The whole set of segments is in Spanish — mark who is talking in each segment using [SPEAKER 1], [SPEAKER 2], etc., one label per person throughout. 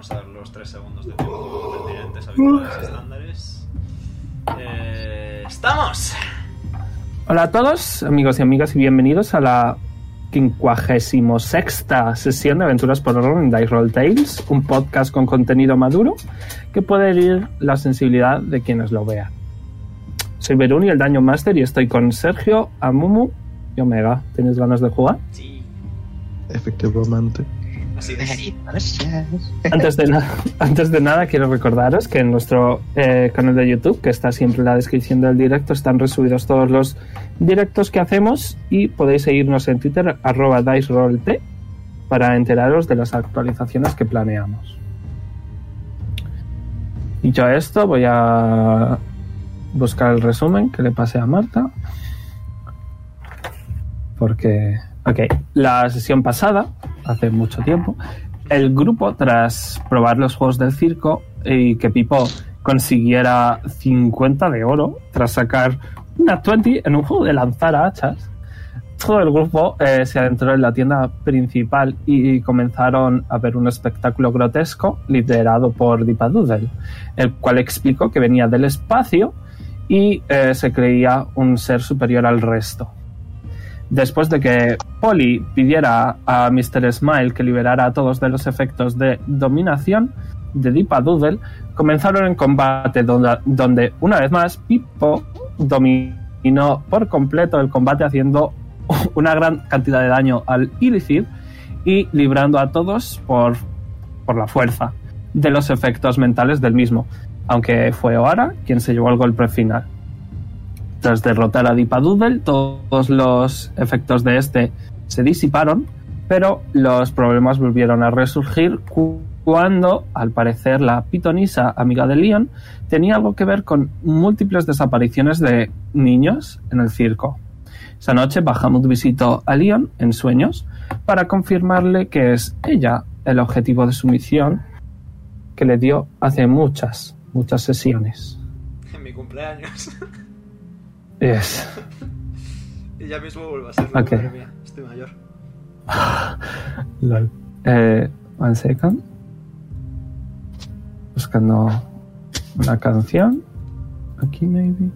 [SPEAKER 1] Vamos a dar los 3 segundos de tiempo pertinentes, habituales, estándares. Eh, ¡Estamos!
[SPEAKER 2] Hola a todos, amigos y amigas, y bienvenidos a la 56 sesión de Aventuras por Horror en Dice Roll Tales, un podcast con contenido maduro que puede herir la sensibilidad de quienes lo vean. Soy Beruni, el Daño Master, y estoy con Sergio, Amumu y Omega. ¿Tenéis ganas de jugar?
[SPEAKER 1] Sí.
[SPEAKER 3] Efectivamente.
[SPEAKER 1] Así es.
[SPEAKER 2] Antes de, na- antes de nada, quiero recordaros que en nuestro eh, canal de YouTube, que está siempre en la descripción del directo, están resubidos todos los directos que hacemos y podéis seguirnos en Twitter, arroba DiceRollT, para enteraros de las actualizaciones que planeamos. Dicho esto, voy a buscar el resumen que le pasé a Marta. Porque, ok, la sesión pasada, hace mucho tiempo, el grupo, tras probar los juegos del circo y que Pipo consiguiera 50 de oro, tras sacar una 20 en un juego de lanzar a hachas, todo el grupo eh, se adentró en la tienda principal y comenzaron a ver un espectáculo grotesco liderado por Dipadoodle, el cual explicó que venía del espacio y eh, se creía un ser superior al resto después de que Polly pidiera a Mr. Smile que liberara a todos de los efectos de dominación de Deepa Doodle, comenzaron en combate donde, donde, una vez más Pipo dominó por completo el combate haciendo una gran cantidad de daño al Illicid y librando a todos por, por la fuerza de los efectos mentales del mismo, aunque fue Oara quien se llevó el golpe final. Tras derrotar a Dipadoodle, todos los efectos de este se disiparon, pero los problemas volvieron a resurgir cu- cuando, al parecer, la pitonisa amiga de Leon tenía algo que ver con múltiples desapariciones de niños en el circo. Esa noche, Bahamut visitó a Leon en sueños para confirmarle que es ella el objetivo de su misión que le dio hace muchas, muchas sesiones.
[SPEAKER 1] En mi cumpleaños.
[SPEAKER 2] Es.
[SPEAKER 1] Y ya mismo vuelvo a ser
[SPEAKER 2] Ok.
[SPEAKER 1] madre mía. Estoy mayor.
[SPEAKER 2] Lol. Eh, one second. Buscando una canción. Aquí, maybe.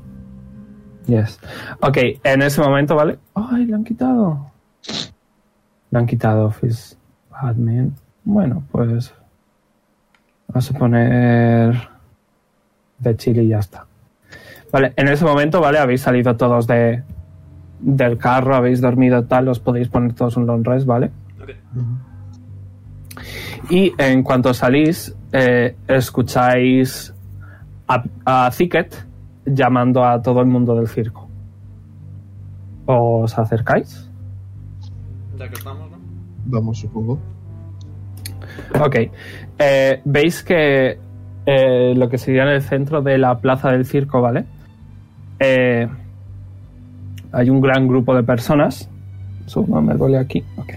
[SPEAKER 2] Yes. Ok, en ese momento, ¿vale? ¡Ay, lo han quitado! Lo han quitado Office Admin. Bueno, pues. Vamos a poner. De Chile y ya está. Vale, en ese momento, ¿vale? Habéis salido todos de, del carro, habéis dormido tal, os podéis poner todos un long rest, ¿vale?
[SPEAKER 1] Ok.
[SPEAKER 2] Y en cuanto salís, eh, escucháis a, a Thicket llamando a todo el mundo del circo. ¿Os acercáis?
[SPEAKER 1] Ya que estamos, ¿no?
[SPEAKER 3] Vamos, supongo.
[SPEAKER 2] Ok. Eh, Veis que eh, lo que sería en el centro de la plaza del circo, ¿vale? Eh, hay un gran grupo de personas. Subo, me duele aquí. Ok.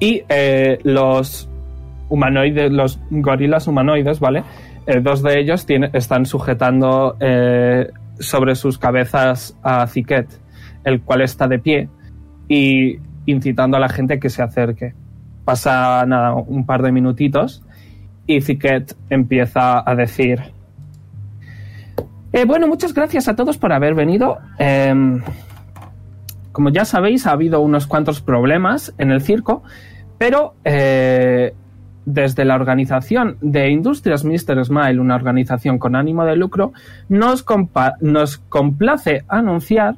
[SPEAKER 2] Y eh, los humanoides, los gorilas humanoides, ¿vale? Eh, dos de ellos tiene- están sujetando eh, sobre sus cabezas a Ziquet, el cual está de pie y incitando a la gente que se acerque pasa nada, un par de minutitos y Ziquet empieza a decir "Eh, bueno, muchas gracias a todos por haber venido Em, como ya sabéis ha habido unos cuantos problemas en el circo pero eh, desde la organización de Industrias Mr. Smile, una organización con ánimo de lucro, nos, compa- nos complace anunciar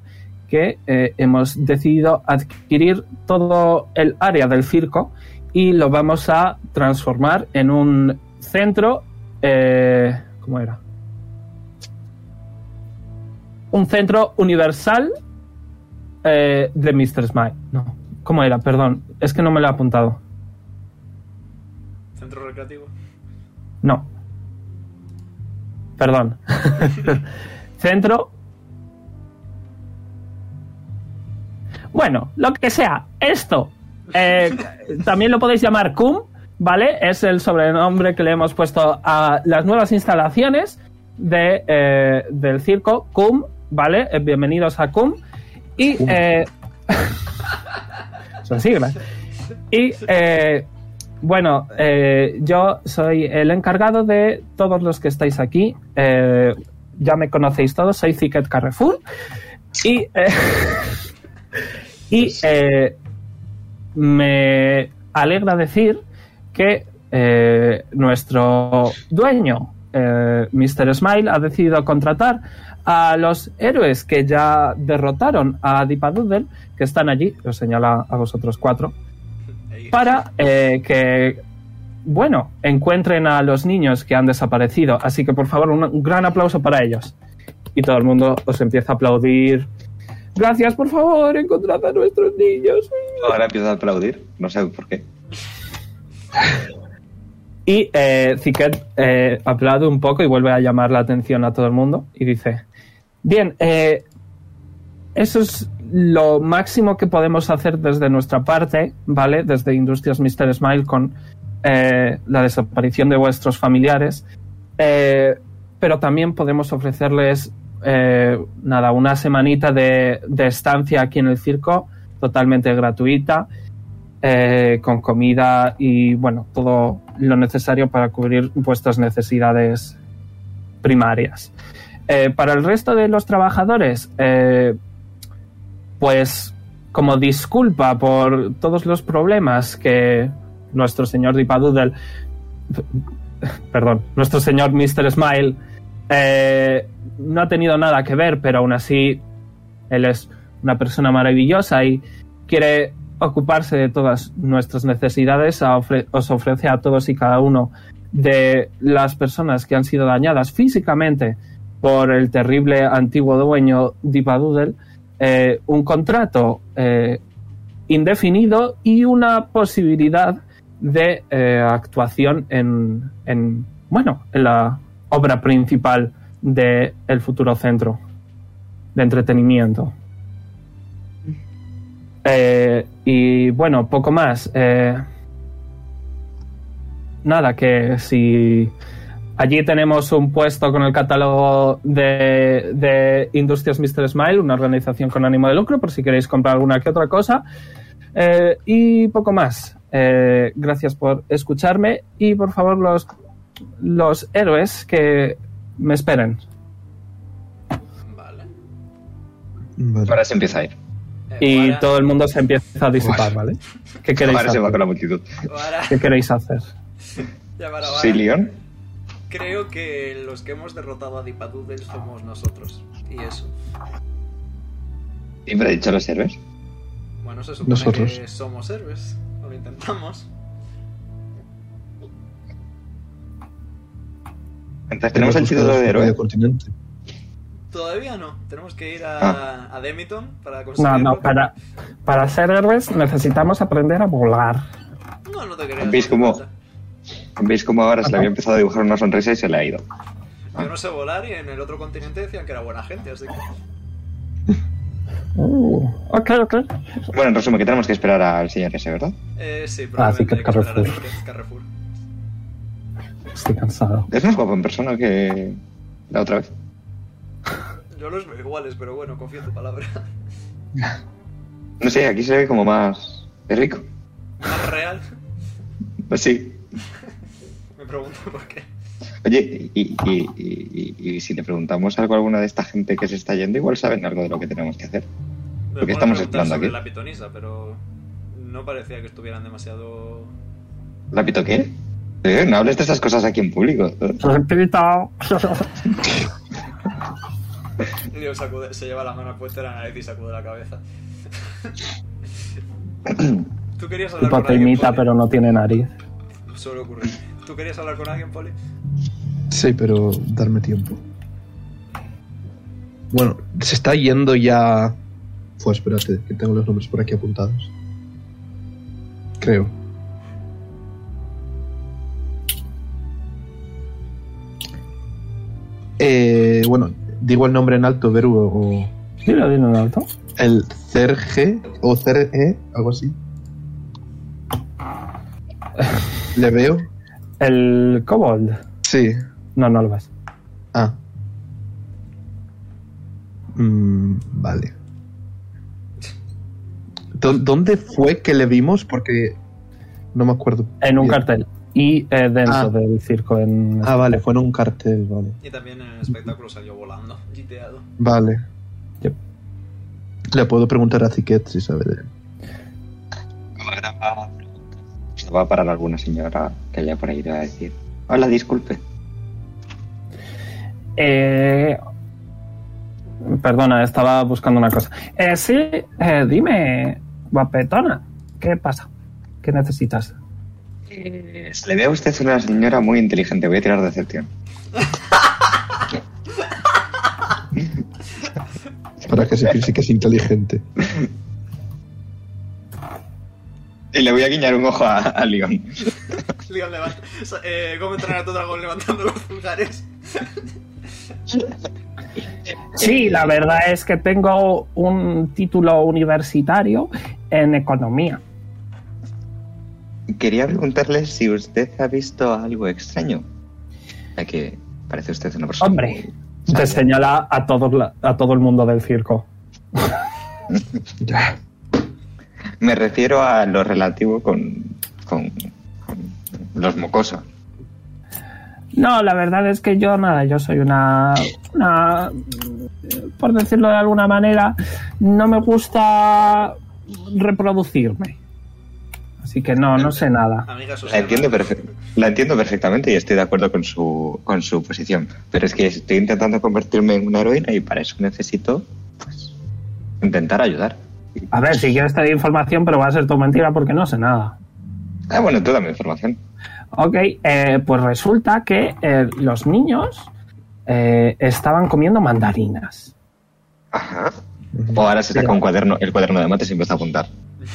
[SPEAKER 2] que eh, hemos decidido adquirir todo el área del circo y lo vamos a transformar en un centro. eh, ¿Cómo era? Un centro universal eh, de Mr. Smile. No, ¿cómo era? Perdón, es que no me lo he apuntado.
[SPEAKER 1] Centro recreativo.
[SPEAKER 2] No. Perdón. Centro. Bueno, lo que sea, esto. Eh, también lo podéis llamar CUM, ¿vale? Es el sobrenombre que le hemos puesto a las nuevas instalaciones de, eh, del circo CUM, ¿vale? Eh, Bienvenidos a CUM. Y... Eh, son siglas. Y... eh, Bueno, eh, yo soy el encargado de todos los que estáis aquí. Eh, ya me conocéis todos, soy Ziquet Carrefour. Y, eh, y eh, me alegra decir que eh, nuestro dueño, eh, Mr. Smile, ha decidido contratar a los héroes que ya derrotaron a Dipadoodle, que están allí, os señala a vosotros cuatro,
[SPEAKER 1] Ahí.
[SPEAKER 2] para eh, que, bueno, encuentren a los niños que han desaparecido. Así que, por favor, un, un gran aplauso para ellos. Y todo el mundo os empieza a aplaudir. Gracias, por favor, encontrad a nuestros niños.
[SPEAKER 4] Ahora empiezo a aplaudir, no sé por qué.
[SPEAKER 2] Y eh, Ziquet eh, aplaude un poco y vuelve a llamar la atención a todo el mundo y dice, bien, eh, eso es lo máximo que podemos hacer desde nuestra parte, ¿vale? Desde Industrias Mr. Smile con eh, la desaparición de vuestros familiares. Eh, pero también podemos ofrecerles, eh, nada, una semanita de, de estancia aquí en el circo, totalmente gratuita eh, con comida y bueno, todo lo necesario para cubrir vuestras necesidades primarias. Eh, para el resto de los trabajadores, eh, pues como disculpa por todos los problemas que nuestro señor Dipadoodle, perdón, nuestro señor Mr. Smile eh, no ha tenido nada que ver, pero aún así él es una persona maravillosa y quiere ocuparse de todas nuestras necesidades, a ofre- os ofrece a todos y cada uno de las personas que han sido dañadas físicamente por el terrible antiguo dueño Dipadoodle eh, un contrato eh, indefinido y una posibilidad de eh, actuación en, en, bueno, en la obra principal del futuro centro de entretenimiento. Eh, y bueno, poco más. Eh, nada, que si allí tenemos un puesto con el catálogo de, de Industrias Mr. Smile, una organización con ánimo de lucro, por si queréis comprar alguna que otra cosa. Eh, y poco más. Eh, gracias por escucharme y por favor los, los héroes que me esperen.
[SPEAKER 1] Vale. Eh,
[SPEAKER 3] Vale.
[SPEAKER 4] Ahora se empieza a ir.
[SPEAKER 2] Y
[SPEAKER 1] Wara-
[SPEAKER 2] todo el mundo se empieza a disipar, ¿vale? ¿Qué queréis
[SPEAKER 4] Ahora se va con la
[SPEAKER 2] hacer?
[SPEAKER 4] multitud.
[SPEAKER 1] Wara-
[SPEAKER 2] ¿Qué queréis hacer?
[SPEAKER 1] llamar a Wara.
[SPEAKER 4] Sí, Leon.
[SPEAKER 1] Creo que los que hemos derrotado a Dipadoodle somos nosotros. Y eso.
[SPEAKER 4] Siempre he dicho los héroes.
[SPEAKER 1] Bueno, se supone
[SPEAKER 3] Nosotros.
[SPEAKER 1] que somos héroes. o Lo intentamos.
[SPEAKER 4] Entonces tenemos el
[SPEAKER 3] buscar
[SPEAKER 4] título de
[SPEAKER 3] el medio
[SPEAKER 4] héroe.
[SPEAKER 3] continente.
[SPEAKER 1] Todavía no. Tenemos que ir a, a Demiton para
[SPEAKER 2] Ah. No,
[SPEAKER 1] conseguirlo.
[SPEAKER 2] Pues no, para, para ser héroes necesitamos aprender a volar.
[SPEAKER 1] No, no te creas.
[SPEAKER 4] ¿Veis
[SPEAKER 1] no hace
[SPEAKER 4] cómo?
[SPEAKER 1] falta.
[SPEAKER 4] ¿Veis cómo ahora se le había empezado a dibujar una sonrisa y se le ha ido?
[SPEAKER 1] Yo no sé volar y en el otro continente decían que era buena gente, así que.
[SPEAKER 2] Uh, ok, ok.
[SPEAKER 4] Bueno, en resumen, que tenemos que esperar al señor ese, ¿verdad?
[SPEAKER 1] Eh, sí,
[SPEAKER 2] Ah, sí,
[SPEAKER 1] probablemente.
[SPEAKER 2] que
[SPEAKER 1] hay que esperar a
[SPEAKER 2] Carrefour.
[SPEAKER 1] Ticket Carrefour.
[SPEAKER 2] Estoy cansado.
[SPEAKER 4] Es más guapo en persona que la otra vez.
[SPEAKER 1] Yo los veo iguales, pero bueno, confío en tu palabra.
[SPEAKER 4] No sé, aquí se ve como más es rico.
[SPEAKER 1] Más real.
[SPEAKER 4] Pues sí.
[SPEAKER 1] Me pregunto por qué.
[SPEAKER 4] Oye, y, y- y- y- y si le preguntamos algo a alguna de esta gente que se está yendo, igual saben algo de lo que tenemos que hacer.
[SPEAKER 1] Me
[SPEAKER 4] Porque
[SPEAKER 1] pone a
[SPEAKER 4] estamos
[SPEAKER 1] preguntar
[SPEAKER 4] esperando
[SPEAKER 1] sobre
[SPEAKER 4] aquí.
[SPEAKER 1] la pitonisa, pero no parecía que estuvieran demasiado...
[SPEAKER 4] ¿Lapito qué? Eh, no hables de esas cosas aquí en público. ¿eh?
[SPEAKER 2] Repito.
[SPEAKER 1] Leo sacude- se lleva la mano puesta en la nariz y sacude la cabeza. ¿Tú querías hablar con
[SPEAKER 2] Tipo te
[SPEAKER 1] alguien,
[SPEAKER 2] imita,
[SPEAKER 1] Poli?
[SPEAKER 2] pero no tiene nariz.
[SPEAKER 1] Suele ocurrir. ¿Tú querías hablar con alguien, Poli?
[SPEAKER 3] Sí, pero darme tiempo. Bueno, se está yendo ya. Pues espérate, que tengo los nombres por aquí apuntados. Creo. Eh, bueno, digo el nombre en alto, Veru, o
[SPEAKER 2] Dilo, dilo en alto.
[SPEAKER 3] el Serge o Serge, algo así. ¿Le veo?
[SPEAKER 2] El kobold.
[SPEAKER 3] Sí.
[SPEAKER 2] No, no lo ves.
[SPEAKER 3] Ah. Mm, vale. ¿Dó- ¿Dónde fue que le vimos? Porque No me acuerdo.
[SPEAKER 2] En un
[SPEAKER 3] bien.
[SPEAKER 2] cartel. Y eh, dentro
[SPEAKER 3] Ah.
[SPEAKER 2] del circo. En...
[SPEAKER 3] Ah, vale, fue en un cartel, vale.
[SPEAKER 1] Y también en el espectáculo salió volando, giteado.
[SPEAKER 3] Vale.
[SPEAKER 2] Yep.
[SPEAKER 3] Le puedo preguntar a Ziquet si sabe de él.
[SPEAKER 4] Ahora se va a parar alguna señora que haya por ahí le va a decir. Hola, disculpe.
[SPEAKER 2] Eh, perdona, estaba buscando una cosa. Eh, sí, eh, dime, guapetona, ¿qué pasa? ¿Qué necesitas?
[SPEAKER 4] Eh, se le ve a usted una señora muy inteligente. Voy a tirar decepción.
[SPEAKER 3] Para que Zephyr sí que es inteligente.
[SPEAKER 4] Y le voy a guiñar un ojo a, a Leon.
[SPEAKER 1] Leon levanta. sa- Eh, ¿Cómo entrenar a tu dragón levantando los pulgares?
[SPEAKER 2] Sí, la verdad es que tengo un título universitario en economía.
[SPEAKER 4] Quería preguntarle si usted ha visto algo extraño. Ya que parece usted una persona.
[SPEAKER 2] Hombre, te señala a todo, a todo el mundo del circo.
[SPEAKER 3] Ya.
[SPEAKER 4] Me refiero a lo relativo con, con, con los mocosos.
[SPEAKER 2] No, la verdad es que yo nada, yo soy una, una eh, por decirlo de alguna manera, no me gusta reproducirme. Así que no, no sé nada.
[SPEAKER 1] Amiga
[SPEAKER 4] La
[SPEAKER 1] social.
[SPEAKER 4] entiendo, perfe- la entiendo perfectamente y estoy de acuerdo con su, con su posición. Pero es que estoy intentando convertirme en una heroína y para eso necesito pues, intentar ayudar.
[SPEAKER 2] A ver, si quieres te doy información, pero va a ser todo mentira porque no sé nada.
[SPEAKER 4] Ah, bueno, toda mi información.
[SPEAKER 2] Ok, eh, pues resulta que eh, los niños eh, estaban comiendo mandarinas.
[SPEAKER 4] Ajá. O ahora se saca un cuaderno, el cuaderno de mates y empieza a apuntar.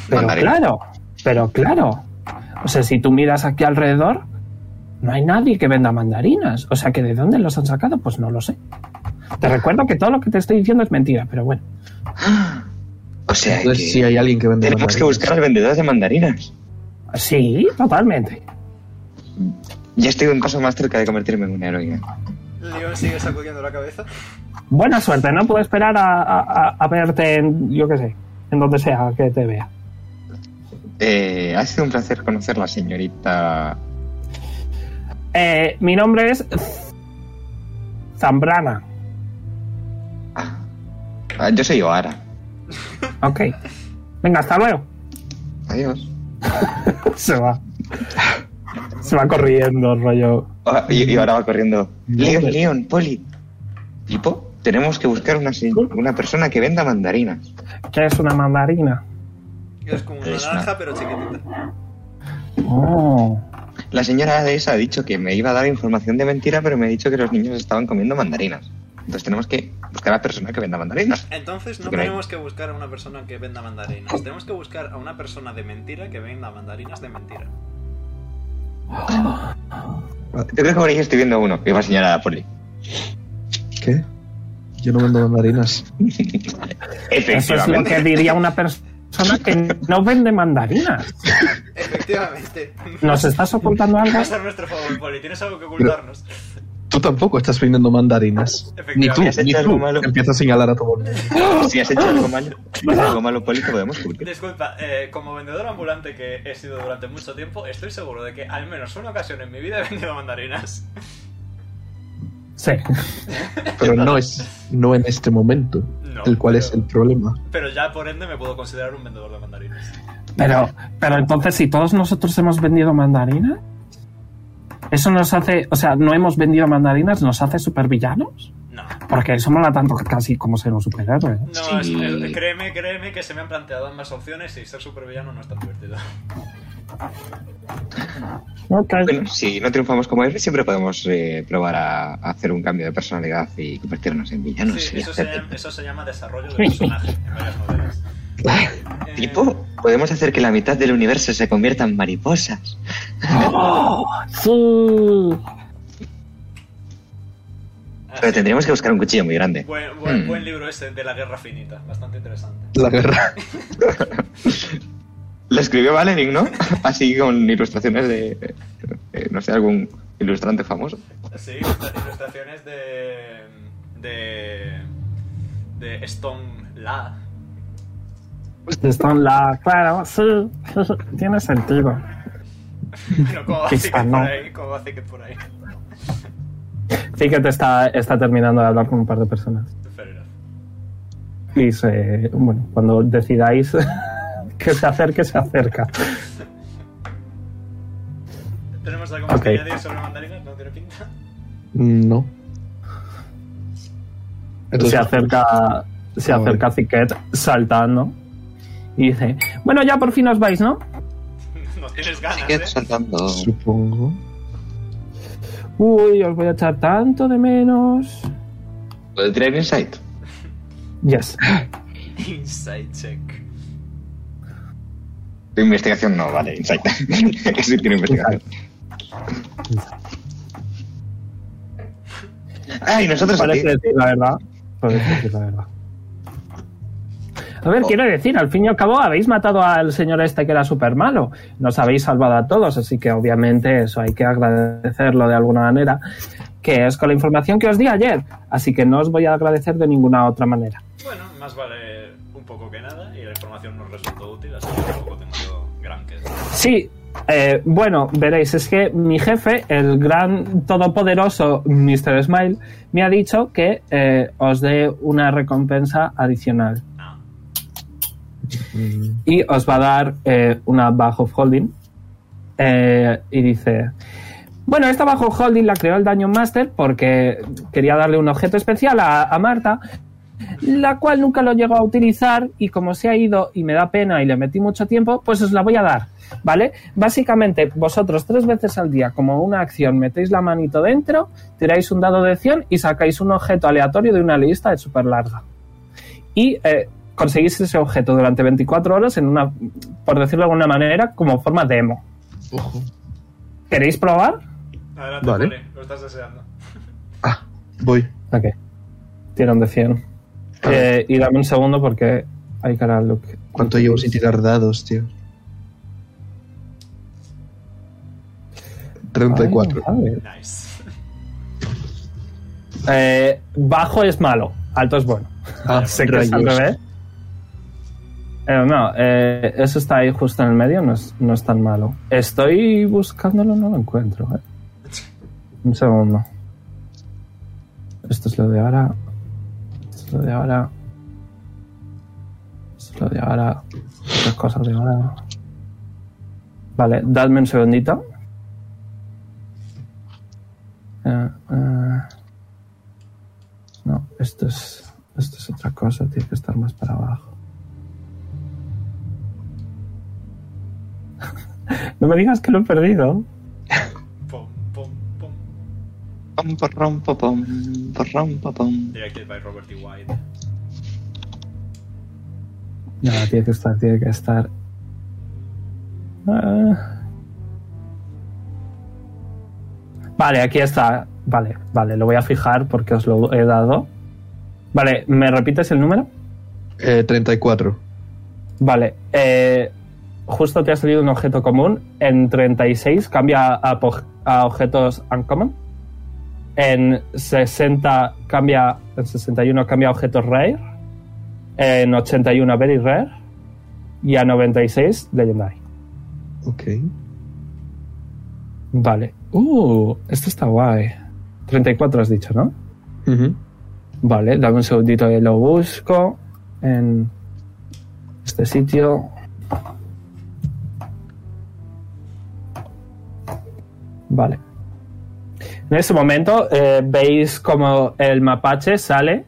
[SPEAKER 2] Pero
[SPEAKER 4] Mandarina.
[SPEAKER 2] claro, pero claro. O sea, si tú miras aquí alrededor, no hay nadie que venda mandarinas. O sea, que de dónde los han sacado, pues no lo sé. Te recuerdo que todo lo que te estoy diciendo es mentira, pero bueno.
[SPEAKER 4] O sea, que
[SPEAKER 3] Entonces, si hay alguien que vende.
[SPEAKER 4] tenemos que
[SPEAKER 3] mandarinas.
[SPEAKER 4] buscar al vendedor de mandarinas.
[SPEAKER 2] Sí, totalmente.
[SPEAKER 4] Ya estoy un paso más cerca de convertirme en una heroína.
[SPEAKER 1] Leon sigue sacudiendo la cabeza.
[SPEAKER 2] Buena suerte, no puedo esperar a, a- a- a verte en, yo qué sé, en donde sea que te vea.
[SPEAKER 4] Eh, ha sido un placer conocer la señorita.
[SPEAKER 2] Eh, mi nombre es Zambrana.
[SPEAKER 4] Ah, yo soy Oara.
[SPEAKER 2] Ok. Venga, hasta luego.
[SPEAKER 4] Adiós.
[SPEAKER 2] Se va. Se va corriendo, rollo.
[SPEAKER 4] Ah, Y, y ahora va corriendo. Leon, Leon, Poli. ¿Tipo? Tenemos que buscar una, se- una persona que venda mandarinas.
[SPEAKER 2] ¿Qué es una mandarina?
[SPEAKER 1] Es como una
[SPEAKER 4] Es una-
[SPEAKER 1] naranja, pero chiquitita.
[SPEAKER 2] Oh.
[SPEAKER 4] La señora de esa ha dicho que me iba a dar información de mentira, pero me ha dicho que los niños estaban comiendo mandarinas. Entonces tenemos que buscar a la persona que venda mandarinas.
[SPEAKER 1] Entonces no
[SPEAKER 4] Creo.
[SPEAKER 1] tenemos que buscar a una persona que venda mandarinas. Tenemos que buscar a una persona de mentira que venda mandarinas de mentira.
[SPEAKER 4] Yo creo que por ahí estoy viendo uno. que va a señalar a Poli.
[SPEAKER 3] ¿Qué? Yo no vendo mandarinas.
[SPEAKER 2] Eso es lo que
[SPEAKER 4] Efectivamente.
[SPEAKER 2] diría una persona que no vende mandarinas.
[SPEAKER 1] Efectivamente.
[SPEAKER 2] ¿Nos estás ocultando algo?
[SPEAKER 1] Vas a nuestro favor, Poli. Tienes algo que ocultarnos.
[SPEAKER 3] Tú tampoco estás vendiendo mandarinas. Ni tú,
[SPEAKER 4] ¿Has hecho
[SPEAKER 3] ni
[SPEAKER 4] algo
[SPEAKER 3] tú.
[SPEAKER 4] malo?
[SPEAKER 3] Empieza a señalar a todo el mundo.
[SPEAKER 4] Si has hecho algo malo, si has hecho algo malo, Poli, te podemos cubrir.
[SPEAKER 1] Disculpa, eh, como vendedor ambulante que he sido durante mucho tiempo, estoy seguro de que al menos una ocasión en mi vida he vendido mandarinas.
[SPEAKER 2] Sí.
[SPEAKER 3] Pero no es no en este momento,
[SPEAKER 1] No,
[SPEAKER 3] el cual
[SPEAKER 1] pero-
[SPEAKER 3] es el problema.
[SPEAKER 1] Pero ya por ende me puedo considerar un vendedor de mandarinas.
[SPEAKER 2] Pero, pero entonces, si todos nosotros hemos vendido mandarinas, eso nos hace. O sea, no hemos vendido mandarinas, nos hace supervillanos.
[SPEAKER 1] No.
[SPEAKER 2] Porque eso mola tanto que casi como ser un superhéroe. ¿eh?
[SPEAKER 1] No,
[SPEAKER 4] Sí.
[SPEAKER 1] es- eh, créeme, créeme que se me han planteado ambas opciones y ser supervillano no es tan divertido.
[SPEAKER 2] Ok.
[SPEAKER 4] Bueno, si no triunfamos como héroes, siempre podemos eh, probar a, a hacer un cambio de personalidad y convertirnos en villanos.
[SPEAKER 1] sí,
[SPEAKER 4] y
[SPEAKER 1] eso se,
[SPEAKER 4] hacer-
[SPEAKER 1] llama, eso se llama desarrollo de personaje en varias novelas. Eh,
[SPEAKER 4] Tipo, podemos hacer que la mitad del universo se convierta en mariposas.
[SPEAKER 2] Sí.
[SPEAKER 4] Pero tendríamos que buscar un cuchillo muy grande.
[SPEAKER 1] ah, Buen, buen-
[SPEAKER 4] Hmm.
[SPEAKER 1] buen libro este de la guerra finita, bastante interesante.
[SPEAKER 3] La guerra.
[SPEAKER 4] Lo escribió Valening, ¿no? Así con ilustraciones de, eh, no sé, algún ilustrante famoso.
[SPEAKER 1] Sí, las ilustraciones de. de. de Stone La.
[SPEAKER 2] Están la. Claro, sí. Tiene sentido.
[SPEAKER 1] No, como hace
[SPEAKER 2] Quizá
[SPEAKER 1] que por
[SPEAKER 2] no.
[SPEAKER 1] ahí, como hace que por ahí.
[SPEAKER 2] Ticket está, está terminando de hablar con un par de personas.
[SPEAKER 1] Fair enough.
[SPEAKER 2] Y se, bueno, cuando decidáis que se acerque, se acerca.
[SPEAKER 1] ¿Tenemos algo más
[SPEAKER 2] Ok.
[SPEAKER 1] que añadir sobre mandarinas? No tiene pinta.
[SPEAKER 3] Mm, No.
[SPEAKER 2] se acerca, se
[SPEAKER 3] Ah,
[SPEAKER 2] acerca a Ticket saltando. Y dice, bueno, ya por fin os vais, ¿no?
[SPEAKER 1] No tienes ganas,
[SPEAKER 4] Sigue
[SPEAKER 1] ¿eh?
[SPEAKER 4] saltando.
[SPEAKER 3] Supongo.
[SPEAKER 2] Uy, os voy a echar tanto de menos.
[SPEAKER 4] ¿Puedo tirar insight?
[SPEAKER 2] Yes.
[SPEAKER 1] Inside check.
[SPEAKER 4] De investigación no, vale, insight. sí tiene investigación. Ay, nosotros aquí.
[SPEAKER 2] Puedes decir la verdad. Puedes decir la verdad. A ver, quiero decir, al fin y al cabo habéis matado al señor este que era súper malo. Nos habéis salvado a todos, así que obviamente eso hay que agradecerlo de alguna manera, que es con la información que os di ayer. Así que no os voy a agradecer de ninguna otra manera.
[SPEAKER 1] Bueno, más vale un poco que nada y la información nos resultó útil, así que tampoco tengo yo gran que decir.
[SPEAKER 2] Sí, eh, bueno, veréis, es que mi jefe, el gran todopoderoso Mr. Smile, me ha dicho que eh, os dé una recompensa adicional.
[SPEAKER 1] Ah,
[SPEAKER 3] Mm,
[SPEAKER 2] y os va a dar eh, una bajo holding. Eh, y dice: Bueno, esta bajo holding la creó el Daño Master porque quería darle un objeto especial a, a Marta, la cual nunca lo llegó a utilizar. Y como se ha ido y me da pena y le metí mucho tiempo, pues os la voy a dar. ¿Vale? Básicamente, vosotros tres veces al día, como una acción, metéis la manito dentro, tiráis un dado de 100 y sacáis un objeto aleatorio de una lista de súper larga y eh, conseguís ese objeto durante 24 horas en una, por decirlo de alguna manera, como forma demo.
[SPEAKER 3] Ojo.
[SPEAKER 2] ¿Queréis probar?
[SPEAKER 1] adelante,
[SPEAKER 3] Vale.
[SPEAKER 1] Poli, lo estás deseando.
[SPEAKER 3] Ah, voy.
[SPEAKER 2] Ok. Tirón de 100. Eh, y dame un segundo porque hay cara look.
[SPEAKER 3] ¿Cuánto llevo sin tirar dados, tío? 34.
[SPEAKER 2] Ay, madre.
[SPEAKER 1] Nice.
[SPEAKER 2] Eh, bajo es malo, alto es bueno.
[SPEAKER 3] Ah,
[SPEAKER 2] Sé que es al
[SPEAKER 3] rayos.
[SPEAKER 2] revés. Eh, no, eh, eso está ahí justo en el medio, no es, no es tan malo. Estoy buscándolo, no lo encuentro. eh. Un segundo. Esto es lo de ahora. Esto es lo de ahora. Esto es lo de ahora. Otras cosas de ahora. Vale, dadme un segundito. Eh, eh. No, esto es, esto es otra cosa, tiene que estar más para abajo. no me digas que lo he perdido.
[SPEAKER 1] Pom, pom, pom.
[SPEAKER 4] Pom, porrom, popom, porrom, popom.
[SPEAKER 1] Directed by Robert E. White.
[SPEAKER 2] No, tiene que estar, tiene que estar. Ah. Vale, aquí está. Vale, vale, lo voy a fijar porque os lo he dado. Vale, ¿me repites el número?
[SPEAKER 3] Eh, 34.
[SPEAKER 2] Vale, eh, justo te ha salido un objeto común. En 36 cambia a, po- a objetos uncommon. En 60 cambia. En 61 cambia a objetos rare. En 81 a very rare. Y a 96 legendary.
[SPEAKER 3] Ok.
[SPEAKER 2] Vale. Uh, esto está guay. 34 has dicho, ¿no?
[SPEAKER 3] Ujú.
[SPEAKER 2] Vale, dame un segundito y lo busco en este sitio. Vale. En ese momento eh, veis como el mapache sale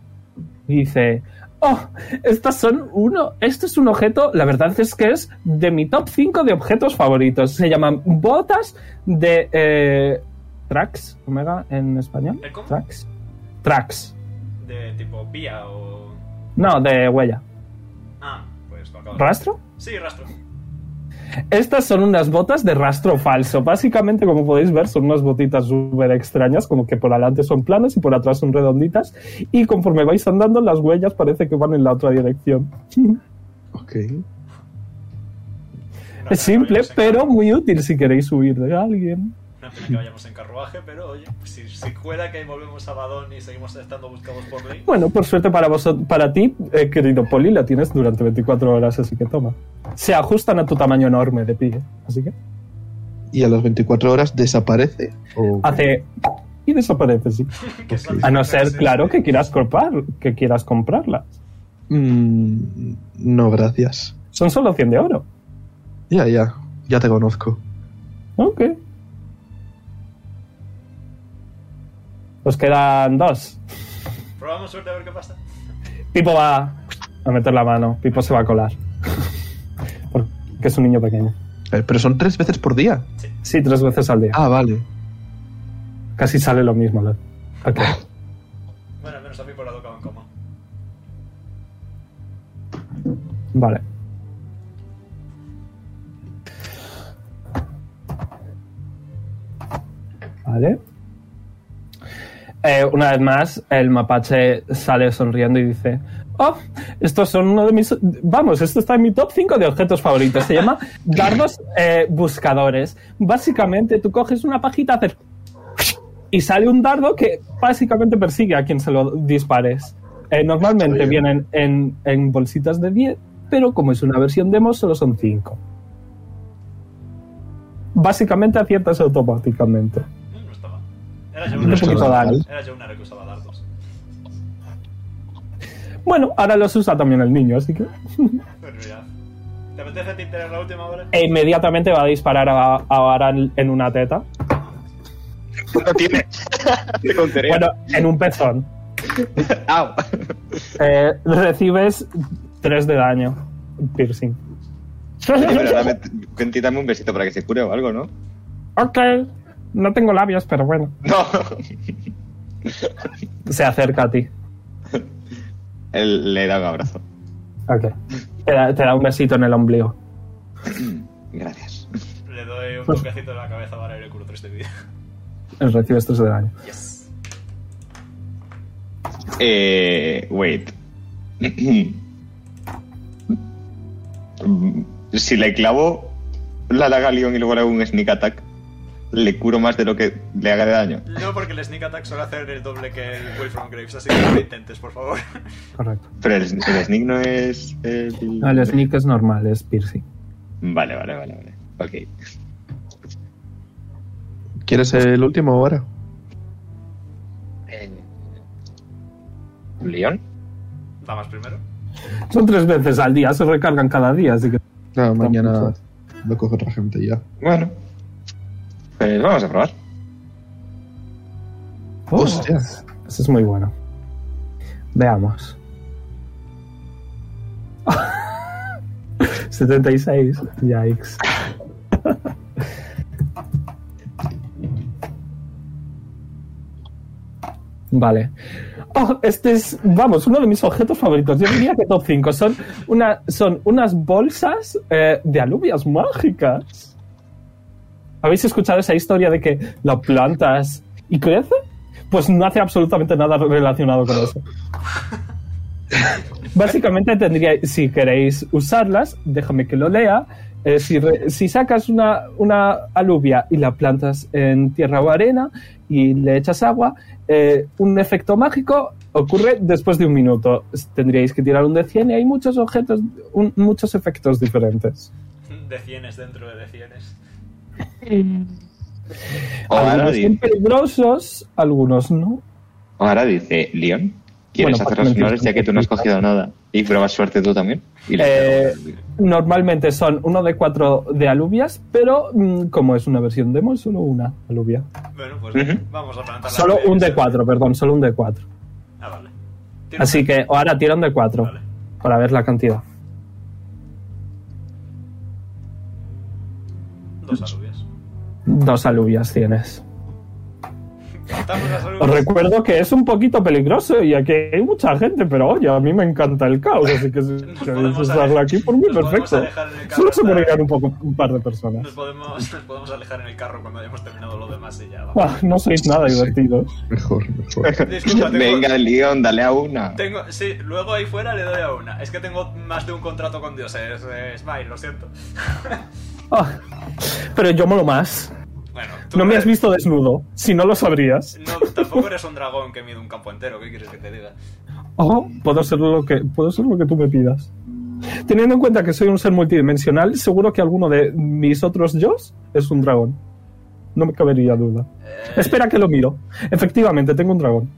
[SPEAKER 2] y dice, oh, estas son uno, este es un objeto, la verdad es que es de mi top 5 de objetos favoritos. Se llaman botas de eh, tracks, omega en español.
[SPEAKER 1] ¿El cómo?
[SPEAKER 2] Tracks. Tracks.
[SPEAKER 1] De tipo vía o.
[SPEAKER 2] No, de huella.
[SPEAKER 1] Ah, pues lo acabo de-
[SPEAKER 2] ¿Rastro?
[SPEAKER 1] Sí, rastro.
[SPEAKER 2] Estas son unas botas de rastro falso. Básicamente, como podéis ver, son unas botitas súper extrañas, como que por adelante son planas y por atrás son redonditas. Y conforme vais andando, las huellas parece que van en la otra dirección.
[SPEAKER 1] Una
[SPEAKER 3] Ok.
[SPEAKER 1] pena que
[SPEAKER 2] es simple,
[SPEAKER 1] vayamos en
[SPEAKER 2] pero
[SPEAKER 1] carru-
[SPEAKER 2] muy útil si queréis subir de alguien.
[SPEAKER 1] Una pena que vayamos en carruaje, pero oye, si, si cuela que volvemos a Badón y seguimos estando buscados por Lee.
[SPEAKER 2] Bueno, por suerte para vosotros, para ti, eh, querido Poli, la tienes durante 24 horas, así que toma. Se ajustan a tu tamaño enorme de pie, así que.
[SPEAKER 3] y a las 24 horas desaparece. O-
[SPEAKER 2] Hace. Y desaparece, sí.
[SPEAKER 1] Que es pues este. la
[SPEAKER 2] A no
[SPEAKER 1] misma
[SPEAKER 2] ser,
[SPEAKER 1] clase.
[SPEAKER 2] claro, que quieras, comprar, que quieras comprarlas.
[SPEAKER 3] Mm, no, gracias.
[SPEAKER 2] Son solo 100 de oro.
[SPEAKER 3] Ya, ya, ya te conozco.
[SPEAKER 2] Ok. Os quedan dos.
[SPEAKER 1] Probamos suerte a ver qué pasa.
[SPEAKER 2] Pipo va a meter la mano. Pipo se va a colar. Porque es un niño pequeño.
[SPEAKER 3] Eh, pero son tres veces por día.
[SPEAKER 2] Sí, tres veces al día.
[SPEAKER 3] Ah, vale.
[SPEAKER 2] Casi sale lo mismo. Lord. Ok.
[SPEAKER 1] Bueno, al menos a mí por la doca en coma.
[SPEAKER 2] Vale. Vale. Eh, una vez más, el mapache sale sonriendo y dice: Oh, estos son uno de mis. Vamos, esto está en mi top 5 de objetos favoritos. Se llama dardos eh, buscadores. Básicamente, tú coges una pajita, haces. Y sale un dardo que básicamente persigue a quien se lo dispares. Eh, normalmente
[SPEAKER 3] Está bien.
[SPEAKER 2] vienen en, en bolsitas de 10, pero como es una versión demo, solo son 5. Básicamente aciertas automáticamente.
[SPEAKER 1] Mm, no estaba. Era yo
[SPEAKER 3] Un
[SPEAKER 1] una
[SPEAKER 2] poquito
[SPEAKER 3] mal.
[SPEAKER 1] Era yo una que usaba dardos.
[SPEAKER 2] Bueno, ahora los usa también el niño, así que
[SPEAKER 1] En realidad. ¿Te apetece a ti tener la última hora?
[SPEAKER 2] e inmediatamente va a disparar a, a Aran en una teta.
[SPEAKER 4] No tiene. Te contaré.
[SPEAKER 2] Bueno, en un pezón.
[SPEAKER 4] Au.
[SPEAKER 2] Eh, recibes 3 de daño. Piercing.
[SPEAKER 4] Oye, pero dame, Quentin, dame un besito para que se cure o algo, ¿no?
[SPEAKER 2] ok. No tengo labios, pero bueno.
[SPEAKER 4] No.
[SPEAKER 2] Se acerca a ti.
[SPEAKER 4] Él le da un abrazo.
[SPEAKER 2] Ok. Te da, te da un besito en el ombligo.
[SPEAKER 4] Gracias.
[SPEAKER 1] Le doy un
[SPEAKER 2] Pues-
[SPEAKER 1] toquecito en la cabeza para ir este el culo 3 de vida.
[SPEAKER 2] Recibes 3 de daño.
[SPEAKER 1] Yes.
[SPEAKER 4] Eh, wait. Mm, si le clavo la lagalión y luego le hago un sneak attack, le curo más de lo que le haga de daño.
[SPEAKER 1] No, porque el sneak attack suele hacer el doble que el Will from Graves, así que no lo intentes, por favor.
[SPEAKER 2] Correcto.
[SPEAKER 4] Pero el, el sneak no es. el-
[SPEAKER 2] No, el sneak es normal, es piercing.
[SPEAKER 4] Vale, vale, vale, vale. Ok.
[SPEAKER 3] ¿Quieres el último ahora?
[SPEAKER 4] Eh, ¿Un león?
[SPEAKER 1] Damas primero.
[SPEAKER 2] Son tres veces al día, se recargan cada día, así que.
[SPEAKER 3] No, Ah, mañana
[SPEAKER 2] mucho.
[SPEAKER 3] lo coge otra gente ya.
[SPEAKER 4] Bueno. Pues vamos a probar.
[SPEAKER 2] Oh,
[SPEAKER 3] Hostias.
[SPEAKER 2] Eso es muy bueno. Veamos. 76. Yikes. Vale. Oh, este es, vamos, uno de mis objetos favoritos. Yo diría que top 5. Son, una, son unas bolsas eh, de alubias mágicas. ¿Habéis escuchado esa historia de que la plantas y crece? Pues no hace absolutamente nada relacionado con eso. Básicamente tendría, si queréis usarlas, déjame que lo lea. Eh, si, re- si sacas una, una alubia y la plantas en tierra o arena y le echas agua, eh, un efecto mágico ocurre después de un minuto. Tendríais que tirar un de 100 y hay muchos objetos, un- muchos efectos diferentes.
[SPEAKER 1] De cienes dentro de de cienes.
[SPEAKER 4] O ahora,
[SPEAKER 2] algunos son
[SPEAKER 4] dice,
[SPEAKER 2] peligrosos, algunos no.
[SPEAKER 4] o ahora dice, León,
[SPEAKER 2] Bueno,
[SPEAKER 4] ¿quieres
[SPEAKER 2] pues
[SPEAKER 4] hacer los
[SPEAKER 2] Pac-Man,
[SPEAKER 4] honores ya que tú no has cogido nada? Y pruebas suerte tú también. Y le
[SPEAKER 2] Eh, normalmente son uno de cuatro de alubias, pero mm, como es una versión demo, es solo una alubia.
[SPEAKER 1] Bueno, pues
[SPEAKER 4] Ujú.
[SPEAKER 1] vamos a plantar la
[SPEAKER 2] Solo
[SPEAKER 1] primera
[SPEAKER 2] un
[SPEAKER 1] que se-
[SPEAKER 2] de cuatro, perdón, solo un de cuatro.
[SPEAKER 1] Ah, vale. Tiene
[SPEAKER 2] Así que ahora tira un de cuatro
[SPEAKER 1] Vale.
[SPEAKER 2] para ver la cantidad.
[SPEAKER 1] Dos alubias.
[SPEAKER 2] Dos alubias tienes.
[SPEAKER 1] Cortamos las alubias.
[SPEAKER 2] Os recuerdo que es un poquito peligroso y aquí hay mucha gente, pero oye, a mí me encanta el caos, así que si
[SPEAKER 1] Nos
[SPEAKER 2] queréis
[SPEAKER 1] podemos
[SPEAKER 2] usarlo
[SPEAKER 1] alejar-
[SPEAKER 2] aquí, por mí
[SPEAKER 1] nos podemos
[SPEAKER 2] perfecto.
[SPEAKER 1] alejar en el caos
[SPEAKER 2] Solo se
[SPEAKER 1] hasta-
[SPEAKER 2] morirán un, poco, un par de personas.
[SPEAKER 1] Nos podemos, nos podemos alejar en el carro cuando hayamos terminado lo demás y ya vamos.
[SPEAKER 2] Ah, no sois nada
[SPEAKER 3] Sí.
[SPEAKER 2] divertidos.
[SPEAKER 3] Mejor,
[SPEAKER 4] Eh.
[SPEAKER 3] mejor.
[SPEAKER 1] Disculpa, tengo-
[SPEAKER 4] Venga, León, dale a una.
[SPEAKER 1] Tengo, sí, luego ahí fuera le doy a una. Es que tengo más de un contrato con Dios, es, es Smile, lo siento.
[SPEAKER 2] Ah, pero yo molo más.
[SPEAKER 1] Bueno, tú
[SPEAKER 2] No me has
[SPEAKER 1] eres-
[SPEAKER 2] visto desnudo, si no lo sabrías.
[SPEAKER 1] No, tampoco eres un dragón que mide un campo entero, ¿qué quieres que te diga?
[SPEAKER 2] Ojo, puedo ser lo que puedo ser lo que tú me pidas. Teniendo en cuenta que soy un ser multidimensional, seguro que alguno de mis otros yo es un dragón. No me cabería duda.
[SPEAKER 1] Eh,
[SPEAKER 2] Espera que lo miro. Efectivamente, tengo un dragón.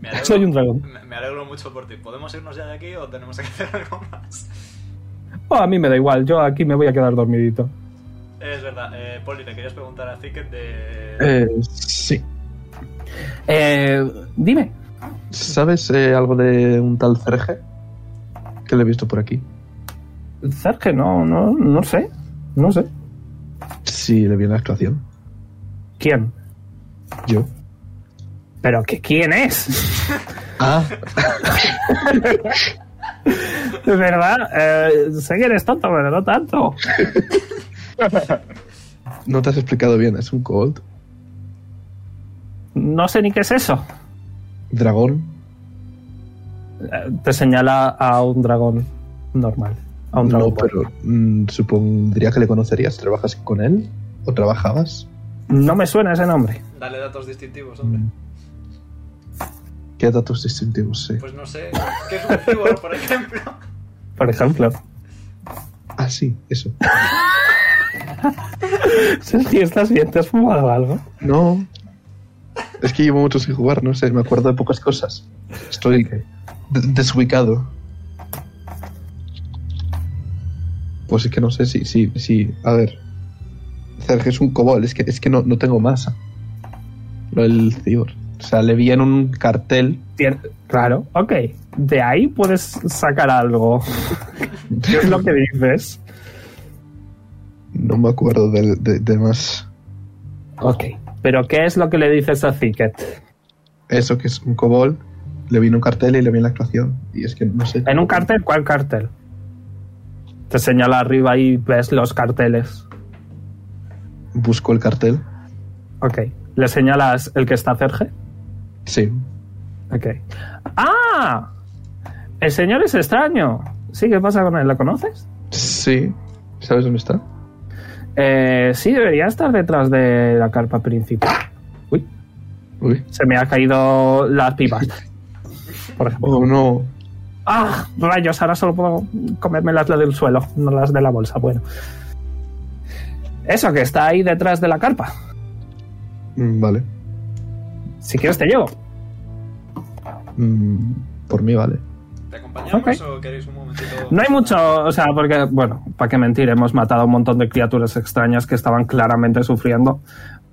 [SPEAKER 1] me alegro-
[SPEAKER 2] soy un dragón.
[SPEAKER 1] Me, me alegro mucho por ti. ¿Podemos irnos ya de aquí o tenemos que hacer algo más?
[SPEAKER 2] Oh, a mí me da igual, yo aquí me voy a quedar dormidito.
[SPEAKER 1] Es verdad, eh, Poli, le querías preguntar a Zicket de.
[SPEAKER 3] Eh, sí.
[SPEAKER 2] Eh, dime.
[SPEAKER 3] ¿Sabes eh, algo de un tal Cerge? Que lo he visto por aquí.
[SPEAKER 2] Sergio, no, no, no sé. No sé.
[SPEAKER 3] Sí, le vi en la actuación.
[SPEAKER 2] ¿Quién?
[SPEAKER 3] Yo.
[SPEAKER 2] ¿Pero que quién es?
[SPEAKER 3] Ah,
[SPEAKER 2] De verdad, eh, sé que eres tonto, pero no tanto.
[SPEAKER 3] no te has explicado bien. Es un Colt.
[SPEAKER 2] No sé ni qué es eso.
[SPEAKER 3] Dragón.
[SPEAKER 2] Eh, Te señala a un dragón normal. A un dragón.
[SPEAKER 3] No, pero mm, supondría que le conocerías. ¿Trabajas con él? ¿O trabajabas?
[SPEAKER 2] No me suena ese nombre.
[SPEAKER 1] Dale datos distintivos, hombre.
[SPEAKER 3] ¿Qué datos distintivos? Sí.
[SPEAKER 1] Pues no sé. ¿Qué es un cíborg, por ejemplo?
[SPEAKER 2] Por ejemplo.
[SPEAKER 3] Ah, sí, eso.
[SPEAKER 2] Sergio, ¿estás bien? ¿Te has fumado algo?
[SPEAKER 3] No. Es que llevo mucho sin jugar, no sé, me acuerdo de pocas cosas. Estoy de- desubicado. Pues es que no sé si, si, si. A ver. Sergio es un cobol, es que, es que no, no tengo masa. Lo del cibor. O sea, le vi en un cartel.
[SPEAKER 2] Tien- Claro, ok. De ahí puedes sacar algo. ¿Qué es lo que dices?
[SPEAKER 3] No me acuerdo del- de, de más.
[SPEAKER 2] Ok. ¿Pero qué es lo que le dices a Zicket?
[SPEAKER 3] Eso que es un cobol. Le vi en un cartel y le vi en la actuación. Y es que no sé.
[SPEAKER 2] ¿En un cartel? ¿Cuál cartel? Te señala arriba y ves los carteles.
[SPEAKER 3] Busco el cartel.
[SPEAKER 2] Ok. ¿Le señalas el que está Sergio?
[SPEAKER 3] Sí.
[SPEAKER 2] Ok. ¡Ah! El señor es extraño. Sí, ¿qué pasa con él? ¿Lo conoces?
[SPEAKER 3] Sí. ¿Sabes dónde está?
[SPEAKER 2] Eh, sí, debería estar detrás de la carpa principal. Uy,
[SPEAKER 3] Uy.
[SPEAKER 2] se me han caído las pipas. Por ejemplo.
[SPEAKER 3] Oh no.
[SPEAKER 2] ¡Ah! Rayos, ahora solo puedo comerme las del suelo, no las de la bolsa. Bueno. Eso, que está ahí detrás de la carpa.
[SPEAKER 3] Mm, Vale.
[SPEAKER 2] Si quieres te llevo.
[SPEAKER 3] Mm, por mí vale.
[SPEAKER 1] ¿Te acompañamos
[SPEAKER 2] Ok.
[SPEAKER 1] o queréis un momentito?
[SPEAKER 2] No hay mucho, o sea, porque, bueno, para qué mentir, hemos matado a un montón de criaturas extrañas que estaban claramente sufriendo,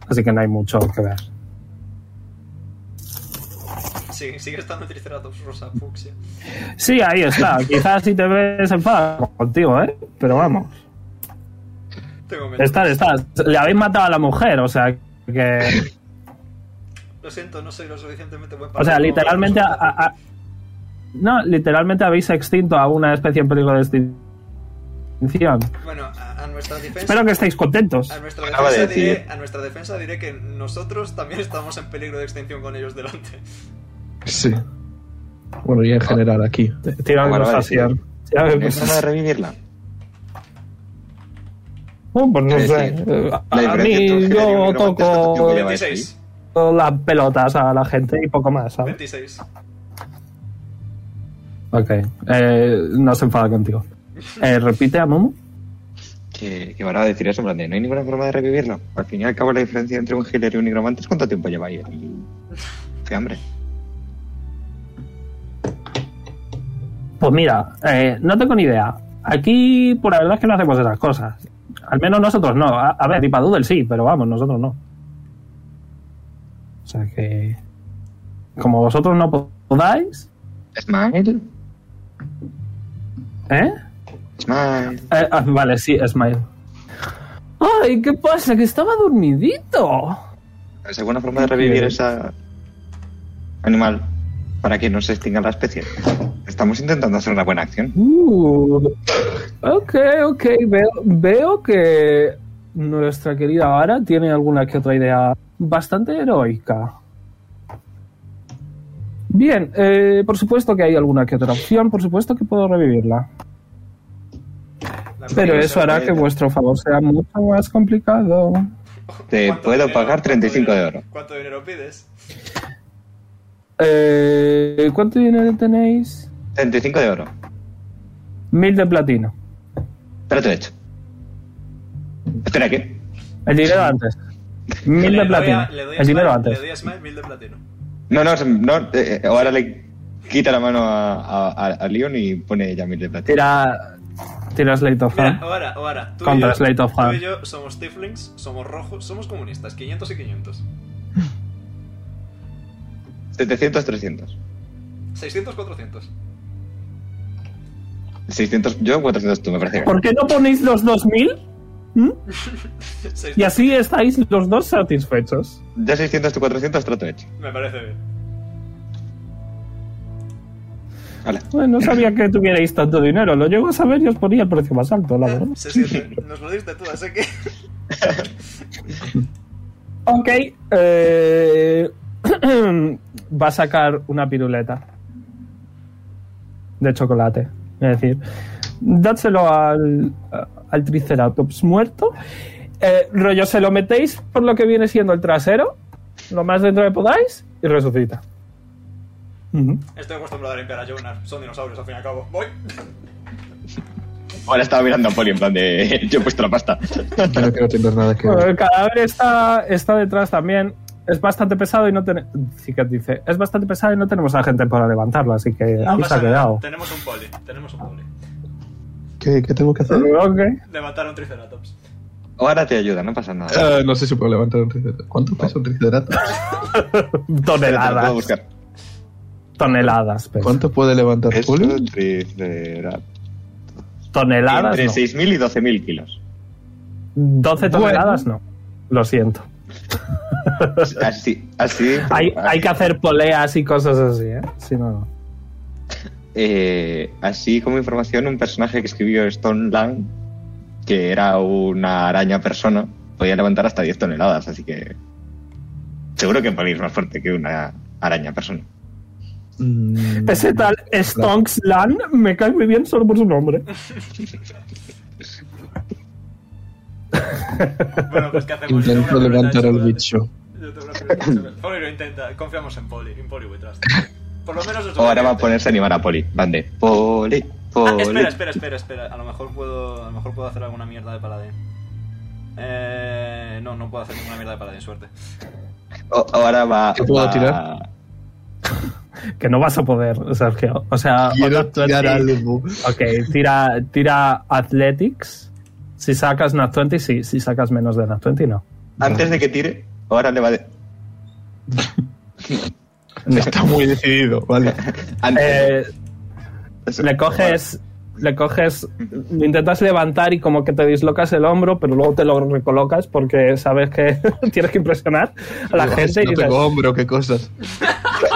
[SPEAKER 2] así que no hay mucho que ver.
[SPEAKER 1] Sí, sigue estando Triceratops rosa fucsia.
[SPEAKER 2] Sí, ahí está. Quizás si te ves enfadado contigo, ¿eh? Pero vamos.
[SPEAKER 1] Tengo miedo.
[SPEAKER 2] Estás, estás. Le habéis matado a la mujer, o sea, que.
[SPEAKER 1] Lo siento, no soy lo suficientemente buen
[SPEAKER 2] O
[SPEAKER 1] padre
[SPEAKER 2] sea,
[SPEAKER 1] como
[SPEAKER 2] literalmente. a-
[SPEAKER 1] para vosotros.
[SPEAKER 2] a- a- no, literalmente habéis extinto a una especie en peligro de extinción.
[SPEAKER 1] Bueno, a, a nuestra defensa.
[SPEAKER 2] Espero que estéis contentos.
[SPEAKER 1] A nuestra,
[SPEAKER 4] Acaba
[SPEAKER 1] defensa
[SPEAKER 4] de
[SPEAKER 1] diré,
[SPEAKER 4] decir.
[SPEAKER 1] a nuestra defensa diré que nosotros también estamos en peligro de extinción con ellos delante.
[SPEAKER 3] Sí. Bueno, y en general aquí.
[SPEAKER 2] Tira
[SPEAKER 4] Bueno, vale, sí.
[SPEAKER 2] negociación. Tira
[SPEAKER 4] ¿No hay forma de
[SPEAKER 2] negociación.
[SPEAKER 4] revivirla?
[SPEAKER 2] Oh, Pues no
[SPEAKER 4] Es
[SPEAKER 2] sé.
[SPEAKER 4] decir,
[SPEAKER 2] Eh, a-
[SPEAKER 4] la
[SPEAKER 2] A
[SPEAKER 4] diferencia
[SPEAKER 2] mí
[SPEAKER 4] entre un genio y
[SPEAKER 2] yo
[SPEAKER 4] un romántico
[SPEAKER 2] toco
[SPEAKER 4] lleva
[SPEAKER 1] 26.
[SPEAKER 2] las pelotas a la gente y poco más, ¿sabes?
[SPEAKER 1] 26.
[SPEAKER 2] Ok. Eh, no se enfada contigo. Eh, repite a Momo.
[SPEAKER 4] Que, que van a decir eso, en plan de, no hay ninguna forma de revivirlo. Al fin y al cabo, la diferencia entre un healer y un nigromante es cuánto tiempo lleva ahí. Y- Qué hambre.
[SPEAKER 2] Pues mira, eh, no tengo ni idea. Aquí, por la verdad, es que no hacemos esas cosas. Al menos nosotros no. A, a ver, Ipa Doodle sí, pero vamos, nosotros no. O sea que. Como vosotros no podáis.
[SPEAKER 4] Smile.
[SPEAKER 2] ¿Eh?
[SPEAKER 4] Smile.
[SPEAKER 2] Eh, ah, vale, sí, Smile. ¡Ay, qué pasa! ¡Que estaba dormidito!
[SPEAKER 4] ¿Es alguna forma de revivir esa animal para que no se extinga la especie? Estamos intentando hacer una buena acción.
[SPEAKER 2] Uh, ok, ok, veo, veo que nuestra querida Vara tiene alguna que otra idea bastante heroica. Bien, eh, por supuesto que hay alguna que otra opción, por supuesto que puedo revivirla.
[SPEAKER 1] La
[SPEAKER 2] Pero
[SPEAKER 1] primera
[SPEAKER 2] eso hará que
[SPEAKER 1] sorpresa.
[SPEAKER 2] vuestro favor sea mucho más complicado.
[SPEAKER 4] Te
[SPEAKER 1] ¿Cuánto
[SPEAKER 4] puedo
[SPEAKER 1] dinero-
[SPEAKER 4] pagar
[SPEAKER 1] cuánto
[SPEAKER 4] 35 de
[SPEAKER 1] dinero-
[SPEAKER 4] oro.
[SPEAKER 1] ¿Cuánto dinero pides?
[SPEAKER 2] Eh, ¿Cuánto dinero tenéis?
[SPEAKER 4] 35 de oro.
[SPEAKER 2] Mil de platino.
[SPEAKER 4] Pero te lo he hecho. Espera, ¿qué?
[SPEAKER 2] El dinero antes. Mil de
[SPEAKER 1] Le doy
[SPEAKER 2] platino.
[SPEAKER 1] a- le doy a
[SPEAKER 2] El dinero
[SPEAKER 1] Smite-
[SPEAKER 2] antes.
[SPEAKER 1] Le doy a Smite mil de platino.
[SPEAKER 4] No, no, no eh, ahora le quita la mano a, a, a- a Leon y pone ya mil de platino.
[SPEAKER 2] Tira. Tira Slate of
[SPEAKER 1] Mira,
[SPEAKER 2] Hand.
[SPEAKER 1] ahora, ahora. Tú
[SPEAKER 2] Contra
[SPEAKER 1] y yo,
[SPEAKER 2] Slate of
[SPEAKER 1] tú
[SPEAKER 2] Hand.
[SPEAKER 1] y yo somos Tieflings, somos rojos, somos comunistas. 500 y 500.
[SPEAKER 4] 700, 300.
[SPEAKER 1] 600, 400.
[SPEAKER 4] 600 yo, 400 tú, me parece. bien.
[SPEAKER 2] ¿Por qué no ponéis los 2000? ¿Mm? Y
[SPEAKER 1] 600.
[SPEAKER 2] así estáis los dos satisfechos.
[SPEAKER 4] Ya 600, tú 400, trato hecho.
[SPEAKER 1] Me parece bien.
[SPEAKER 4] Hola.
[SPEAKER 2] Bueno, no sabía que tuvierais tanto dinero. Lo llego a saber y os ponía el precio más alto, la verdad.
[SPEAKER 1] Se siente. Nos lo diste tú, así que.
[SPEAKER 2] Ok. eh, va a sacar una piruleta de chocolate. Es decir, dádselo al, a- al Triceratops muerto. Eh, rollo, se lo metéis por lo que viene siendo el trasero, lo más dentro que podáis, y resucita. Ujú.
[SPEAKER 1] Estoy acostumbrado a limpiar a Jonar. Son dinosaurios, al fin y al cabo. Voy.
[SPEAKER 4] Ahora estaba mirando a Poli en plan de. Yo he puesto la pasta.
[SPEAKER 3] Yo no quiero tener nada que
[SPEAKER 2] Bueno,
[SPEAKER 3] ver.
[SPEAKER 2] el cadáver está, está detrás también. Es bastante pesado y no tenemos. dice: Es bastante pesado y no tenemos a gente para levantarlo, así que
[SPEAKER 1] No
[SPEAKER 2] ahí se
[SPEAKER 1] pasa
[SPEAKER 2] ha
[SPEAKER 1] nada.
[SPEAKER 2] quedado.
[SPEAKER 1] Tenemos un poli. Tenemos un poli.
[SPEAKER 3] ¿Qué, qué tengo que hacer?
[SPEAKER 2] Ok.
[SPEAKER 1] Levantar un Triceratops.
[SPEAKER 4] Ahora te ayuda, no pasa nada.
[SPEAKER 3] Eh, no sé si puedo levantar un triceratops. ¿Cuánto pesa un triceratops?
[SPEAKER 4] Espera, te lo puedo
[SPEAKER 2] Toneladas.
[SPEAKER 4] buscar.
[SPEAKER 2] Toneladas, pues. pesa.
[SPEAKER 3] ¿Cuánto puede levantar
[SPEAKER 4] Es
[SPEAKER 3] Julio?
[SPEAKER 4] un triceratops.
[SPEAKER 2] Toneladas.
[SPEAKER 4] Entre
[SPEAKER 2] no.
[SPEAKER 4] 6.000 y 12.000 kilos.
[SPEAKER 2] 12 toneladas no. Lo siento.
[SPEAKER 4] Así, así.
[SPEAKER 2] Hay, hay que hacer poleas y cosas así, ¿eh? Si no, no.
[SPEAKER 4] Eh, así como información, un personaje que escribió Stone Lang, que era una araña persona, podía levantar hasta 10 toneladas, así que. Seguro que Poli es más fuerte que una araña persona.
[SPEAKER 3] Mm,
[SPEAKER 2] Ese tal Stonks Lan me cae muy bien solo por su nombre.
[SPEAKER 1] Bueno, pues ¿qué hacemos? Yo
[SPEAKER 3] Intento
[SPEAKER 1] tengo una
[SPEAKER 3] levantar al
[SPEAKER 1] piruleta de
[SPEAKER 3] bicho.
[SPEAKER 1] chocolate. Yo tengo una piruleta de chocolate. Poli lo intenta. Confiamos en Poli. En Poli we trust. Por lo menos es
[SPEAKER 4] O ahora va a
[SPEAKER 1] suficiente.
[SPEAKER 4] ponerse a animar a Poli. Van de. Poli,
[SPEAKER 1] Pues Ah,
[SPEAKER 4] Poli.
[SPEAKER 1] espera, espera, espera, espera. A lo mejor puedo, a lo mejor puedo hacer alguna mierda de paladín. Eh, no, no puedo hacer ninguna mierda de paladín, suerte.
[SPEAKER 4] O- ahora va.
[SPEAKER 3] ¿Qué puedo
[SPEAKER 4] va-
[SPEAKER 3] tirar?
[SPEAKER 2] Que no vas a poder, Sergio. O sea,
[SPEAKER 3] Quiero
[SPEAKER 2] otro
[SPEAKER 3] tirar
[SPEAKER 2] athletics.
[SPEAKER 3] algo.
[SPEAKER 2] Ok, tira, tira Athletics. Si sacas Nat 20, sí. Si sacas menos de Nat 20, no.
[SPEAKER 4] Antes de que tire, ahora le va de.
[SPEAKER 3] Está muy decidido, vale.
[SPEAKER 4] Antes,
[SPEAKER 2] Eh, le coges. Le coges, lo intentas levantar y como que te dislocas el hombro, pero luego te lo recolocas porque sabes que tienes que impresionar a la
[SPEAKER 3] Digo,
[SPEAKER 2] gente.
[SPEAKER 3] No
[SPEAKER 2] y dices,
[SPEAKER 3] tengo hombro, qué cosas.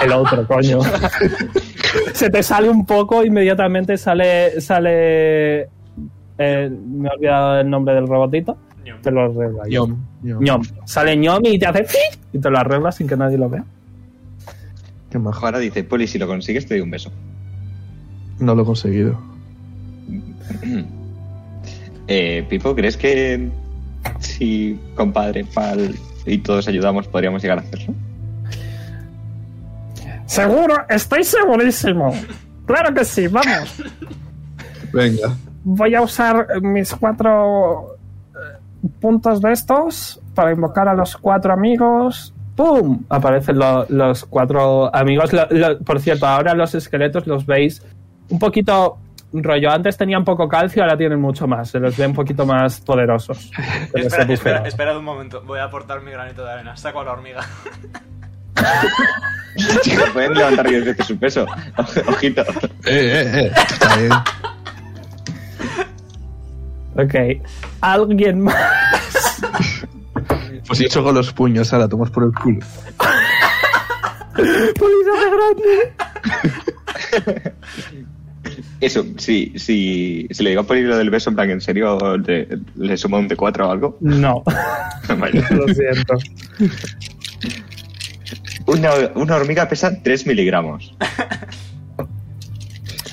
[SPEAKER 2] el otro, coño. Se te sale un poco, inmediatamente sale. sale eh, me he olvidado el nombre del robotito.
[SPEAKER 1] Ñom.
[SPEAKER 2] Te lo arreglo ahí.
[SPEAKER 3] Ñom.
[SPEAKER 2] Ñom. Sale ñom y te hace ¡fii! y te lo arreglas sin que nadie lo vea.
[SPEAKER 3] Qué majo.
[SPEAKER 4] Ahora dice, Poli, si lo consigues, te doy un beso.
[SPEAKER 3] No lo he conseguido.
[SPEAKER 4] Eh, Pipo, ¿crees que si compadre Pal y todos ayudamos podríamos llegar a hacerlo?
[SPEAKER 2] Seguro, estoy segurísimo. Claro que sí, vamos.
[SPEAKER 3] Venga.
[SPEAKER 2] Voy a usar mis cuatro eh, puntos de estos para invocar a los cuatro amigos. ¡Pum! Aparecen lo- los cuatro amigos. Lo- lo- por cierto, ahora los esqueletos los veis un poquito rollo. Antes tenían poco calcio, ahora tienen mucho más. Se los ve un poquito más poderosos. Pero
[SPEAKER 1] Espera, espera,
[SPEAKER 2] satisfecho.
[SPEAKER 1] esperad un momento. Voy a aportar mi granito de arena. Saco a la hormiga.
[SPEAKER 4] Chicos, pueden levantar 10 veces su peso. Ojito.
[SPEAKER 3] Eh, eh, eh. Está bien.
[SPEAKER 2] Ok. ¿Alguien más?
[SPEAKER 3] Pues he hecho con los puños, ahora tomas por el culo.
[SPEAKER 2] Policía grande!
[SPEAKER 4] Eso, si, si, si le digo a Poli lo del beso, en plan, ¿en serio le, le sumo un D4 o algo?
[SPEAKER 2] No,
[SPEAKER 4] Vale.
[SPEAKER 2] lo siento.
[SPEAKER 4] Una, una hormiga pesa 3 miligramos.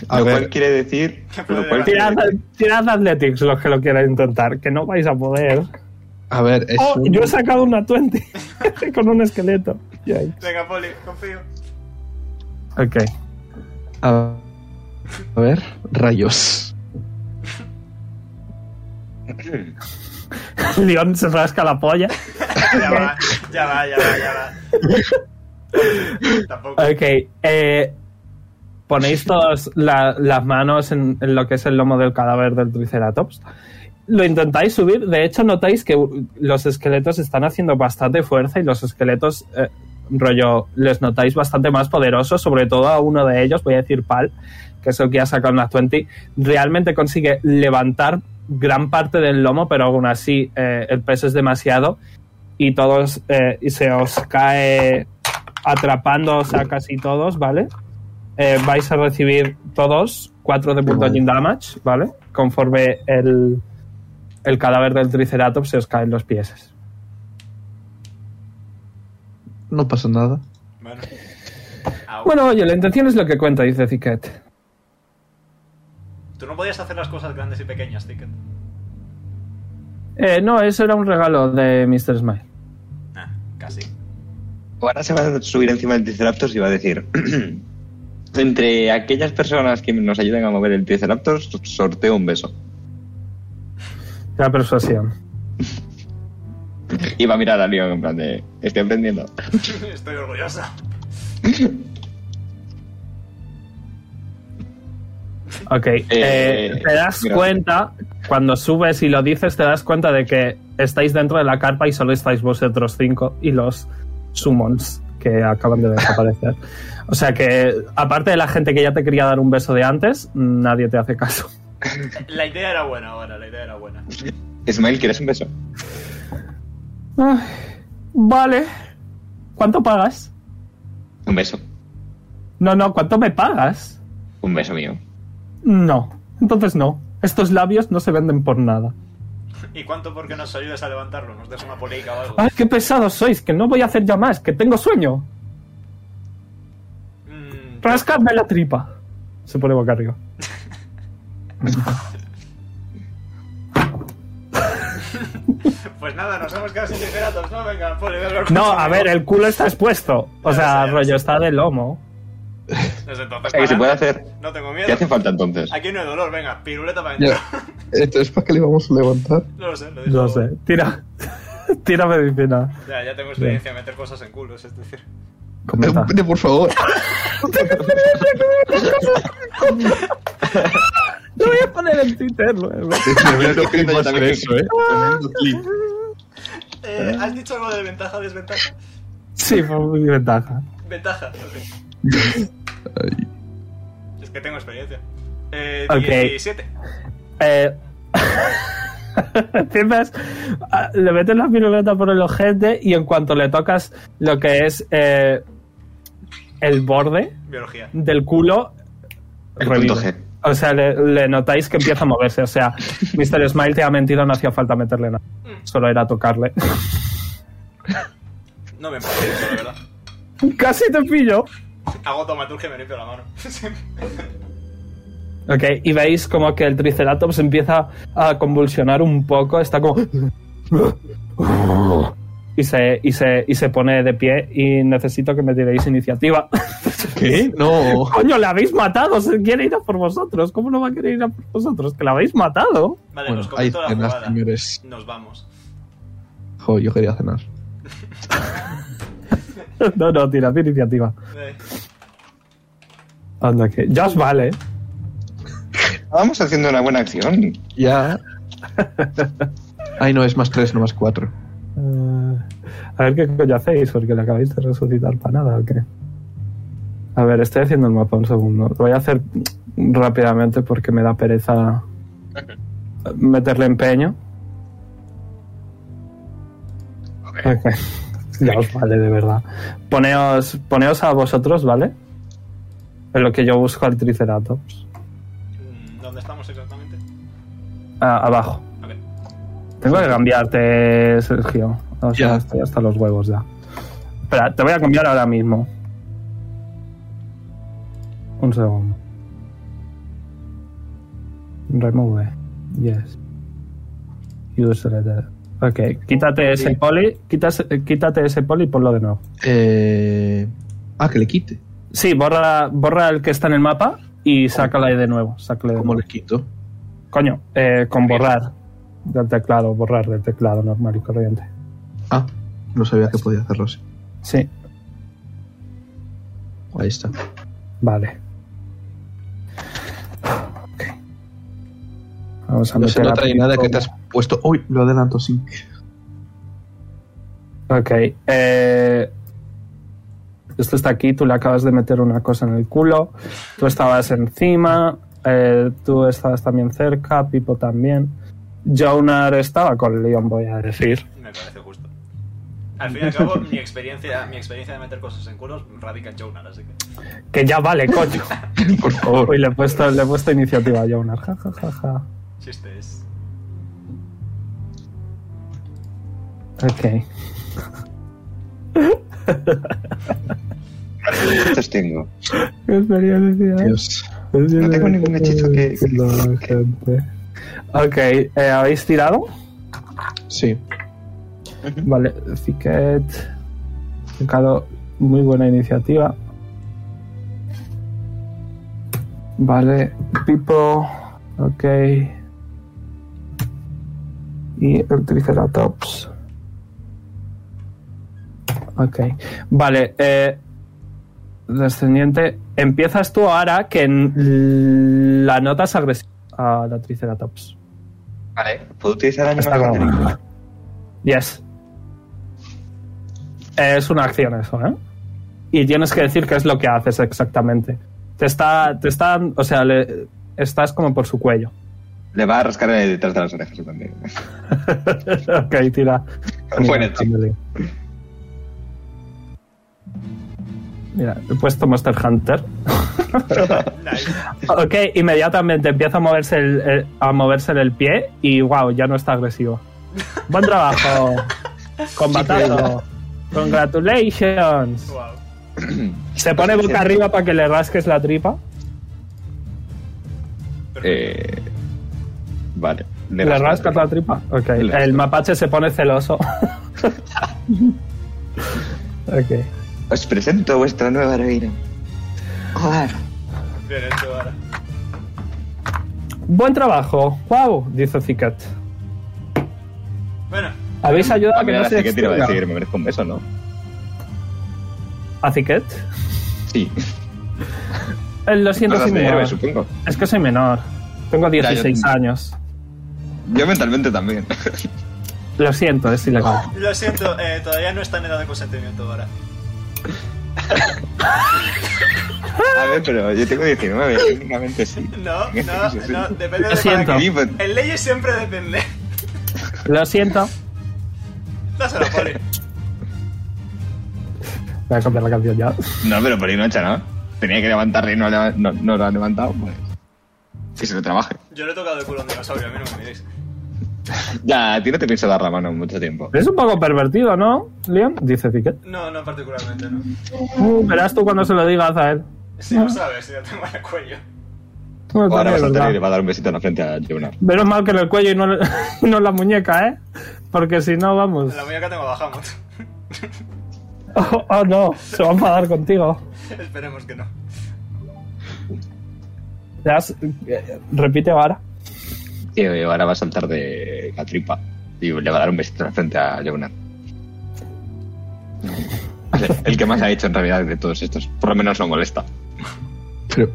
[SPEAKER 3] A
[SPEAKER 4] lo
[SPEAKER 3] ver,
[SPEAKER 4] cual quiere decir...
[SPEAKER 1] Que puede
[SPEAKER 4] Lo cual quiere
[SPEAKER 2] Tirad,
[SPEAKER 4] decir-
[SPEAKER 2] tirad Athletics los que lo quieran intentar, que no vais a poder.
[SPEAKER 3] a ver, es
[SPEAKER 2] Oh,
[SPEAKER 3] un-
[SPEAKER 2] yo he sacado una 20 con un esqueleto. Yay.
[SPEAKER 1] Venga, Poli, confío.
[SPEAKER 2] Ok.
[SPEAKER 3] a... a ver, rayos.
[SPEAKER 2] León se rasca la polla.
[SPEAKER 1] Ya va, ya va, ya va, ya va. Tampoco.
[SPEAKER 2] Ok, eh, ponéis todas la- las manos en, en lo que es el lomo del cadáver del Triceratops. Lo intentáis subir, de hecho notáis que uh, los esqueletos están haciendo bastante fuerza y los esqueletos, eh, rollo, les notáis bastante más poderosos, sobre todo a uno de ellos, voy a decir Pal, que es el que ha sacado una 20, realmente consigue levantar gran parte del lomo, pero aún así eh, el peso es demasiado y todos eh, y se os cae atrapándoos a casi todos, ¿vale? Eh, vais a recibir todos 4 de bulldogging damage, ¿vale? Conforme el, el cadáver del Triceratops se os caen los pies.
[SPEAKER 3] No pasa nada.
[SPEAKER 1] Bueno. Au.
[SPEAKER 2] Bueno, oye, la intención es lo que cuenta, dice Ziquet.
[SPEAKER 1] Tú no podías hacer las cosas grandes y pequeñas, Ticket.
[SPEAKER 2] Eh, no, eso era un regalo de Mr. Smile.
[SPEAKER 1] Ah, casi.
[SPEAKER 4] Ahora se va a subir encima del Triceratops y va a decir: Entre aquellas personas que nos ayuden a mover el Triceratops, sorteo un beso.
[SPEAKER 2] La persuasión.
[SPEAKER 4] Y va a mirar a Leon en plan de: Estoy aprendiendo.
[SPEAKER 1] Estoy orgullosa.
[SPEAKER 2] Ok, eh,
[SPEAKER 4] Eh,
[SPEAKER 2] te das
[SPEAKER 4] mira.
[SPEAKER 2] cuenta, cuando subes y lo dices, te das cuenta de que estáis dentro de la carpa y solo estáis vosotros cinco y los summons que acaban de desaparecer. O sea que, aparte de la gente que ya te quería dar un beso de antes, nadie te hace caso.
[SPEAKER 1] La idea era buena ahora, la idea era buena.
[SPEAKER 4] Ismael, ¿quieres un beso?
[SPEAKER 2] Ay, Ah, vale. ¿Cuánto pagas?
[SPEAKER 4] Un beso.
[SPEAKER 2] No, no, ¿cuánto me pagas?
[SPEAKER 4] Un beso mío.
[SPEAKER 2] No, entonces no. Estos labios no se venden por nada.
[SPEAKER 1] ¿Y cuánto porque nos ayudes a levantarlo? ¿Nos des una poleica o algo?
[SPEAKER 2] ¡Ay, qué pesados sois! Que no voy a hacer ya más, que tengo sueño.
[SPEAKER 1] Mm,
[SPEAKER 2] Rascadme la tripa. Se pone boca arriba.
[SPEAKER 1] pues nada, nos hemos quedado sin triceratops, ¿no? Venga, poli, ve hablar con
[SPEAKER 2] No,
[SPEAKER 1] tu
[SPEAKER 2] a
[SPEAKER 1] amigo.
[SPEAKER 2] ver, eh. el culo está expuesto. O sea,
[SPEAKER 1] Ya sé, ya
[SPEAKER 2] rollo
[SPEAKER 1] sé.
[SPEAKER 2] está de lomo.
[SPEAKER 1] Desde entonces
[SPEAKER 4] O sea, que se
[SPEAKER 1] para
[SPEAKER 4] puede
[SPEAKER 1] adelante.
[SPEAKER 4] hacer.
[SPEAKER 1] No tengo
[SPEAKER 4] ¿Qué
[SPEAKER 1] miedo.
[SPEAKER 4] hace falta entonces?
[SPEAKER 1] Aquí no hay dolor, venga, piruleta para
[SPEAKER 3] Ya.
[SPEAKER 1] adentro.
[SPEAKER 3] Entonces, ¿para qué le vamos a levantar?
[SPEAKER 1] No lo sé, lo digo.
[SPEAKER 2] No sé. Tira. Tira medicina.
[SPEAKER 1] Ya, ya tengo experiencia en meter cosas en culos, es decir.
[SPEAKER 2] Comenta.
[SPEAKER 3] Eh, por favor.
[SPEAKER 2] Lo voy a poner en Twitter luego.
[SPEAKER 3] Tremendo clip
[SPEAKER 4] Yo
[SPEAKER 3] va a ser
[SPEAKER 4] también.
[SPEAKER 3] eso, ¿eh? Tremendo clip.
[SPEAKER 1] Eh, ¿Has dicho algo de ventaja desventaja?
[SPEAKER 2] Sí, fue muy ventaja.
[SPEAKER 1] Ventaja, ok. Es que tengo experiencia. Eh,
[SPEAKER 2] Ok.
[SPEAKER 1] 17.
[SPEAKER 2] Eh, empiezas, ah, le metes la piruleta por el ojete y en cuanto le tocas lo que es eh, el borde
[SPEAKER 1] Biología.
[SPEAKER 2] del culo,
[SPEAKER 4] El
[SPEAKER 2] revive.
[SPEAKER 4] punto G.
[SPEAKER 2] O sea, le, le notáis que empieza a moverse. O sea, Mr. Smile te ha mentido, no hacía falta meterle nada. Solo era tocarle.
[SPEAKER 1] No me empate eso, la verdad.
[SPEAKER 2] Casi te pillo.
[SPEAKER 1] Hago tomaturgia y me limpio la mano.
[SPEAKER 2] Ok, y veis como que el Triceratops empieza a convulsionar un poco. Está como. Y se, y, se, y se pone de pie y necesito que me tiréis iniciativa.
[SPEAKER 3] ¿Qué? No.
[SPEAKER 2] Coño, la habéis matado. Se quiere ir a por vosotros. ¿Cómo no va a querer ir a por vosotros? Que la habéis matado.
[SPEAKER 1] Vale,
[SPEAKER 3] Bueno,
[SPEAKER 1] nos
[SPEAKER 3] ahí
[SPEAKER 1] comento la
[SPEAKER 3] están las
[SPEAKER 1] jugada.
[SPEAKER 3] señores.
[SPEAKER 1] Nos vamos.
[SPEAKER 3] Jo, yo quería cenar.
[SPEAKER 2] No, no, tirad iniciativa.
[SPEAKER 1] Eh,
[SPEAKER 2] Anda, que. Ya os vale. ¿eh?
[SPEAKER 4] Estábamos haciendo una buena acción.
[SPEAKER 3] Ya. Ay, no, es más 3, no más 4.
[SPEAKER 2] Eh, a ver qué coño hacéis, porque lo acabáis de resucitar para nada o qué. A ver, estoy haciendo el mapa un segundo. Lo voy a hacer rápidamente porque me da pereza meterle empeño. Ok. Ya os vale, de verdad. Poneos, poneos a vosotros, ¿vale? En lo que yo busco al Triceratops.
[SPEAKER 1] mm, ¿Dónde estamos exactamente?
[SPEAKER 2] Ah, abajo.
[SPEAKER 1] A ver.
[SPEAKER 2] Tengo que cambiarte, Sergio. O sea,
[SPEAKER 3] Ya.
[SPEAKER 2] estoy hasta los huevos ya. Espera, te voy a cambiar ahora mismo. Un segundo. Remove. Yes. Use letter. Ok, quítate ese poli, quitas- eh, quítate ese poli y ponlo de nuevo.
[SPEAKER 3] Eh... Ah, que le quite.
[SPEAKER 2] Sí, borra, borra el que está en el mapa y sácala ahí de nuevo. Sácala de
[SPEAKER 3] ¿Cómo
[SPEAKER 2] nuevo.
[SPEAKER 3] le quito?
[SPEAKER 2] Coño, eh, con borrar. Del teclado, borrar del teclado normal y corriente.
[SPEAKER 3] Ah, no sabía que podía hacerlo así.
[SPEAKER 2] Sí,
[SPEAKER 3] Ahí está.
[SPEAKER 2] vale. Ok. Vamos a
[SPEAKER 3] No se
[SPEAKER 2] meter a
[SPEAKER 3] nota ni nada que
[SPEAKER 2] Piccolo.
[SPEAKER 3] te has puesto. Uy, lo adelanto sin.
[SPEAKER 2] Ok. eh, esto está aquí, tú le acabas de meter una cosa en el culo. Tú estabas encima. eh, tú estabas también cerca. Pipo también. Jonar estaba con Leon, voy a decir.
[SPEAKER 1] Me parece justo. Al fin y al cabo, mi experiencia, mi experiencia de meter cosas en culos radica en Jonar, así que.
[SPEAKER 2] Que ya vale, coño.
[SPEAKER 3] Por favor.
[SPEAKER 2] Uy, le he puesto, le he puesto iniciativa a Jonar. Ja, ja, ja, ja.
[SPEAKER 1] Chiste es.
[SPEAKER 2] Ok.
[SPEAKER 4] Estos tengo.
[SPEAKER 2] Experiencia.
[SPEAKER 3] Dios.
[SPEAKER 4] No tengo ningún hechizo que- que-
[SPEAKER 2] No, gente. Ok, eh, ¿habéis tirado?
[SPEAKER 3] Sí.
[SPEAKER 2] Vale, Ziquet. Ricardo, muy buena iniciativa. Vale, Pipo. Ok. Y el Triceratops. Ok. Vale, eh, descendiente. Empiezas tú ahora que en la notas agresiva a la Triceratops.
[SPEAKER 4] Vale. ¿Puedo utilizar
[SPEAKER 2] Está
[SPEAKER 4] animal
[SPEAKER 2] grabado.
[SPEAKER 4] handling?
[SPEAKER 2] Yes. Es una acción eso, ¿eh? Y tienes que decir qué es lo que haces exactamente. Te está, te está, o sea, le- estás como por su cuello.
[SPEAKER 4] Le va a rascar detrás de las orejas también.
[SPEAKER 2] ok, tira.
[SPEAKER 4] Bueno,
[SPEAKER 2] Mira,
[SPEAKER 4] chico.
[SPEAKER 2] Emily. Mira, he puesto Monster Hunter.
[SPEAKER 1] Nice.
[SPEAKER 2] Ok, inmediatamente empieza a moverse el, el- a moverse el pie y wow, ya no está agresivo. Buen trabajo. Combatazo. Congratulations.
[SPEAKER 1] Wow.
[SPEAKER 2] Se pone boca arriba para que le rasques la tripa.
[SPEAKER 4] Eh, vale.
[SPEAKER 2] Le, rascas la tripa. Ok.
[SPEAKER 4] Le rasco.
[SPEAKER 2] El mapache se pone celoso. ok.
[SPEAKER 4] Os presento vuestra nueva heroína. Joder.
[SPEAKER 1] Bien hecho ahora.
[SPEAKER 2] Buen trabajo. Wow, dice Zicat.
[SPEAKER 1] Bueno,
[SPEAKER 2] Habéis ayudado
[SPEAKER 4] Ah,
[SPEAKER 2] a que
[SPEAKER 4] mira,
[SPEAKER 2] no se
[SPEAKER 4] así que te iba a
[SPEAKER 2] extinga.
[SPEAKER 4] decir, me merezco un beso, ¿no?
[SPEAKER 2] ¿A Ziquet?
[SPEAKER 4] Sí.
[SPEAKER 2] Eh, Lo siento,
[SPEAKER 4] Cosas
[SPEAKER 2] soy
[SPEAKER 4] de héroe,
[SPEAKER 2] menor.
[SPEAKER 4] supongo.
[SPEAKER 2] Es que soy menor. Tengo
[SPEAKER 4] Ya, yo
[SPEAKER 2] 16
[SPEAKER 4] también.
[SPEAKER 2] años.
[SPEAKER 4] Yo mentalmente también.
[SPEAKER 2] Lo siento, es ilegal.
[SPEAKER 1] lo siento, eh, todavía no está en edad de consentimiento ahora.
[SPEAKER 4] A ver, pero yo tengo 19, técnicamente sí.
[SPEAKER 1] No, no, no, depende
[SPEAKER 2] Lo
[SPEAKER 1] de cada
[SPEAKER 2] siento.
[SPEAKER 1] quien.
[SPEAKER 4] Sí, pero
[SPEAKER 1] En leyes siempre depende.
[SPEAKER 2] Lo siento.
[SPEAKER 1] Dáselo, Poli.
[SPEAKER 2] Voy a cambiar la canción ya.
[SPEAKER 4] No, pero por ahí no echa, ¿no? Tenía que levantarle y no, leva- no, no lo ha levantado, pues. Que se lo trabaje.
[SPEAKER 1] Yo le he tocado el culo a un dinosaurio, a mí no me miréis.
[SPEAKER 4] Ya, a ti no te pienso dar la mano en mucho tiempo.
[SPEAKER 2] Es un poco pervertido, ¿no, Leon? Dice Ziquet.
[SPEAKER 1] No, no particularmente, no.
[SPEAKER 2] Uh, verás tú cuando se lo digas a él.
[SPEAKER 1] Si lo sabes, ya tengo en el cuello.
[SPEAKER 2] No,
[SPEAKER 4] Ahora
[SPEAKER 2] también es
[SPEAKER 4] vas a
[SPEAKER 2] verdad.
[SPEAKER 4] tener y le va a dar un besito en la frente a Jonar.
[SPEAKER 2] Menos mal que en el cuello y no, le- y no en la muñeca, ¿eh? Porque si no, vamos.
[SPEAKER 1] La muñeca tengo bajamos.
[SPEAKER 2] Oh, oh, no, se va a enfadar contigo.
[SPEAKER 1] Esperemos que no.
[SPEAKER 2] Le has- eh, repite ahora.
[SPEAKER 4] Sí, ahora va a saltar de la tripa y le va a dar un besito en la frente a Jonar. El que más ha hecho en realidad de todos estos. Por lo menos no molesta.
[SPEAKER 3] Pero.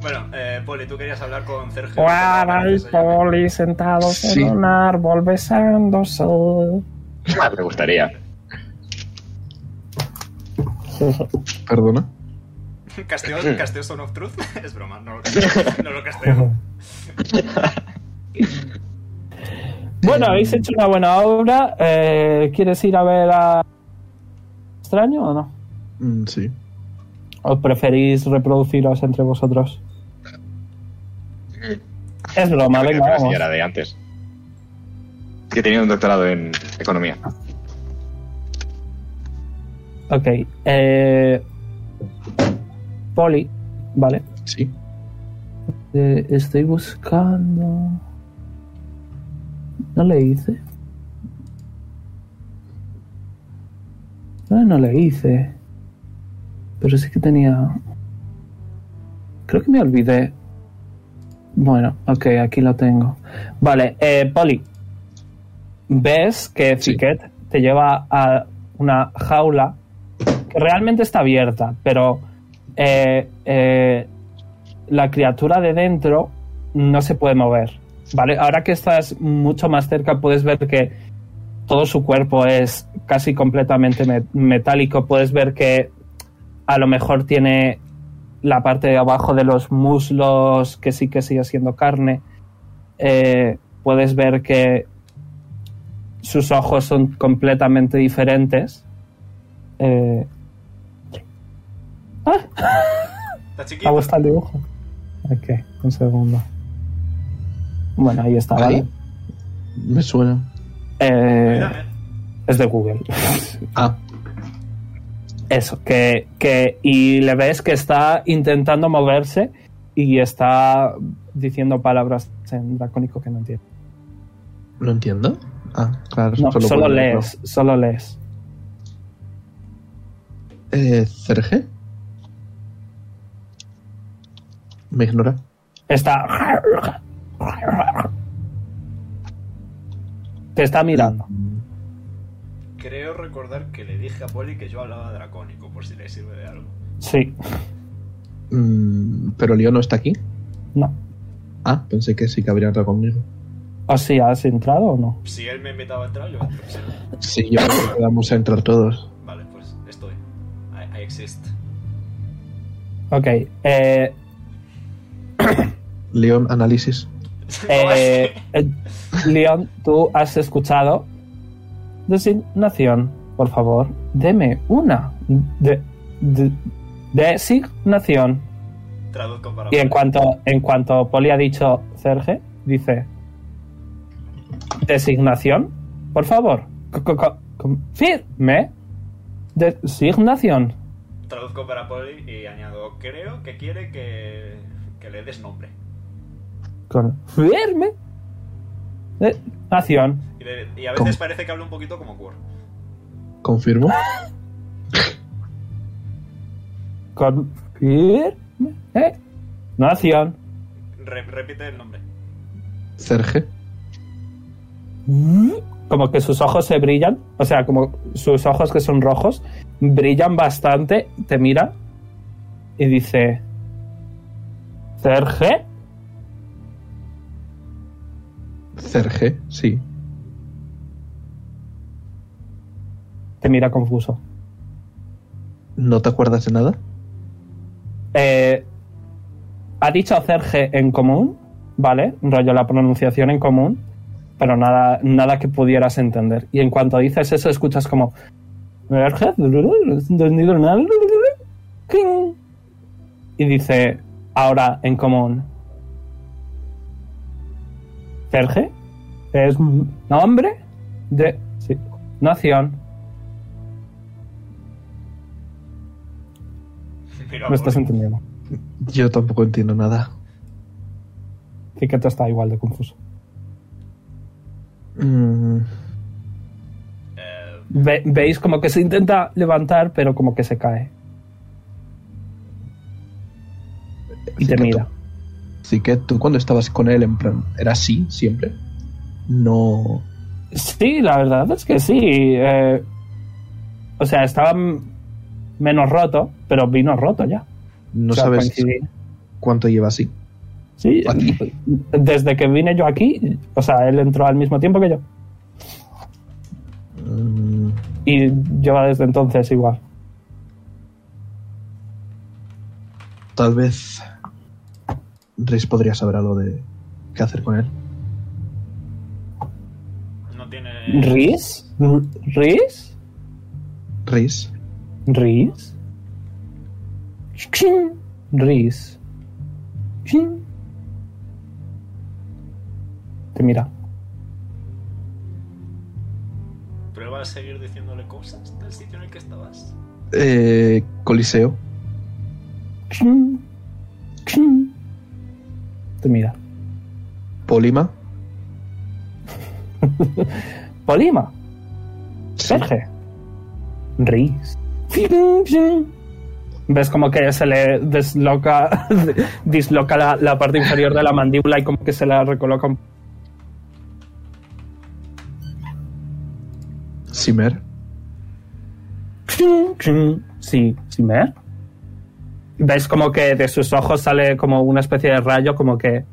[SPEAKER 1] Bueno, eh, Poli, tú querías hablar con Sergio.
[SPEAKER 2] Guarda el poli sentados
[SPEAKER 3] Sí.
[SPEAKER 2] en un árbol besándose.
[SPEAKER 4] Ah, Me gustaría.
[SPEAKER 3] Perdona.
[SPEAKER 1] ¿Casteos, ¿Casteos Son of Truth? Es broma, no lo casteo. No lo casteo.
[SPEAKER 2] Bueno, habéis hecho una buena obra. Eh, ¿Quieres ir a ver a extraño o no?
[SPEAKER 3] Mm, sí.
[SPEAKER 2] ¿O preferís reproduciros entre vosotros? Es broma, venga,
[SPEAKER 4] la
[SPEAKER 2] vamos.
[SPEAKER 4] señora de antes. Que tenía un doctorado en economía.
[SPEAKER 2] Ok. Eh, poli, vale.
[SPEAKER 3] Sí.
[SPEAKER 2] Eh, estoy buscando. No le hice. Ah, No, no le hice. Pero sí que tenía. Creo que me olvidé Bueno, ok, aquí lo tengo. Vale, eh, Polly. Ves que
[SPEAKER 3] Sí.
[SPEAKER 2] Fiquet te lleva a una jaula que realmente está abierta, pero eh, eh, la criatura de dentro no se puede mover. Vale, ahora que estás mucho más cerca, puedes ver que todo su cuerpo es casi completamente me- metálico. Puedes ver que a lo mejor tiene la parte de abajo de los muslos que sí que sigue siendo carne. Eh, puedes ver que sus ojos son completamente diferentes. Eh,
[SPEAKER 1] Está
[SPEAKER 2] ¿Te ha
[SPEAKER 1] chiquito.
[SPEAKER 2] gustado el dibujo? Ok, un segundo. Bueno, ahí está, ¿vale?
[SPEAKER 3] Ahí. Me suena.
[SPEAKER 2] Eh,
[SPEAKER 1] Mírame.
[SPEAKER 2] es de Google.
[SPEAKER 3] Ah,
[SPEAKER 2] Eso, que, que- Y le ves que está intentando moverse y está diciendo palabras en dracónico que no entiende.
[SPEAKER 3] ¿lo entiendo? Ah, claro.
[SPEAKER 2] No, solo,
[SPEAKER 3] puedo leerlo.
[SPEAKER 2] lees, solo lees.
[SPEAKER 3] Eh, ¿Cerge? Me ignora.
[SPEAKER 2] Está. Te está mirando.
[SPEAKER 3] Mm.
[SPEAKER 1] Creo recordar que le dije a Poli que yo hablaba dracónico, por si le sirve de algo.
[SPEAKER 2] Sí,
[SPEAKER 3] Mm, pero Leo no está aquí.
[SPEAKER 2] no.
[SPEAKER 3] Ah, pensé que sí que habría entrado conmigo.
[SPEAKER 2] O si has entrado o no.
[SPEAKER 1] Si él me invitaba a entrar, yo entro. sí.
[SPEAKER 3] Sí, yo creo que vamos a entrar todos.
[SPEAKER 1] Vale, pues estoy. I, I exist.
[SPEAKER 2] Ok. eh,
[SPEAKER 3] León, análisis.
[SPEAKER 2] Eh, eh, Leon, tú has escuchado. Designación, por favor, deme una. De, de- designación.
[SPEAKER 1] Traduzco para
[SPEAKER 2] Y en
[SPEAKER 1] Poli.
[SPEAKER 2] cuanto, en cuanto Poli ha dicho Serge, dice: Designación, por favor, co- co- co- confirme. Designación.
[SPEAKER 1] Traduzco para Poli y añado, creo que quiere que, que le des nombre.
[SPEAKER 2] Confirme. Designación.
[SPEAKER 1] Y, le- y a veces
[SPEAKER 3] ¿Cómo?
[SPEAKER 1] parece que habla un poquito como Quor.
[SPEAKER 3] Confirmo.
[SPEAKER 2] Confirme. Eh, Nación.
[SPEAKER 1] Re- repite el nombre.
[SPEAKER 3] Cerge.
[SPEAKER 2] como que sus ojos se brillan, o sea, como sus ojos que son rojos, brillan bastante, te mira y dice, Serge,
[SPEAKER 3] Cerge, sí.
[SPEAKER 2] te mira confuso.
[SPEAKER 3] ¿No te acuerdas de nada?
[SPEAKER 2] Eh, ha dicho Serge en común, ¿vale? Rollo la pronunciación en común, pero nada, nada que pudieras entender. Y en cuanto dices eso, escuchas como... Serge, ¿no has entendido nada? Cling. Y dice, ahora en común. Serge, es un nombre de sí, nación.
[SPEAKER 1] Miro a
[SPEAKER 2] No estás
[SPEAKER 1] Poli.
[SPEAKER 2] entendiendo.
[SPEAKER 3] Yo tampoco entiendo nada.
[SPEAKER 2] Así que te está igual de confuso.
[SPEAKER 3] Mm,
[SPEAKER 1] Eh,
[SPEAKER 2] Ve- veis como que se intenta levantar, pero como que se cae. Y te
[SPEAKER 3] Fiquet.
[SPEAKER 2] mira.
[SPEAKER 3] Así que tú cuando estabas con él, en plan, ¿era así siempre? No.
[SPEAKER 2] Sí, la verdad es que sí. eh, o sea, estaba m- menos roto, pero vino roto ya.
[SPEAKER 3] No
[SPEAKER 2] O sea,
[SPEAKER 3] sabes
[SPEAKER 2] coincidí.
[SPEAKER 3] cuánto lleva así.
[SPEAKER 2] Sí,
[SPEAKER 3] Aquí.
[SPEAKER 2] desde que vine yo aquí, o sea, él entró al mismo tiempo que yo.
[SPEAKER 3] Mm,
[SPEAKER 2] Y lleva desde entonces igual.
[SPEAKER 3] tal vez. Reis podría saber algo de qué hacer con él.
[SPEAKER 1] no tiene.
[SPEAKER 2] ¿Riz? ¿Riz?
[SPEAKER 3] Reis.
[SPEAKER 2] Riz. Chin. Riz. Chin. Te mira.
[SPEAKER 1] Prueba a seguir diciéndole cosas del sitio en el que estabas.
[SPEAKER 3] Eh, Coliseo.
[SPEAKER 2] Chin. Chin. Te mira.
[SPEAKER 3] Polima.
[SPEAKER 2] Polima.
[SPEAKER 3] Sí.
[SPEAKER 2] Serge. Riz. Fin, fin. Ves como que se le desloca, disloca la, la parte inferior de la mandíbula y como que se la recoloca un
[SPEAKER 3] Simer.
[SPEAKER 2] Sí, sí, ¿me? Ves como que de sus ojos sale como una especie de rayo, como que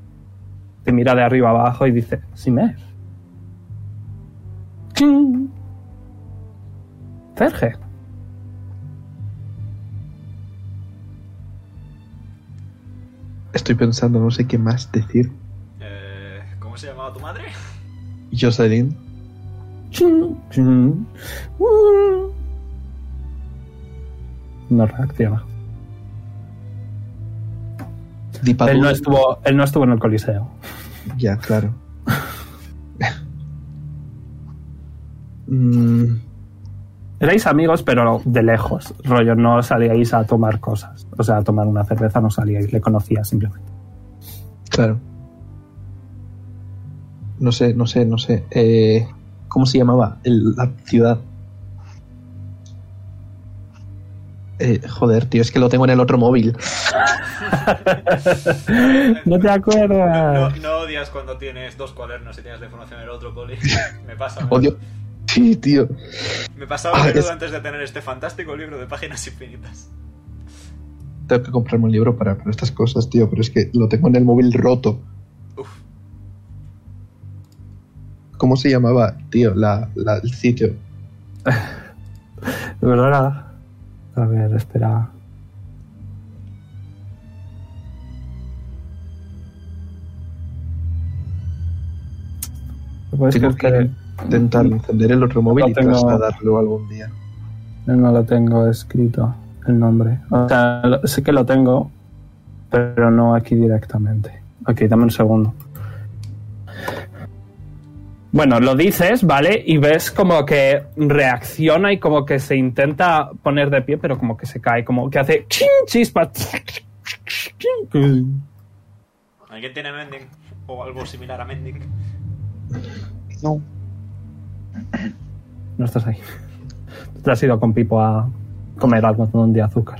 [SPEAKER 2] te mira de arriba abajo y dice, Simer. Ferge.
[SPEAKER 3] Estoy pensando, no sé qué más decir.
[SPEAKER 1] Eh, ¿Cómo se llamaba tu madre?
[SPEAKER 3] Jocelyn.
[SPEAKER 2] No reacciona.
[SPEAKER 3] Dipadu.
[SPEAKER 2] Él no estuvo, él no estuvo en el coliseo.
[SPEAKER 3] Ya, claro. Mm,
[SPEAKER 2] Erais amigos, pero de lejos. Rollo, no salíais a tomar cosas. O sea, a tomar una cerveza no salíais, le conocías simplemente.
[SPEAKER 3] claro. No sé, no sé, no sé. Eh, ¿Cómo se llamaba el- la ciudad? Eh, joder, tío, es que lo tengo en el otro móvil.
[SPEAKER 2] no te
[SPEAKER 1] No,
[SPEAKER 2] acuerdas.
[SPEAKER 1] no odias cuando tienes dos cuadernos y tienes la información del otro, Poli. Me pasa. mucho.
[SPEAKER 3] Odio. Sí, tío.
[SPEAKER 1] Me pasaba
[SPEAKER 3] Ah,
[SPEAKER 1] menudo
[SPEAKER 3] es-
[SPEAKER 1] antes de tener este fantástico libro de páginas infinitas.
[SPEAKER 3] Tengo que comprarme un libro para, para estas cosas, tío, pero es que lo tengo en el móvil roto.
[SPEAKER 1] Uf.
[SPEAKER 3] ¿Cómo se llamaba, tío, la, la- el sitio?
[SPEAKER 2] De verdad. A ver, espera. Lo puedes
[SPEAKER 3] Tengo
[SPEAKER 2] buscar
[SPEAKER 3] que
[SPEAKER 2] en-
[SPEAKER 3] Intentar encender el otro móvil
[SPEAKER 2] Lo
[SPEAKER 3] y
[SPEAKER 2] tengo-
[SPEAKER 3] trasladarlo algún día.
[SPEAKER 2] No lo tengo escrito el nombre. O sea, lo- sé que lo tengo, pero no aquí directamente. Ok, dame un segundo. Bueno, lo dices, ¿vale? Y ves como que reacciona y como que se intenta poner de pie, pero como que se cae, como que hace chin, chispa.
[SPEAKER 1] ¿Alguien tiene Mending? O algo similar a Mending.
[SPEAKER 4] No.
[SPEAKER 2] No estás ahí. Te has ido con Pipo a comer algo con un día azúcar.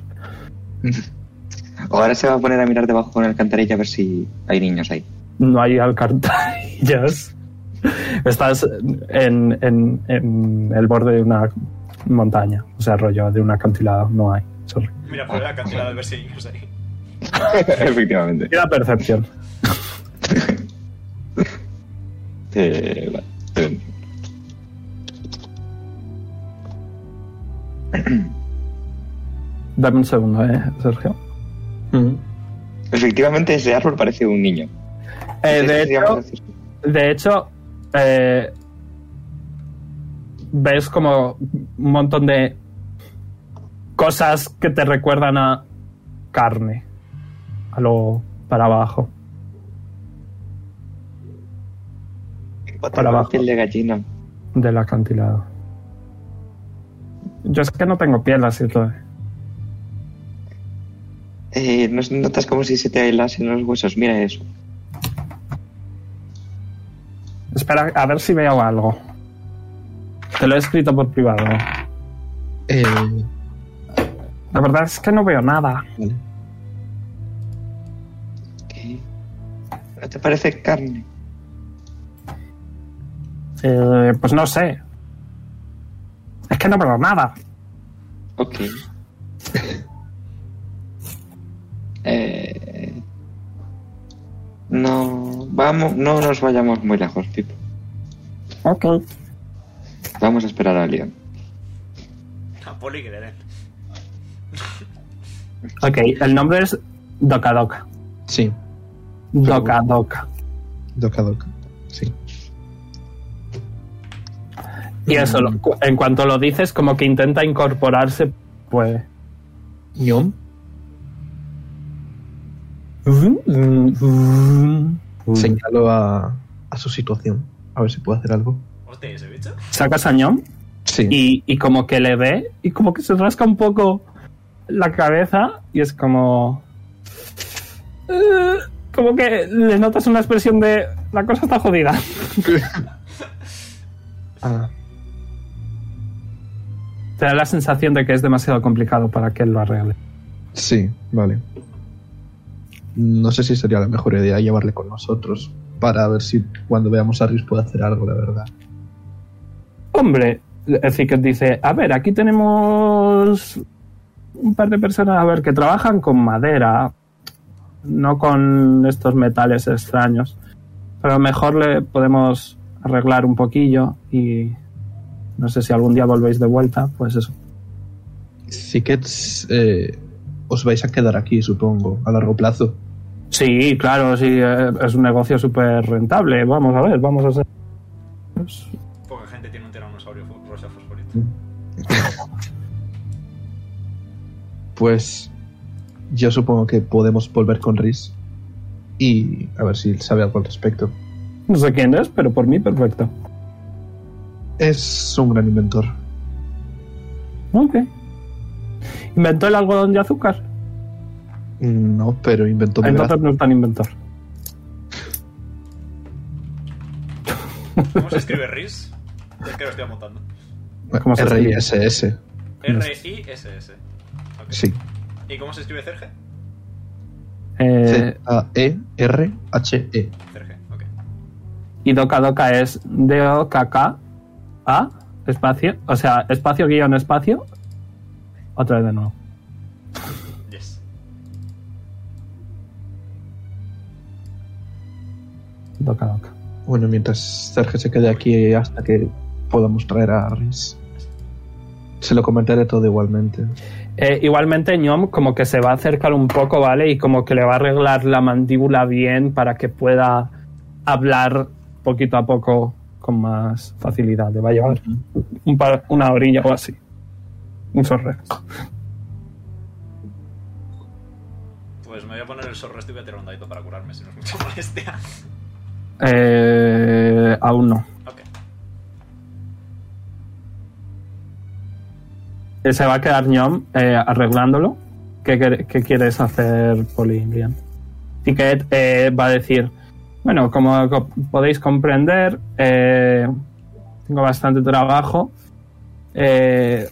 [SPEAKER 4] Ahora se va a poner a mirar debajo con la alcantarilla a ver si hay niños ahí.
[SPEAKER 2] No hay alcantarillas. Estás en, en- en el borde de una montaña, o sea, rollo de un acantilado, no hay. Sorry.
[SPEAKER 1] Mira, por la cantidad de versillos ahí.
[SPEAKER 4] Efectivamente.
[SPEAKER 2] Queda percepción.
[SPEAKER 4] Eh, vale, perdón.
[SPEAKER 2] Dame un segundo, eh, Sergio.
[SPEAKER 4] Efectivamente, ese árbol parece un niño.
[SPEAKER 2] Eh,
[SPEAKER 4] Ese
[SPEAKER 2] de
[SPEAKER 4] se llama
[SPEAKER 2] hecho,
[SPEAKER 4] Francisco.
[SPEAKER 2] de hecho, eh, ves como un montón de cosas que te recuerdan a carne, a lo para abajo. para abajo.
[SPEAKER 4] Piel de gallina.
[SPEAKER 2] del acantilado. Yo es que no tengo piel, así que...
[SPEAKER 4] Eh, ¿no- notas como si se te aislasen los huesos. Mira eso.
[SPEAKER 2] Espera, a ver si veo algo. Te lo he escrito por privado.
[SPEAKER 3] Eh,
[SPEAKER 2] La verdad es que no veo nada.
[SPEAKER 3] vale.
[SPEAKER 4] ¿Qué? ¿No te parece carne?
[SPEAKER 2] Eh, pues no sé. Es que no veo nada.
[SPEAKER 4] Ok. Eh, no, vamos, no nos vayamos muy lejos, Pipo.
[SPEAKER 2] Ok.
[SPEAKER 4] Vamos a esperar a Leon.
[SPEAKER 1] A Poli que le den.
[SPEAKER 2] Ok, el nombre es Doka Doka.
[SPEAKER 3] Sí,
[SPEAKER 2] Doka Doka.
[SPEAKER 3] Doka Doka. Sí.
[SPEAKER 2] Y eso, lo- cu- en cuanto lo dices, como que intenta incorporarse, pues...
[SPEAKER 3] ¿Ñom? Señalo a, a su situación. A ver si puede hacer algo.
[SPEAKER 1] Hostia, ¿y ese bicho?
[SPEAKER 2] ¿Sacas a Ñom?
[SPEAKER 3] Sí.
[SPEAKER 2] y, y como que le ve y como que se rasca un poco la cabeza y es como Eh, como que le notas una expresión de la cosa está jodida
[SPEAKER 3] Ah,
[SPEAKER 2] te da la sensación de que es demasiado complicado para que él lo arregle
[SPEAKER 3] Sí, vale. No sé si sería la mejor idea llevarle con nosotros para ver si cuando veamos a Riz puede hacer algo, la verdad.
[SPEAKER 2] Hombre, Ezequiel dice, a ver, aquí tenemos un par de personas, a ver, que trabajan con madera, no con estos metales extraños. Pero a lo mejor le podemos arreglar un poquillo y no sé si algún día volvéis de vuelta, pues eso.
[SPEAKER 3] Sí que eh, os vais a quedar aquí, supongo, a largo plazo.
[SPEAKER 2] Sí, claro, sí, eh, es un negocio súper rentable. Vamos a ver, vamos a hacer... pues,
[SPEAKER 1] Poca gente tiene un tiranosaurio fo- rosa fosforito.
[SPEAKER 3] Pues yo supongo que podemos volver con Riz y a ver si él sabe algo al respecto.
[SPEAKER 2] no sé quién es, pero por mí perfecto.
[SPEAKER 3] Es un gran inventor.
[SPEAKER 2] Ok. ¿Inventó el algodón de azúcar?
[SPEAKER 3] No, pero inventó
[SPEAKER 2] Entonces
[SPEAKER 3] melgazo.
[SPEAKER 2] no es tan inventor.
[SPEAKER 1] ¿Cómo se escribe Riz? Es que lo estoy apuntando.
[SPEAKER 2] ¿cómo se escribe?
[SPEAKER 3] R-I-S-S.
[SPEAKER 1] R-I-S-S. Ok.
[SPEAKER 3] Sí.
[SPEAKER 1] ¿Y cómo se escribe Cerge?
[SPEAKER 2] Eh,
[SPEAKER 3] E C-A-E-R-H-E.
[SPEAKER 1] Cerge, ok.
[SPEAKER 2] Y Doka Doka es D-O-K-K A espacio, o sea, espacio guión espacio. Otra vez de nuevo.
[SPEAKER 1] Yes.
[SPEAKER 2] Doka Doka.
[SPEAKER 3] Bueno, mientras Sergio se quede aquí hasta que podamos traer a Riz. Se lo comentaré todo igualmente.
[SPEAKER 2] Eh, igualmente, Ñom como que se va a acercar un poco, ¿vale? Y como que le va a arreglar la mandíbula bien para que pueda hablar poquito a poco con más facilidad. Le va a llevar un par- una orilla o así. Un sorreo.
[SPEAKER 1] Pues me voy a poner el sorresto y voy a tirar un dadito para curarme, si no es mucha molestia.
[SPEAKER 2] Eh, aún no.
[SPEAKER 1] Ok.
[SPEAKER 2] Eh, Se va a quedar ñom eh, arreglándolo. ¿Qué, quer- qué quieres hacer, Poli? Liam? Ticket eh, va a decir, bueno, como co- podéis comprender, eh, tengo bastante trabajo. Eh,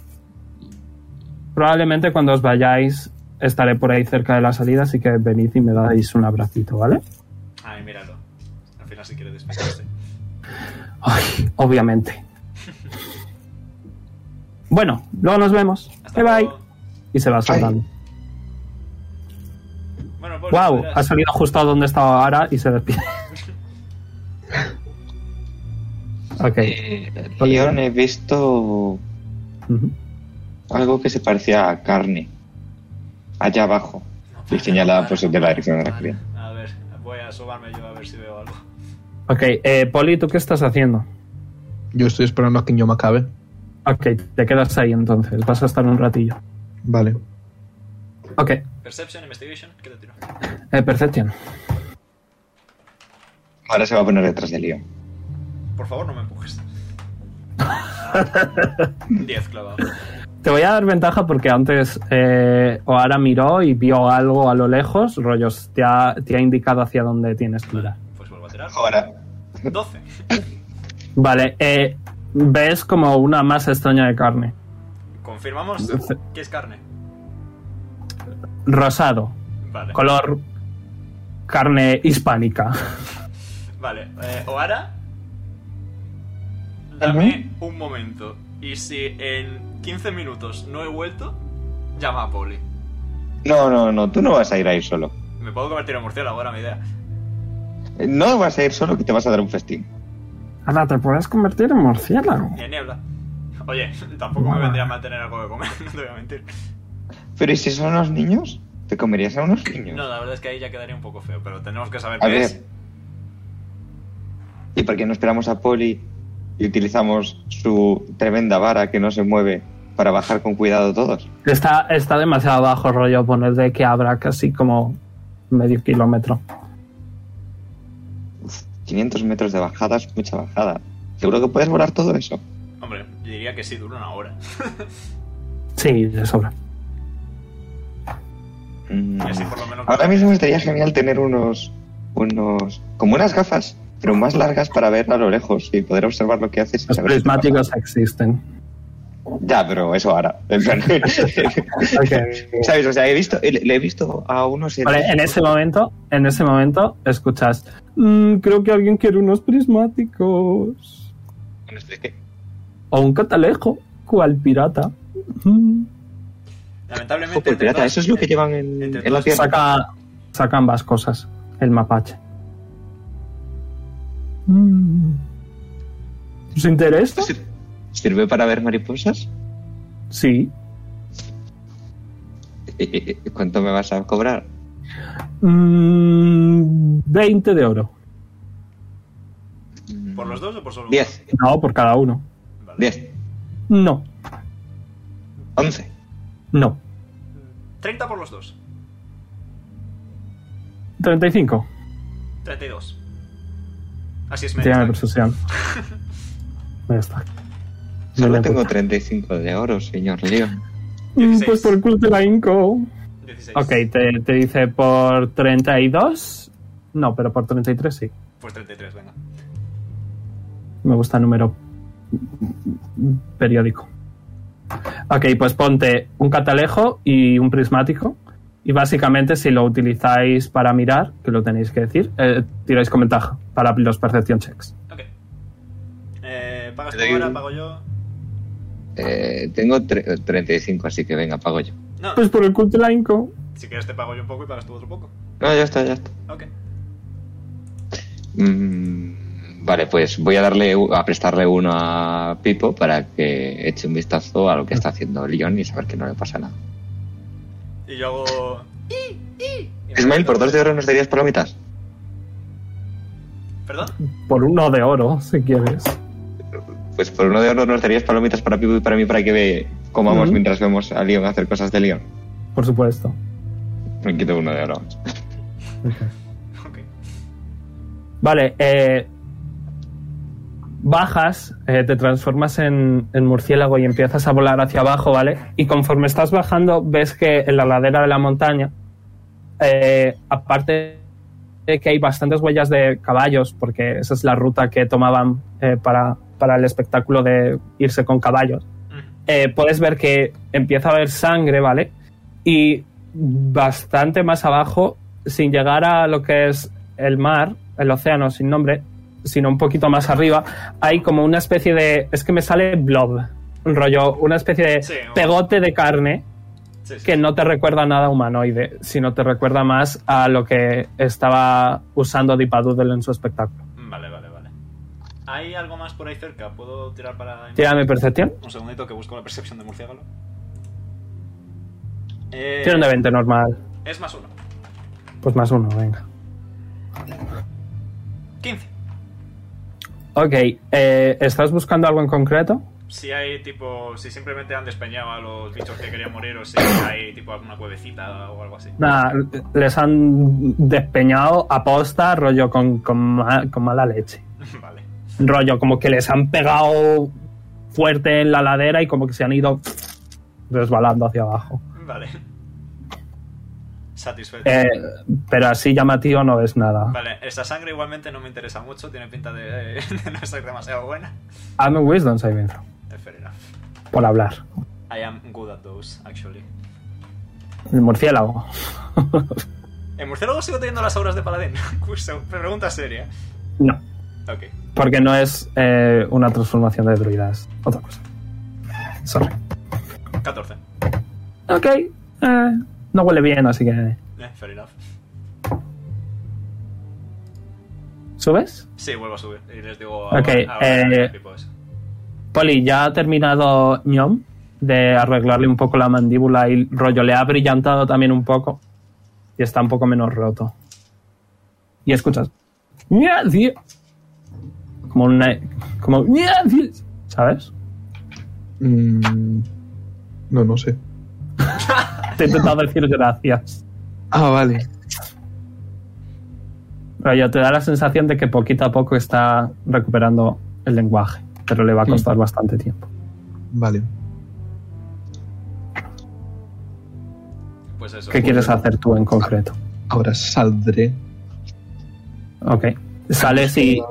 [SPEAKER 2] probablemente cuando os vayáis estaré por ahí cerca de la salida, así que venid y me dais un abracito, ¿vale?
[SPEAKER 1] Ay, míralo. Al final si quiere despistarse.
[SPEAKER 2] Ay, obviamente. bueno, luego nos vemos.
[SPEAKER 1] Hasta
[SPEAKER 2] Bye bye.
[SPEAKER 1] luego.
[SPEAKER 2] Y se va saltando.
[SPEAKER 1] Bueno, pues,
[SPEAKER 2] Wow,
[SPEAKER 1] verás.
[SPEAKER 2] ha salido justo a donde estaba ahora y se despide. ok.
[SPEAKER 4] Eh. León, he visto
[SPEAKER 2] ujú.
[SPEAKER 4] algo que se parecía a carne. Allá abajo. Y señalada pues de la dirección de la cría.
[SPEAKER 1] A ver, voy a sobarme yo a ver si veo algo.
[SPEAKER 2] Ok, eh, Poli, ¿tú qué estás haciendo?
[SPEAKER 3] Yo estoy esperando a que yo me acabe.
[SPEAKER 2] Ok, te quedas ahí entonces. Vas a estar un ratillo.
[SPEAKER 3] Vale.
[SPEAKER 2] Ok,
[SPEAKER 1] Perception, Investigation, ¿qué te tiro?
[SPEAKER 2] eh, Perception.
[SPEAKER 4] Ahora se va a poner detrás de León.
[SPEAKER 1] Por favor, no me empujes. 10 clavado.
[SPEAKER 2] Te voy a dar ventaja porque antes eh, Oara miró y vio algo a lo lejos. Rollos, te ha, te ha indicado hacia dónde tienes que ir.
[SPEAKER 1] Pues vuelvo a tirar.
[SPEAKER 4] Ahora.
[SPEAKER 1] 12.
[SPEAKER 2] Vale, eh, ves como una masa extraña de carne.
[SPEAKER 1] Confirmamos que es carne.
[SPEAKER 2] Rosado,
[SPEAKER 1] Vale.
[SPEAKER 2] color carne hispánica.
[SPEAKER 1] Vale. Eh, Oara. Dame un momento. Y si en 15 minutos no he vuelto, llama a Poli.
[SPEAKER 4] No, no, no, tú no vas a ir ahí solo.
[SPEAKER 1] Me puedo convertir en murciélago, ahora mi idea.
[SPEAKER 4] No vas a ir solo que te vas a dar un festín.
[SPEAKER 2] Ana, te puedes convertir en murciélago.
[SPEAKER 1] Ni en niebla. Oye, tampoco me vendría mal tener algo que comer, no te voy a mentir.
[SPEAKER 4] Pero ¿y si son los niños? ¿Te comerías a unos niños?
[SPEAKER 1] No, la verdad es que ahí ya quedaría un poco feo, pero tenemos que saber
[SPEAKER 4] A
[SPEAKER 1] qué
[SPEAKER 4] ver.
[SPEAKER 1] es.
[SPEAKER 4] ¿Y por qué no esperamos a Poli y utilizamos su tremenda vara que no se mueve para bajar con cuidado todos?
[SPEAKER 2] Está, está demasiado bajo rollo poner de que habrá casi como medio kilómetro.
[SPEAKER 4] 500 metros de bajada es mucha bajada. Seguro que puedes volar todo eso.
[SPEAKER 1] Hombre, yo diría que sí, dura una hora.
[SPEAKER 2] Sí, de sobra.
[SPEAKER 4] Mm.
[SPEAKER 1] Y así por lo menos.
[SPEAKER 4] Ahora mismo estaría genial tener unos, unos, como unas gafas, pero más largas para ver a lo lejos y poder observar lo que haces. y
[SPEAKER 2] Los
[SPEAKER 4] saber si te
[SPEAKER 2] prismáticos existen.
[SPEAKER 4] pasa. Ya, pero eso ahora. En plan, ¿Sabes? O sea, he visto, le, le he visto a unos.
[SPEAKER 2] Vale, en ese momento, en ese momento, escuchas. "Mm, creo que alguien quiere unos prismáticos.
[SPEAKER 4] pues
[SPEAKER 2] O un catalejo. ¿Cuál pirata? Mm.
[SPEAKER 1] Lamentablemente.
[SPEAKER 4] Joder,
[SPEAKER 1] entre
[SPEAKER 4] pirata,
[SPEAKER 1] todas-
[SPEAKER 4] eso es lo que llevan en,
[SPEAKER 1] entre
[SPEAKER 4] en la
[SPEAKER 1] todas-
[SPEAKER 4] tienda.
[SPEAKER 2] Saca, saca ambas cosas. El mapache. Mm. ¿Os interesa?
[SPEAKER 4] Sir- ¿Sirve para ver mariposas?
[SPEAKER 2] Sí.
[SPEAKER 4] Eh, eh, ¿Cuánto me vas a cobrar?
[SPEAKER 2] Mm, 20 de oro.
[SPEAKER 1] ¿Por los dos o por solo uno?
[SPEAKER 4] 10,
[SPEAKER 2] No, por cada uno.
[SPEAKER 1] Vale.
[SPEAKER 4] 10,
[SPEAKER 2] No,
[SPEAKER 4] 11.
[SPEAKER 2] no.
[SPEAKER 1] 30 por los dos.
[SPEAKER 2] 35.
[SPEAKER 1] 32. Así es,
[SPEAKER 2] Tírame
[SPEAKER 1] medio.
[SPEAKER 2] persuasión. Ya está.
[SPEAKER 4] Solo
[SPEAKER 2] Vale,
[SPEAKER 4] tengo
[SPEAKER 2] puta.
[SPEAKER 4] 35 de oro, señor Leon.
[SPEAKER 2] Mm,
[SPEAKER 1] 16.
[SPEAKER 2] Pues por culo te la inco.
[SPEAKER 1] 16.
[SPEAKER 2] Ok, te, te dice por 32. No, pero por 33 sí.
[SPEAKER 1] Pues 33, venga.
[SPEAKER 2] Me gusta el número periódico. Ok, pues ponte un catalejo y un prismático. Y básicamente, si lo utilizáis para mirar, que lo tenéis que decir, eh, tiráis con ventaja para los percepción checks.
[SPEAKER 1] Ok. Eh, ¿Pagas
[SPEAKER 4] Te
[SPEAKER 1] tú
[SPEAKER 4] doy
[SPEAKER 1] ahora?
[SPEAKER 4] un-
[SPEAKER 1] ¿Pago yo?
[SPEAKER 4] Eh, tengo tre- 35, así que venga, pago yo.
[SPEAKER 1] No,
[SPEAKER 2] Pues por el culto laico.
[SPEAKER 1] si quieres te pago yo un poco y pagas tú otro poco.
[SPEAKER 4] No, ya está, ya está.
[SPEAKER 1] Ok.
[SPEAKER 4] Mm, vale, pues voy a darle u- a prestarle uno a Pipo para que eche un vistazo a lo que está haciendo Leon y saber que no le pasa nada.
[SPEAKER 1] Y yo hago... ¡Ii! ¡Ii! Y me
[SPEAKER 4] Ismael,
[SPEAKER 1] meto-
[SPEAKER 4] por dos de oro nos darías palomitas.
[SPEAKER 1] ¿Perdón?
[SPEAKER 2] Por uno de oro, si quieres.
[SPEAKER 4] Pues por uno de oro nos darías palomitas para Pipo y para mí para que ve- comamos
[SPEAKER 2] Ujú.
[SPEAKER 4] mientras vemos a Leon hacer cosas de Leon.
[SPEAKER 2] Por supuesto.
[SPEAKER 4] Me quito uno de oro.
[SPEAKER 1] Ok.
[SPEAKER 2] Vale, eh, bajas, eh, te transformas en, en murciélago y empiezas a volar hacia abajo, ¿vale? Y conforme estás bajando, ves que en la ladera de la montaña, eh, aparte de que hay bastantes huellas de caballos, porque esa es la ruta que tomaban eh, para, para el espectáculo de irse con caballos,
[SPEAKER 1] Mm.
[SPEAKER 2] eh, puedes ver que empieza a haber sangre, ¿vale? Y bastante más abajo, sin llegar a lo que es el mar, el océano sin nombre, sino un poquito más arriba, hay como una especie de... Es que me sale blob, un rollo, una especie de
[SPEAKER 1] Sí, un-
[SPEAKER 2] pegote de carne
[SPEAKER 1] Sí, sí.
[SPEAKER 2] que no te recuerda nada humanoide, sino te recuerda más a lo que estaba usando Dipadoodle en su espectáculo.
[SPEAKER 1] Mm, Vale, vale, vale. ¿Hay algo más por ahí cerca? ¿Puedo tirar para...
[SPEAKER 2] Tírame percepción.
[SPEAKER 1] Un segundito que busco la percepción de murciélago. Eh,
[SPEAKER 2] Tiene un de 20 normal.
[SPEAKER 1] es más uno.
[SPEAKER 2] Pues más uno, venga.
[SPEAKER 1] 15.
[SPEAKER 2] Ok, eh, ¿estás buscando algo en concreto?
[SPEAKER 1] Si hay tipo, si simplemente han despeñado a los bichos que querían morir o si hay tipo alguna cuevecita o algo así.
[SPEAKER 2] Nada, les han despeñado a posta, rollo con, con, ma- con mala leche.
[SPEAKER 1] vale.
[SPEAKER 2] Rollo como que les han pegado fuerte en la ladera y como que se han ido resbalando hacia abajo.
[SPEAKER 1] Vale. Satisfecho.
[SPEAKER 2] Eh, pero así llamativo no es nada.
[SPEAKER 1] Vale, esa sangre igualmente no me interesa mucho, tiene pinta de, de no ser demasiado buena.
[SPEAKER 2] Hazme un wisdom saving throw,
[SPEAKER 1] Eh, Fair enough.
[SPEAKER 2] por hablar.
[SPEAKER 1] I am good at those, actually.
[SPEAKER 2] El murciélago.
[SPEAKER 1] En murciélago sigo teniendo las obras de paladín. Cuso, Pregunta seria.
[SPEAKER 2] no,
[SPEAKER 1] Ok.
[SPEAKER 2] porque no es eh, una transformación de druidas. Otra cosa. Sorry.
[SPEAKER 1] 14.
[SPEAKER 2] Ok, eh, no huele bien, así que...
[SPEAKER 1] Eh, fair enough.
[SPEAKER 2] ¿Subes?
[SPEAKER 1] Sí, vuelvo a subir. Y les digo
[SPEAKER 2] Ok, eh,
[SPEAKER 1] tipo eso.
[SPEAKER 2] Poli, ya ha terminado ñom de arreglarle un poco la mandíbula y rollo le ha brillantado también un poco y está un poco menos roto. Y escuchas "Ña, di-". como una como "Ña, di-", ¿sabes?
[SPEAKER 3] Mm, no, no sé.
[SPEAKER 2] Te he intentado decir gracias.
[SPEAKER 3] Ah, vale.
[SPEAKER 2] Rollo, te da la sensación de que poquito a poco está recuperando el lenguaje, pero le va a costar bastante tiempo.
[SPEAKER 3] Vale.
[SPEAKER 1] Pues eso.
[SPEAKER 2] ¿Qué quieres hacer tú en concreto?
[SPEAKER 3] Ahora saldré
[SPEAKER 2] Ok. Sales y,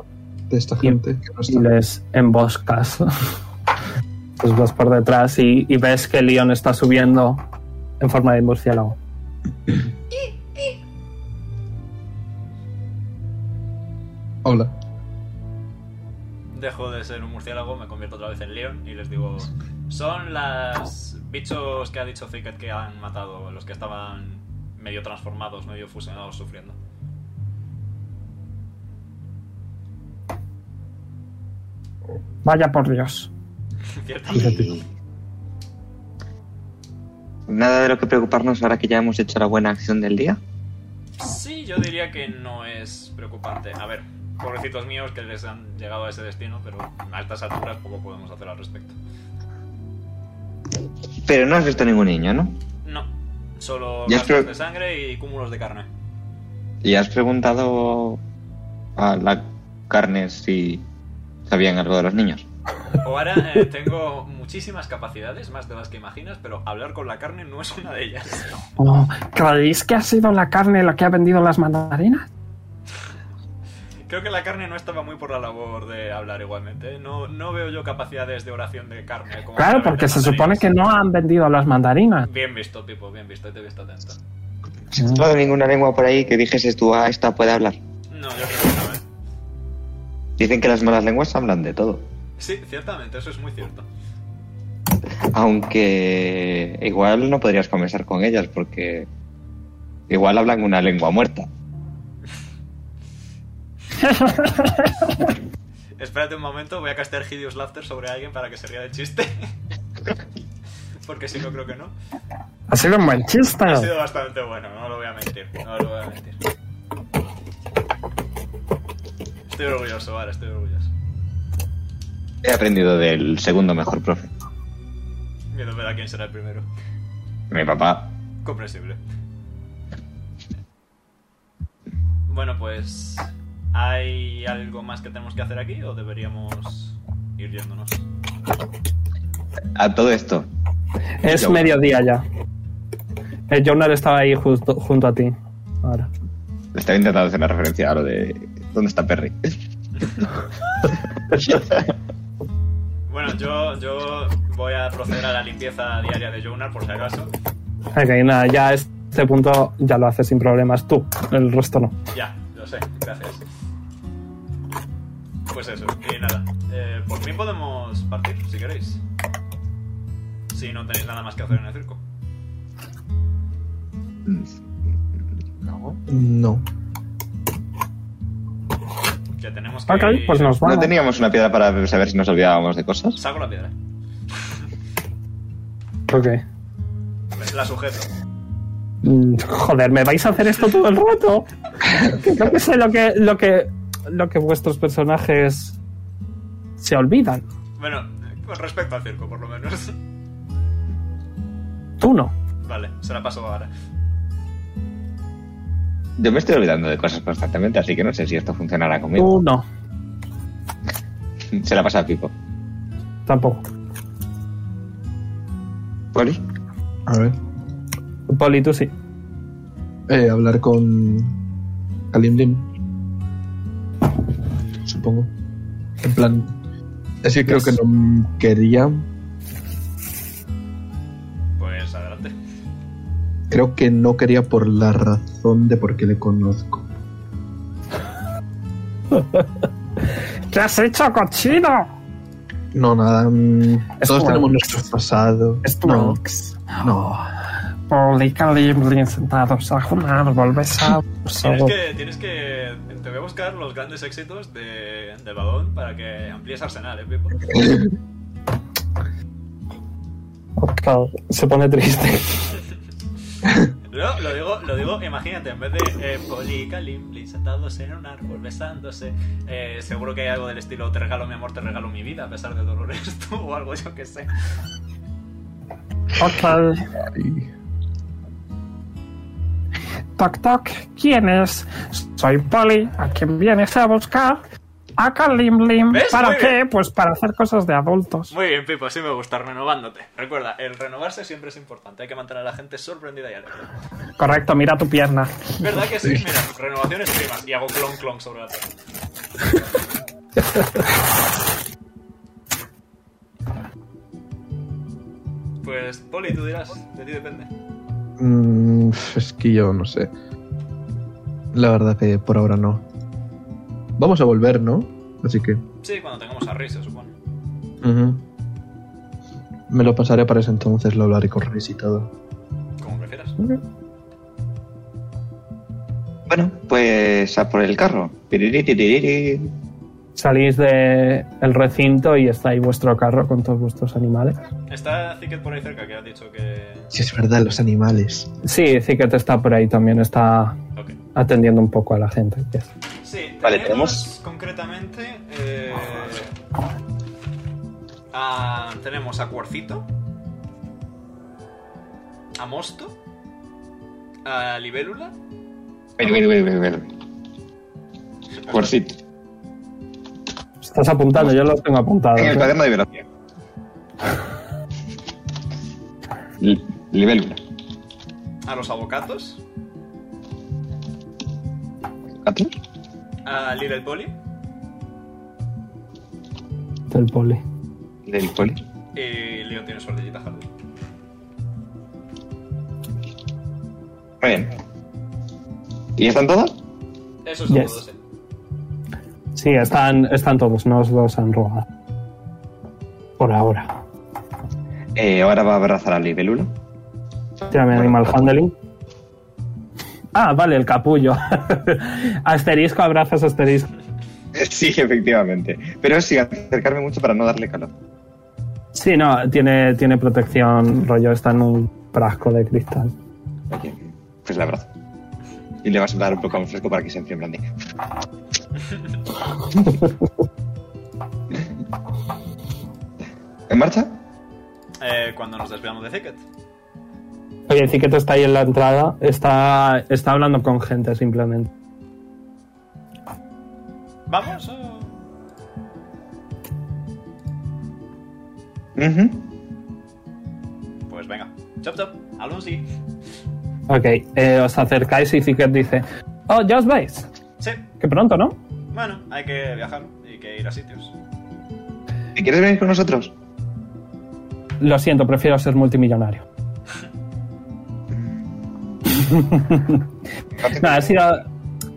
[SPEAKER 3] de esta
[SPEAKER 2] Y-
[SPEAKER 3] gente que no
[SPEAKER 2] y
[SPEAKER 3] está.
[SPEAKER 2] les emboscas. Pues vas por detrás y, y ves que Leon está subiendo en forma de murciélago.
[SPEAKER 3] Hola.
[SPEAKER 1] Dejo de ser un murciélago, me convierto otra vez en león y les digo... Son las bichos que ha dicho Thicket que han matado, los que estaban medio transformados, medio fusionados, sufriendo.
[SPEAKER 2] Vaya por Dios.
[SPEAKER 1] Ciertamente.
[SPEAKER 4] Nada de lo que preocuparnos ahora que ya hemos hecho la buena acción del día.
[SPEAKER 1] Sí, yo diría que no es preocupante. A ver, pobrecitos míos que les han llegado a ese destino, pero a estas alturas poco podemos hacer al respecto.
[SPEAKER 4] Pero no has visto ningún niño, ¿no?
[SPEAKER 1] No, solo
[SPEAKER 4] Ya
[SPEAKER 1] gastos
[SPEAKER 4] estoy-
[SPEAKER 1] de sangre y cúmulos de carne.
[SPEAKER 4] ¿Y has preguntado a la carne si sabían algo de los niños?
[SPEAKER 1] Ahora eh, tengo muchísimas capacidades, más de las que imaginas, pero hablar con la carne no es una de ellas.
[SPEAKER 2] Oh, ¿Creéis que ha sido la carne la que ha vendido las mandarinas?
[SPEAKER 1] Creo que la carne no estaba muy por la labor de hablar igualmente. No, no veo yo capacidades de oración de carne. Como
[SPEAKER 2] Claro,
[SPEAKER 1] para
[SPEAKER 2] porque
[SPEAKER 1] vender
[SPEAKER 2] se supone
[SPEAKER 1] mandarinas.
[SPEAKER 2] que no han vendido las mandarinas.
[SPEAKER 1] Bien visto, Pipo, bien visto, te he visto atento.
[SPEAKER 4] No hay ninguna lengua por ahí que dijeses tú, ah, esta puede hablar.
[SPEAKER 1] No, yo creo que no, ¿eh?
[SPEAKER 4] Dicen que las malas lenguas hablan de todo.
[SPEAKER 1] Sí, ciertamente, eso es muy cierto.
[SPEAKER 4] Aunque igual no podrías conversar con ellas porque igual hablan una lengua muerta.
[SPEAKER 1] Espérate un momento, voy a castear Hideous Laughter sobre alguien para que se ría del chiste. Porque si no, creo que no.
[SPEAKER 2] Ha sido un buen chiste.
[SPEAKER 1] Ha sido bastante bueno, no lo voy a mentir. No lo voy a mentir. Estoy orgulloso, vale, estoy orgulloso.
[SPEAKER 4] He aprendido del segundo mejor profe,
[SPEAKER 1] Miedo ver a quién será el primero.
[SPEAKER 4] mi papá.
[SPEAKER 1] Comprensible. Bueno, pues. ¿Hay algo más que tenemos que hacer aquí o deberíamos ir yéndonos?
[SPEAKER 4] A todo esto,
[SPEAKER 2] Es
[SPEAKER 4] Yo-
[SPEAKER 2] mediodía ya. El Journal estaba ahí justo, junto a ti. Ahora.
[SPEAKER 4] estaba intentando hacer una referencia a lo de ¿dónde está Perry?
[SPEAKER 1] Bueno, yo, yo voy a proceder a la limpieza diaria de Jonar por si acaso.
[SPEAKER 2] Ok, nada, ya a este punto ya lo haces sin problemas tú. El resto no.
[SPEAKER 1] Ya, lo sé, gracias. Pues eso, y nada. Eh, por mí podemos partir, si queréis. Si no tenéis nada más que hacer en el circo.
[SPEAKER 4] No.
[SPEAKER 3] No.
[SPEAKER 1] Que tenemos que.
[SPEAKER 2] Ok,
[SPEAKER 1] ir-
[SPEAKER 2] pues nos
[SPEAKER 4] ¿No
[SPEAKER 2] vamos.
[SPEAKER 4] teníamos una piedra para saber si nos olvidábamos de cosas?
[SPEAKER 1] Saco la piedra.
[SPEAKER 2] Ok.
[SPEAKER 1] La sujeto.
[SPEAKER 2] Mm, Joder, ¿me vais a hacer esto todo el rato? Que Creo que sé lo que, lo que, lo que vuestros personajes se olvidan.
[SPEAKER 1] Bueno, con respecto al circo, por lo menos.
[SPEAKER 2] Tú no.
[SPEAKER 1] Vale, se la paso ahora.
[SPEAKER 4] Yo me estoy olvidando de cosas constantemente, así que no sé si esto funcionará conmigo.
[SPEAKER 2] Tú no.
[SPEAKER 4] Se la pasa a Pipo.
[SPEAKER 2] Tampoco.
[SPEAKER 4] ¿Poli?
[SPEAKER 3] A ver.
[SPEAKER 2] Poli, tú sí.
[SPEAKER 3] Eh, hablar con Kalimlim. Supongo. En plan. Es que creo que no quería.
[SPEAKER 1] Pues adelante.
[SPEAKER 3] Creo que no quería por la razón de por qué le conozco.
[SPEAKER 2] ¿Qué has hecho, cochino?
[SPEAKER 3] No, nada. mm,
[SPEAKER 2] Es
[SPEAKER 3] todos
[SPEAKER 2] tu
[SPEAKER 3] tenemos
[SPEAKER 2] ex.
[SPEAKER 3] nuestro pasado.
[SPEAKER 2] Es Oh. tu
[SPEAKER 3] no,
[SPEAKER 2] ex.
[SPEAKER 3] no.
[SPEAKER 2] Poli, Calimbrin, sentados a jugar, volves a...
[SPEAKER 1] Tienes que, tienes que. Te voy a buscar los grandes éxitos de, del Badón para que amplíes arsenal, eh, Pipo.
[SPEAKER 2] Ok, Se pone triste.
[SPEAKER 1] Lo, lo digo, lo digo, imagínate, en vez de eh, Poli y Kalim, Blin, sentados en un árbol, besándose, eh, seguro que hay algo del estilo te regalo mi amor, te regalo mi vida, a pesar de dolores tú, o algo yo que sé.
[SPEAKER 2] Ok.
[SPEAKER 3] Ay,
[SPEAKER 2] Toc toc, ¿quién es? Soy Polly, ¿a quién vienes a buscar? A Kalimlim.
[SPEAKER 1] ¿Ves? Muy
[SPEAKER 2] ¿Para qué?
[SPEAKER 1] bien.
[SPEAKER 2] Pues para hacer cosas de adultos.
[SPEAKER 1] Muy bien, Pipo, sí me gusta, renovándote. Recuerda, el renovarse siempre es importante, hay que mantener a la gente sorprendida y alegre.
[SPEAKER 2] Correcto, mira tu pierna.
[SPEAKER 1] ¿Verdad que sí? Mira, renovaciones primas, y hago clon clon sobre la tierra. Pues, Poli, tú dirás, de ti depende.
[SPEAKER 3] Mm, es que yo no sé. La verdad que por ahora no. Vamos a volver, ¿no? Así que.
[SPEAKER 1] Sí, cuando tengamos a Riz, se supone.
[SPEAKER 3] ujú. Me lo pasaré para ese entonces, lo hablaré con Riz y todo.
[SPEAKER 1] Como prefieras.
[SPEAKER 4] Bueno, pues a por el carro. Piriritiriri.
[SPEAKER 2] Salís del recinto y está ahí vuestro carro con todos vuestros animales.
[SPEAKER 1] Está Zicket por ahí cerca, que ha dicho que...
[SPEAKER 3] Si es verdad, los animales.
[SPEAKER 2] Sí, Zicket está por ahí también, está
[SPEAKER 1] Ok.
[SPEAKER 2] atendiendo un poco a la gente. yes.
[SPEAKER 1] Sí,
[SPEAKER 4] Vale,
[SPEAKER 1] tenemos concretamente eh, a- tenemos a Cuarcito, a Mosto, a Libélula,
[SPEAKER 4] Vete, vete, vete, vete, vete. Cuarcito.
[SPEAKER 2] Estás apuntando, yo los tengo apuntados.
[SPEAKER 4] En el
[SPEAKER 2] ¿eh?
[SPEAKER 4] cuaderno de biología. L- Libélula.
[SPEAKER 1] a los Avocatos,
[SPEAKER 4] ¿Gatos?
[SPEAKER 1] a Little Polly
[SPEAKER 2] Del poli.
[SPEAKER 4] Del poli.
[SPEAKER 1] y Leo tiene su ardillita jardín.
[SPEAKER 4] Muy bien. ¿Y están todos?
[SPEAKER 1] Eso es todo,
[SPEAKER 2] Yes.
[SPEAKER 1] sí.
[SPEAKER 2] Sí, están, están todos, no os los han robado. Por ahora.
[SPEAKER 4] Eh, ahora va a abrazar a Libélula.
[SPEAKER 2] Tírame
[SPEAKER 4] Bueno,
[SPEAKER 2] Animal
[SPEAKER 4] claro.
[SPEAKER 2] Handling. Ah, vale, el capullo. asterisco, abrazas, asterisco.
[SPEAKER 4] Eh, Sí, efectivamente. Pero sin acercarme mucho para no darle calor.
[SPEAKER 2] Sí, no, tiene, tiene protección, rollo, está en un frasco de cristal.
[SPEAKER 4] Ok, Pues la abrazo. Y le vas a dar un poco de fresco para que se enfríe en plan de- ¿En marcha?
[SPEAKER 1] Eh, cuando nos desviamos de Zicket.
[SPEAKER 2] Oye, Ziqueto está ahí en la entrada, está, está hablando con gente simplemente.
[SPEAKER 1] ¿Vamos? o-
[SPEAKER 4] Ujú.
[SPEAKER 1] Pues venga. Chop chop, Alonso. Sí.
[SPEAKER 2] Ok, eh, os acercáis y Ziquet dice, oh, ya os veis, que pronto, ¿no?
[SPEAKER 1] Bueno, hay que viajar y que ir a sitios.
[SPEAKER 4] ¿Y ¿Quieres venir con nosotros?
[SPEAKER 2] Lo siento, prefiero ser multimillonario. No, ha sido,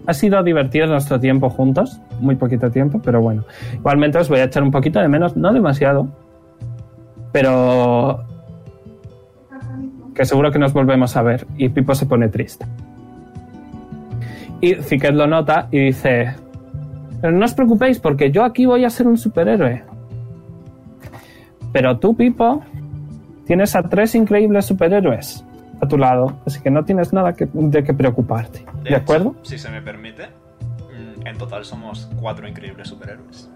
[SPEAKER 2] ha sido divertido nuestro tiempo juntos, muy poquito tiempo, pero bueno. Igualmente os voy a echar un poquito de menos, no demasiado, pero que seguro que nos volvemos a ver. Y Pipo se pone triste. Y Ziquet lo nota y dice, "Pero no os preocupéis porque yo aquí voy a ser un superhéroe. Pero tú, Pipo, tienes a tres increíbles superhéroes a tu lado, así que no tienes nada que- de qué preocuparte. ¿De
[SPEAKER 1] hecho,
[SPEAKER 2] acuerdo?
[SPEAKER 1] Si se me permite, mm, en total somos cuatro increíbles superhéroes.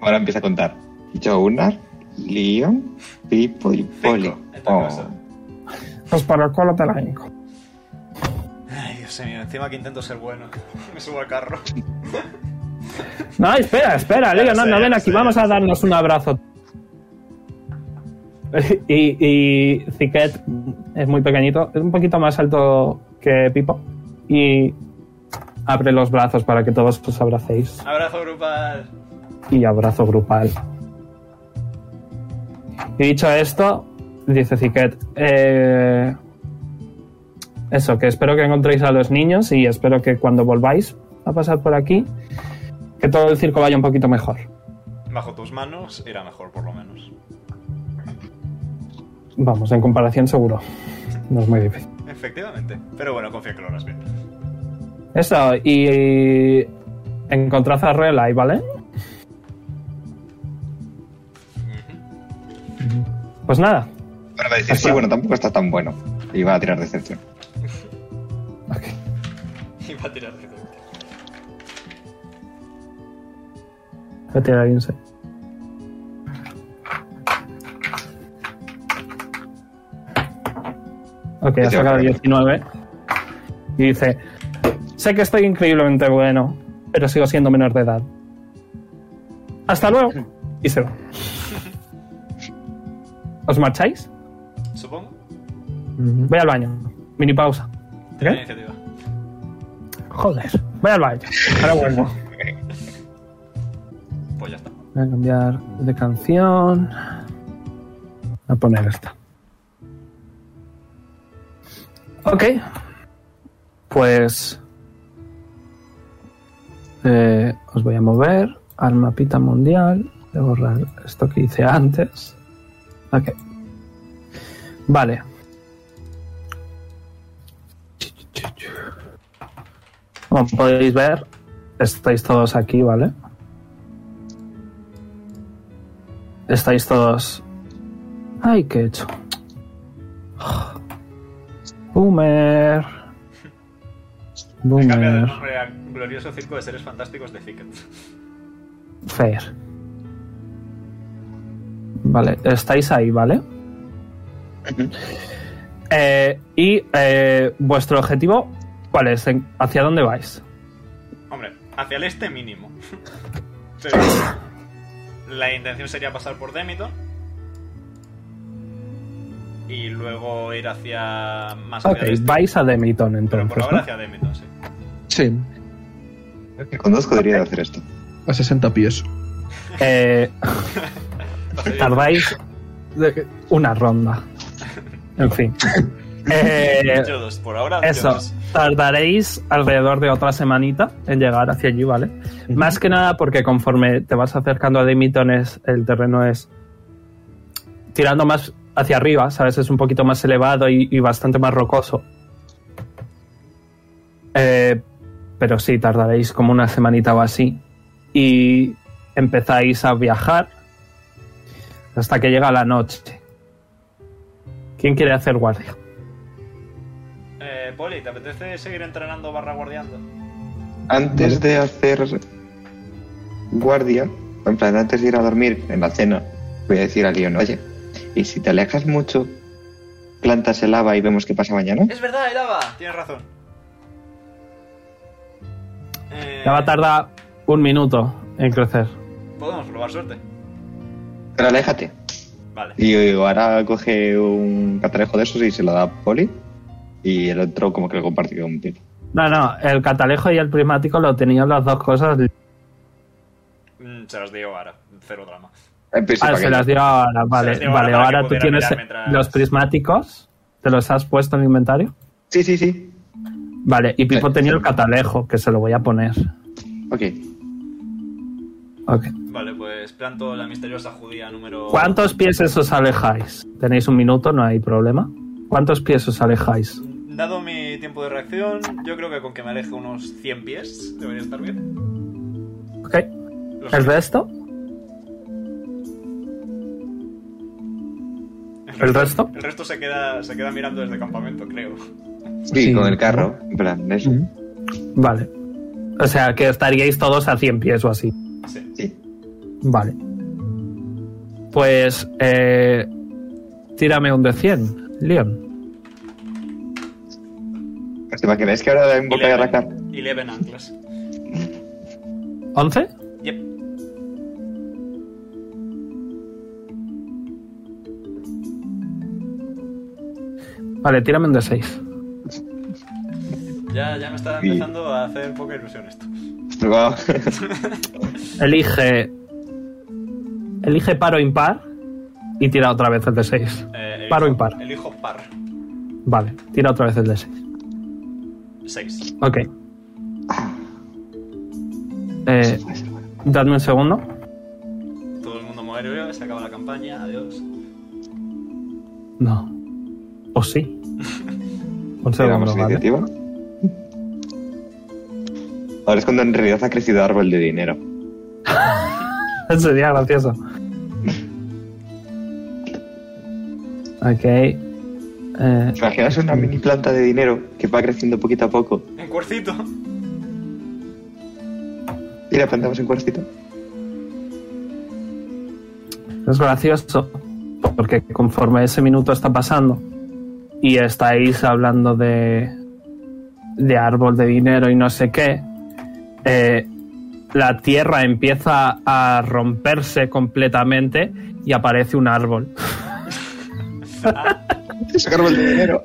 [SPEAKER 4] Ahora empieza a contar. Jonar, Leon, Pipo y Poli.
[SPEAKER 1] en tu
[SPEAKER 4] Oh.
[SPEAKER 1] caso.
[SPEAKER 2] Pues para el cual te la hinco.
[SPEAKER 1] Ay, Dios mío, encima que intento ser bueno. Me subo al carro.
[SPEAKER 2] No, espera, espera, Leo, no,
[SPEAKER 1] Sí,
[SPEAKER 2] no, ven
[SPEAKER 1] sí,
[SPEAKER 2] aquí, vamos a darnos un abrazo. Y, y Ziquet es muy pequeñito, es un poquito más alto que Pipo. Y abre los brazos para que todos os abracéis.
[SPEAKER 1] Abrazo grupal.
[SPEAKER 2] Y abrazo grupal. Y dicho esto, dice Ziquet, eh, eso, que espero que encontréis a los niños y espero que cuando volváis a pasar por aquí, que todo el circo vaya un poquito mejor.
[SPEAKER 1] Bajo tus manos irá mejor, por lo menos.
[SPEAKER 2] Vamos, en comparación seguro. No es muy difícil.
[SPEAKER 1] Efectivamente. Pero bueno, confío en que lo harás bien.
[SPEAKER 2] Eso, y encontrad a Relay, ¿vale? Pues nada.
[SPEAKER 4] Ahora va a decir, sí, bueno, tampoco está tan bueno. Y va a tirar decepción.
[SPEAKER 1] Y va a tirar de frente.
[SPEAKER 2] Voy a tirar insight. Ok, ha sacado 19. Y dice, sé que estoy increíblemente bueno, pero sigo siendo menor de edad. Hasta luego. Y se va. ¿Os marcháis?
[SPEAKER 1] Supongo.
[SPEAKER 2] Voy al baño. Mini pausa.
[SPEAKER 1] Tiene
[SPEAKER 2] ¿Qué?
[SPEAKER 1] iniciativa.
[SPEAKER 2] Joder. Voy al baño. Ahora vuelvo.
[SPEAKER 1] Pues ya está.
[SPEAKER 2] Voy a cambiar de canción. a poner esta. Ok. Pues. eh, os voy a mover al mapita mundial. Voy a borrar esto que hice antes. Ok. Vale. Como podéis ver, estáis todos aquí, ¿vale? Estáis todos. Ay, qué he hecho. Boomer.
[SPEAKER 1] He cambiado el
[SPEAKER 2] Boomer.
[SPEAKER 1] nombre a Glorioso Circo de Seres Fantásticos de Thicket.
[SPEAKER 2] Fair. Vale, estáis ahí, ¿vale? Eh, y eh, vuestro objetivo, ¿cuál es? ¿En- ¿Hacia dónde vais?
[SPEAKER 1] Hombre, hacia el este mínimo. Pero la intención sería pasar por Demiton. Y luego ir hacia. más hacia
[SPEAKER 2] Ok,
[SPEAKER 1] el este. pues,
[SPEAKER 2] vais a Demiton
[SPEAKER 1] Pero
[SPEAKER 2] entonces.
[SPEAKER 1] por ahora
[SPEAKER 2] ¿no?
[SPEAKER 1] hacia Demiton, sí.
[SPEAKER 3] Sí,
[SPEAKER 4] Con dos podría hacer esto.
[SPEAKER 3] a 60 pies.
[SPEAKER 2] Eh, tardáis de- una ronda. En fin. Eh,
[SPEAKER 1] Yo dos, por ahora. yo
[SPEAKER 2] Eso,
[SPEAKER 1] dos.
[SPEAKER 2] tardaréis alrededor de otra semanita en llegar hacia allí, ¿vale? Más que nada porque conforme te vas acercando a Demiton es- el terreno es tirando más hacia arriba, ¿sabes? Es un poquito más elevado y, y bastante más rocoso. Eh, pero sí, tardaréis como una semanita o así. Y empezáis a viajar hasta que llega la noche. ¿Quién quiere hacer guardia?
[SPEAKER 1] Eh, Poli, ¿te apetece seguir entrenando barra guardiando?
[SPEAKER 4] Antes de hacer guardia, en plan, antes de ir a dormir en la cena, voy a decir a Leon, oye, y si te alejas mucho, planta se lava y vemos qué pasa mañana.
[SPEAKER 1] Es verdad, el lava, tienes razón. Eh,
[SPEAKER 2] Ya va a tardar un minuto en crecer.
[SPEAKER 1] Podemos probar suerte.
[SPEAKER 4] Pero aléjate.
[SPEAKER 1] Vale.
[SPEAKER 4] Y ahora coge un catalejo de esos y se lo da a Poli. Y el otro como que lo comparte con Pip.
[SPEAKER 2] No, no, el catalejo y el prismático lo tenían las dos cosas.
[SPEAKER 1] Mm, se las digo ahora, cero drama.
[SPEAKER 4] Eh, pero si
[SPEAKER 2] Ah,
[SPEAKER 4] para
[SPEAKER 2] se
[SPEAKER 4] qué-
[SPEAKER 2] las dio ahora,
[SPEAKER 1] las
[SPEAKER 2] vale.
[SPEAKER 1] dio
[SPEAKER 2] Vale,
[SPEAKER 1] ahora para
[SPEAKER 2] ahora
[SPEAKER 1] que
[SPEAKER 2] tú
[SPEAKER 1] pudiera
[SPEAKER 2] tienes
[SPEAKER 1] mirar mientras-
[SPEAKER 2] los prismáticos, ¿te los has puesto en el inventario?
[SPEAKER 4] Sí, sí, sí.
[SPEAKER 2] Vale, y Pipo
[SPEAKER 4] Sí,
[SPEAKER 2] tenía
[SPEAKER 4] sí.
[SPEAKER 2] el catalejo, que se lo voy a poner.
[SPEAKER 4] Ok.
[SPEAKER 2] Ok.
[SPEAKER 1] Vale, pues planto la misteriosa judía número.
[SPEAKER 2] ¿Cuántos pies os alejáis? Tenéis un minuto, no hay problema. ¿Cuántos pies os alejáis?
[SPEAKER 1] Dado mi tiempo de reacción, yo creo que con que me aleje unos 100 pies debería estar bien.
[SPEAKER 2] Ok.
[SPEAKER 1] Los-
[SPEAKER 2] ¿El resto? ¿El resto?
[SPEAKER 1] El resto se queda, se queda mirando desde campamento, creo.
[SPEAKER 4] Sí,
[SPEAKER 2] Sí.
[SPEAKER 4] con el carro. En plan, eso.
[SPEAKER 2] Vale. O sea, que estaríais todos a 100 pies o así.
[SPEAKER 1] Sí.
[SPEAKER 4] Sí.
[SPEAKER 2] Vale. Pues eh, tírame un de 100, Leon.
[SPEAKER 4] ¿Os imagináis que ahora en boca de la cara?
[SPEAKER 1] 11 anclas.
[SPEAKER 2] ¿11?
[SPEAKER 1] Yep.
[SPEAKER 2] Vale, tírame un de 6.
[SPEAKER 1] Ya, ya me está
[SPEAKER 4] Sí.
[SPEAKER 1] empezando a hacer poca ilusión esto.
[SPEAKER 4] Wow.
[SPEAKER 2] Elige. Elige par o impar y tira otra vez el de 6.
[SPEAKER 1] Eh,
[SPEAKER 2] Par o
[SPEAKER 1] elijo-
[SPEAKER 2] impar.
[SPEAKER 1] Elijo par.
[SPEAKER 2] Vale, tira otra vez el de 6.
[SPEAKER 1] 6.
[SPEAKER 2] Ok. Eh, dadme un segundo.
[SPEAKER 1] Todo el mundo muere, se acaba la campaña, adiós.
[SPEAKER 2] No. ¿O sí? Un segundo,
[SPEAKER 4] Tiramos
[SPEAKER 2] ¿vale?
[SPEAKER 4] iniciativa. Ahora es cuando en realidad ha crecido árbol de dinero.
[SPEAKER 2] Sería gracioso. Ok. Eh,
[SPEAKER 4] ¿Te imaginas una mini planta de dinero que va creciendo poquito a poco?
[SPEAKER 1] En cuercito.
[SPEAKER 4] Y la plantamos en cuarcito.
[SPEAKER 2] es gracioso porque conforme ese minuto está pasando y estáis hablando de de árbol de dinero y no sé qué, eh, la tierra empieza a romperse completamente y aparece un árbol.
[SPEAKER 4] Es un árbol de dinero.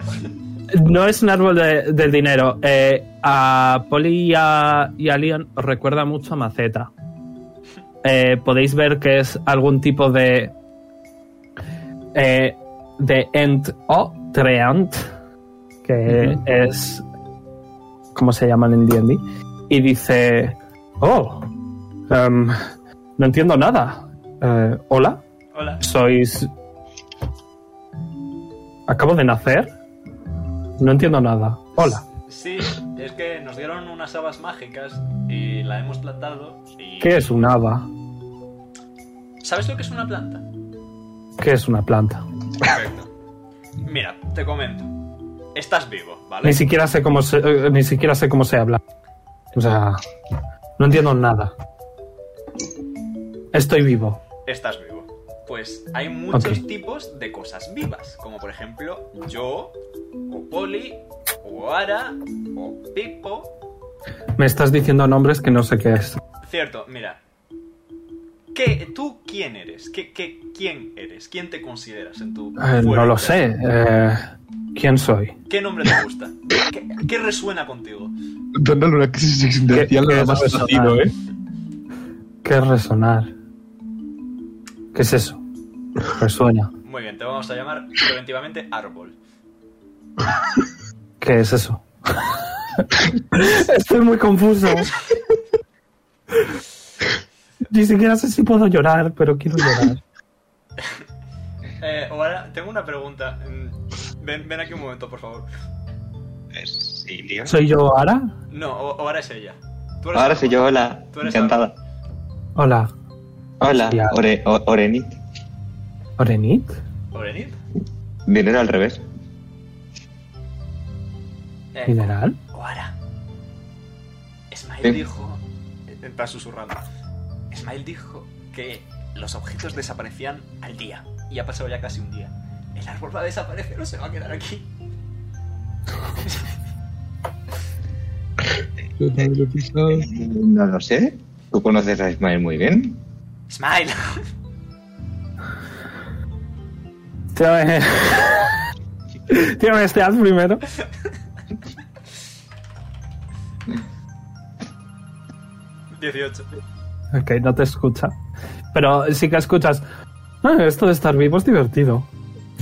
[SPEAKER 2] No es un árbol de- del dinero. Eh, a Poli y a, y a Leon os recuerda mucho a Maceta. Eh, podéis ver que es algún tipo de eh, de Ent o Treant, que
[SPEAKER 3] Ujú.
[SPEAKER 2] es como se llaman en D&D, y dice, oh, em, no entiendo nada. Eh, Hola,
[SPEAKER 1] Hola.
[SPEAKER 2] sois... Acabo de nacer. No entiendo nada. Hola.
[SPEAKER 1] Sí, es que nos dieron unas habas mágicas y la hemos plantado y...
[SPEAKER 2] ¿Qué es un haba?
[SPEAKER 1] ¿Sabes lo que es una planta?
[SPEAKER 2] ¿Qué es una planta?
[SPEAKER 1] Perfecto. Mira, te comento. Estás vivo, ¿vale?
[SPEAKER 2] Ni siquiera sé cómo se, eh, ni siquiera sé cómo se habla. O sea, no entiendo nada. Estoy vivo.
[SPEAKER 1] Estás vivo. Pues hay muchos
[SPEAKER 2] Ok.
[SPEAKER 1] tipos de cosas vivas, como por ejemplo yo, o Poli, o Ara, o Pipo.
[SPEAKER 2] Me estás diciendo nombres que no sé qué es.
[SPEAKER 1] Cierto, mira. ¿Qué, ¿Tú quién eres? ¿Qué, qué, ¿Quién eres? ¿Quién te consideras en tu... fuera
[SPEAKER 2] Eh, no
[SPEAKER 1] de
[SPEAKER 2] lo
[SPEAKER 1] casa?
[SPEAKER 2] sé. Eh, ¿Quién soy?
[SPEAKER 1] ¿Qué nombre te gusta? ¿Qué, qué resuena contigo?
[SPEAKER 3] Dándole una crisis existencial
[SPEAKER 2] ¿Qué- qué
[SPEAKER 3] nada más
[SPEAKER 2] es
[SPEAKER 3] asesino,
[SPEAKER 2] personal?
[SPEAKER 3] ¿eh?
[SPEAKER 2] ¿Qué es resonar? ¿Qué es eso? Resuena.
[SPEAKER 1] Muy bien, te vamos a llamar preventivamente Árbol.
[SPEAKER 2] ¿Qué es eso? Estoy muy confuso. Ni siquiera sé si puedo llorar, pero quiero llorar.
[SPEAKER 1] Eh, ahora, tengo una pregunta. Mm, Ven, ven aquí un momento, por favor.
[SPEAKER 4] ¿Es Ilio?
[SPEAKER 2] ¿Soy yo ahora?
[SPEAKER 1] No, o- ahora es ella. Tú eres
[SPEAKER 4] Ahora
[SPEAKER 1] Árbol.
[SPEAKER 4] soy yo, hola.
[SPEAKER 1] Tú eres
[SPEAKER 4] Encantada.
[SPEAKER 2] Hola,
[SPEAKER 4] Hola,
[SPEAKER 2] Hostia.
[SPEAKER 4] Ore- O- Orenit.
[SPEAKER 2] Orenit.
[SPEAKER 1] ¿Orenid?
[SPEAKER 4] Dinero al revés.
[SPEAKER 1] Eh,
[SPEAKER 2] Mineral.
[SPEAKER 1] Oara. Ismael
[SPEAKER 4] Sí.
[SPEAKER 1] dijo. eh, Está susurrando. Ismael dijo que los objetos desaparecían al día. Y ha pasado ya casi un día. El árbol va a desaparecer o se va a quedar aquí.
[SPEAKER 3] Yo no lo he pensado.
[SPEAKER 4] No lo sé. Tú conoces a Ismael muy bien.
[SPEAKER 1] Ismael.
[SPEAKER 2] Tírame. Tírame este haz primero.
[SPEAKER 1] Ismael. 18.
[SPEAKER 2] Ok, no te escucha. Pero sí que escuchas. "Ah, esto de estar vivo es divertido.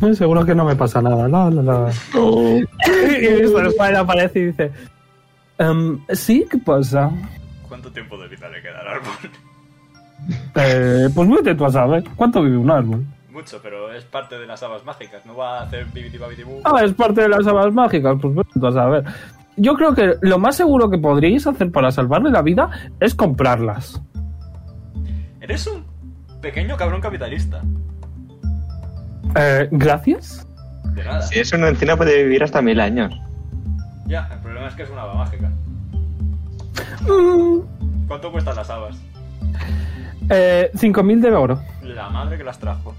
[SPEAKER 2] Eh, Seguro que no me pasa nada. La, la, la". y listo, después aparece y dice. "Em, sí, ¿qué pasa?
[SPEAKER 1] ¿Cuánto tiempo de vida le queda al árbol?
[SPEAKER 2] Eh, pues vete tú a saber. ¿Cuánto vive un árbol?
[SPEAKER 1] Mucho, pero es parte de las habas mágicas. No va a hacer bibidi babidi bu.
[SPEAKER 2] Ah, es parte de las habas mágicas. Pues vete tú a saber. Yo creo que lo más seguro que podríais hacer para salvarle la vida es comprarlas.
[SPEAKER 1] Eres un pequeño cabrón capitalista.
[SPEAKER 2] Eh, Gracias.
[SPEAKER 1] De nada.
[SPEAKER 4] Si es una encina puede vivir hasta mil años.
[SPEAKER 1] Ya, el problema es que es una haba mágica.
[SPEAKER 2] Mm,
[SPEAKER 1] ¿Cuánto cuestan las habas?
[SPEAKER 2] eh, 5.000 de oro.
[SPEAKER 1] La madre que las trajo.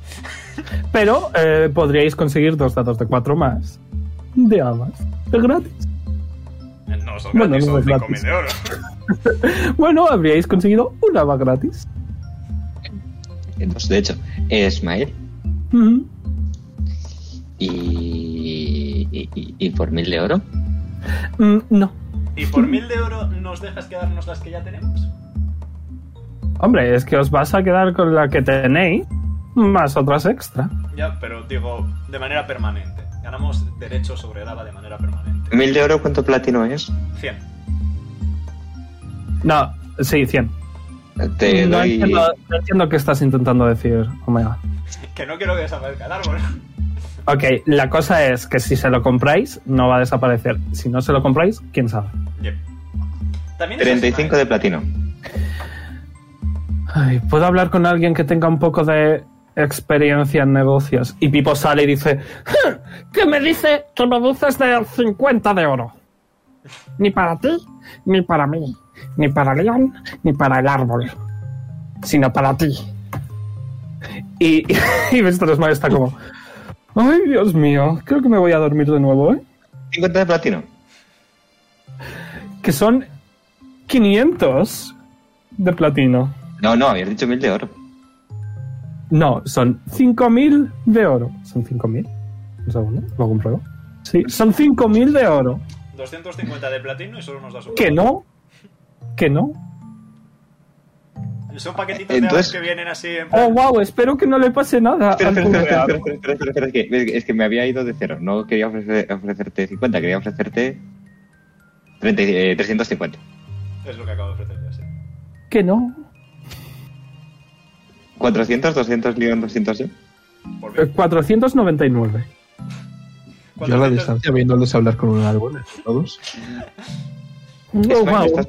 [SPEAKER 2] Pero eh, podríais conseguir dos datos de cuatro más de habas. De gratis.
[SPEAKER 1] No, son
[SPEAKER 2] Bueno,
[SPEAKER 1] gratis,
[SPEAKER 2] no
[SPEAKER 1] son
[SPEAKER 2] es
[SPEAKER 1] 5.000
[SPEAKER 2] gratis.
[SPEAKER 1] de oro.
[SPEAKER 2] Bueno, habríais conseguido una haba gratis.
[SPEAKER 4] Entonces, de hecho, Ismael.
[SPEAKER 2] Ujú.
[SPEAKER 4] Y, y- y- y por mil de oro.
[SPEAKER 2] Mm, no.
[SPEAKER 1] ¿Y por 1.000 de oro nos dejas quedarnos las que ya tenemos?
[SPEAKER 2] Hombre, es que os vas a quedar con la que tenéis más otras extra.
[SPEAKER 1] Ya, pero digo, de manera permanente. Ganamos derechos sobre el haba de manera permanente.
[SPEAKER 4] ¿Mil de oro cuánto platino es?
[SPEAKER 1] 100.
[SPEAKER 2] No, sí, 100.
[SPEAKER 4] Te
[SPEAKER 2] Mm, no,
[SPEAKER 4] doy.
[SPEAKER 2] entiendo, no entiendo qué estás intentando decir, Omega.
[SPEAKER 1] Que no quiero que desaparezca el árbol.
[SPEAKER 2] Ok, la cosa es que si se lo compráis, no va a desaparecer. Si no se lo compráis, quién sabe.
[SPEAKER 1] Yep. También es
[SPEAKER 4] 35
[SPEAKER 1] Ismael.
[SPEAKER 4] de platino.
[SPEAKER 2] Ay, ¿Puedo hablar con alguien que tenga un poco de experiencia en negocios? Y Pipo sale y dice, "Ja, ¿qué me dice que me dices de 50 de oro? Ni para ti, ni para mí, ni para León, ni para el árbol, sino para ti. Y, y Mr. Smile está como, ay Dios mío, creo que me voy a dormir de nuevo, ¿eh?
[SPEAKER 4] 50 de platino.
[SPEAKER 2] Que son 500 de platino.
[SPEAKER 4] No, no, habías dicho mil de oro.
[SPEAKER 2] No, son 5.000 de oro. ¿Son 5.000? Un segundo, lo compruebo. Sí, son 5.000 de oro.
[SPEAKER 1] ¿eh? 250 de platino y solo nos da su.
[SPEAKER 2] Que no, que no.
[SPEAKER 1] Son paquetitos de
[SPEAKER 4] Entonces-
[SPEAKER 1] aves que vienen así en plan-
[SPEAKER 2] Oh, wow, espero que no le pase nada.
[SPEAKER 4] Espera,
[SPEAKER 2] al
[SPEAKER 4] espera,
[SPEAKER 2] pobre
[SPEAKER 4] espera,
[SPEAKER 2] ave.
[SPEAKER 4] espera, espera, espera, espera, es que- Es que me había ido de cero. No quería ofrecer- ofrecerte 50, quería ofrecerte 30, y- eh, 350.
[SPEAKER 1] Es lo que acabo de ofrecer yo, sí.
[SPEAKER 2] Que no.
[SPEAKER 4] 400, 200, guión 200, ¿sí?
[SPEAKER 1] Por
[SPEAKER 2] Eh,
[SPEAKER 1] bien.
[SPEAKER 2] 499.
[SPEAKER 3] Yo a la
[SPEAKER 1] 400
[SPEAKER 3] distancia viéndoles hablar con un árbol, ¿eh? todos.
[SPEAKER 2] Oh,
[SPEAKER 4] España,
[SPEAKER 2] wow.
[SPEAKER 4] estás,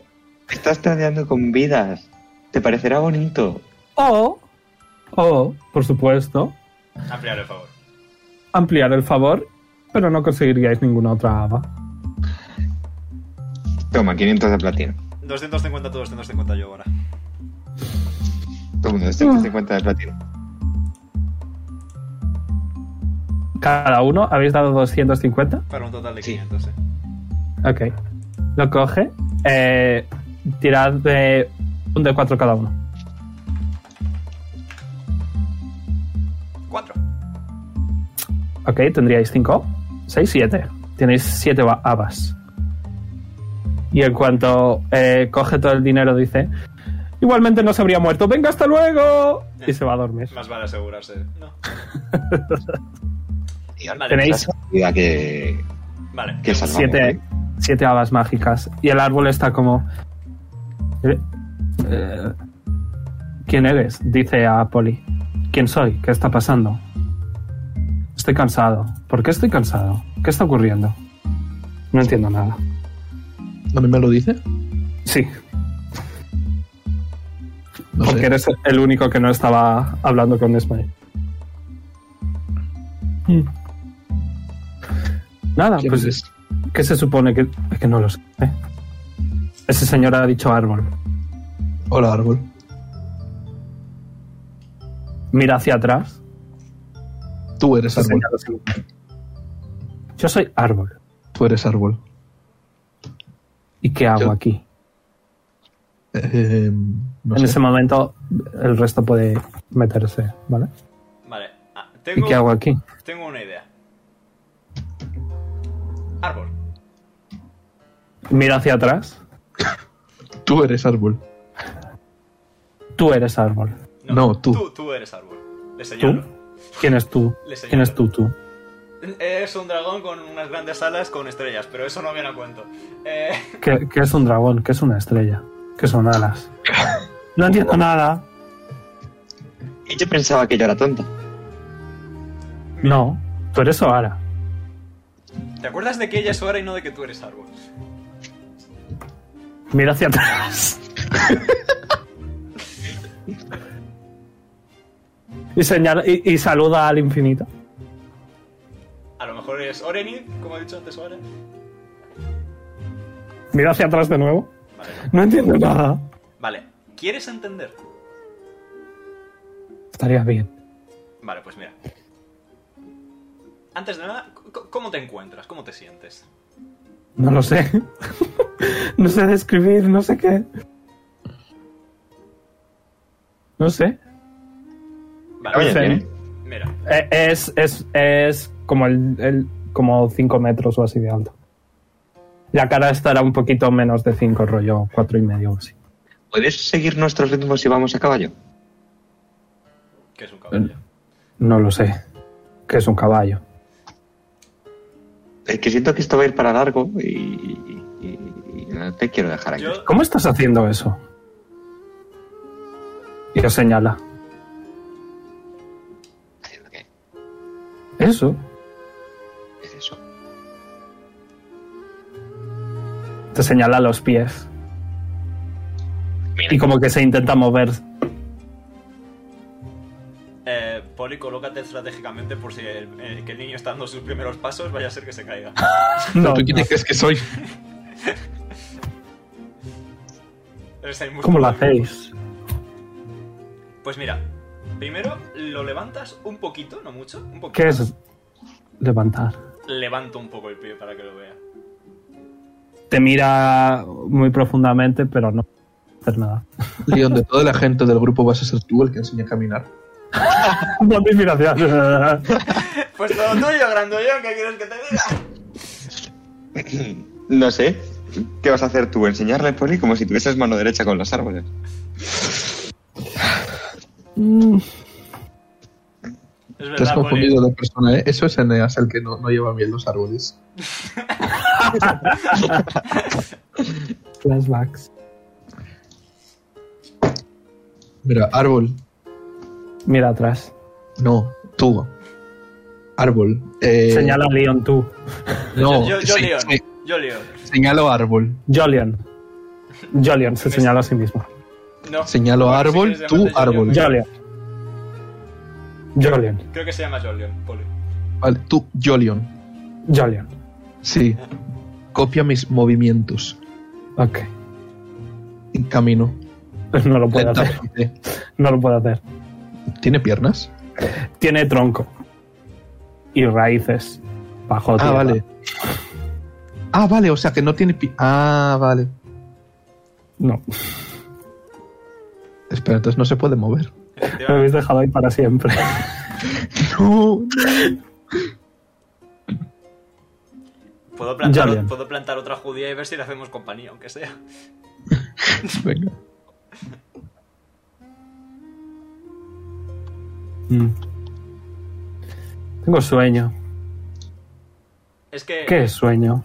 [SPEAKER 4] estás tradeando con vidas. Te parecerá bonito.
[SPEAKER 2] O, o, Oh, por supuesto,
[SPEAKER 1] Ampliar el favor.
[SPEAKER 2] ampliar el favor, pero no conseguiríais ninguna otra haba.
[SPEAKER 4] Toma, 500 de platino.
[SPEAKER 1] 250 tú, 250 yo ahora.
[SPEAKER 4] Toma, 250 este de platino.
[SPEAKER 2] Cada uno habéis dado 250.
[SPEAKER 1] Para un total de eh.
[SPEAKER 4] Sí.
[SPEAKER 1] 500, sí.
[SPEAKER 2] Ok. Lo coge. Eh, tirad de un de cuatro cada uno.
[SPEAKER 1] 4.
[SPEAKER 2] Ok, tendríais 5, 6, 7. Tenéis 7 habas. Y en cuanto eh, coge todo el dinero, dice: Igualmente no se habría muerto, venga, hasta luego. Y se va a dormir.
[SPEAKER 1] Más vale asegurarse. No. Vale.
[SPEAKER 2] Tenéis
[SPEAKER 4] Vida que,
[SPEAKER 1] Vale.
[SPEAKER 4] que salvamos,
[SPEAKER 2] siete,
[SPEAKER 4] ¿eh?
[SPEAKER 2] siete habas mágicas. Y el árbol está como. "Eh, eh, ¿Quién eres? Dice a Poli. ¿Quién soy? ¿Qué está pasando? Estoy cansado. ¿Por qué estoy cansado? ¿Qué está ocurriendo? No entiendo nada.
[SPEAKER 3] ¿A mí me lo dice?
[SPEAKER 2] Sí,
[SPEAKER 3] No
[SPEAKER 2] porque
[SPEAKER 3] sé.
[SPEAKER 2] eres el único que no estaba hablando con Smile. Nada,
[SPEAKER 3] Hmm. ¿Quién
[SPEAKER 2] pues
[SPEAKER 3] es?
[SPEAKER 2] ¿Qué se supone que, que no lo sé? Ese señor ha dicho árbol.
[SPEAKER 3] Hola, árbol.
[SPEAKER 2] Mira hacia atrás.
[SPEAKER 3] Tú eres árbol.
[SPEAKER 2] Señala hacia- Yo soy árbol.
[SPEAKER 3] Tú eres árbol.
[SPEAKER 2] ¿Y qué hago
[SPEAKER 3] Yo-
[SPEAKER 2] aquí?
[SPEAKER 3] Eh, no
[SPEAKER 2] en
[SPEAKER 3] sé.
[SPEAKER 2] ese momento el resto puede meterse, ¿vale?
[SPEAKER 1] Vale. Ah,
[SPEAKER 2] ¿Y
[SPEAKER 1] tengo,
[SPEAKER 2] qué hago aquí?
[SPEAKER 1] tengo una idea. Árbol.
[SPEAKER 2] Mira hacia atrás.
[SPEAKER 3] Tú eres árbol.
[SPEAKER 2] Tú eres árbol.
[SPEAKER 3] No, tú.
[SPEAKER 1] Tú, tú eres árbol. Le señalo.
[SPEAKER 2] ¿Quién es tú?
[SPEAKER 1] Le señalo.
[SPEAKER 2] ¿Quién es tú, tú?
[SPEAKER 1] Es un dragón con unas grandes alas con estrellas, pero eso no viene a cuento. Eh,
[SPEAKER 2] ¿Qué, qué es un dragón? ¿Qué es una estrella? ¿Qué son alas? No entiendo nada.
[SPEAKER 4] Y yo pensaba que yo era tonta.
[SPEAKER 2] No. Tú eres Oara.
[SPEAKER 1] ¿Te acuerdas de que ella es hora y no de que tú eres árbol?
[SPEAKER 2] Mira hacia atrás. y, señala, y, y saluda al infinito.
[SPEAKER 1] A lo mejor es Orenid, como he dicho antes, Oren.
[SPEAKER 2] Mira hacia atrás de nuevo.
[SPEAKER 1] Vale.
[SPEAKER 2] No entiendo nada.
[SPEAKER 1] Vale. ¿Quieres entender?
[SPEAKER 2] Estaría bien.
[SPEAKER 1] Vale, pues mira. Antes de nada, c- ¿cómo te encuentras? ¿Cómo te sientes?
[SPEAKER 2] No lo sé. no sé describir, no sé qué. No sé.
[SPEAKER 1] Vale, pues,
[SPEAKER 4] Oye,
[SPEAKER 2] Sí.
[SPEAKER 4] bien, ¿eh?
[SPEAKER 1] mira.
[SPEAKER 2] Eh, Es, es, es como el, el- como 5 metros o así de alto. La cara estará un poquito menos de 5, rollo 4 y medio o así.
[SPEAKER 4] ¿Puedes seguir nuestros ritmos si vamos a caballo?
[SPEAKER 1] Que es un caballo.
[SPEAKER 2] No lo sé. Que es un caballo.
[SPEAKER 4] Es que siento que esto va a ir para largo y, y- y no te quiero dejar aquí.
[SPEAKER 1] Yo,
[SPEAKER 2] ¿Cómo estás haciendo eso? Y os señala.
[SPEAKER 4] Haciendo que-
[SPEAKER 2] ¿Eso?
[SPEAKER 4] es eso?
[SPEAKER 2] Te señala los pies.
[SPEAKER 4] Mira,
[SPEAKER 2] Y como que se intenta mover.
[SPEAKER 1] eh, Poli, colócate estratégicamente por si el, eh, que el niño está dando sus primeros pasos, vaya a ser que se caiga.
[SPEAKER 2] No,
[SPEAKER 3] ¿Tú quién
[SPEAKER 2] no.
[SPEAKER 3] te crees que soy?
[SPEAKER 1] Es el músculo
[SPEAKER 2] ¿Cómo lo
[SPEAKER 1] del cuerpo.
[SPEAKER 2] hacéis?
[SPEAKER 1] Pues mira, primero lo levantas un poquito, no mucho, un poquito.
[SPEAKER 2] ¿Qué es levantar?
[SPEAKER 1] Levanto un poco el pie para que lo vea.
[SPEAKER 2] Te mira muy profundamente, pero no puede hacer nada.
[SPEAKER 3] Leon, de toda la gente del grupo vas a ser tú el que enseña a caminar.
[SPEAKER 2] Por inspiración.
[SPEAKER 1] Pues todo tuyo, grandullón, ¿qué quieres que te diga?
[SPEAKER 4] No sé. ¿Qué vas a hacer tú? ¿Enseñarle, Poli, como si tuvieses mano derecha con los árboles?
[SPEAKER 2] Mm,
[SPEAKER 1] Es
[SPEAKER 3] Te has
[SPEAKER 1] verdad, Poli.
[SPEAKER 3] confundido de persona, ¿eh? Eso es Eneas, el que no, no lleva bien los árboles.
[SPEAKER 2] flashbacks.
[SPEAKER 3] Mira, árbol.
[SPEAKER 2] Mira atrás.
[SPEAKER 3] No, tú. Árbol. Eh,
[SPEAKER 2] Señala a Leon tú.
[SPEAKER 3] No,
[SPEAKER 1] yo, yo, yo
[SPEAKER 3] se-
[SPEAKER 1] Leon,
[SPEAKER 3] se-
[SPEAKER 1] yo Leon.
[SPEAKER 3] señalo árbol.
[SPEAKER 2] Jolion. Jolion se señala a sí mismo.
[SPEAKER 1] No,
[SPEAKER 3] Señalo
[SPEAKER 1] Bueno, si
[SPEAKER 3] árbol,
[SPEAKER 1] quieres
[SPEAKER 3] tú
[SPEAKER 1] llamarte yo
[SPEAKER 3] árbol.
[SPEAKER 1] Leon.
[SPEAKER 2] Jolion. Jolion.
[SPEAKER 1] Creo que se llama yo Leon, Poli.
[SPEAKER 3] Vale, tú, Jolion.
[SPEAKER 2] Jolion.
[SPEAKER 3] Sí. Copia mis movimientos
[SPEAKER 2] Ok.
[SPEAKER 3] en camino.
[SPEAKER 2] No lo puede hacer.
[SPEAKER 3] Lentamente.
[SPEAKER 2] No lo puede hacer.
[SPEAKER 3] ¿Tiene piernas?
[SPEAKER 2] Tiene tronco. Y raíces. Bajo
[SPEAKER 3] Ah,
[SPEAKER 2] tierra.
[SPEAKER 3] vale. Ah, vale, o sea que no tiene pi- Ah, vale.
[SPEAKER 2] No.
[SPEAKER 3] Espera, entonces no se puede mover.
[SPEAKER 2] Me
[SPEAKER 1] Efectivamente.
[SPEAKER 2] habéis dejado ahí para siempre.
[SPEAKER 3] No.
[SPEAKER 1] Puedo plantar,
[SPEAKER 2] Jolion.
[SPEAKER 1] puedo plantar otra judía y ver si le hacemos compañía, aunque sea.
[SPEAKER 3] Venga.
[SPEAKER 2] Mm. Tengo sueño.
[SPEAKER 1] Es que,
[SPEAKER 2] ¿Qué es sueño?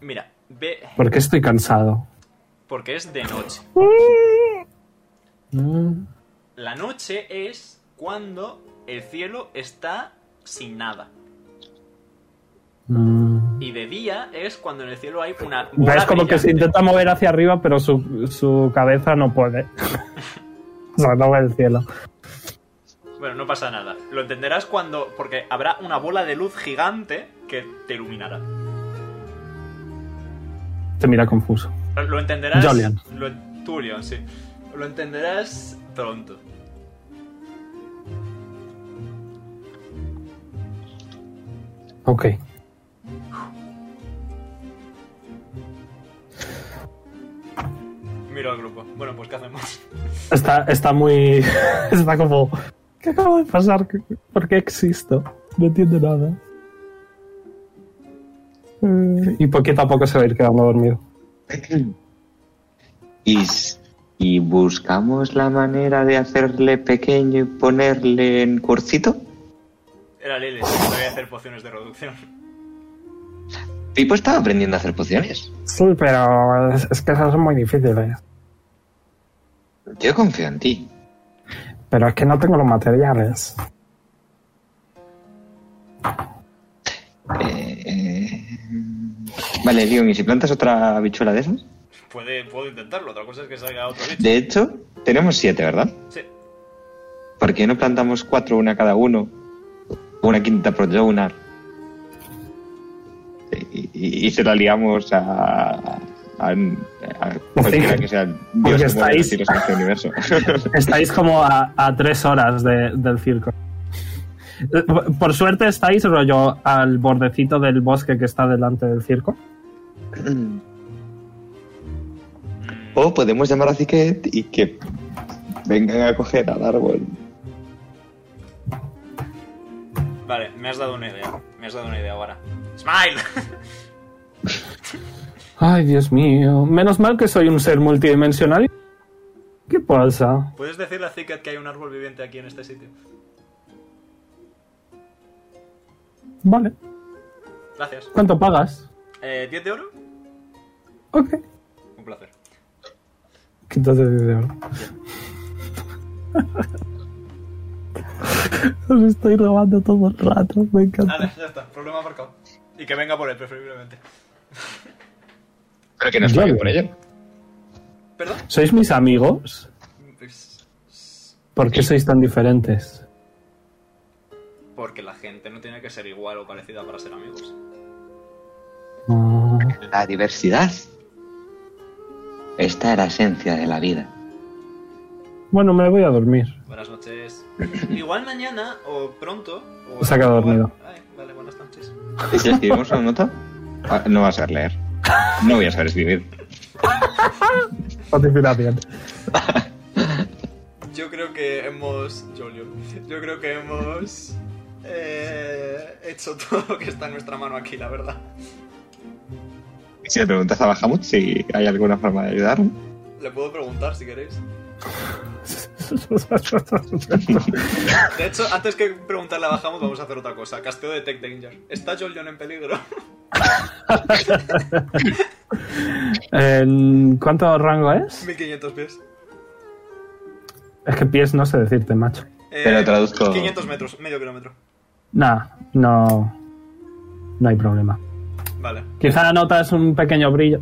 [SPEAKER 1] mira, ve,
[SPEAKER 2] ¿Por qué estoy cansado?
[SPEAKER 1] porque es de noche.
[SPEAKER 2] Mm.
[SPEAKER 1] La noche es cuando el cielo está sin nada.
[SPEAKER 2] Mm.
[SPEAKER 1] Y de día es cuando en el cielo hay una. bola
[SPEAKER 2] ¿Ves? Como que se
[SPEAKER 1] brillante.
[SPEAKER 2] intenta mover hacia arriba, pero su, su cabeza no puede. o sea, no ve el cielo.
[SPEAKER 1] Bueno, no pasa nada. Lo entenderás cuando. Porque habrá una bola de luz gigante que te iluminará.
[SPEAKER 2] Te mira confuso.
[SPEAKER 1] Lo entenderás.
[SPEAKER 2] Jolion.
[SPEAKER 1] Lo, tú, Leon, sí. Lo entenderás pronto.
[SPEAKER 2] Ok.
[SPEAKER 1] Miro al grupo. Bueno, pues ¿qué hacemos?
[SPEAKER 2] Está, está muy. está como. ¿Qué acaba de pasar? ¿Por qué existo? No entiendo nada. Eh, Y poquito a poco se va a ir quedando dormido.
[SPEAKER 4] Y, s- y buscamos la manera de hacerle pequeño y ponerle en cursito.
[SPEAKER 1] Era Lele, voy a hacer pociones de reducción.
[SPEAKER 4] Pipo estaba aprendiendo a hacer pociones.
[SPEAKER 2] Sí, pero es, es que esas son muy ¿eh? difíciles.
[SPEAKER 4] Yo confío en ti.
[SPEAKER 2] Pero es que no tengo los materiales.
[SPEAKER 4] Eh, eh, Vale, Leon, ¿y si plantas otra bichuela de esas?
[SPEAKER 1] Puede, puedo intentarlo, otra cosa es que salga otro bicho.
[SPEAKER 4] De hecho, tenemos siete, ¿verdad?
[SPEAKER 1] Sí.
[SPEAKER 4] ¿Por qué no plantamos cuatro, una cada uno? Una quinta por Jonar. Y, y- y se la liamos a. a, a cualquiera que sea
[SPEAKER 2] Porque
[SPEAKER 4] Dios que mueve los
[SPEAKER 2] estáis-
[SPEAKER 4] hilos en este universo.
[SPEAKER 2] Estáis como a, a tres horas de- del circo. Eh, Por suerte estáis rollo al bordecito del bosque que está delante del circo.
[SPEAKER 4] o podemos llamar a Ziquet y que vengan a coger al árbol.
[SPEAKER 1] Vale, me has dado una idea. Me has dado una idea ahora. ¡Smile!
[SPEAKER 2] Ay, Dios mío. Menos mal que soy un ser multidimensional. ¿Qué pasa?
[SPEAKER 1] ¿Puedes decirle a Zicket que hay un árbol viviente aquí en este sitio?
[SPEAKER 2] Vale.
[SPEAKER 1] Gracias.
[SPEAKER 2] ¿Cuánto pagas?
[SPEAKER 1] Eh, ¿10 de oro?
[SPEAKER 2] Ok.
[SPEAKER 1] Un placer.
[SPEAKER 2] Quítate de dinero. Os estoy robando todo el rato. Me encanta.
[SPEAKER 1] Vale, ya está. Problema marcado. Y que venga por él, preferiblemente.
[SPEAKER 4] Pero que nos
[SPEAKER 2] Yo
[SPEAKER 4] paguen
[SPEAKER 2] lo-
[SPEAKER 4] por ello.
[SPEAKER 1] ¿Perdón?
[SPEAKER 2] ¿Sois mis amigos?
[SPEAKER 1] Pues,
[SPEAKER 2] ¿Por qué sois tan diferentes?
[SPEAKER 1] Porque la gente no tiene que ser igual o parecida para ser amigos.
[SPEAKER 2] Ah.
[SPEAKER 4] La diversidad. Esta es la esencia de la vida.
[SPEAKER 2] Bueno, me voy a dormir.
[SPEAKER 1] Buenas noches. Igual mañana o pronto. O
[SPEAKER 2] Se ha quedado
[SPEAKER 1] o-
[SPEAKER 2] dormido.
[SPEAKER 1] Ay, vale, buenas noches.
[SPEAKER 4] ¿Y si escribimos una nota? Ah, No vas a saber leer. No voy a saber escribir.
[SPEAKER 2] Participación.
[SPEAKER 1] Yo creo que hemos. Jolio. Yo creo que hemos. eh, hecho todo lo que está en nuestra mano aquí, la verdad.
[SPEAKER 4] Y Si le preguntas a Bahamut si hay alguna forma de ayudar,
[SPEAKER 1] Le puedo preguntar si queréis. De hecho, antes que preguntarle a Bahamut, vamos a hacer otra cosa. Casteo de Tech Danger. ¿Está Jolion en peligro?
[SPEAKER 2] En- ¿Cuánto rango es?
[SPEAKER 1] 1500 pies.
[SPEAKER 2] Es que pies no sé decirte, macho.
[SPEAKER 1] Eh,
[SPEAKER 4] Pero traduzco-
[SPEAKER 1] 500 metros, medio kilómetro.
[SPEAKER 2] Nada, no. No hay problema.
[SPEAKER 1] Vale,
[SPEAKER 2] Quizá notas un pequeño brillo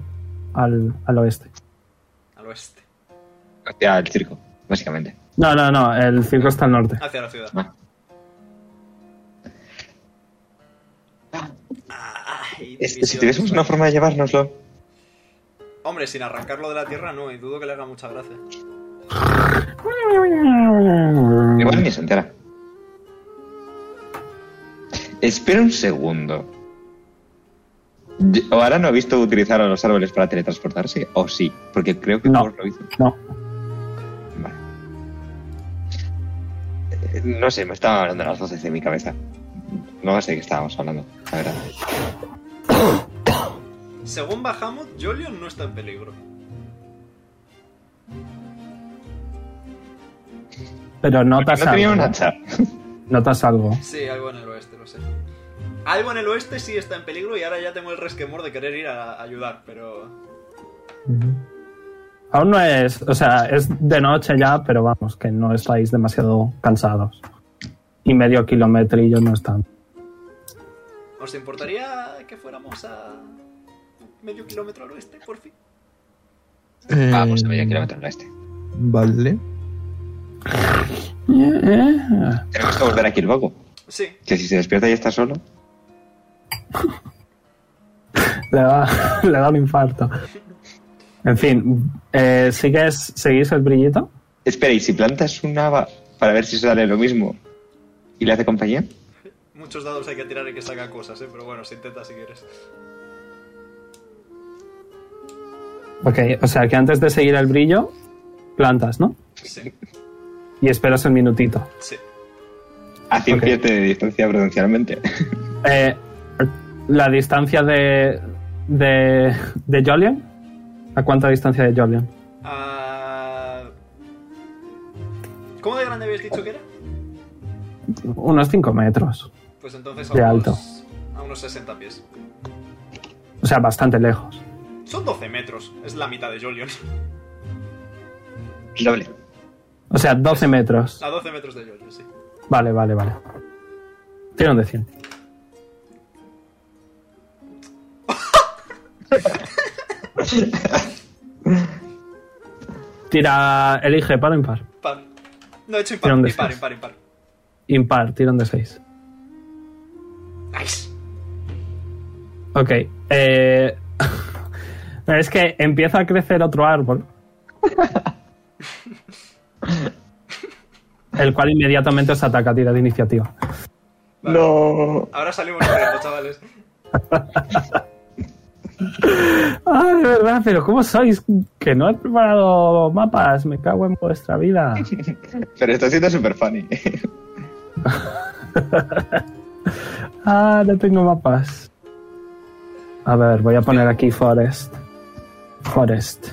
[SPEAKER 2] al, al oeste.
[SPEAKER 1] al oeste.
[SPEAKER 4] Hacia el circo, básicamente.
[SPEAKER 2] No, no, no, el circo está al norte.
[SPEAKER 1] Hacia la ciudad.
[SPEAKER 4] Ah.
[SPEAKER 1] Ay,
[SPEAKER 4] Este, si
[SPEAKER 1] división
[SPEAKER 4] tuviésemos
[SPEAKER 1] de
[SPEAKER 4] una
[SPEAKER 1] sueños.
[SPEAKER 4] forma de llevárnoslo.
[SPEAKER 1] Hombre, sin arrancarlo de la tierra, no. Y dudo que le haga mucha gracia.
[SPEAKER 4] Igual
[SPEAKER 2] Mm.
[SPEAKER 4] ni se entera. Espera un segundo. Yo- ¿O ahora no he visto utilizar a los árboles para teletransportarse? ¿O sí? Porque creo que
[SPEAKER 2] No.
[SPEAKER 4] Thor lo hizo.
[SPEAKER 2] No,
[SPEAKER 4] Vale. Eh, No sé, me estaban hablando las voces de mi cabeza. No sé de qué estábamos hablando, la verdad.
[SPEAKER 1] Según Bahamut, Jolion no está en peligro.
[SPEAKER 2] pero notas
[SPEAKER 4] No tenía
[SPEAKER 2] algo. ¿eh?
[SPEAKER 4] un hacha.
[SPEAKER 2] Notas algo.
[SPEAKER 1] Sí, algo en el oeste, lo sé. Algo en el oeste sí está en peligro y ahora ya tengo el resquemor de querer ir a ayudar, pero...
[SPEAKER 2] Aún no es, o sea, es de noche ya, pero vamos, que no estáis demasiado cansados. Y medio kilometrillo no están.
[SPEAKER 1] ¿Os importaría que fuéramos a medio kilómetro al oeste, por fin?
[SPEAKER 4] Vamos a este. medio
[SPEAKER 3] Eh,
[SPEAKER 4] kilómetro al oeste.
[SPEAKER 3] Vale.
[SPEAKER 4] Tenemos que volver aquí luego.
[SPEAKER 1] Sí,
[SPEAKER 4] Que si se despierta y está solo.
[SPEAKER 2] Le da, le da un infarto. En fin, eh, ¿sigues, ¿seguís el brillito?
[SPEAKER 4] Espera, ¿y si plantas un haba para ver si sale lo mismo y le hace compañía?
[SPEAKER 1] muchos dados hay que tirar y que saca cosas, ¿eh? pero bueno, se intenta si quieres.
[SPEAKER 2] Ok, o sea que antes de seguir el brillo, plantas, ¿no?
[SPEAKER 1] Sí,
[SPEAKER 2] Y esperas un minutito.
[SPEAKER 1] sí.
[SPEAKER 4] A 100
[SPEAKER 2] Ok.
[SPEAKER 4] pies de distancia prudencialmente.
[SPEAKER 2] Eh, la distancia de, de, de Jolion. ¿A cuánta distancia de Jolion?
[SPEAKER 1] Ah, ¿Cómo de grande habéis dicho que era?
[SPEAKER 2] Unos 5 metros.
[SPEAKER 1] Pues entonces a
[SPEAKER 2] De
[SPEAKER 1] unos,
[SPEAKER 2] alto.
[SPEAKER 1] a unos 60 pies.
[SPEAKER 2] O sea, bastante lejos.
[SPEAKER 1] Son 12 metros, es la mitad de Jolion.
[SPEAKER 4] El doble.
[SPEAKER 2] O sea, 12 metros.
[SPEAKER 1] A 12 metros de Jolion, sí.
[SPEAKER 2] Vale, vale, vale. Tiene un de 100. Tira, elige par o impar.
[SPEAKER 1] Par. No, he hecho impar,
[SPEAKER 2] Tira un de
[SPEAKER 1] impar,
[SPEAKER 2] seis.
[SPEAKER 1] impar, impar.
[SPEAKER 2] Impar, tira un de 6.
[SPEAKER 1] Nice.
[SPEAKER 2] Ok. eh, es que empieza a crecer otro árbol. El cual inmediatamente os ataca, tira de iniciativa.
[SPEAKER 1] Vale.
[SPEAKER 4] No.
[SPEAKER 1] Ahora salimos corriendo, chavales.
[SPEAKER 2] Ah, de verdad, pero ¿cómo sois? Que no he preparado mapas, me cago en vuestra vida.
[SPEAKER 4] Pero está siendo súper funny.
[SPEAKER 2] Ah, no tengo mapas. A ver, voy a poner aquí Forest. Forest.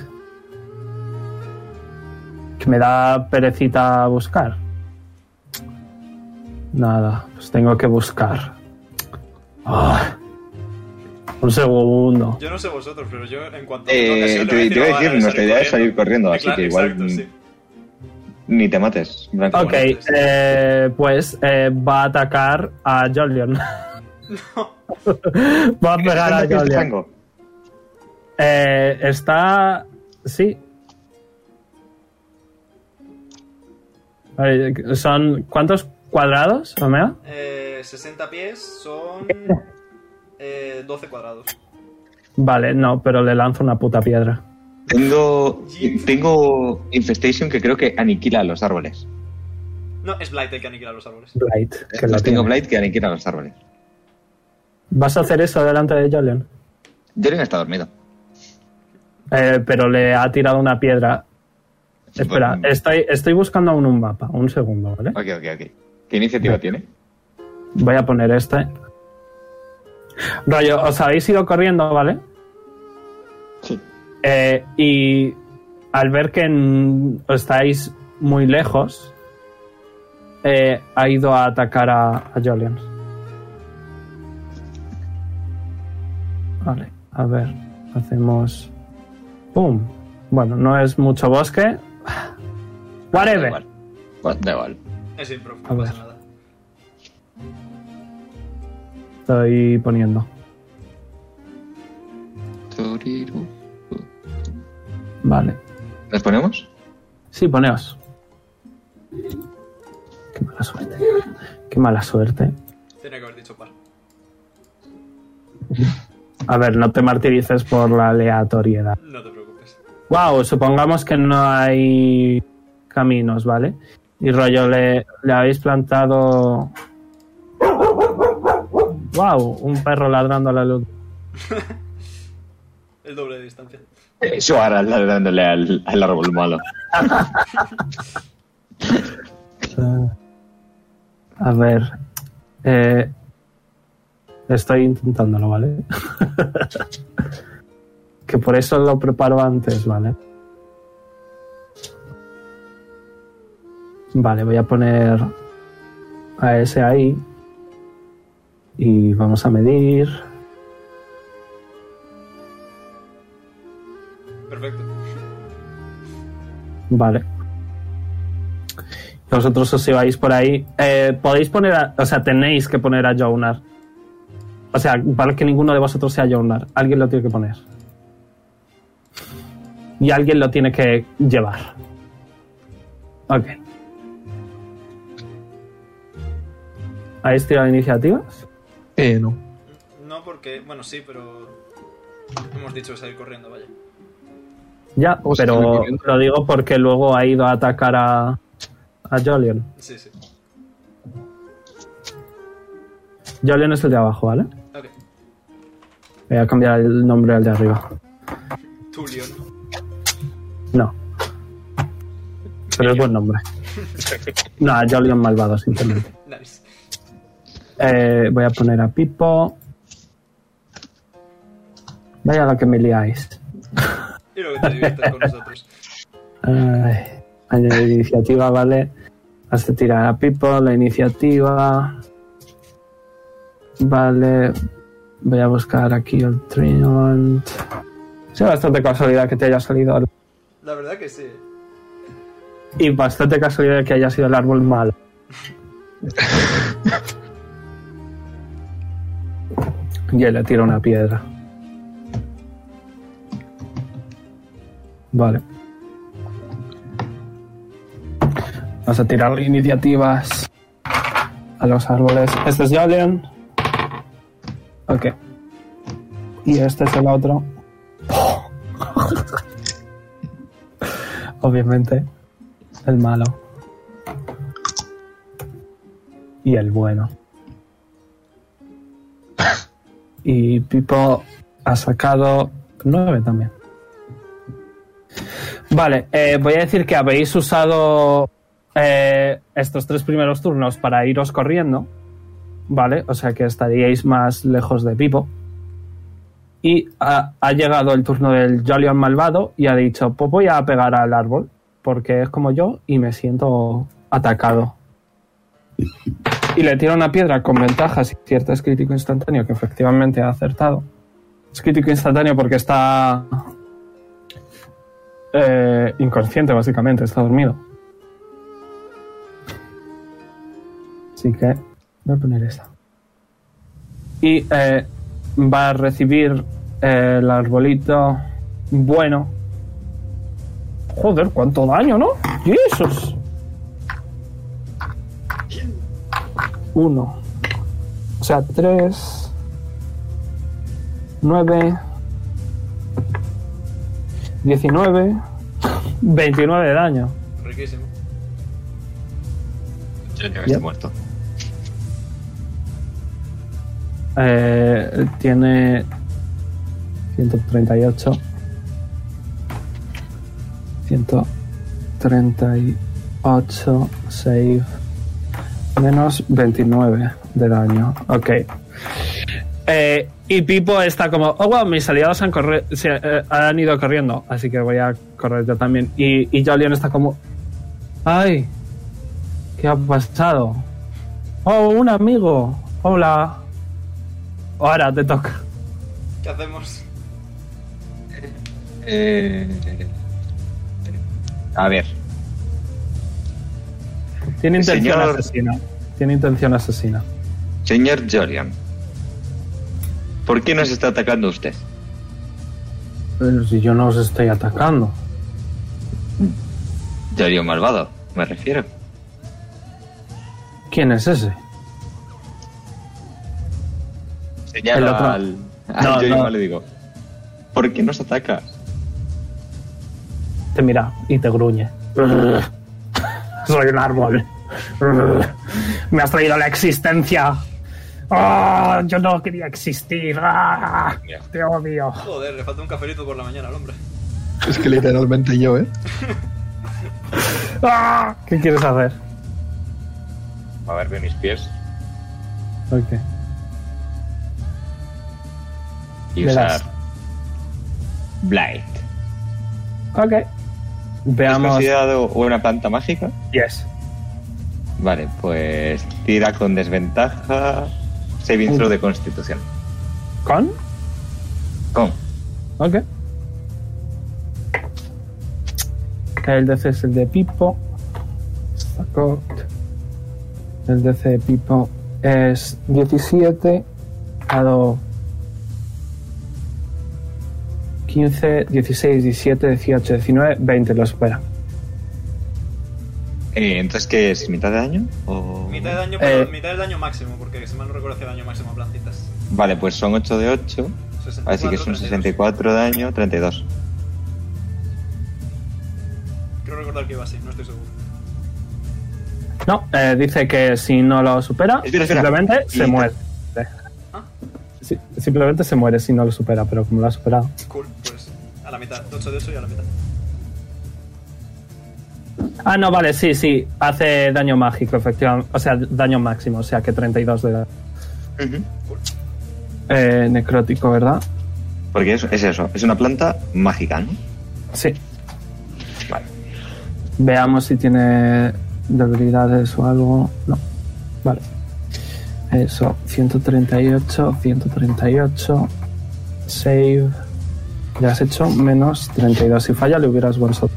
[SPEAKER 2] Que me da perecita buscar. Nada, pues tengo que buscar. Ah. Un segundo.
[SPEAKER 1] Yo no sé vosotros, pero yo en cuanto
[SPEAKER 4] Eh,
[SPEAKER 1] tenga ocasión,
[SPEAKER 4] te-
[SPEAKER 1] le voy
[SPEAKER 4] te iba a
[SPEAKER 1] "No,
[SPEAKER 4] decir,
[SPEAKER 1] ahora
[SPEAKER 4] nuestra idea es salir corriendo, así
[SPEAKER 1] Claro,
[SPEAKER 4] que igual- mm.
[SPEAKER 1] exacto, sí.
[SPEAKER 4] Ni te mates. Blanco.
[SPEAKER 2] Ok, eh, pues eh, va a atacar a Jolion. va a pegar a
[SPEAKER 4] ¿Cuántos pies de
[SPEAKER 2] Jolion.
[SPEAKER 4] rango?
[SPEAKER 2] Eh, está. Sí. Vale, Son. ¿Cuántos cuadrados, Romeo?
[SPEAKER 1] Eh, 60 pies son eh, 12 cuadrados.
[SPEAKER 2] Vale, no, pero le lanzo una puta piedra.
[SPEAKER 4] Tengo, tengo Infestation que creo que aniquila los árboles.
[SPEAKER 1] No, es Blight el que aniquila los árboles.
[SPEAKER 2] Blight. Que la
[SPEAKER 4] Eh, pues tengo
[SPEAKER 2] tiene.
[SPEAKER 4] Blight que aniquila los árboles.
[SPEAKER 2] ¿Vas a hacer eso delante de Jolion?
[SPEAKER 4] Jolene está dormido.
[SPEAKER 2] Eh, pero le ha tirado una piedra. Espera,
[SPEAKER 4] Bueno.
[SPEAKER 2] estoy, estoy buscando aún un mapa. Un segundo, ¿vale?
[SPEAKER 4] Ok, ok, ok. ¿Qué iniciativa tiene?
[SPEAKER 2] Voy a poner este. Rollo, os habéis ido corriendo, ¿vale?
[SPEAKER 4] Sí.
[SPEAKER 2] Eh, y al ver que mm, os estáis muy lejos, eh, ha ido a atacar a, a Jolian. Vale, a ver, hacemos... ¡Pum! Bueno, no es mucho bosque.
[SPEAKER 4] Ah, Da
[SPEAKER 2] Whatever.
[SPEAKER 4] igual. Bueno, Da igual.
[SPEAKER 1] Es improv,
[SPEAKER 2] A
[SPEAKER 1] no pasa
[SPEAKER 2] ver.
[SPEAKER 1] nada.
[SPEAKER 2] Estoy poniendo.
[SPEAKER 4] Toriru.
[SPEAKER 2] Vale.
[SPEAKER 4] ¿Nos ponemos?
[SPEAKER 2] Sí, poneos. Qué mala suerte. Qué mala suerte.
[SPEAKER 1] Tiene que haber dicho par.
[SPEAKER 2] A ver, no te martirices por la aleatoriedad.
[SPEAKER 1] No te preocupes.
[SPEAKER 2] Wow, supongamos que no hay caminos, ¿vale? Y rollo, le, le habéis plantado. Wow, un perro ladrando a la luz.
[SPEAKER 1] El doble de distancia.
[SPEAKER 4] Eso Eh, ahora dándole al, al árbol malo.
[SPEAKER 2] Eh, A ver. eh, estoy intentándolo, ¿vale? que por eso lo preparo antes, ¿vale? Vale, voy a poner a ese ahí. Y vamos a medir.
[SPEAKER 1] Perfecto.
[SPEAKER 2] Vale. Vosotros os ibais por ahí. Eh, podéis poner a- O sea, tenéis que poner a Jonar. O sea, para que ninguno de vosotros sea Jonar. Alguien lo tiene que poner. Y alguien lo tiene que llevar. Ok. ¿Habéis tirado iniciativas?
[SPEAKER 3] Eh, no.
[SPEAKER 1] No porque, bueno, sí, pero hemos dicho salir corriendo, vaya.
[SPEAKER 2] Ya,
[SPEAKER 3] Vamos a hacer
[SPEAKER 2] pero
[SPEAKER 3] corriendo.
[SPEAKER 2] lo digo porque luego ha ido a atacar a, a Jolion.
[SPEAKER 1] Sí, sí.
[SPEAKER 2] Jolion es el de abajo, ¿vale?
[SPEAKER 1] Ok.
[SPEAKER 2] Voy a cambiar el nombre al de arriba.
[SPEAKER 1] Tulion.
[SPEAKER 2] No. Pero es buen nombre. No, Jolion malvado, simplemente.
[SPEAKER 1] Nice.
[SPEAKER 2] Eh, voy a poner a Pipo. Vaya la que me liáis.
[SPEAKER 1] Y lo que te diviertes con nosotros.
[SPEAKER 2] Ay, añadir iniciativa, ¿vale? Hace tirar a Pipo, la iniciativa. Vale. Voy a buscar aquí el Trinant. Sí, bastante casualidad que te haya salido. ahora.
[SPEAKER 1] La verdad que sí.
[SPEAKER 2] Y bastante casualidad que haya sido el árbol malo. y él le tira una piedra. Vale. Vamos a tirar iniciativas a los árboles. Este es Jalen. Ok. Y este es el otro. Obviamente. El malo. Y el bueno. Y Pipo ha sacado 9 también. Vale, eh, voy a decir que habéis usado eh, estos tres primeros turnos para iros corriendo. Vale, o sea que estaríais más lejos de Pipo. Y ha, ha llegado el turno del Jolion malvado y ha dicho, pues voy a pegar al árbol, porque es como yo y me siento atacado. Y le tira una piedra con ventajas y cierto es crítico instantáneo, que efectivamente ha acertado. Es crítico instantáneo porque está eh, inconsciente, básicamente, está dormido. Así que voy a poner esta. Y eh, va a recibir eh, el arbolito bueno. Joder, cuánto daño, ¿no? ¡Jesus! Uno. O sea, tres. Nueve. Diecinueve. Veintinueve de daño.
[SPEAKER 1] Riquísimo.
[SPEAKER 4] Yo creo que
[SPEAKER 2] Ya.
[SPEAKER 4] está muerto.
[SPEAKER 2] Eh, tiene 138. 138 save. Menos 29 de daño. Ok. Eh, y Pipo está como, oh wow, mis aliados han, corre- se- eh, han ido corriendo, así que voy a correr yo también. Y, y Jolion está como, ¡Ay! ¿Qué ha pasado? ¡Oh, un amigo! ¡Hola! Ahora te toca.
[SPEAKER 1] ¿Qué hacemos?
[SPEAKER 4] Eh, a ver,
[SPEAKER 2] Tiene intención
[SPEAKER 4] Señor-
[SPEAKER 2] asesina. Tiene intención asesina.
[SPEAKER 4] señor Jolian, ¿por qué nos está atacando usted?
[SPEAKER 2] Pero si yo no os estoy atacando.
[SPEAKER 4] Jolian malvado, me refiero.
[SPEAKER 2] ¿Quién es ese?
[SPEAKER 4] Señalo
[SPEAKER 2] El otro.
[SPEAKER 4] al, al
[SPEAKER 2] No,
[SPEAKER 4] Jorian
[SPEAKER 2] no.
[SPEAKER 4] mal y digo, ¿por qué nos ataca?
[SPEAKER 2] Te mira y te gruñe. Soy un árbol. Me has traído la existencia. ¡Ah! yo no quería existir. ¡Ah!
[SPEAKER 4] Mira.
[SPEAKER 2] te odio.
[SPEAKER 1] Joder, le falta un cafelito por la mañana al hombre.
[SPEAKER 3] Es que literalmente yo, ¿eh?
[SPEAKER 2] ¡Ah! ¿Qué quieres hacer?
[SPEAKER 4] A ver, ve mis pies.
[SPEAKER 2] Ok.
[SPEAKER 4] Y
[SPEAKER 2] Le
[SPEAKER 4] usar
[SPEAKER 2] das.
[SPEAKER 4] Blight.
[SPEAKER 2] Ok.
[SPEAKER 4] ¿Es
[SPEAKER 2] Veamos.
[SPEAKER 4] considerado una planta mágica?
[SPEAKER 2] Yes.
[SPEAKER 4] Vale, pues tira con desventaja. Saving throw de constitución.
[SPEAKER 2] ¿Con?
[SPEAKER 4] Con.
[SPEAKER 2] Ok. El DC es el de Pipo. Está cocked. El DC de Pipo es 17. Dado 15, 16, 17, 18, 19, 20. Lo espera.
[SPEAKER 4] Eh, Entonces, ¿qué es? ¿Mitad de daño? O...
[SPEAKER 1] Mitad de daño, pero
[SPEAKER 2] Eh.
[SPEAKER 1] mitad de daño máximo, porque si mal no recuerdo hace daño máximo a plantitas.
[SPEAKER 4] Vale, pues son 8 de 8.
[SPEAKER 2] Ah,
[SPEAKER 1] 64,
[SPEAKER 4] Así que son
[SPEAKER 1] 32.
[SPEAKER 4] 64 daño, 32.
[SPEAKER 1] Creo recordar que iba así, no estoy seguro.
[SPEAKER 2] No, eh, dice que si no lo supera,
[SPEAKER 4] Espera, espera.
[SPEAKER 2] simplemente
[SPEAKER 4] Y-
[SPEAKER 2] se muere.
[SPEAKER 1] Ah.
[SPEAKER 2] Sí, simplemente se muere si no lo supera, pero como lo ha superado.
[SPEAKER 1] Cool, pues a la mitad, 8 de 8 y a la mitad.
[SPEAKER 2] Ah, no, vale, sí, sí. Hace daño mágico, efectivamente. O sea, daño máximo, o sea que 32 de eh, necrótico, ¿verdad?
[SPEAKER 4] Porque es, es eso, es una planta mágica, ¿no?
[SPEAKER 2] Sí.
[SPEAKER 4] Vale.
[SPEAKER 2] Veamos si tiene debilidades o algo. No. Vale. Eso, 138, 138. Save. Ya has hecho menos 32. Si falla, le hubieras one shot.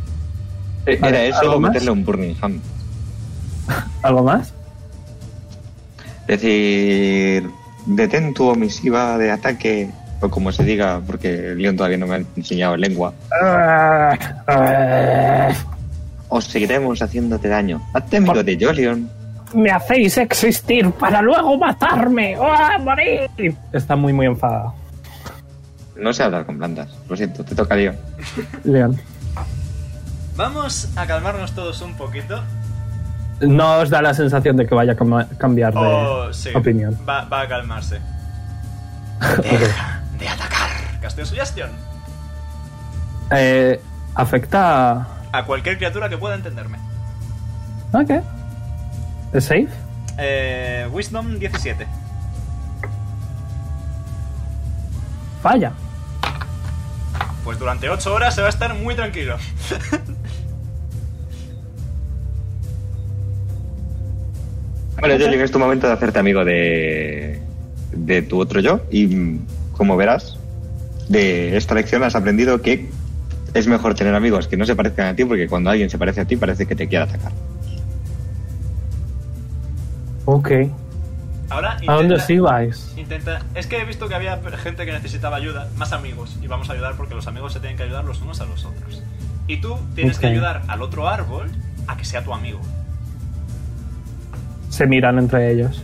[SPEAKER 4] Eh,
[SPEAKER 2] Vale,
[SPEAKER 4] Era eso
[SPEAKER 2] ¿algo
[SPEAKER 4] o
[SPEAKER 2] más?
[SPEAKER 4] meterle un Burning Hand.
[SPEAKER 2] ¿Algo más?
[SPEAKER 4] Es decir, detén tu omisiva de ataque, o como se diga, porque Leon todavía no me ha enseñado lengua. O seguiremos haciéndote daño. Hazte amigo de Jolion.
[SPEAKER 2] Me hacéis existir para luego matarme. ¡Ah, morir! Está muy, muy enfadado.
[SPEAKER 4] No sé hablar con plantas. Lo siento, te toca Leon.
[SPEAKER 2] Leon.
[SPEAKER 1] Vamos a calmarnos todos un poquito.
[SPEAKER 2] No os da la sensación de que vaya a cama- cambiar de
[SPEAKER 1] Oh, sí.
[SPEAKER 2] opinión.
[SPEAKER 1] Va, va a calmarse.
[SPEAKER 2] Ok.
[SPEAKER 1] De atacar. Castillo Suggestion.
[SPEAKER 2] Eh, afecta. a-
[SPEAKER 1] A cualquier criatura que pueda entenderme.
[SPEAKER 2] Ok. ¿Es safe?
[SPEAKER 1] Eh, Wisdom 17.
[SPEAKER 2] Falla.
[SPEAKER 1] Pues durante 8 horas se va a estar muy tranquilo.
[SPEAKER 4] Bueno, Jolion, es tu momento de hacerte amigo de, de tu otro yo. Y mm, como verás, de esta lección has aprendido que es mejor tener amigos que no se parezcan a ti, porque cuando alguien se parece a ti parece que te quiere atacar.
[SPEAKER 2] Ok.
[SPEAKER 1] Ahora intenta,
[SPEAKER 2] ¿A dónde os ibais?
[SPEAKER 1] intenta. Es que he visto que había gente que necesitaba ayuda, más amigos, y vamos a ayudar porque los amigos se tienen que ayudar los unos a los otros. Y tú tienes que
[SPEAKER 2] Ok.
[SPEAKER 1] ayudar al otro árbol a que sea tu amigo.
[SPEAKER 2] Se miran entre ellos.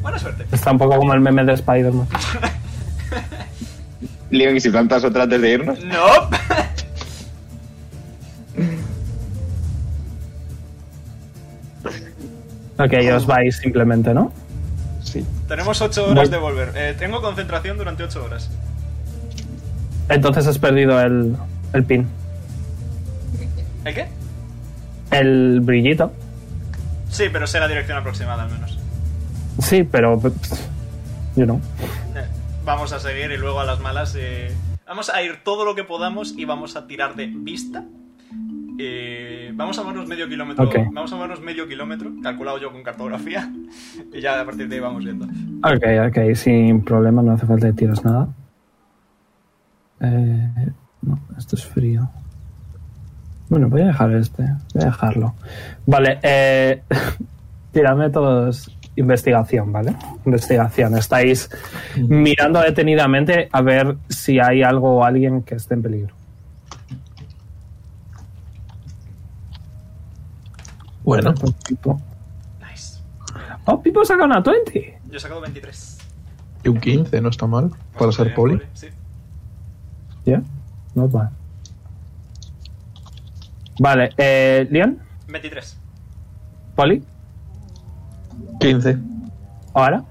[SPEAKER 1] Buena suerte.
[SPEAKER 2] Está un poco como el meme de Spider-Man.
[SPEAKER 4] Leon, ¿y si plantas otra antes de irnos?
[SPEAKER 1] No.
[SPEAKER 2] Ok, os vais simplemente, ¿no?
[SPEAKER 4] Sí.
[SPEAKER 1] Tenemos 8 horas de volver. Eh, tengo concentración durante 8 horas.
[SPEAKER 2] Entonces has perdido el, el pin.
[SPEAKER 1] ¿El qué?
[SPEAKER 2] El brillito.
[SPEAKER 1] Sí, pero sé la dirección aproximada al menos.
[SPEAKER 2] Sí, pero. pff, You know.
[SPEAKER 1] Eh, Vamos a seguir y luego a las malas. eh, vamos a ir todo lo que podamos y vamos a tirar de vista. Y vamos a movernos medio kilómetro.
[SPEAKER 2] Ok.
[SPEAKER 1] Vamos a movernos medio kilómetro, calculado yo con cartografía. Y ya a partir de ahí vamos viendo.
[SPEAKER 2] Ok, ok, sin problema, no hace falta que tiras nada. Eh, no, esto es frío. Bueno, voy a dejar este, voy a dejarlo. Vale, eh, tiradme todos investigación, ¿vale? Investigación. Estáis mirando detenidamente a ver si hay algo o alguien que esté en peligro.
[SPEAKER 3] Bueno,
[SPEAKER 2] Pues Pipo.
[SPEAKER 1] Nice.
[SPEAKER 2] Oh, Pipo saca una 20.
[SPEAKER 1] Yo he sacado 23.
[SPEAKER 3] y un 15 no está mal para
[SPEAKER 1] Bastante
[SPEAKER 3] ser
[SPEAKER 4] Eh,
[SPEAKER 1] bien,
[SPEAKER 3] poli.
[SPEAKER 1] Sí.
[SPEAKER 2] Ya, no es mal. Vale, eh, Leon,
[SPEAKER 1] 23.
[SPEAKER 2] Poli,
[SPEAKER 3] 15.
[SPEAKER 2] ahora.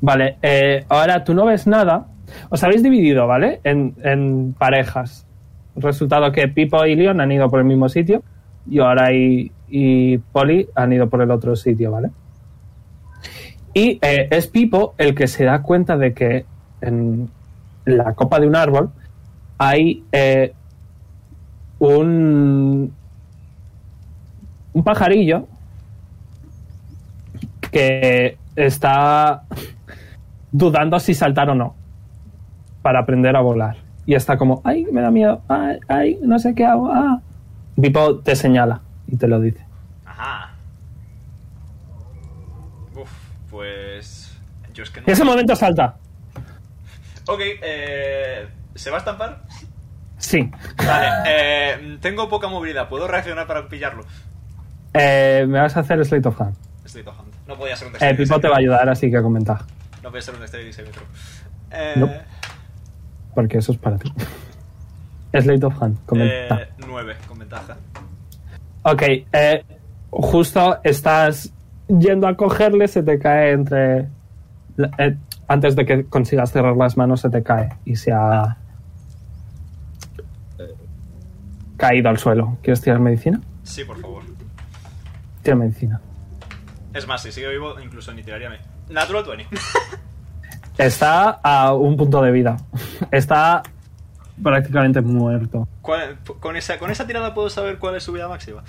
[SPEAKER 2] Vale, eh, ahora tú no ves nada. Os habéis dividido, ¿vale? En, en parejas. Resultado que Pipo y Leon han ido por el mismo sitio y ahora y, y Poli han ido por el otro sitio, ¿vale? Y eh, es Pipo el que se da cuenta de que en la copa de un árbol hay eh, un, un pajarillo que está dudando si saltar o no para aprender a volar. Y está como, ay, me da miedo, ay, ay, no sé qué hago. Ah. Pipo te señala y te lo dice.
[SPEAKER 1] Ajá. Uf, pues. Yo es que no.
[SPEAKER 2] En ese momento salta.
[SPEAKER 1] Ok, eh. ¿Se va a estampar?
[SPEAKER 2] Sí.
[SPEAKER 1] Vale, eh, tengo poca movilidad. ¿Puedo reaccionar para pillarlo?
[SPEAKER 2] Eh, me vas a hacer Slate of Hand.
[SPEAKER 1] Estoy cojando. No podía ser un
[SPEAKER 2] Eh,
[SPEAKER 1] dexterity
[SPEAKER 2] Pipo
[SPEAKER 1] save
[SPEAKER 2] te va a
[SPEAKER 1] throw.
[SPEAKER 2] ayudar, así que comenta.
[SPEAKER 1] No podía ser un dexterity save throw. Eh,
[SPEAKER 2] Nope. Porque eso es para ti. Slate of Hand, comenta.
[SPEAKER 1] Eh, 9 con ventaja.
[SPEAKER 2] Ok, eh, justo estás yendo a cogerle, se te cae entre... la- eh, antes de que consigas cerrar las manos, se te cae y se ha caído al suelo. ¿Quieres tirar medicina?
[SPEAKER 1] Sí, por favor.
[SPEAKER 2] Tira medicina.
[SPEAKER 1] Es más, si sigue vivo, incluso ni tiraría a mí. Natural 20.
[SPEAKER 2] Está a un punto de vida. Está prácticamente muerto.
[SPEAKER 1] ¿Cuál- Con esa, con esa tirada puedo saber cuál es su vida máxima.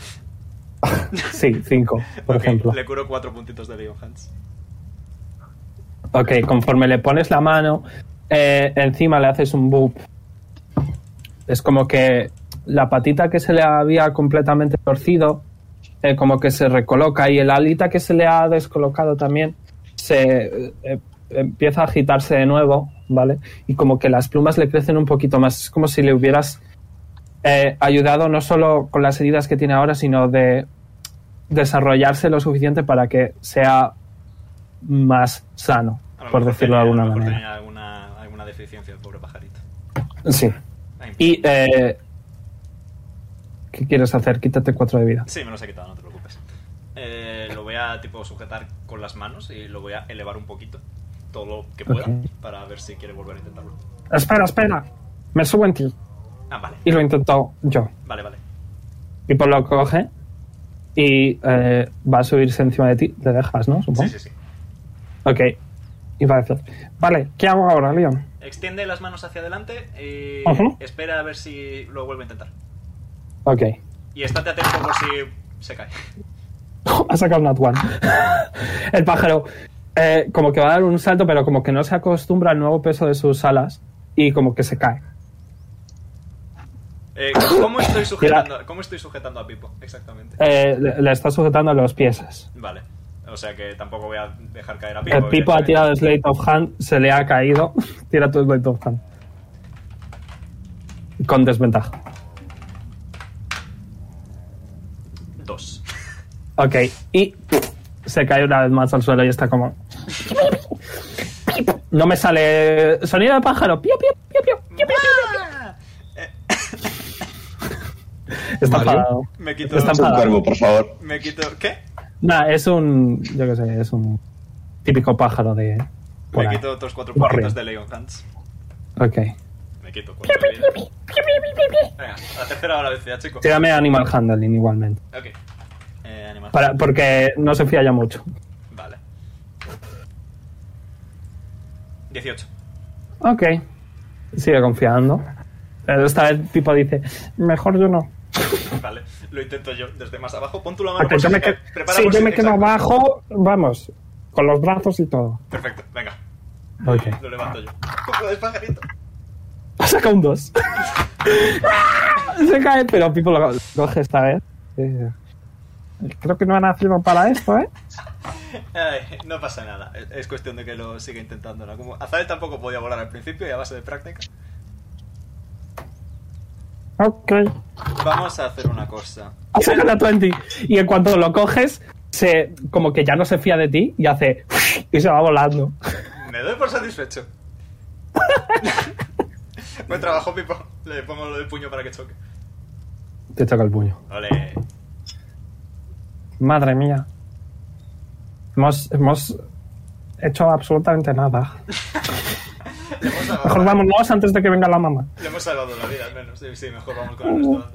[SPEAKER 2] Sí, cinco, por
[SPEAKER 1] Ok,
[SPEAKER 2] ejemplo.
[SPEAKER 1] Le curo 4 puntitos de Leon Hands.
[SPEAKER 2] Ok, conforme le pones la mano, eh, encima le haces un boop. Es como que la patita que se le había completamente torcido, eh, como que se recoloca y el alita que se le ha descolocado también, se eh, empieza a agitarse de nuevo, ¿vale? Y como que las plumas le crecen un poquito más. Es como si le hubieras eh, ayudado no solo con las heridas que tiene ahora, sino de desarrollarse lo suficiente para que sea más sano,
[SPEAKER 1] A lo
[SPEAKER 2] por
[SPEAKER 1] mejor
[SPEAKER 2] decirlo de
[SPEAKER 1] tenía-
[SPEAKER 2] alguna
[SPEAKER 1] a lo mejor
[SPEAKER 2] manera.
[SPEAKER 1] tenía alguna, alguna deficiencia el pobre pajarito.
[SPEAKER 2] Sí.
[SPEAKER 1] Ay,
[SPEAKER 2] Y, eh, ¿qué quieres hacer? Quítate cuatro de vida.
[SPEAKER 1] Sí, me los he quitado, no te preocupes. Eh, lo voy a tipo sujetar con las manos y lo voy a elevar un poquito. Todo lo que pueda
[SPEAKER 2] Ok.
[SPEAKER 1] para ver si quiere volver a intentarlo.
[SPEAKER 2] Espera, espera. Me subo en ti.
[SPEAKER 1] Ah, vale.
[SPEAKER 2] Y lo intento yo.
[SPEAKER 1] Vale, vale.
[SPEAKER 2] Y por lo coge y eh, va a subirse encima de ti. Te dejas, ¿no? Supongo.
[SPEAKER 1] Sí, sí, sí.
[SPEAKER 2] Ok. Y va a decir, vale, ¿qué hago ahora, Leon?
[SPEAKER 1] Extiende las manos hacia adelante y
[SPEAKER 2] Ajá.
[SPEAKER 1] espera a ver si lo vuelve a intentar.
[SPEAKER 2] Ok.
[SPEAKER 1] Y estate atento por si se cae.
[SPEAKER 2] ha sacado una one. El pájaro eh, como que va a dar un salto, pero como que no se acostumbra al nuevo peso de sus alas y como que se cae.
[SPEAKER 1] Eh, ¿cómo, estoy sujetando, ¿Cómo estoy sujetando a Pipo? Exactamente.
[SPEAKER 2] Eh, le, le está sujetando los pies.
[SPEAKER 1] Vale. O sea que tampoco voy a dejar caer a Pipo.
[SPEAKER 2] El Pipo ha
[SPEAKER 1] evidentemente.
[SPEAKER 2] tirado Slate of Hand, se le ha caído. Tira tu Slate of Hand. Con desventaja.
[SPEAKER 1] Dos.
[SPEAKER 2] Ok, y se cae una vez más al suelo y está como. No me sale sonido de pájaro. Pío, pío, pío, pío, pío, pío, pío,
[SPEAKER 1] Eh,
[SPEAKER 2] pío. Está
[SPEAKER 3] Mario.
[SPEAKER 2] enfadado.
[SPEAKER 1] me quito.
[SPEAKER 2] Está
[SPEAKER 4] Es un
[SPEAKER 2] enfadado.
[SPEAKER 4] cuervo, por favor.
[SPEAKER 1] Me quito. ¿Qué?
[SPEAKER 2] Nah, es un. Yo qué sé, es un típico pájaro de. por
[SPEAKER 1] Me
[SPEAKER 2] ahí.
[SPEAKER 1] quito otros cuatro
[SPEAKER 2] Barrio.
[SPEAKER 1] puntitos de Leon Hands.
[SPEAKER 2] Ok.
[SPEAKER 1] Me quito cuatro de vida. Venga, la tercera hora velocidad, chicos.
[SPEAKER 2] Tírame Animal Handling igualmente.
[SPEAKER 1] Ok. Eh, animal.
[SPEAKER 2] Para, porque no se fía ya mucho.
[SPEAKER 1] Vale. 18.
[SPEAKER 2] Ok. Sigue confiando. Pero esta vez Pipo dice, mejor yo no.
[SPEAKER 1] Vale, lo intento yo desde más abajo. Pon tú la mano.
[SPEAKER 2] Porque
[SPEAKER 1] por
[SPEAKER 2] yo
[SPEAKER 1] si
[SPEAKER 2] me,
[SPEAKER 1] ca-
[SPEAKER 2] que-
[SPEAKER 1] pues eh, prepara
[SPEAKER 2] sí,
[SPEAKER 1] por
[SPEAKER 2] yo
[SPEAKER 1] si-
[SPEAKER 2] me quedo
[SPEAKER 1] exacto.
[SPEAKER 2] abajo, vamos, con los brazos y todo.
[SPEAKER 1] Perfecto, venga.
[SPEAKER 2] Ok.
[SPEAKER 1] Lo levanto yo. Cojo el pajarito.
[SPEAKER 2] Saca un 2. Se cae, pero Pipo lo coge esta vez. Eh, Creo que no han nacido para esto, ¿eh?
[SPEAKER 1] Ay, no pasa nada. Es- Es cuestión de que lo siga intentando. ¿no? Como Azael tampoco podía volar al principio y a base de práctica.
[SPEAKER 2] Ok.
[SPEAKER 1] Vamos a hacer una cosa.
[SPEAKER 2] Saca la 20. Y en cuanto lo coges, se, como que ya no se fía de ti y hace. Y se va volando.
[SPEAKER 1] Me doy por satisfecho. Buen trabajo, Pipo. Le pongo lo del puño para que choque.
[SPEAKER 2] Te toca el puño.
[SPEAKER 1] Vale.
[SPEAKER 2] Madre mía. Hemos, hemos hecho absolutamente nada.
[SPEAKER 1] Le hemos
[SPEAKER 2] Mejor
[SPEAKER 1] salvado,
[SPEAKER 2] vámonos antes de que venga la mamá.
[SPEAKER 1] le hemos salvado la vida, al menos. Sí, sí, mejor vamos con el resto de la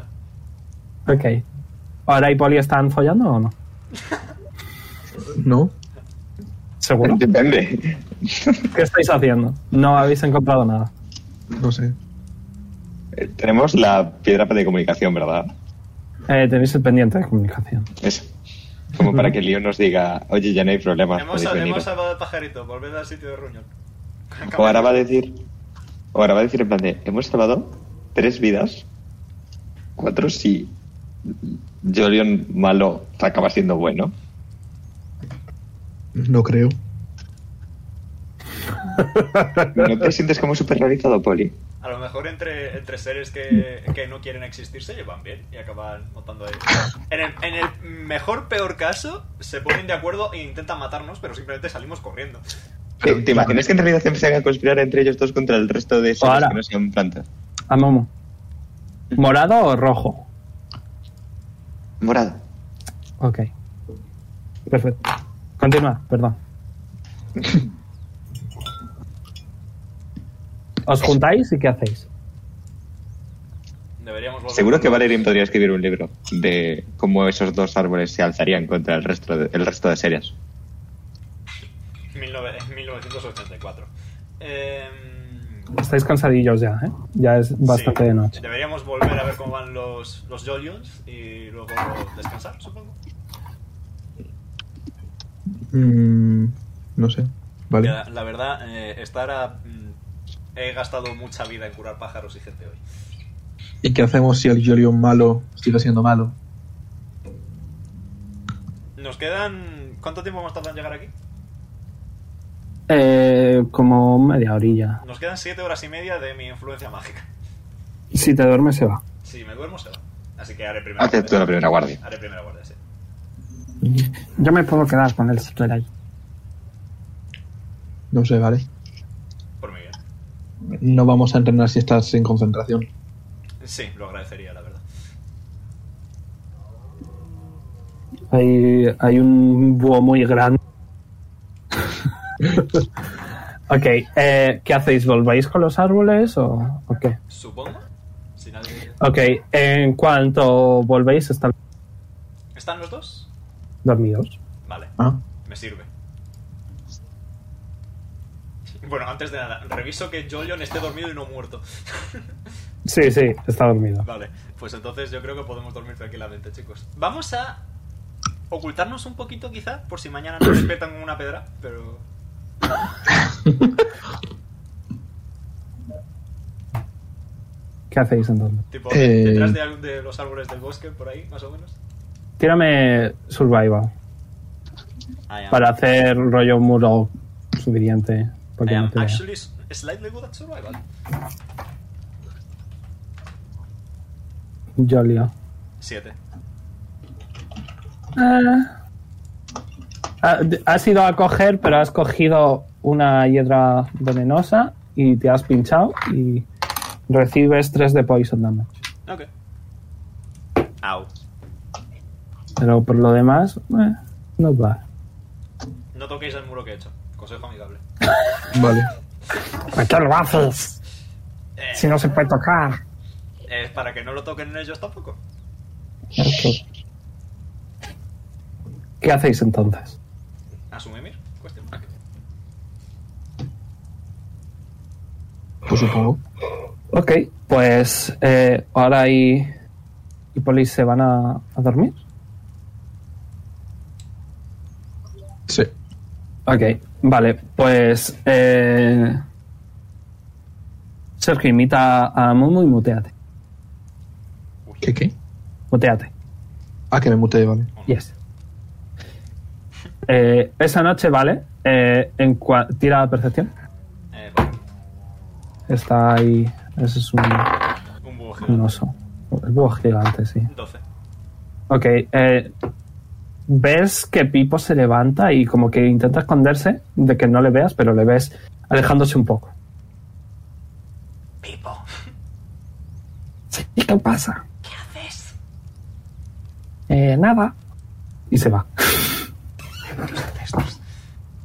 [SPEAKER 1] banda.
[SPEAKER 2] Ok. ¿Ahora y Poli están follando o no?
[SPEAKER 3] No.
[SPEAKER 2] ¿Seguro?
[SPEAKER 4] Depende.
[SPEAKER 2] ¿Qué estáis haciendo? No habéis encontrado nada.
[SPEAKER 3] No sé.
[SPEAKER 4] Eh, Tenemos la piedra de comunicación, ¿verdad?
[SPEAKER 2] Eh, tenéis el pendiente de comunicación.
[SPEAKER 4] Eso. Como para que Leo nos diga, oye, ya no hay
[SPEAKER 2] Ah,
[SPEAKER 4] problema.
[SPEAKER 1] Hemos,
[SPEAKER 4] podéis
[SPEAKER 1] sal-
[SPEAKER 4] venir".
[SPEAKER 1] hemos salvado al pajarito. Volved al sitio de reunión.
[SPEAKER 4] O ahora va a decir, o ahora va a decir en plan de, hemos salvado tres vidas, cuatro si Jolion malo acaba siendo bueno.
[SPEAKER 3] No creo.
[SPEAKER 4] ¿No te sientes como súper realizado, Poli?
[SPEAKER 1] A lo mejor entre, entre seres que, que no quieren existir se llevan bien y acaban matando a ellos. En el, en el mejor peor caso, se ponen de acuerdo e intentan matarnos, pero simplemente salimos corriendo.
[SPEAKER 4] ¿Te, te imaginas Eh, que en realidad se empiezan a conspirar entre ellos dos contra el resto de seres
[SPEAKER 2] Ahora.
[SPEAKER 4] que no sean plantas?
[SPEAKER 2] A Momo. ¿Morado o rojo?
[SPEAKER 4] Morado.
[SPEAKER 2] Ok. Perfecto. Continúa, perdón. ¿Os juntáis y qué hacéis?
[SPEAKER 1] Deberíamos volver.
[SPEAKER 4] Seguro que Valerian podría escribir un libro de cómo esos dos árboles se alzarían contra el resto de, el resto de seres.
[SPEAKER 1] 19 en 1984. Em,
[SPEAKER 2] Estáis cansadillos ya, ¿eh? Ya es bastante
[SPEAKER 1] sí.
[SPEAKER 2] de noche.
[SPEAKER 1] Deberíamos volver a ver cómo van los, los Jolions y luego descansar, supongo.
[SPEAKER 3] Mm, no sé. Vale.
[SPEAKER 1] Ya, La, verdad, eh, estar a- mm, He gastado mucha vida en curar pájaros y gente hoy.
[SPEAKER 3] ¿Y qué hacemos si el Jolion malo sigue siendo malo?
[SPEAKER 1] Nos quedan... ¿Cuánto tiempo hemos tardado en llegar aquí?
[SPEAKER 2] Eh, como media orilla.
[SPEAKER 1] Nos quedan 7 horas y media de mi influencia mágica.
[SPEAKER 2] Si te duermes se va.
[SPEAKER 1] Si me duermo, se va. Así que haré primera
[SPEAKER 4] Acepto la primera guardia.
[SPEAKER 1] Haré primera guardia, sí.
[SPEAKER 2] Yo me puedo quedar con él si queréis.
[SPEAKER 3] No sé, vale.
[SPEAKER 1] Por ¿eh? mi bien.
[SPEAKER 3] No vamos a entrenar si estás en concentración.
[SPEAKER 1] Sí, lo agradecería, la verdad.
[SPEAKER 2] Hay, hay un búho muy grande. ok, eh, ¿qué hacéis? ¿Volváis con los árboles o, o qué?
[SPEAKER 1] Supongo. Si nadie...
[SPEAKER 2] Ok, en cuanto volvéis están
[SPEAKER 1] ¿Están los dos?
[SPEAKER 2] dormidos.
[SPEAKER 1] Vale,
[SPEAKER 3] Ah,
[SPEAKER 1] me sirve. Bueno, antes de nada, reviso que Jolion esté dormido y no muerto.
[SPEAKER 2] Sí, sí, está dormido.
[SPEAKER 1] Vale, pues entonces yo creo que podemos dormir tranquilamente, chicos. Vamos a ocultarnos un poquito, quizá, por si mañana nos respetan con una pedra, pero.
[SPEAKER 2] ¿Qué hacéis entonces?
[SPEAKER 1] Tipo,
[SPEAKER 3] Eh.
[SPEAKER 1] detrás de, algún- de los árboles del bosque, por ahí, más o menos.
[SPEAKER 2] Tírame survival
[SPEAKER 1] I am,
[SPEAKER 2] para hacer rollo muro suficiente. Porque
[SPEAKER 1] I
[SPEAKER 2] no
[SPEAKER 1] am
[SPEAKER 2] te vea.
[SPEAKER 1] Eh, actually s- slightly good at survival.
[SPEAKER 2] Jolio.
[SPEAKER 1] Siete.
[SPEAKER 2] Ah. Ah, d- Has ido a coger, pero has cogido una hiedra venenosa y te has pinchado y recibes 3 de poison damage.
[SPEAKER 1] Ok. Au.
[SPEAKER 2] Pero por lo demás, eh, no va.
[SPEAKER 1] No toquéis el muro que he hecho. Consejo amigable.
[SPEAKER 3] vale.
[SPEAKER 2] ¿Por qué Pues lo haces?
[SPEAKER 1] Eh,
[SPEAKER 2] no se puede tocar.
[SPEAKER 1] eh, para que no lo toquen ellos tampoco.
[SPEAKER 2] ¿Qué hacéis entonces?
[SPEAKER 1] Asumimir. Cuestión.
[SPEAKER 3] Pues supongo.
[SPEAKER 2] Ok, pues eh, ahora y, y Polis se van a, a dormir.
[SPEAKER 3] Sí.
[SPEAKER 2] Ok, vale, pues eh, Sergio imita a Momo y muteate.
[SPEAKER 3] ¿Qué, qué?
[SPEAKER 2] Muteate.
[SPEAKER 3] Ah, que me mutee, vale.
[SPEAKER 2] Yes. Eh, esa noche, vale. eh, en cua- tira la percepción.
[SPEAKER 1] Eh, vale.
[SPEAKER 2] Está ahí. Ese es un,
[SPEAKER 1] Un búho
[SPEAKER 2] un
[SPEAKER 1] gigante.
[SPEAKER 2] oso. El búho gigante, sí.
[SPEAKER 1] 12.
[SPEAKER 2] Ok. eh, ves que Pipo se levanta y como que intenta esconderse de que no le veas, pero le ves alejándose un poco.
[SPEAKER 1] Pipo,
[SPEAKER 2] ¿Y qué pasa?
[SPEAKER 1] ¿qué haces?
[SPEAKER 2] Eh, nada. Y se va.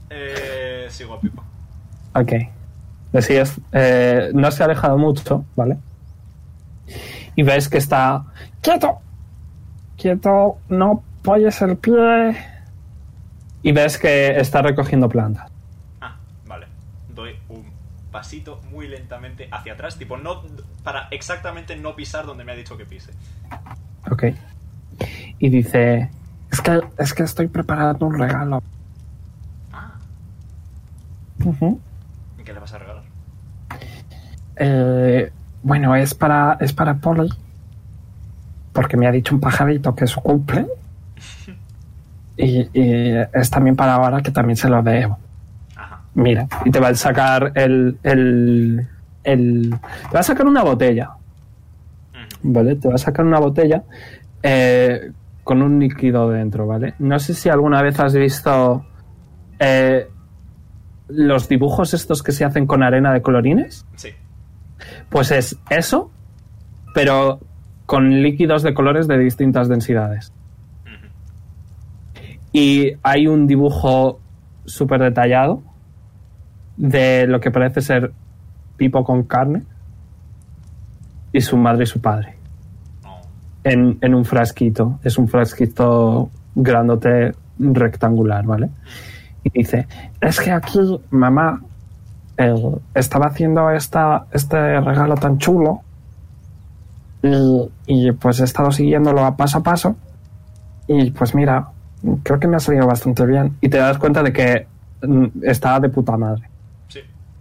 [SPEAKER 1] Eh, sigo a Pipo.
[SPEAKER 2] Ok. Le sigues- eh, no se ha alejado mucho, ¿vale? Y ves que está. ¡Quieto! ¡Quieto! ¡No apoyes el pie! Y ves que está recogiendo plantas.
[SPEAKER 1] Ah, vale. Doy un pasito muy lentamente hacia atrás, tipo, no para exactamente no pisar donde me ha dicho que pise.
[SPEAKER 2] Ok. Y dice. Es que, es que estoy preparando un regalo.
[SPEAKER 1] Ah,
[SPEAKER 2] Ujú.
[SPEAKER 1] ¿y ¿qué le vas a regalar?
[SPEAKER 2] Eh, bueno, es para, es para Polly. Porque me ha dicho un pajarito que es su cumple. Y, y es también para ahora que también se lo debo.
[SPEAKER 1] Ajá.
[SPEAKER 2] Mira, y te va a sacar el, el, el- Te va a sacar una botella,
[SPEAKER 1] Ujú.
[SPEAKER 2] ¿vale? Te va a sacar una botella eh, con un líquido dentro, ¿vale? No sé si alguna vez has visto eh, los dibujos estos que se hacen con arena de colorines.
[SPEAKER 1] Sí.
[SPEAKER 2] Pues es eso, pero con líquidos de colores de distintas densidades.
[SPEAKER 1] Ujú.
[SPEAKER 2] Y hay un dibujo súper detallado de lo que parece ser Pipo con carne y su madre y su padre
[SPEAKER 1] No.
[SPEAKER 2] en, en un frasquito. Es un frasquito grandote rectangular, ¿vale? Y dice, es que aquí mamá eh, estaba haciendo esta, este regalo tan chulo y, y, pues he estado siguiéndolo a paso a paso y pues mira, creo que me ha salido bastante bien y te das cuenta de que mm, está de puta madre.
[SPEAKER 1] Sí.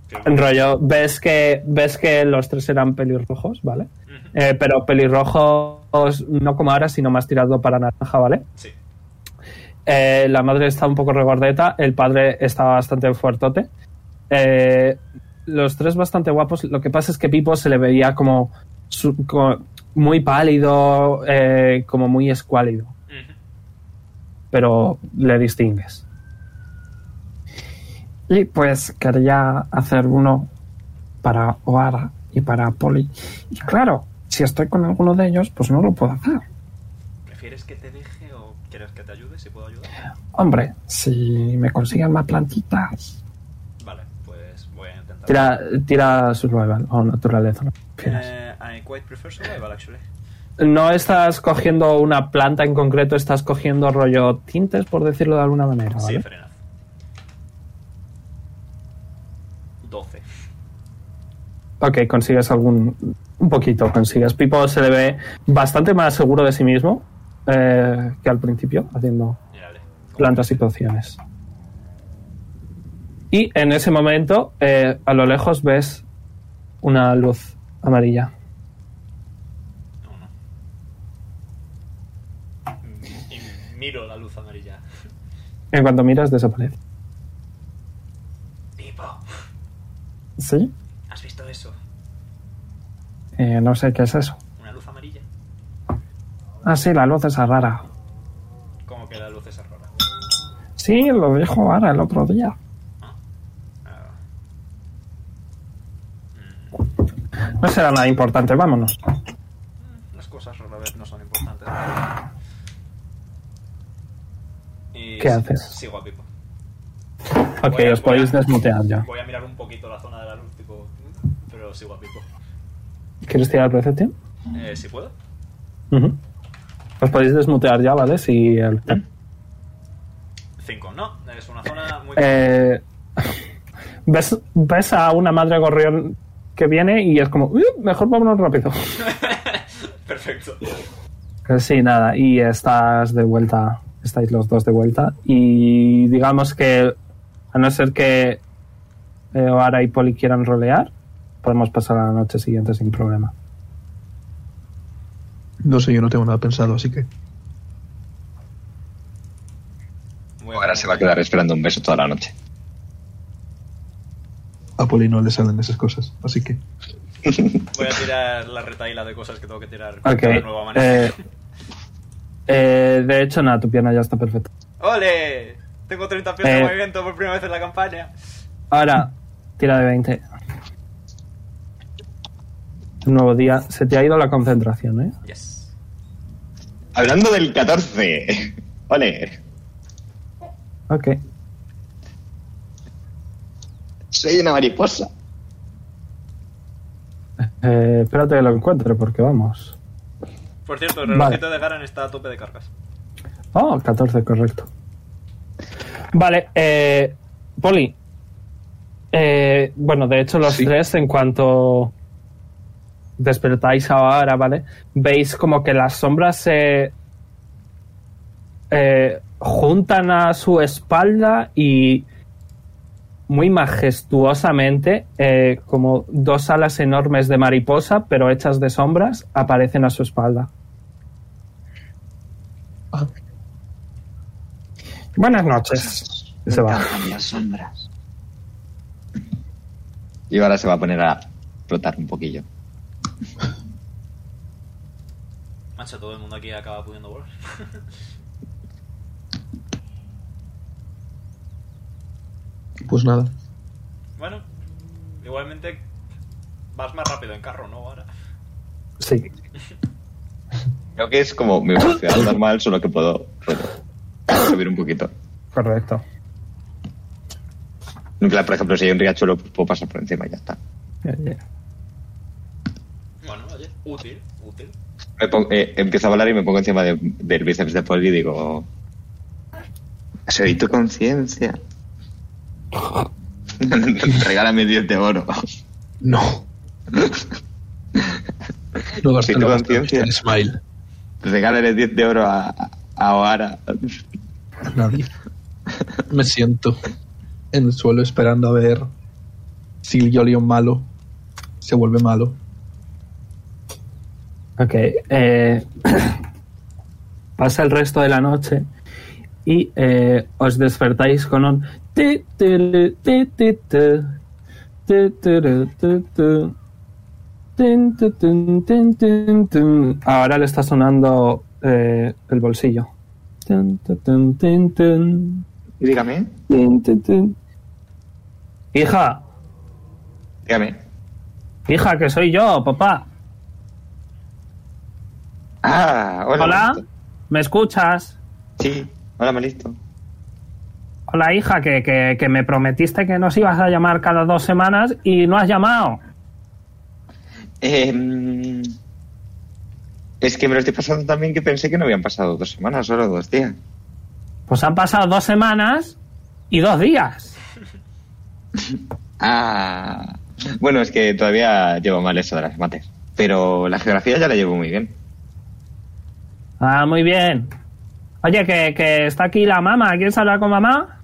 [SPEAKER 1] Qué bueno.
[SPEAKER 2] Rollo, ves que, ves que los tres eran pelirrojos, ¿vale?
[SPEAKER 1] Ujú.
[SPEAKER 2] Eh, pero pelirrojos, no como ahora, sino más tirado para naranja, ¿vale?
[SPEAKER 1] Sí.
[SPEAKER 2] Eh, la madre está un poco regordeta, el padre está bastante fuertote. Eh, los tres bastante guapos. Lo que pasa es que Pipo se le veía como, su- co- muy pálido, eh, como muy escuálido,
[SPEAKER 1] Ujú.
[SPEAKER 2] pero le distingues. Y pues quería hacer uno para Oara y para Poli. Y claro, si estoy con alguno de ellos, pues no lo puedo hacer.
[SPEAKER 1] ¿Prefieres que te deje o quieres que te ayude? Si puedo ayudar.
[SPEAKER 2] Hombre, si me consiguen más plantitas.
[SPEAKER 1] Vale, pues voy a intentar.
[SPEAKER 2] Tira, tira survival o naturaleza. ¿no? Prefieras.
[SPEAKER 1] Eh, I quite prefer survival, actually.
[SPEAKER 2] Ah, No estás cogiendo una planta en concreto, estás cogiendo rollo tintes, por decirlo de alguna manera. ¿vale?
[SPEAKER 1] Sí, fair enough. 12.
[SPEAKER 2] Ok, consigues algún. Un poquito consigues. Pipo se le ve bastante más seguro de sí mismo eh, que al principio, haciendo
[SPEAKER 1] Mirable.
[SPEAKER 2] plantas y pociones. Y en ese momento, eh, a lo lejos ves una luz amarilla.
[SPEAKER 1] No, no. Mm, Y miro la luz amarilla.
[SPEAKER 2] En cuanto miras, desaparece.
[SPEAKER 1] Pipo,
[SPEAKER 2] ¿Sí?
[SPEAKER 1] ¿has visto eso?
[SPEAKER 2] Eh, no sé qué es eso.
[SPEAKER 1] Una luz amarilla.
[SPEAKER 2] Ah, sí, la luz esa rara.
[SPEAKER 1] ¿Cómo que la luz es rara?
[SPEAKER 2] Sí, lo dijo Ara el otro día.
[SPEAKER 1] Ah. Mm,
[SPEAKER 2] No será nada importante, vámonos.
[SPEAKER 1] Las cosas rara vez no son importantes. Y
[SPEAKER 2] ¿Qué
[SPEAKER 1] sí,
[SPEAKER 2] haces?
[SPEAKER 1] Sigo a Pipo.
[SPEAKER 2] Ok,
[SPEAKER 1] Voy a-
[SPEAKER 2] os podéis
[SPEAKER 1] voy a-
[SPEAKER 2] desmutear ya.
[SPEAKER 1] Voy a mirar un poquito la zona de la luz, tipo, pero sigo a Pipo.
[SPEAKER 2] ¿Quieres tirar percepción?
[SPEAKER 1] Eh, si puedo.
[SPEAKER 2] Ujú. Os podéis desmutear ya, ¿vale? Si el-
[SPEAKER 1] 5, no. Es una zona muy...
[SPEAKER 2] Eh, ¿ves, ves a una madre gorrión que viene y es como, "Uy, mejor vámonos rápido.
[SPEAKER 1] Perfecto.
[SPEAKER 2] Sí, nada, y estás de vuelta, estáis los dos de vuelta. Y digamos que, a no ser que eh, Oara y Poli quieran rolear, podemos pasar a la noche siguiente sin problema.
[SPEAKER 3] No sé, yo no tengo nada pensado, así que.
[SPEAKER 1] Muy
[SPEAKER 4] Ahora se va a quedar esperando un beso toda la noche.
[SPEAKER 3] A Poli no le salen esas cosas, así que.
[SPEAKER 1] Voy a tirar la retaíla de cosas que tengo que tirar
[SPEAKER 2] Ok.
[SPEAKER 1] de nueva manera.
[SPEAKER 2] eh, eh, de hecho, nada, tu pierna ya está perfecta.
[SPEAKER 1] ¡Ole! Tengo 30 pies de
[SPEAKER 2] eh,
[SPEAKER 1] movimiento por primera vez en la campaña.
[SPEAKER 2] Ahora, tira de 20. Un nuevo día. Se te ha ido la concentración, ¿eh?
[SPEAKER 1] Yes.
[SPEAKER 4] Hablando del 14. Ole.
[SPEAKER 2] Ok.
[SPEAKER 4] Soy una mariposa.
[SPEAKER 2] Eh, espérate que lo encuentre porque vamos.
[SPEAKER 1] Por cierto, el
[SPEAKER 2] Vale.
[SPEAKER 1] relojito de Garan está a tope de cargas.
[SPEAKER 2] Oh, 14, correcto. Vale, eh, Poli. Eh, bueno, de hecho, los
[SPEAKER 3] Sí.
[SPEAKER 2] tres, en cuanto despertáis ahora, ¿vale? Veis como que las sombras se eh, juntan a su espalda y muy majestuosamente, eh, como dos alas enormes de mariposa, pero hechas de sombras, aparecen a su espalda.
[SPEAKER 3] Ah,
[SPEAKER 2] Buenas noches. Y Se va.
[SPEAKER 4] las sombras. Y ahora se va a poner a flotar un poquillo.
[SPEAKER 1] Macho, todo el mundo aquí acaba pudiendo volar.
[SPEAKER 3] pues nada.
[SPEAKER 1] Bueno, igualmente vas más rápido en carro, ¿no? Ahora.
[SPEAKER 2] Sí.
[SPEAKER 4] Creo que es como mi velocidad normal, solo que puedo puedo subir un poquito.
[SPEAKER 2] Correcto.
[SPEAKER 4] En plan, por ejemplo, si hay un riachuelo, pues puedo pasar por encima y ya está.
[SPEAKER 1] Bueno, oye, útil, útil.
[SPEAKER 4] Me pon- eh, empiezo a volar y me pongo encima de- del bíceps de Paul y digo... Soy tu conciencia. Regálame 10 de oro.
[SPEAKER 3] No. No gastes
[SPEAKER 4] Sí,
[SPEAKER 3] no
[SPEAKER 4] con
[SPEAKER 3] gastes
[SPEAKER 4] ciencia.
[SPEAKER 3] el smile.
[SPEAKER 4] Regálale 10 de oro a, a Oara.
[SPEAKER 3] a nadie. Me siento en el suelo esperando a ver si el Jolion malo se vuelve malo.
[SPEAKER 2] Ok. eh, pasa el resto de la noche y eh, os despertáis con un... ti, tiru, ti, ti, tu, ti, tiru, tu, tu, tin, tu, tun, tin, tin, tun. Ahora le está sonando eh, el bolsillo. Tun, tu, tun, tin, tun,
[SPEAKER 4] Y dígame.
[SPEAKER 2] tin, tu, tun. Hija,
[SPEAKER 4] Dígame.
[SPEAKER 2] hija, que soy yo, papá.
[SPEAKER 4] Ah, hola.
[SPEAKER 2] Hola,
[SPEAKER 4] Malisto.
[SPEAKER 2] ¿me escuchas?
[SPEAKER 4] Sí, hola, Malisto.
[SPEAKER 2] Hola hija, que, que- que me prometiste que nos ibas a llamar cada dos semanas y no has llamado.
[SPEAKER 4] Eh, mm, es que me lo estoy pasando también que pensé que no habían pasado dos semanas, solo dos días.
[SPEAKER 2] Pues han pasado dos semanas y dos días.
[SPEAKER 4] Ah. Bueno, es que todavía llevo mal eso de las mates. Pero la geografía ya la llevo muy bien.
[SPEAKER 2] Ah, muy bien. Oye, que, que está aquí la mamá. ¿Quieres hablar con mamá?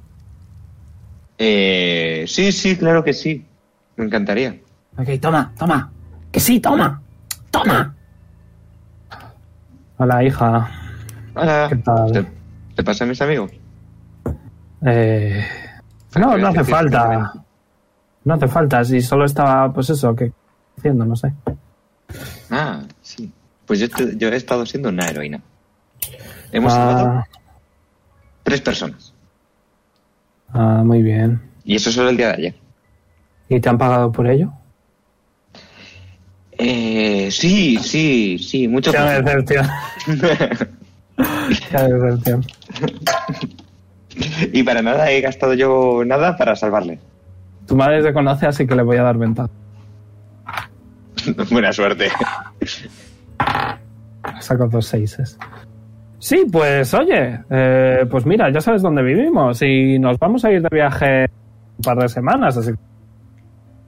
[SPEAKER 4] Eh, sí, sí, claro que sí. Me encantaría.
[SPEAKER 2] Ok, toma, toma. Que sí, toma. Toma. Hola hija.
[SPEAKER 4] Hola.
[SPEAKER 2] ¿Qué tal?
[SPEAKER 4] ¿Te, te pasan mis amigos?
[SPEAKER 2] Eh, No, no hace falta. No hace falta. Si solo estaba, pues eso, que haciendo, no sé.
[SPEAKER 4] Ah, sí. Pues yo, te- yo he estado siendo una heroína. Hemos salvado
[SPEAKER 2] Ah,
[SPEAKER 4] tres personas.
[SPEAKER 2] ah, muy bien.
[SPEAKER 4] Y eso solo el día de ayer.
[SPEAKER 2] ¿Y te han pagado por ello?
[SPEAKER 4] Eh, sí, sí, sí, mucho.
[SPEAKER 2] Tira de decepción. Tira de decepción.
[SPEAKER 4] y para nada he gastado yo nada para salvarle.
[SPEAKER 2] Tu madre te conoce, así que le voy a dar ventaja.
[SPEAKER 4] Buena suerte.
[SPEAKER 2] Saco dos seises. Sí, pues oye, eh, pues mira, ya sabes dónde vivimos y nos vamos a ir de viaje un par de semanas, así que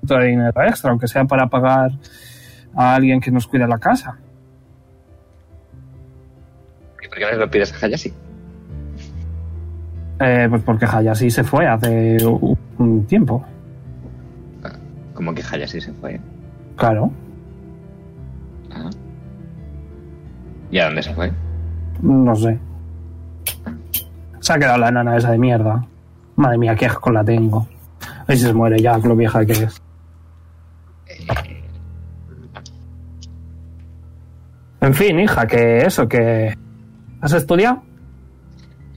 [SPEAKER 2] poquito de dinero extra, aunque sea para pagar a alguien que nos cuida la casa.
[SPEAKER 4] ¿Y por qué no se lo pides a Hayashi?
[SPEAKER 2] Eh, pues porque Hayashi se fue hace u- un tiempo.
[SPEAKER 4] Como que Hayashi se fue.
[SPEAKER 2] Claro.
[SPEAKER 4] Ah. ¿Y a dónde se fue?
[SPEAKER 2] No sé. Se ha quedado la nana esa de mierda. Madre mía, qué asco la tengo. Ahí se muere ya, lo vieja que es. En fin, hija, que eso, que... ¿Has estudiado?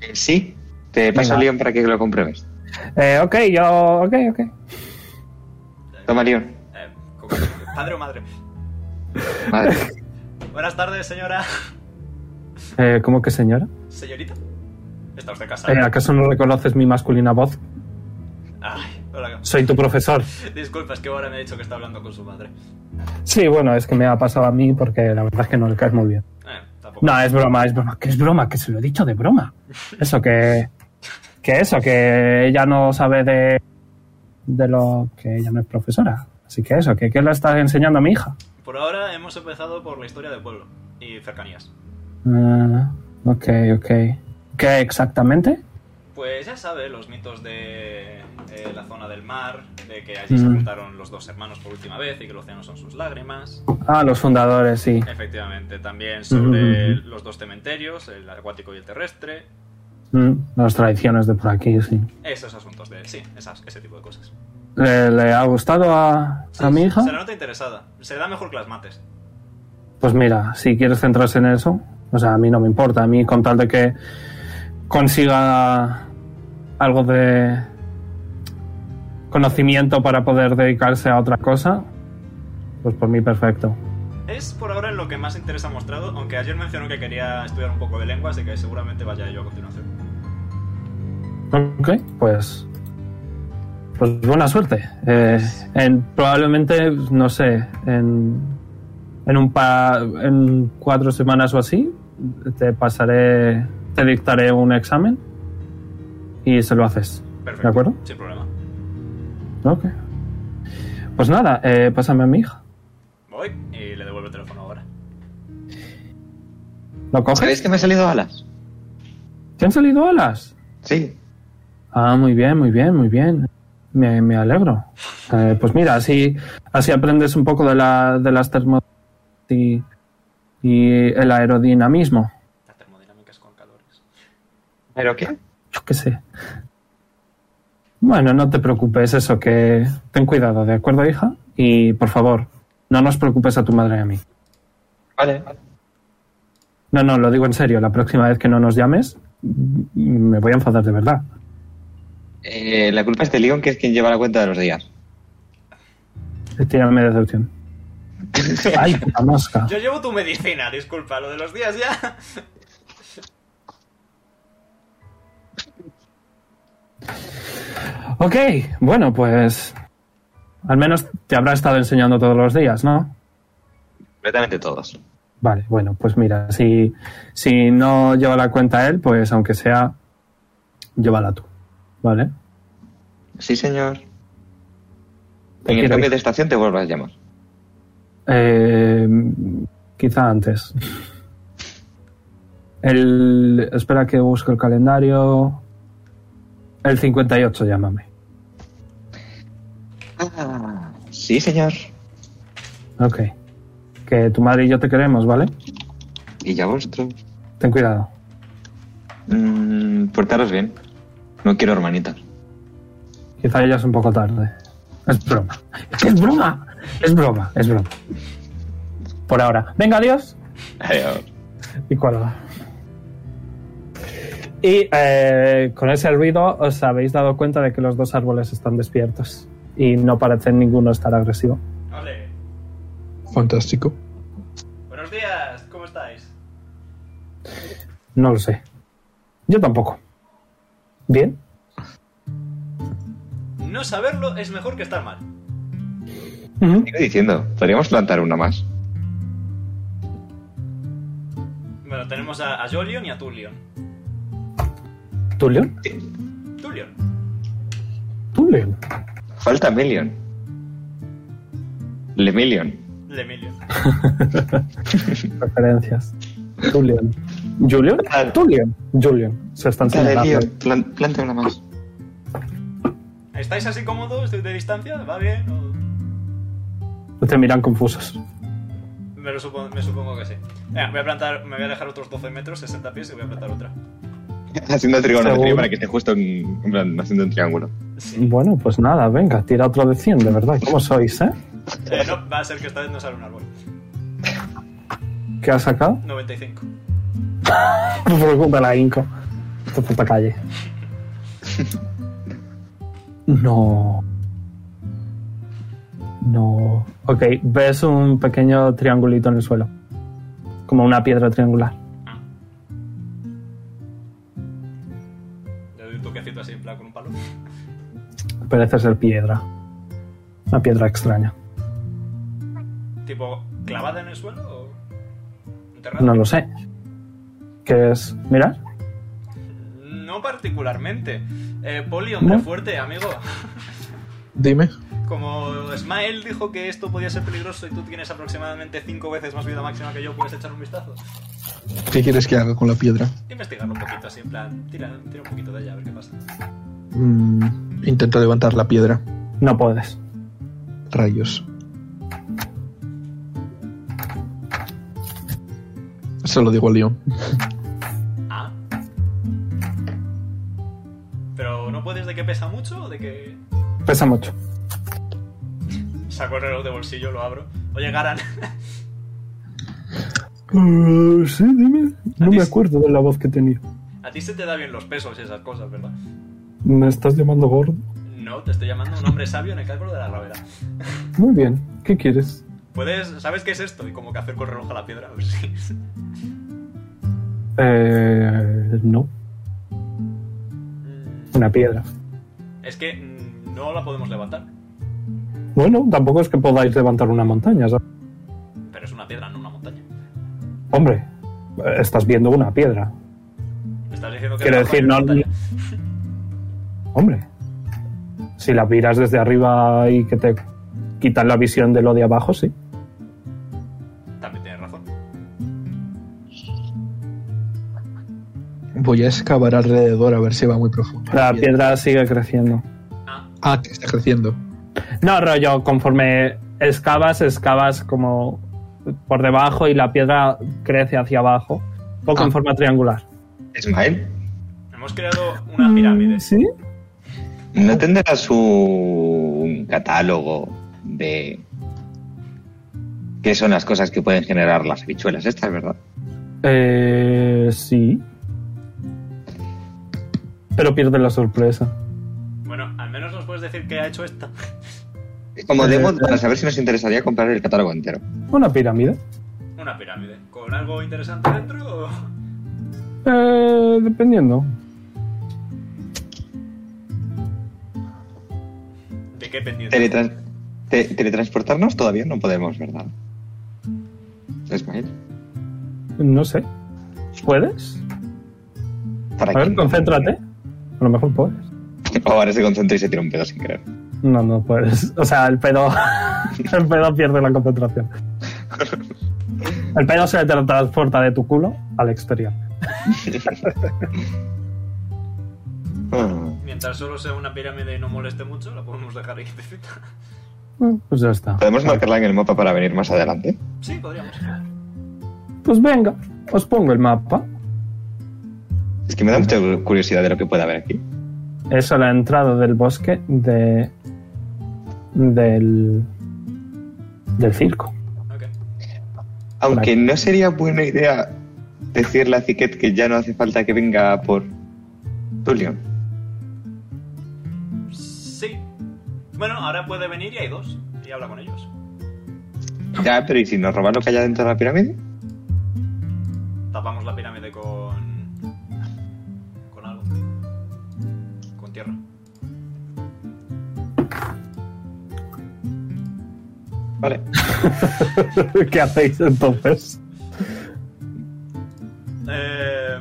[SPEAKER 4] Eh, sí. Te paso
[SPEAKER 2] Venga.
[SPEAKER 4] Leon para que lo compruebes.
[SPEAKER 2] Eh, ok, yo... Ok, ok.
[SPEAKER 4] Toma, Leon.
[SPEAKER 1] Eh, ¿cómo- padre o madre.
[SPEAKER 4] Madre.
[SPEAKER 1] Buenas tardes, señora.
[SPEAKER 2] Eh, ¿Cómo que señora?
[SPEAKER 1] Señorita. ¿Está usted casada?
[SPEAKER 2] Eh, ¿Acaso no reconoces mi masculina voz?
[SPEAKER 1] Ay, hola.
[SPEAKER 2] Soy tu profesor.
[SPEAKER 1] Disculpa, es que ahora me ha dicho que está hablando con su madre.
[SPEAKER 2] Sí, bueno, es que me ha pasado a mí porque la verdad es que no le caes muy bien.
[SPEAKER 1] Eh, tampoco.
[SPEAKER 2] No, es broma, es broma. Que es broma, que se lo he dicho de broma. Eso que. Que eso, que ella no sabe de. De lo que ella no es profesora. Así que eso, que ¿qué le estás enseñando a mi hija?
[SPEAKER 1] Por ahora hemos empezado por la historia del pueblo y cercanías.
[SPEAKER 2] Ah, ok, ok. ¿Qué exactamente?
[SPEAKER 1] Pues ya sabe, los mitos de eh, la zona del mar, de que allí se
[SPEAKER 2] Mm.
[SPEAKER 1] juntaron los dos hermanos por última vez y que el océano son sus lágrimas.
[SPEAKER 2] Ah, los fundadores, sí.
[SPEAKER 1] Efectivamente, también sobre
[SPEAKER 2] Ujú.
[SPEAKER 1] los dos cementerios, el acuático y el terrestre.
[SPEAKER 2] Mm, las tradiciones de por aquí, sí.
[SPEAKER 1] Esos asuntos de él, sí, esas- ese tipo de cosas.
[SPEAKER 2] ¿Le, le ha gustado a,
[SPEAKER 1] Sí,
[SPEAKER 2] a mi
[SPEAKER 1] se-
[SPEAKER 2] hija?
[SPEAKER 1] Se la nota interesada. Se da mejor que las mates.
[SPEAKER 2] Pues mira, si quieres centrarse en eso, o sea, a mí no me importa, a mí con tal de que consiga algo de conocimiento para poder dedicarse a otra cosa, pues por mí perfecto.
[SPEAKER 1] Es por ahora en lo que más interés ha mostrado, aunque ayer mencionó que quería estudiar un poco de lengua, así que seguramente vaya yo a continuación.
[SPEAKER 2] Ok, pues... Pues buena suerte. Eh, en- probablemente, no sé, en, en, un pa- en cuatro semanas o así, te pasaré, te dictaré un examen y se lo haces.
[SPEAKER 1] Perfecto.
[SPEAKER 2] ¿De acuerdo?
[SPEAKER 1] Sin problema.
[SPEAKER 2] Ok. Pues nada, eh, pásame a mi hija.
[SPEAKER 1] Voy y le devuelvo el teléfono ahora.
[SPEAKER 2] ¿Lo coges?
[SPEAKER 4] ¿Sabéis que me han salido alas?
[SPEAKER 2] ¿Te han salido alas?
[SPEAKER 4] Sí.
[SPEAKER 2] Ah, muy bien, muy bien, muy bien. Me, me alegro. Eh, pues mira, así, así aprendes un poco de, la, de las termo y, y el aerodinamismo.
[SPEAKER 1] Las termodinámicas con calores.
[SPEAKER 4] ¿Pero qué?
[SPEAKER 2] Yo qué sé. Bueno, no te preocupes, eso que ten cuidado, ¿de acuerdo, hija? Y por favor, no nos preocupes a tu madre y a mí.
[SPEAKER 4] Vale.
[SPEAKER 2] No, no, lo digo en serio. La próxima vez que no nos llames, m- me voy a enfadar de verdad.
[SPEAKER 4] Eh, la culpa es de Leon, que es quien lleva la cuenta de los días.
[SPEAKER 2] Tírame decepción. Ay, puta mosca.
[SPEAKER 1] Yo llevo tu medicina, disculpa, lo de los días ya.
[SPEAKER 2] Ok, bueno, pues. Al menos te habrá estado enseñando todos los días, ¿no?
[SPEAKER 4] Completamente todos.
[SPEAKER 2] Vale, bueno, pues mira, si, si no lleva la cuenta él, pues aunque sea, llévala tú. ¿Vale?
[SPEAKER 4] Sí, señor.
[SPEAKER 2] Te
[SPEAKER 4] en el
[SPEAKER 2] quiero,
[SPEAKER 4] cambio
[SPEAKER 2] hija.
[SPEAKER 4] de estación te vuelvas a llamar.
[SPEAKER 2] Eh, quizá antes. El, espera que busque el calendario. El 58, llámame.
[SPEAKER 4] Ah, sí, señor.
[SPEAKER 2] Ok. Que tu madre y yo te queremos, ¿vale?
[SPEAKER 4] Y ya vosotros.
[SPEAKER 2] Ten cuidado.
[SPEAKER 4] Mm, portaros bien. No quiero hermanitas.
[SPEAKER 2] Quizá ya es un poco tarde. Es broma. Es broma. Es broma. Es broma. Por ahora. Venga, adiós.
[SPEAKER 4] Adiós.
[SPEAKER 2] Y cuelga. Y eh, con ese ruido os habéis dado cuenta de que los dos árboles están despiertos y no parecen ninguno estar agresivo.
[SPEAKER 1] Ole.
[SPEAKER 3] Fantástico.
[SPEAKER 1] Buenos días, ¿cómo estáis?
[SPEAKER 2] No lo sé. Yo tampoco. Bien.
[SPEAKER 1] No saberlo es mejor que estar mal.
[SPEAKER 2] Ujú.
[SPEAKER 4] Sigo diciendo, podríamos plantar una más.
[SPEAKER 1] Bueno, tenemos a, a Jolion y a Tulion.
[SPEAKER 2] ¿Tú, León?
[SPEAKER 1] Tulion.
[SPEAKER 2] ¿Tú, León?
[SPEAKER 4] Falta Million. Lemillion.
[SPEAKER 1] Lemilio.
[SPEAKER 2] Referencias. Julian. ¿Julian?
[SPEAKER 4] Claro.
[SPEAKER 2] Julian. Julian. Se están
[SPEAKER 4] Dale, tío,
[SPEAKER 2] señalando.
[SPEAKER 4] plan- planta una más.
[SPEAKER 1] ¿Estáis así cómodos de, de distancia? ¿Va bien? o-
[SPEAKER 2] Te miran confusos.
[SPEAKER 1] Me, lo supo- me supongo que sí. Venga, voy a plantar, me voy a alejar otros 12 metros, 60 pies y voy a plantar otra.
[SPEAKER 4] Haciendo trigonometría
[SPEAKER 2] Según-
[SPEAKER 4] para que esté justo en, en plan, haciendo un triángulo.
[SPEAKER 1] Sí.
[SPEAKER 2] Bueno, pues nada, venga, tira otro de 100, de verdad. ¿Cómo sois, eh?
[SPEAKER 1] Eh, no, va a ser que esta vez no sale un árbol.
[SPEAKER 2] ¿Qué has sacado?
[SPEAKER 1] 95.
[SPEAKER 2] No te preocupes, la Inco. Tu puta calle. No. No. Ok, ves un pequeño triangulito en el suelo. Como una piedra triangular.
[SPEAKER 1] Le doy un toquecito así en plan con un palo.
[SPEAKER 2] Parece ser piedra. Una piedra extraña.
[SPEAKER 1] Tipo, ¿clavada en el suelo o enterrada?
[SPEAKER 2] No lo sé. ¿Qué es? Mira.
[SPEAKER 1] No particularmente. Eh, Poli, hombre
[SPEAKER 2] ¿No?
[SPEAKER 1] fuerte, amigo.
[SPEAKER 3] Dime.
[SPEAKER 1] Como Ismael dijo que esto podía ser peligroso y tú tienes aproximadamente 5 veces más vida máxima que yo, puedes echar un vistazo.
[SPEAKER 3] ¿Qué quieres que haga con la piedra?
[SPEAKER 1] Investigarlo un poquito así, en plan, tira, tira un poquito de allá a ver qué pasa.
[SPEAKER 3] Mm, intento levantar la piedra.
[SPEAKER 2] No puedes.
[SPEAKER 3] Rayos. Se lo digo a Leon.
[SPEAKER 1] Ah. Pero no puedes de que pesa mucho o de que.
[SPEAKER 2] Pesa mucho.
[SPEAKER 1] Saco el reloj de bolsillo, lo abro. Oye, Garan, a
[SPEAKER 2] Ah, sí, dime. No me acuerdo de la voz que tenía.
[SPEAKER 1] ti se te da bien los pesos y esas cosas, ¿verdad?
[SPEAKER 2] ¿Me estás llamando gordo?
[SPEAKER 1] No, te estoy llamando un hombre sabio en el cálculo de la gravedad.
[SPEAKER 2] Muy bien. ¿Qué quieres?
[SPEAKER 1] Puedes. ¿Sabes qué es esto? Y como que acerco el reloj a la piedra, a ver si.
[SPEAKER 2] Eh, no.
[SPEAKER 1] Mm,
[SPEAKER 2] Una piedra.
[SPEAKER 1] Es que mm, no la podemos levantar.
[SPEAKER 2] Bueno, tampoco es que podáis levantar una montaña. ¿sabes?
[SPEAKER 1] Pero es una piedra, no una montaña.
[SPEAKER 2] Hombre, eh, estás viendo una piedra.
[SPEAKER 1] Me estás diciendo que
[SPEAKER 2] Quiero
[SPEAKER 1] debajo hay
[SPEAKER 2] decir,
[SPEAKER 1] una
[SPEAKER 2] no-
[SPEAKER 1] montaña.
[SPEAKER 2] Hombre. Si la miras desde arriba y que te quitan la visión de lo de abajo, sí.
[SPEAKER 1] También tienes razón.
[SPEAKER 3] Voy a excavar alrededor a ver si va muy profundo.
[SPEAKER 2] La piedra sigue creciendo.
[SPEAKER 1] Ah,
[SPEAKER 3] Ah, que está creciendo.
[SPEAKER 2] No, rollo, conforme excavas, excavas como por debajo y la piedra crece hacia abajo. Un poco
[SPEAKER 3] Ah.
[SPEAKER 2] en forma triangular.
[SPEAKER 4] Ismael,
[SPEAKER 1] hemos creado una pirámide.
[SPEAKER 2] Mm, ¿Sí?
[SPEAKER 4] ¿no tendrás un catálogo de qué son las cosas que pueden generar las habichuelas estas, verdad?
[SPEAKER 2] Eh, sí. Pero pierde la sorpresa.
[SPEAKER 1] Bueno, al menos nos puedes decir qué ha hecho esta.
[SPEAKER 4] Como demo para saber si nos interesaría comprar el catálogo entero.
[SPEAKER 2] ¿Una pirámide?
[SPEAKER 1] Una pirámide. ¿Con algo interesante dentro o.?
[SPEAKER 2] Eh, dependiendo.
[SPEAKER 1] ¿De qué pendiente?
[SPEAKER 4] Teletrans- te- teletransportarnos todavía no podemos, ¿verdad? Ismael,
[SPEAKER 2] No sé. ¿Puedes?
[SPEAKER 4] para
[SPEAKER 2] A ver,
[SPEAKER 4] quién?
[SPEAKER 2] concéntrate. A lo mejor puedes.
[SPEAKER 4] O ahora se concentra y se tira un pedo sin querer.
[SPEAKER 2] No, no puedes. O sea, el pedo. el pedo pierde la concentración. El pedo se te transporta de tu culo al exterior.
[SPEAKER 4] Ah,
[SPEAKER 1] Mientras solo sea una pirámide y no moleste mucho, la podemos dejar ahí quietecita.
[SPEAKER 2] Mm, Pues ya está.
[SPEAKER 4] ¿Podemos marcarla en el mapa para venir más adelante?
[SPEAKER 1] Sí, podríamos.
[SPEAKER 2] Pues venga, os pongo el mapa.
[SPEAKER 4] Es que me da mucha curiosidad de lo que puede haber aquí.
[SPEAKER 2] Es a la entrada del bosque de. del. del circo.
[SPEAKER 1] Ok.
[SPEAKER 4] Aunque no sería buena idea decirle a Ziquet que ya no hace falta que venga por Tulio.
[SPEAKER 1] Sí. Bueno, ahora puede venir y hay dos. Y habla con ellos.
[SPEAKER 4] Ya, pero ¿y si nos roban lo que haya dentro de la pirámide?
[SPEAKER 1] Tapamos la pirámide con. con algo. Con tierra.
[SPEAKER 4] Vale.
[SPEAKER 2] ¿Qué hacéis entonces?
[SPEAKER 1] Eh,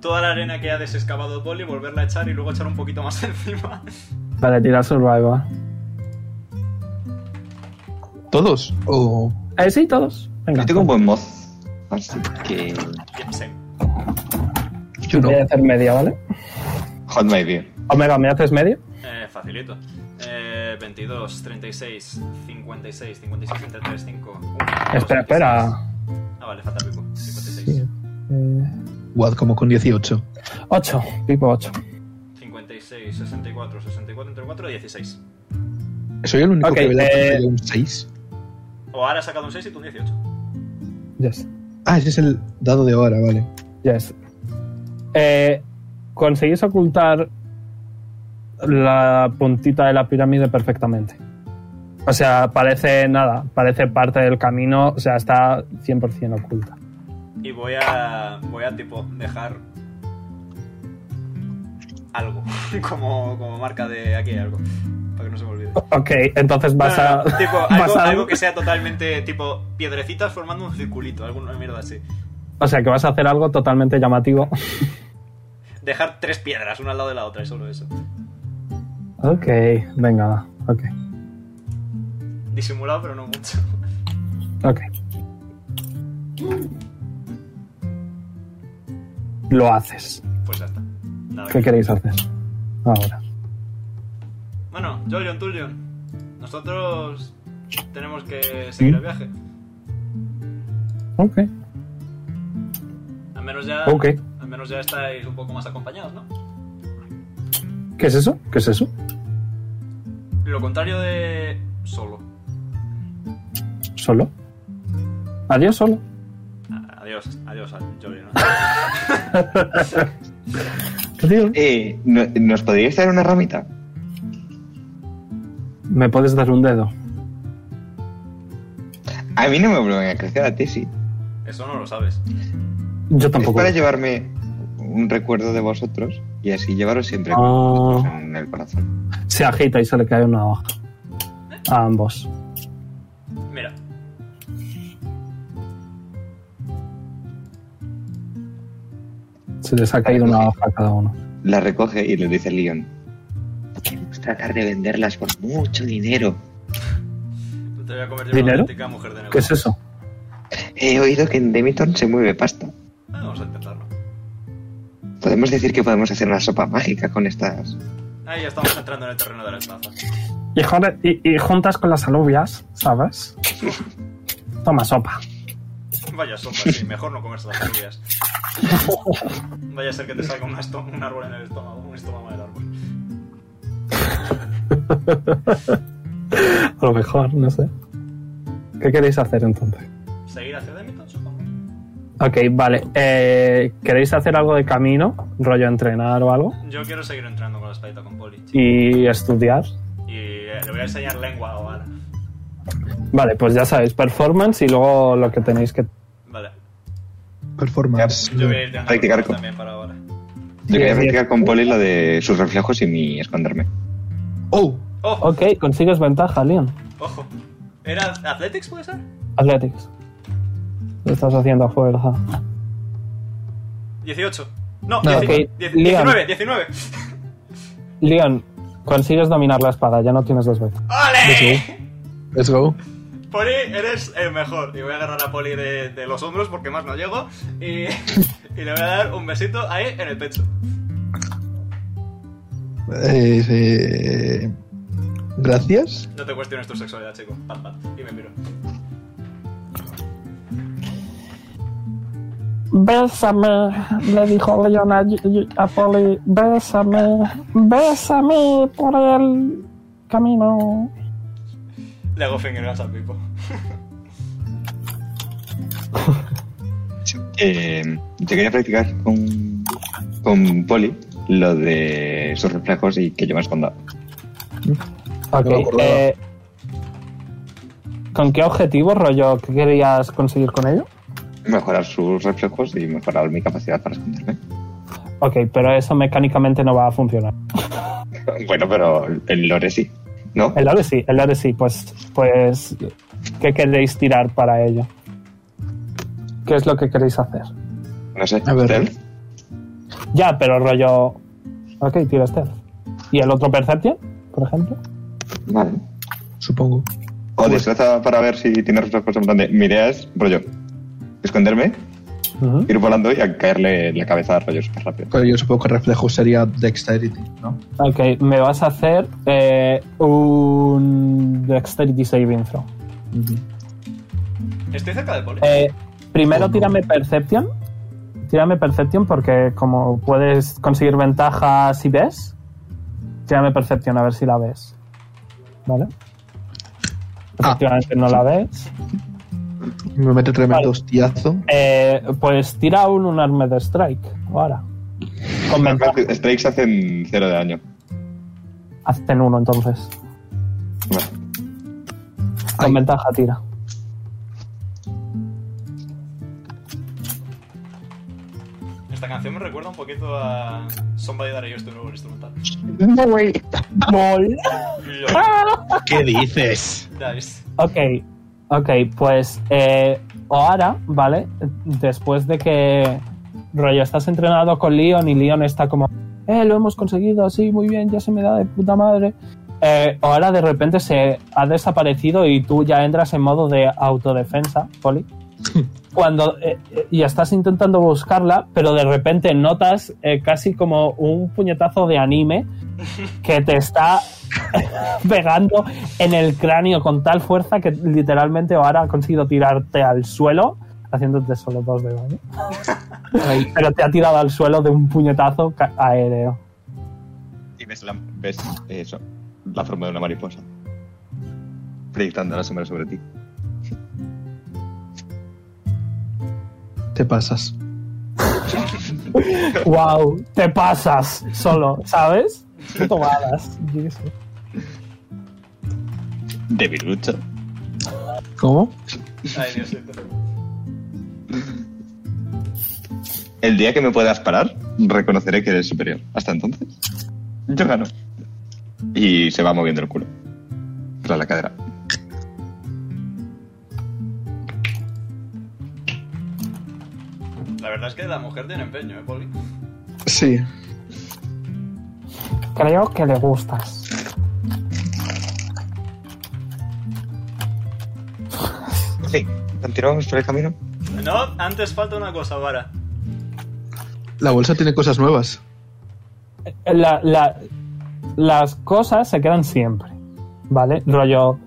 [SPEAKER 1] toda la arena que ha desexcavado Poli, volverla a echar y luego echar un poquito más encima.
[SPEAKER 2] Vale, tira survival.
[SPEAKER 3] ¿Todos? O
[SPEAKER 2] Eh, sí, todos. Venga.
[SPEAKER 4] Yo tengo un buen moz. Así que.
[SPEAKER 1] Jensen.
[SPEAKER 3] yo no.
[SPEAKER 2] pues, Voy a hacer media, ¿vale?
[SPEAKER 4] Hot maybe.
[SPEAKER 2] Omega, ¿me haces media?
[SPEAKER 1] Eh, facilito. Eh, 22, 36, 56, 56 entre 3, 5.
[SPEAKER 2] Espera, espera.
[SPEAKER 1] Ah, vale, falta pico. 56.
[SPEAKER 3] What, como con 18.
[SPEAKER 2] 8, tipo 8.
[SPEAKER 1] 56, 64, 64 entre 4, 16.
[SPEAKER 3] Soy el único
[SPEAKER 2] Ok,
[SPEAKER 3] que veo
[SPEAKER 2] eh,
[SPEAKER 3] un 6.
[SPEAKER 1] O ahora has sacado un 6 y tú un 18.
[SPEAKER 2] Yes.
[SPEAKER 3] Ah, ese es el dado de ahora, vale.
[SPEAKER 2] Yes. Eh, conseguís ocultar la puntita de la pirámide perfectamente. O sea, parece nada, parece parte del camino, o sea, está 100% oculta.
[SPEAKER 1] Y voy a. Voy a, tipo, dejar. Algo. Como, como marca de aquí hay algo. Para que no se me olvide.
[SPEAKER 2] Ok, entonces vas
[SPEAKER 1] No,
[SPEAKER 2] a...
[SPEAKER 1] no, no, tipo,
[SPEAKER 2] vas
[SPEAKER 1] algo,
[SPEAKER 2] a-
[SPEAKER 1] algo que sea totalmente tipo piedrecitas formando un circulito, alguna mierda así.
[SPEAKER 2] O sea, que vas a hacer algo totalmente llamativo.
[SPEAKER 1] Dejar tres piedras, una al lado de la otra, y solo eso.
[SPEAKER 2] Ok, venga, ok,
[SPEAKER 1] Disimulado, pero no mucho.
[SPEAKER 2] ok. Lo haces.
[SPEAKER 1] Pues ya está. Nada
[SPEAKER 2] ¿Qué
[SPEAKER 1] que-
[SPEAKER 2] queréis hacer? Ahora.
[SPEAKER 1] Bueno, Julian, Tullion, nosotros tenemos
[SPEAKER 2] ¿Mm?
[SPEAKER 1] que seguir el viaje.
[SPEAKER 2] Ok.
[SPEAKER 1] Al menos ya,
[SPEAKER 2] Ok.
[SPEAKER 1] al menos ya estáis un poco más acompañados, ¿no?
[SPEAKER 2] ¿Qué es eso? ¿Qué es eso?
[SPEAKER 1] Lo contrario de solo.
[SPEAKER 2] ¿Solo? ¿Adiós solo?
[SPEAKER 1] A- Adiós, adiós, Julian.
[SPEAKER 2] Adiós.
[SPEAKER 4] Eh, ¿no- ¿Nos podríais dar una ramita?
[SPEAKER 2] ¿Me puedes dar un dedo?
[SPEAKER 4] A mí no me vuelven a crecer, a ti sí.
[SPEAKER 1] Eso no lo sabes.
[SPEAKER 2] Yo
[SPEAKER 4] Es
[SPEAKER 2] tampoco.
[SPEAKER 4] para llevarme un recuerdo de vosotros y así llevaros siempre con
[SPEAKER 2] Ah.
[SPEAKER 4] vosotros en el corazón.
[SPEAKER 2] Se agita y se le cae una hoja. A ambos.
[SPEAKER 1] Mira.
[SPEAKER 2] Se les ha caído una hoja a cada uno.
[SPEAKER 4] La recoge y le dice a Leon. Podemos tratar de venderlas por mucho dinero.
[SPEAKER 1] Te voy a convertir en una
[SPEAKER 2] ¿Dinero?
[SPEAKER 1] auténtica mujer de
[SPEAKER 2] ¿Qué es
[SPEAKER 1] negocio.
[SPEAKER 2] eso?
[SPEAKER 4] He oído que en Demiton se mueve pasta.
[SPEAKER 1] Vamos a intentarlo.
[SPEAKER 4] Podemos decir que podemos hacer una sopa mágica con estas.
[SPEAKER 1] Ahí ya estamos entrando en el terreno de la estafa.
[SPEAKER 2] Y, jor- y- y juntas con las alubias, ¿sabes? Toma sopa.
[SPEAKER 1] Vaya sopa, sí, mejor no comerse las alubias. Vaya a ser que te salga un, esto- un árbol en el estómago, un estómago en el árbol.
[SPEAKER 2] A lo mejor, no sé. ¿Qué queréis hacer entonces?
[SPEAKER 1] ¿Seguir hacia Demiton, supongo?
[SPEAKER 2] Ok, vale. Eh, ¿Queréis hacer algo de camino? ¿Rollo entrenar o algo?
[SPEAKER 1] Yo quiero seguir entrando con la espadita con Poli. chico.
[SPEAKER 2] ¿Y estudiar?
[SPEAKER 1] Y eh, le voy a enseñar lengua o ala.
[SPEAKER 2] Vale, pues ya sabéis, performance y luego lo que tenéis que
[SPEAKER 1] Vale.
[SPEAKER 3] Performance.
[SPEAKER 1] Yo voy a ir tirando
[SPEAKER 4] Practicar
[SPEAKER 1] cosas
[SPEAKER 4] con-
[SPEAKER 1] también para ahora.
[SPEAKER 4] Yo quería practicar con Poli lo de sus reflejos y mi esconderme.
[SPEAKER 3] Oh,
[SPEAKER 1] ¡Ojo!
[SPEAKER 2] Ok, consigues ventaja, Leon.
[SPEAKER 1] ¡Ojo! ¿Era Athletics, puede ser?
[SPEAKER 2] Athletics. Lo estás haciendo a fuerza.
[SPEAKER 1] 18. No,
[SPEAKER 2] No,
[SPEAKER 1] 19,
[SPEAKER 2] ok.
[SPEAKER 1] diez-
[SPEAKER 2] Liam.
[SPEAKER 1] 19, 19.
[SPEAKER 2] Leon, consigues dominar la espada, ya no tienes dos veces.
[SPEAKER 1] ¡Ole!
[SPEAKER 3] let's go.
[SPEAKER 1] Poli, eres el mejor. Y voy a agarrar a Poli de, de los hombros porque más no llego. Y, y le voy a dar un besito ahí en el pecho.
[SPEAKER 3] Eh, eh, gracias.
[SPEAKER 1] No te cuestiones tu sexualidad, chico. Pat, pat. Y me miro.
[SPEAKER 2] Bésame, le dijo Leon a, a Polly. Bésame, bésame por el camino.
[SPEAKER 1] Le hago fingergas al pipo.
[SPEAKER 4] Eh, yo quería practicar con, con Poli lo de sus reflejos y que yo me esconda.
[SPEAKER 2] Ok,
[SPEAKER 3] No me acordaba.
[SPEAKER 2] eh, ¿con qué objetivo, rollo, qué querías conseguir con ello?
[SPEAKER 4] Mejorar sus reflejos y mejorar mi capacidad para esconderme.
[SPEAKER 2] Ok, pero eso mecánicamente no va a funcionar.
[SPEAKER 4] Bueno, pero el lore sí. ¿No?
[SPEAKER 2] El lore sí, el lore sí, pues, pues, ¿qué queréis tirar para ello? ¿Qué es lo que queréis hacer?
[SPEAKER 4] No sé.
[SPEAKER 3] A ver.
[SPEAKER 4] Stealth.
[SPEAKER 2] Ya, pero rollo... Ok, tira este. ¿Y el otro Perception, por ejemplo?
[SPEAKER 4] Vale.
[SPEAKER 3] Supongo.
[SPEAKER 4] O destreza para ver si tienes respuesta en plan de. Mi idea es, rollo, esconderme,
[SPEAKER 2] Ujú.
[SPEAKER 4] ir volando y a caerle en la cabeza a rollo súper rápido.
[SPEAKER 3] Pero yo supongo que reflejo sería dexterity, ¿no?
[SPEAKER 2] Ok, me vas a hacer eh, un Dexterity Saving Throw.
[SPEAKER 1] Estoy cerca del poli.
[SPEAKER 2] Eh, primero
[SPEAKER 3] Oh, no.
[SPEAKER 2] tírame Perception. Tírame Perception porque como puedes conseguir ventaja si ves, tírame Perception a ver si la ves. ¿Vale?
[SPEAKER 3] Ah.
[SPEAKER 2] Efectivamente no la ves.
[SPEAKER 3] Me
[SPEAKER 2] Vale.
[SPEAKER 3] mete tremendo hostiazo.
[SPEAKER 2] Eh, pues tira un, un Armed Strike ahora. Con ventaja.
[SPEAKER 4] Strikes hacen cero de daño.
[SPEAKER 2] Hacen uno entonces.
[SPEAKER 4] Vale.
[SPEAKER 2] Con
[SPEAKER 3] Ay.
[SPEAKER 2] ventaja tira.
[SPEAKER 1] Esta canción me recuerda un poquito a Somebody That I Used to Know Instrumental.
[SPEAKER 5] No way.
[SPEAKER 2] Mol.
[SPEAKER 6] ¿Qué dices?
[SPEAKER 1] Dice.
[SPEAKER 2] Ok, ok, pues eh, ahora, ¿vale? Después de que rollo estás entrenado con Leon y Leon está como, eh, lo hemos conseguido, sí, muy bien, ya se me da de puta madre. Eh, ahora de repente se ha desaparecido y tú ya entras en modo de autodefensa, Poli. Cuando eh, eh, y estás intentando buscarla, pero de repente notas eh, casi como un puñetazo de anime que te está pegando en el cráneo con tal fuerza que literalmente ahora ha conseguido tirarte al suelo, haciéndote solo dos de daño. Pero te ha tirado al suelo de un puñetazo ca- aéreo.
[SPEAKER 4] Y ves, la, ves eh, eso, la forma de una mariposa. Proyectando la sombra sobre ti.
[SPEAKER 3] Te pasas.
[SPEAKER 2] ¡Wow! Te pasas solo, ¿sabes? Qué tomadas. Yo qué sé.
[SPEAKER 4] Debilucho.
[SPEAKER 3] ¿Cómo?
[SPEAKER 1] Ay, Diosito.
[SPEAKER 4] El día que me puedas parar, reconoceré que eres superior. Hasta entonces, yo gano. Y se va moviendo el culo. Tras la cadera.
[SPEAKER 1] La verdad es que la mujer tiene empeño, ¿eh, Poli?
[SPEAKER 3] Sí.
[SPEAKER 2] Creo que le gustas.
[SPEAKER 4] En fin, continuamos por el camino.
[SPEAKER 1] No, antes falta una cosa, Vara.
[SPEAKER 3] La bolsa tiene cosas nuevas.
[SPEAKER 2] La- la- las cosas se quedan siempre, ¿vale? Rollo.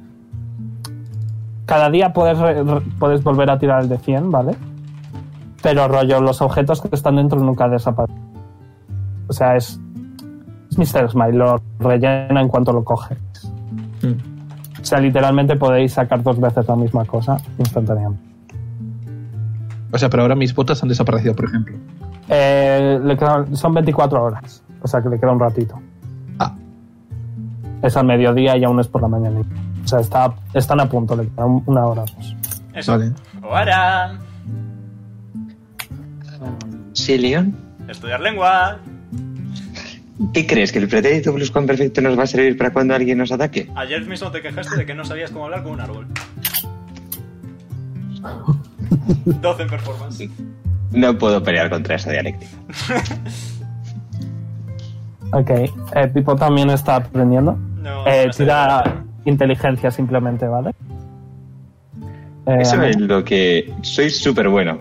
[SPEAKER 2] Cada día puedes, re- re- puedes volver a tirar el de 100, ¿vale? Pero rollo, los objetos que están dentro nunca desaparecen. O sea, es. Es Mr. Smile, lo rellena en cuanto lo coge. Mm. O sea, literalmente podéis sacar dos veces la misma cosa instantáneamente.
[SPEAKER 3] O sea, pero ahora mis botas han desaparecido, por ejemplo.
[SPEAKER 2] Eh, le quedan- son 24 horas, o sea que le queda un ratito.
[SPEAKER 3] Ah.
[SPEAKER 2] Es al mediodía y aún es por la mañana. O sea, está, están a punto, le queda un- una hora. Pues.
[SPEAKER 1] Eso.
[SPEAKER 3] Vale.
[SPEAKER 1] Vara.
[SPEAKER 4] Sí, León.
[SPEAKER 1] Estudiar lengua.
[SPEAKER 4] ¿Qué crees? ¿Que el pretérito perfecto nos va a servir para cuando alguien nos ataque?
[SPEAKER 1] Ayer mismo te quejaste de que no sabías cómo hablar con un árbol. 12 en performance.
[SPEAKER 4] No puedo pelear contra esa dialéctica.
[SPEAKER 2] Ok, eh, Pipo también está aprendiendo.
[SPEAKER 1] No,
[SPEAKER 2] Eh,
[SPEAKER 1] no sé.
[SPEAKER 2] tira inteligencia simplemente, ¿vale? Eh,
[SPEAKER 4] Eso es lo que soy súper bueno.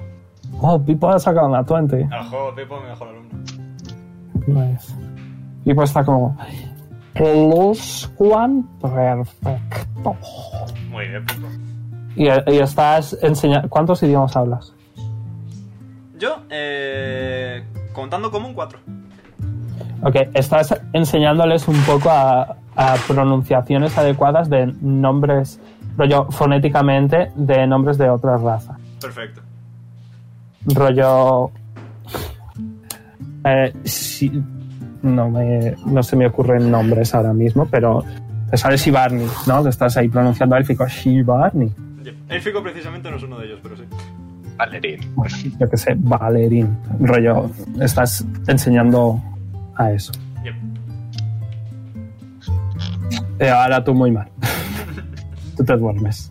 [SPEAKER 2] Oh, Pipo ha sacado una 20.
[SPEAKER 1] Ajo, Pipo, mi mejor alumno.
[SPEAKER 2] Nice. Pipo está como... Plus one perfecto.
[SPEAKER 1] Muy bien, Pipo.
[SPEAKER 2] Y, y estás enseñando... ¿Cuántos idiomas hablas?
[SPEAKER 1] Yo, eh, contando como un 4.
[SPEAKER 2] Ok, estás enseñándoles un poco a, a pronunciaciones adecuadas de nombres, rollo fonéticamente, de nombres de otras razas.
[SPEAKER 1] Perfecto.
[SPEAKER 2] Rollo... eh, si- no, me- no se me ocurren nombres ahora mismo, pero te sale Shibarni, ¿no? Que estás ahí pronunciando élfico. Shibarni.
[SPEAKER 1] Yep. Élfico precisamente no es uno de ellos, pero sí.
[SPEAKER 4] Valerín.
[SPEAKER 2] Bueno, yo qué sé, Valerín. Rollo, estás enseñando a eso.
[SPEAKER 1] Yep.
[SPEAKER 2] Eh, ahora tú muy mal. tú te duermes.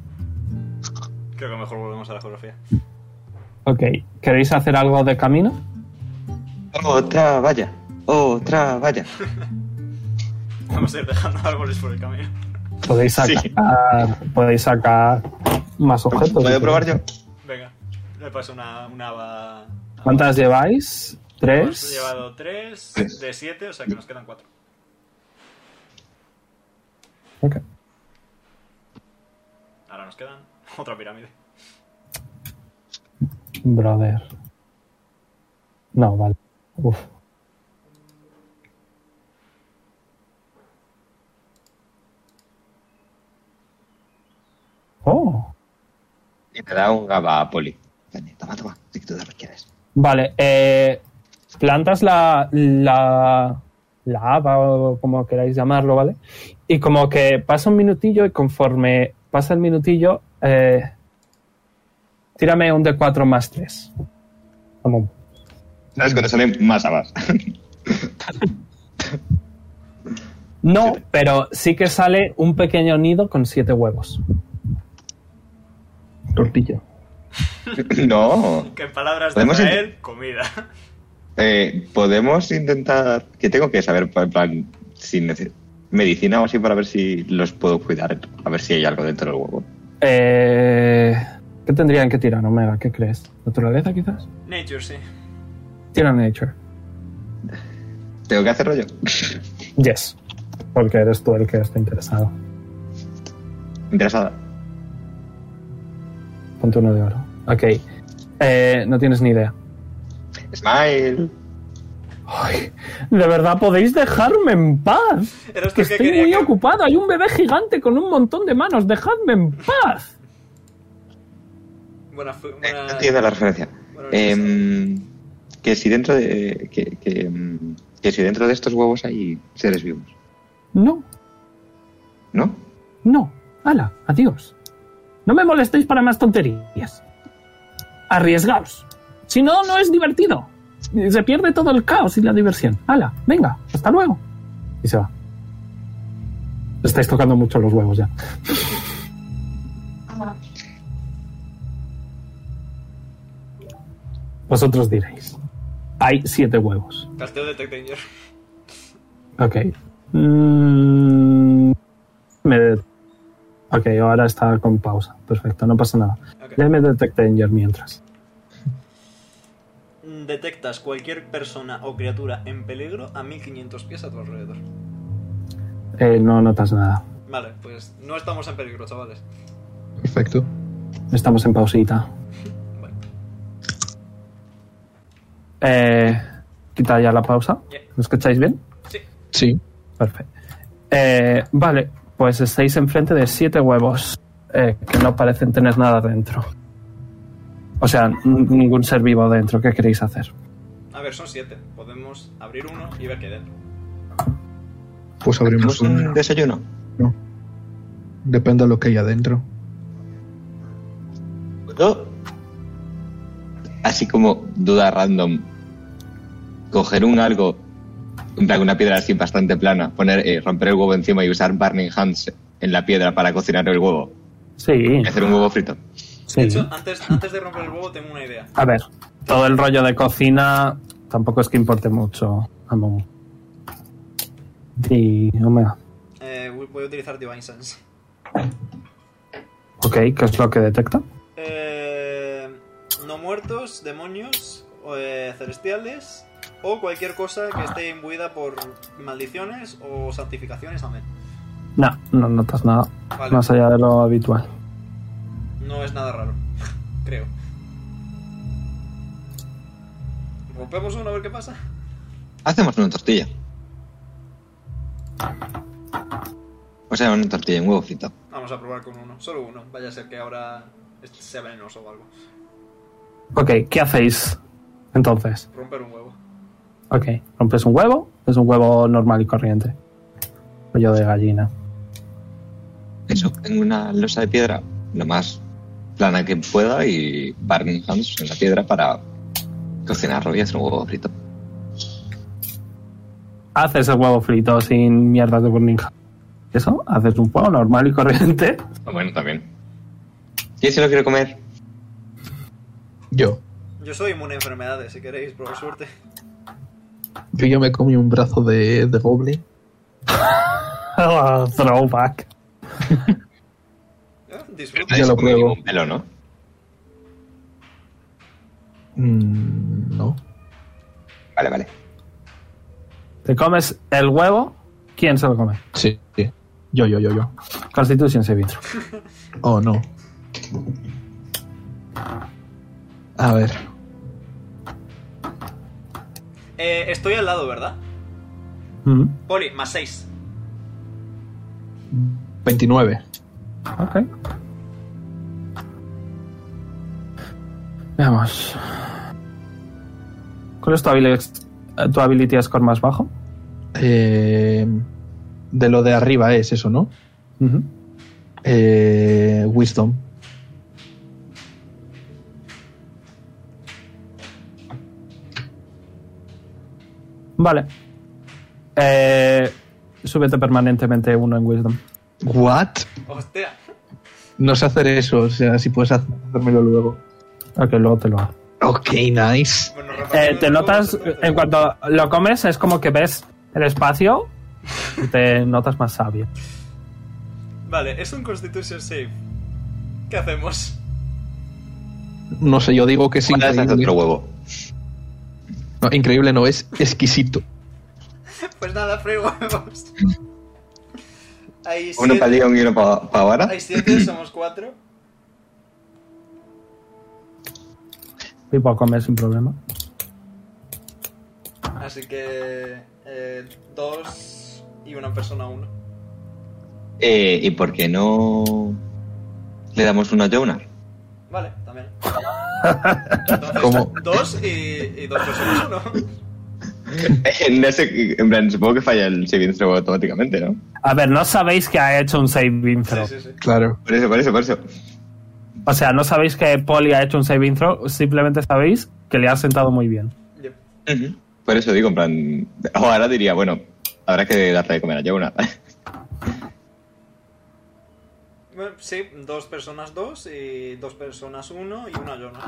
[SPEAKER 1] Creo que mejor volvemos a la geografía.
[SPEAKER 2] Ok, ¿queréis hacer algo de camino?
[SPEAKER 4] Otra valla. Otra valla.
[SPEAKER 1] Vamos a ir dejando árboles por el camino.
[SPEAKER 2] Podéis
[SPEAKER 4] Sí.
[SPEAKER 2] sacar, podéis sacar más objetos.
[SPEAKER 4] ¿Puedo probar yo?
[SPEAKER 1] Venga, le paso una, una va-
[SPEAKER 2] ¿Cuántas lleváis?
[SPEAKER 1] Hemos
[SPEAKER 2] Tres.
[SPEAKER 1] llevado tres
[SPEAKER 4] Tres.
[SPEAKER 1] de siete, o sea que nos quedan cuatro.
[SPEAKER 2] Ok.
[SPEAKER 1] Ahora nos quedan otra pirámide.
[SPEAKER 2] Brother. No, vale. Uf. Oh.
[SPEAKER 4] Y te da un gabapoli. Dani, Toma, toma, si tú también quieres.
[SPEAKER 2] Vale. eh, plantas la, la, la haba o como queráis llamarlo, ¿vale? Y como que pasa un minutillo y conforme pasa el minutillo, eh, tírame un D4 más 3. Como
[SPEAKER 4] ¿Sabes? Cuando salen más habas.
[SPEAKER 2] No, pero sí que sale un pequeño nido con siete huevos.
[SPEAKER 3] Tortilla.
[SPEAKER 4] no.
[SPEAKER 1] Que en palabras de
[SPEAKER 4] Podemos
[SPEAKER 1] Israel, comida.
[SPEAKER 4] Eh, Podemos intentar. Que tengo que saber, en plan, si neces- medicina o así para ver si los puedo cuidar. A ver si hay algo dentro del huevo.
[SPEAKER 2] Eh, ¿Qué tendrían que tirar, Omega? ¿Qué crees? ¿Naturaleza, quizás?
[SPEAKER 1] Nature, sí.
[SPEAKER 2] Tira Nature.
[SPEAKER 4] ¿Tengo que hacerlo yo?
[SPEAKER 2] Yes. Porque eres tú el que está interesado.
[SPEAKER 4] Interesada.
[SPEAKER 2] Ponte uno de oro. Ok. Eh, no tienes ni idea.
[SPEAKER 4] Smile.
[SPEAKER 2] Ay, de verdad, podéis dejarme en paz.
[SPEAKER 1] Era
[SPEAKER 2] Que
[SPEAKER 1] esto que
[SPEAKER 2] estoy muy
[SPEAKER 1] quería. que-
[SPEAKER 2] ocupado. Hay un bebé gigante con un montón de manos. Dejadme en paz.
[SPEAKER 1] Buena, fu-
[SPEAKER 4] Eh,
[SPEAKER 1] buena-
[SPEAKER 4] no entiendo la referencia.
[SPEAKER 1] buena
[SPEAKER 4] Em, que si dentro de. Que, que, em, que si dentro de estos huevos hay seres vivos,
[SPEAKER 2] No,
[SPEAKER 4] ¿no?
[SPEAKER 2] No, ala, adiós. No me molestéis para más tonterías. Arriesgaos. Si no, no es divertido. Se pierde todo el caos y la diversión. Ala, venga, hasta luego. Y se va. Estáis tocando mucho los huevos ya. Vosotros diréis. Hay siete huevos.
[SPEAKER 1] Casteo de Tech Danger.
[SPEAKER 2] Ok. Mm, me- Ok, ahora está con pausa. Perfecto, no pasa nada.
[SPEAKER 1] Ok.
[SPEAKER 2] Déjame Detect Danger mientras.
[SPEAKER 1] Detectas cualquier persona o criatura en peligro a 1500 pies a tu alrededor.
[SPEAKER 2] Eh, no notas nada.
[SPEAKER 1] Vale, pues no estamos en peligro, chavales.
[SPEAKER 3] Perfecto.
[SPEAKER 2] Estamos en pausita.
[SPEAKER 1] Vale.
[SPEAKER 2] Eh, Quita ya la pausa.
[SPEAKER 1] Yeah.
[SPEAKER 2] ¿Me escucháis bien?
[SPEAKER 3] Sí.
[SPEAKER 2] Perfecto. Eh, vale, pues estáis enfrente de siete huevos eh, que no parecen tener nada dentro. O sea, n- ningún ser vivo dentro. ¿Qué queréis hacer?
[SPEAKER 1] A ver, son siete. Podemos abrir uno y ver qué hay dentro.
[SPEAKER 3] Pues abrimos
[SPEAKER 4] ¿Tenemos un
[SPEAKER 3] un.
[SPEAKER 4] desayuno?
[SPEAKER 3] Depende de lo que hay adentro.
[SPEAKER 4] ¿Puedo? Así como duda random. Coger un algo, en plan, una piedra así bastante plana, poner, eh, romper el huevo encima y usar Burning Hands en la piedra para cocinar el huevo
[SPEAKER 2] Sí.
[SPEAKER 4] y hacer un huevo frito.
[SPEAKER 1] De
[SPEAKER 2] sí.
[SPEAKER 1] hecho, antes, antes de romper el huevo tengo una idea.
[SPEAKER 2] A ver, todo el rollo de cocina tampoco es que importe mucho. Amon. Y, Omega.
[SPEAKER 1] Eh, voy a utilizar Divine Sense.
[SPEAKER 2] Ok, ¿qué es lo que detecta?
[SPEAKER 1] Eh, no muertos, demonios, o, eh, celestiales o cualquier cosa que esté imbuida por maldiciones o santificaciones. Amén.
[SPEAKER 2] No, no notas nada
[SPEAKER 1] Vale,
[SPEAKER 2] más allá de lo habitual.
[SPEAKER 1] no es nada raro. Creo. Rompemos uno a ver qué pasa.
[SPEAKER 4] Hacemos una tortilla. O sea, una tortilla y un huevo frito.
[SPEAKER 1] Vamos a probar con uno, solo uno. Vaya a ser que ahora este sea venenoso o algo.
[SPEAKER 2] Ok, ¿qué hacéis entonces?
[SPEAKER 1] Romper un huevo.
[SPEAKER 2] Ok, rompes un huevo, es un huevo normal y corriente. Rollo de gallina.
[SPEAKER 4] Eso, en una losa de piedra, lo más plana que pueda, y Burning Hands en la piedra para cocinarlo y hacer un huevo frito.
[SPEAKER 2] Haces el huevo frito sin mierda de burning. Hand. Eso, haces un huevo normal y corriente.
[SPEAKER 4] Ah, Bueno, también. ¿Quién se lo quiere comer?
[SPEAKER 3] Yo.
[SPEAKER 1] Yo soy inmune a enfermedades, si queréis, probar suerte.
[SPEAKER 3] Yo ya me comí un brazo de, de goble.
[SPEAKER 2] Ah, Oh, Throwback.
[SPEAKER 1] Ah,
[SPEAKER 3] Ya
[SPEAKER 1] Disfruta.
[SPEAKER 3] lo
[SPEAKER 4] Es como
[SPEAKER 3] pruebo.
[SPEAKER 4] ningún pelo, ¿no?
[SPEAKER 3] Mm, no.
[SPEAKER 4] Vale, vale.
[SPEAKER 2] ¿Te comes el huevo? ¿Quién se lo come?
[SPEAKER 3] Sí, sí. Yo, yo, yo, yo.
[SPEAKER 2] Constitution se
[SPEAKER 3] Oh, no. A ver.
[SPEAKER 1] Eh, estoy al lado, ¿verdad?
[SPEAKER 2] Mm.
[SPEAKER 1] Poli, más 6.
[SPEAKER 3] 29.
[SPEAKER 2] Ok. Veamos. ¿Cuál es tu, habili- eh, tu ability score más bajo?
[SPEAKER 3] Eh, de lo de arriba es eso, ¿no?
[SPEAKER 2] Ujú.
[SPEAKER 3] Eh, wisdom.
[SPEAKER 2] Vale. Eh, súbete permanentemente uno en Wisdom.
[SPEAKER 3] What?
[SPEAKER 1] Hostia.
[SPEAKER 3] No sé hacer eso, o sea, si puedes hacérmelo luego.
[SPEAKER 2] Ok, luego te lo hago.
[SPEAKER 3] Ok, nice.
[SPEAKER 1] Bueno,
[SPEAKER 2] Eh,
[SPEAKER 1] repartiendo
[SPEAKER 2] te
[SPEAKER 1] el
[SPEAKER 2] notas,
[SPEAKER 1] juego, entonces.
[SPEAKER 2] en cuanto lo comes, es como que ves el espacio y te notas más sabio.
[SPEAKER 1] Vale, es un Constitution Save. ¿Qué hacemos?
[SPEAKER 3] No sé, yo digo que es
[SPEAKER 4] Ahora haces
[SPEAKER 3] increíble.
[SPEAKER 4] otro huevo.
[SPEAKER 3] No, increíble no, es exquisito.
[SPEAKER 1] Pues nada, Frey huevos. Hay
[SPEAKER 4] Uno para
[SPEAKER 1] 7,
[SPEAKER 4] Leon y uno para Vara.
[SPEAKER 1] hay siete, somos 4.
[SPEAKER 2] Y puedo comer sin problema.
[SPEAKER 1] Así que. Eh, dos y una persona uno.
[SPEAKER 4] Eh, ¿Y por qué no le damos uno a Jonah?
[SPEAKER 1] Vale, también. Entonces,
[SPEAKER 3] ¿Cómo?
[SPEAKER 1] Dos y, y dos personas uno.
[SPEAKER 4] no sé, en plan, supongo que falla el saving throw automáticamente, ¿no?
[SPEAKER 2] A ver, no sabéis que ha hecho un saving throw.
[SPEAKER 1] Sí, sí, sí.
[SPEAKER 3] Claro.
[SPEAKER 4] Por eso, por eso, por eso.
[SPEAKER 2] O sea, no sabéis que Polly ha hecho un saving throw, simplemente sabéis que le ha sentado muy bien.
[SPEAKER 1] Yep.
[SPEAKER 4] Ujú. Por eso digo, en plan. Ahora diría, bueno, habrá que darle de comer a Jonah.
[SPEAKER 1] Bueno, Sí, dos personas dos y dos personas uno y una yo no.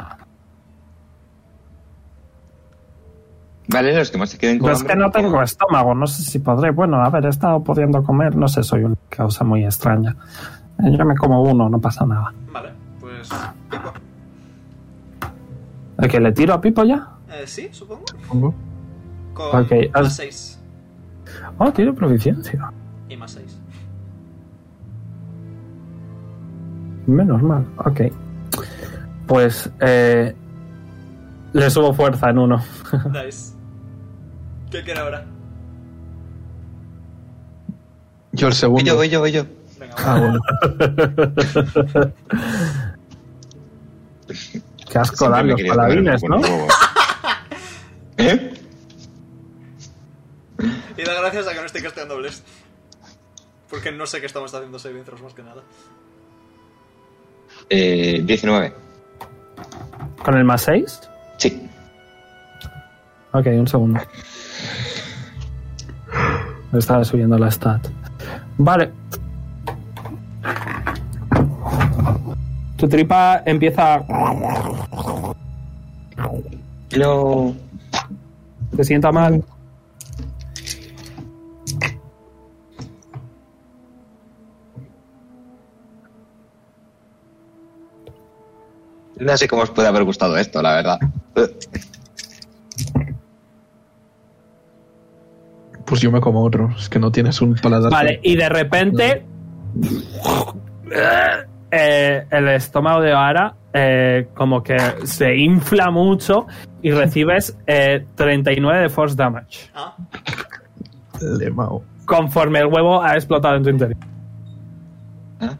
[SPEAKER 4] vale, los que más se queden con.
[SPEAKER 2] Pero es
[SPEAKER 4] hambre,
[SPEAKER 2] que no tengo estómago, no sé si podré. Bueno, a ver, he estado pudiendo comer, no sé, soy una causa muy extraña. Eh, Yo me como uno, no pasa nada.
[SPEAKER 1] Vale, pues. Pipo.
[SPEAKER 2] ¿El que le tiro a Pipo ya?
[SPEAKER 1] Eh, sí, supongo.
[SPEAKER 3] supongo.
[SPEAKER 1] Con
[SPEAKER 2] Ok, haz-
[SPEAKER 1] más seis.
[SPEAKER 2] Oh, tiro proficiencia.
[SPEAKER 1] Y más seis.
[SPEAKER 2] Menos mal, ok. Pues eh, le subo fuerza en uno.
[SPEAKER 1] Nice. ¿Qué quiere ahora?
[SPEAKER 3] Yo el
[SPEAKER 4] Voy yo,
[SPEAKER 3] segundo.
[SPEAKER 4] voy yo, voy yo.
[SPEAKER 1] Venga,
[SPEAKER 3] Ah,
[SPEAKER 1] va.
[SPEAKER 3] bueno.
[SPEAKER 2] Qué asco
[SPEAKER 4] Siempre
[SPEAKER 2] dan
[SPEAKER 4] me
[SPEAKER 2] los
[SPEAKER 4] quería comer
[SPEAKER 2] paladines,
[SPEAKER 4] un
[SPEAKER 2] ¿no?
[SPEAKER 4] huevo. ¿Eh?
[SPEAKER 1] Y da gracias a que no estoy casteando bless. Porque no sé qué estamos haciendo saving throws más que nada.
[SPEAKER 4] Eh, 19.
[SPEAKER 2] Con el más 6.
[SPEAKER 4] Sí.
[SPEAKER 2] Ok, un segundo. Me Estaba subiendo la stat. Vale. Tu tripa empieza.
[SPEAKER 4] No.
[SPEAKER 2] Te sienta mal.
[SPEAKER 4] No sé cómo os puede haber gustado esto, la verdad. ¿Eh?
[SPEAKER 3] Pues yo me como otro. Es que no tienes un paladar.
[SPEAKER 2] Vale, y de repente. eh, el estómago de Ara eh, como que se infla mucho y recibes eh, 39 de force damage.
[SPEAKER 1] Ah,
[SPEAKER 3] Le mao.
[SPEAKER 2] Conforme el huevo ha explotado en tu interior.
[SPEAKER 4] Ah.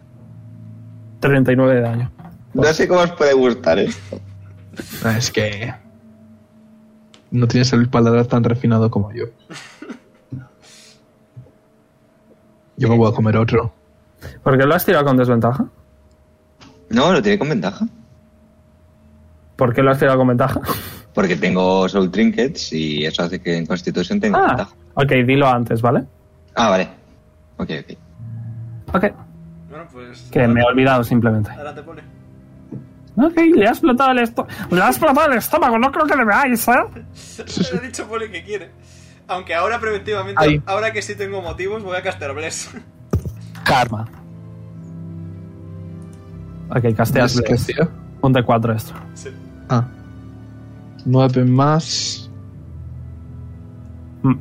[SPEAKER 2] 39 de daño.
[SPEAKER 4] No sé cómo os puede gustar esto.
[SPEAKER 3] Ah, es que. No tienes el paladar tan refinado como yo. Yo me voy a comer otro.
[SPEAKER 2] ¿Por qué lo has tirado con desventaja?
[SPEAKER 4] No, lo tiene con ventaja.
[SPEAKER 2] ¿Por qué lo has tirado con ventaja?
[SPEAKER 4] Porque tengo Soul Trinkets y eso hace que en Constitution tenga
[SPEAKER 2] Ah,
[SPEAKER 4] ventaja.
[SPEAKER 2] ok, dilo antes, ¿vale?
[SPEAKER 4] Ah, vale. Ok, ok.
[SPEAKER 2] Ok,
[SPEAKER 1] bueno, pues.
[SPEAKER 2] que me he olvidado simplemente.
[SPEAKER 1] Adelante, Poli.
[SPEAKER 2] Ok, le ha explotado el estómago. Le ha explotado el estómago, no creo que le veáis, ¿eh?
[SPEAKER 1] Le ha dicho Poli que quiere. Aunque ahora preventivamente,
[SPEAKER 3] Ay.
[SPEAKER 1] ahora que sí tengo motivos, voy a castear Bless.
[SPEAKER 2] Karma. Ok, casteas
[SPEAKER 3] ¿Ves que
[SPEAKER 2] Blaze.
[SPEAKER 3] hacía?
[SPEAKER 2] Un de 4 extra.
[SPEAKER 1] Sí.
[SPEAKER 3] Ah. 9 más.
[SPEAKER 2] Mm.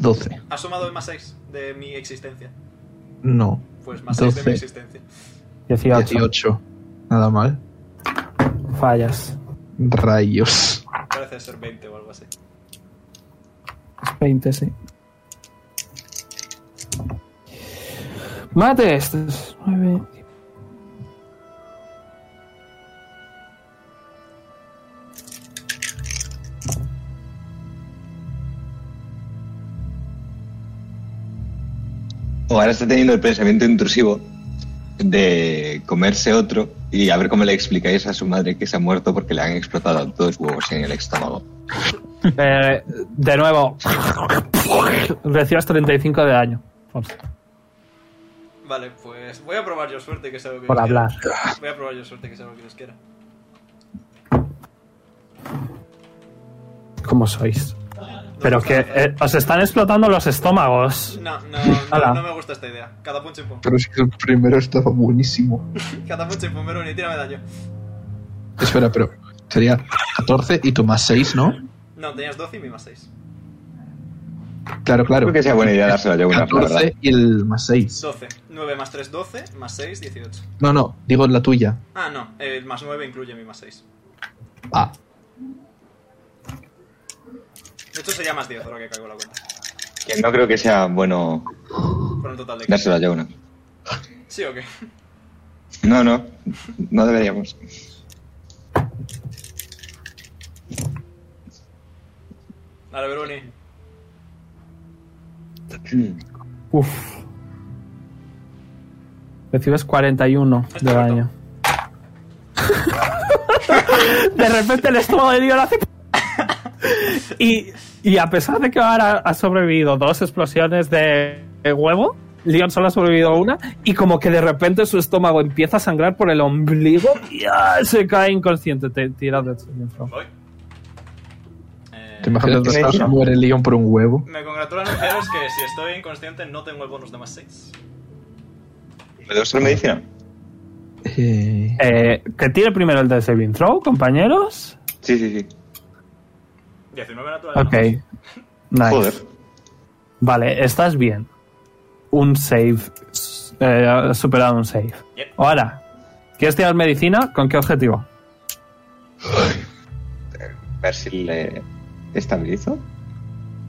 [SPEAKER 3] 12.
[SPEAKER 1] ¿Has sumado el más 6 de mi existencia?
[SPEAKER 3] No.
[SPEAKER 1] Pues más 6 de mi
[SPEAKER 3] Doce.
[SPEAKER 1] existencia.
[SPEAKER 2] 18.
[SPEAKER 3] 18. Nada mal.
[SPEAKER 2] Fallas.
[SPEAKER 3] Rayos.
[SPEAKER 1] Parece ser 20 o algo así.
[SPEAKER 2] 20, sí. Mate este estos. 9.
[SPEAKER 4] O ahora está teniendo el pensamiento intrusivo de comerse otro y a ver cómo le explicáis a su madre que se ha muerto porque le han explotado dos huevos en el estómago.
[SPEAKER 2] Eh, de nuevo. Recibas 35 de daño. Por,
[SPEAKER 1] Vale, pues voy a probar yo suerte que es algo que
[SPEAKER 2] por
[SPEAKER 1] Dios quiera.
[SPEAKER 2] hablar.
[SPEAKER 1] Voy a probar yo suerte que es algo que Dios quiera.
[SPEAKER 2] ¿Cómo sois? Pero
[SPEAKER 1] No me
[SPEAKER 2] que
[SPEAKER 1] gusta la
[SPEAKER 2] eh, os están explotando los estómagos.
[SPEAKER 1] No, no,
[SPEAKER 2] Ala.
[SPEAKER 1] no, no me gusta esta idea. Cada punch chimpón.
[SPEAKER 3] Pero es que el primero estaba buenísimo.
[SPEAKER 1] Cada punch chimpón, Veroni, tírame daño.
[SPEAKER 3] Espera, pero sería 14 y tú más 6, ¿no?
[SPEAKER 1] No, tenías 12 y mi más 6.
[SPEAKER 3] Claro, claro.
[SPEAKER 4] Creo que sea buena idea dárselo a Jonas, la verdad.
[SPEAKER 3] 14 y el más 6.
[SPEAKER 1] 12. 9 más 3, 12. Más 6, 18.
[SPEAKER 3] No, no, digo la tuya.
[SPEAKER 1] Ah, no. El más 9 incluye mi más 6.
[SPEAKER 3] Ah,
[SPEAKER 1] De hecho, sería más 10 ahora que caigo la cuenta.
[SPEAKER 4] Que no creo que sea bueno
[SPEAKER 1] Por un total de 15.
[SPEAKER 4] dárselo a Jonas.
[SPEAKER 1] ¿Sí o qué?
[SPEAKER 4] No, no, no deberíamos.
[SPEAKER 1] Dale, Veroni.
[SPEAKER 2] Uf. Recibes 41 de daño. de repente el estómago de Dio lo hace. Y, y a pesar de que ahora ha sobrevivido dos explosiones de, de huevo, Leon solo ha sobrevivido una y como que de repente su estómago empieza a sangrar por el ombligo y ah, se cae inconsciente. Te tiras de
[SPEAKER 1] Voy. Eh,
[SPEAKER 3] te imaginas
[SPEAKER 4] ¿Crees que
[SPEAKER 3] que
[SPEAKER 4] me diga?
[SPEAKER 3] muere Leon por un huevo.
[SPEAKER 1] me congratulan anunciaros que si estoy inconsciente no tengo el bonus de más 6.
[SPEAKER 4] ¿Me debo ser medicina?
[SPEAKER 3] Eh,
[SPEAKER 2] eh, Que tire primero el de Saving Throw, compañeros.
[SPEAKER 4] Sí, sí, sí.
[SPEAKER 1] 19 natural.
[SPEAKER 2] Ok. Nice.
[SPEAKER 4] Joder.
[SPEAKER 2] Vale, estás bien. Un save. s- eh, has superado un save.
[SPEAKER 1] Yep.
[SPEAKER 2] Ahora, ¿quieres tirar medicina? ¿Con qué objetivo?
[SPEAKER 4] A ver si le estabilizo.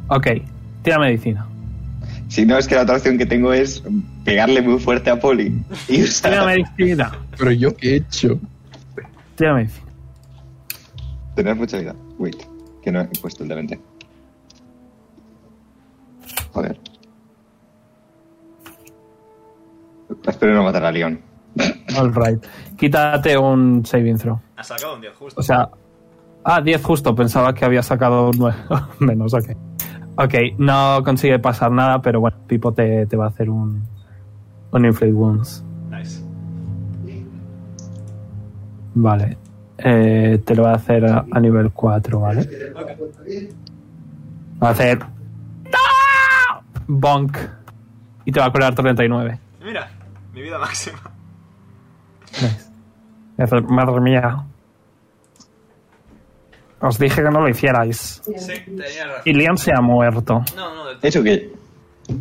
[SPEAKER 2] Ok, tira medicina.
[SPEAKER 4] Si no, es que la otra opción que tengo es pegarle muy fuerte a Poli. Y
[SPEAKER 2] Tira
[SPEAKER 4] usar,
[SPEAKER 2] medicina.
[SPEAKER 3] pero yo qué he hecho.
[SPEAKER 2] Tira medicina.
[SPEAKER 4] tener mucha vida. Wait, que no he puesto el de 20. Joder. Espero no matar a León.
[SPEAKER 2] All right. Quítate un saving throw.
[SPEAKER 1] Ha sacado un 10 justo.
[SPEAKER 2] O sea. Ah, 10 justo. Pensaba que había sacado un 9. Menos, ok. Ok, no consigue pasar nada, pero bueno, Pipo te, te va a hacer un. Un Inflate Wounds.
[SPEAKER 1] Nice.
[SPEAKER 2] Vale. Eh, te lo va a hacer a, a nivel 4, ¿vale? Va a hacer. ¡Ah! Bonk. Y te va a curar 39.
[SPEAKER 1] Mira, mi vida máxima.
[SPEAKER 2] Nice. Va a hacer, Madre mía. Os dije que no lo hicierais.
[SPEAKER 1] Sí, tenías razón.
[SPEAKER 2] Y Liam se ha muerto.
[SPEAKER 1] No, no, de-
[SPEAKER 4] Eso que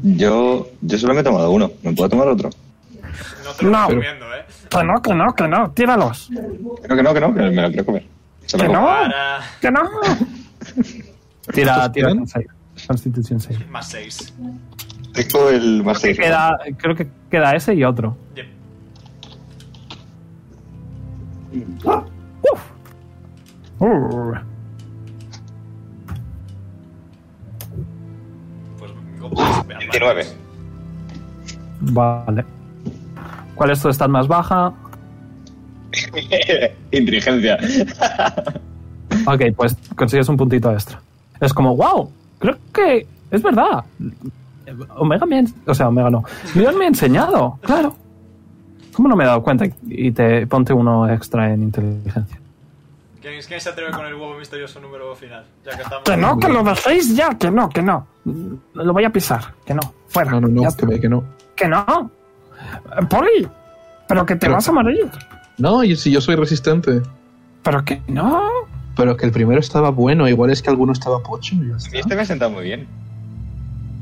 [SPEAKER 4] yo, yo solo me he tomado uno. ¿Me puedo tomar otro?
[SPEAKER 1] no te lo
[SPEAKER 2] No.
[SPEAKER 1] recomiendo, eh.
[SPEAKER 2] Que no, que no, que no. Tíralos.
[SPEAKER 4] Creo que no, que no, que me lo quiero comer. Se me
[SPEAKER 2] Que
[SPEAKER 4] lo como.
[SPEAKER 2] no.
[SPEAKER 1] Para.
[SPEAKER 2] Que no. Tira, tira.
[SPEAKER 3] ¿Constitución?
[SPEAKER 2] con save. Constitución 6.
[SPEAKER 1] Más 6.
[SPEAKER 4] Tengo el más seis.
[SPEAKER 2] Queda, creo que queda ese y otro.
[SPEAKER 1] Yep.
[SPEAKER 2] Urr.
[SPEAKER 1] Pues go- pues, vean,
[SPEAKER 4] 29.
[SPEAKER 1] vale.
[SPEAKER 2] Vale. ¿Cuál es tu stat más baja?
[SPEAKER 4] Inteligencia.
[SPEAKER 2] Ok, pues consigues un puntito extra. Es como, wow, creo que es verdad. Omega me ha, ens- o sea, Omega no. Leon me ha enseñado, claro. ¿Cómo no me he dado cuenta? Y te ponte uno extra en inteligencia.
[SPEAKER 1] ¿Quién, quién se atreve con el huevo misterioso número final? Ya que estamos.
[SPEAKER 2] Que no, que lo dejéis ya, que no, que no. Lo voy a pisar, que no, fuera.
[SPEAKER 3] No, no, no,
[SPEAKER 2] ya está.
[SPEAKER 3] que, ve que no.
[SPEAKER 2] Que no. Poli, pero que te
[SPEAKER 3] Pero-
[SPEAKER 2] vas a morir.
[SPEAKER 3] No, yo, si yo soy resistente.
[SPEAKER 2] Pero que no.
[SPEAKER 3] Pero que el primero estaba bueno, igual es que alguno estaba pocho. y ya está.
[SPEAKER 4] A mí este me ha sentado muy bien.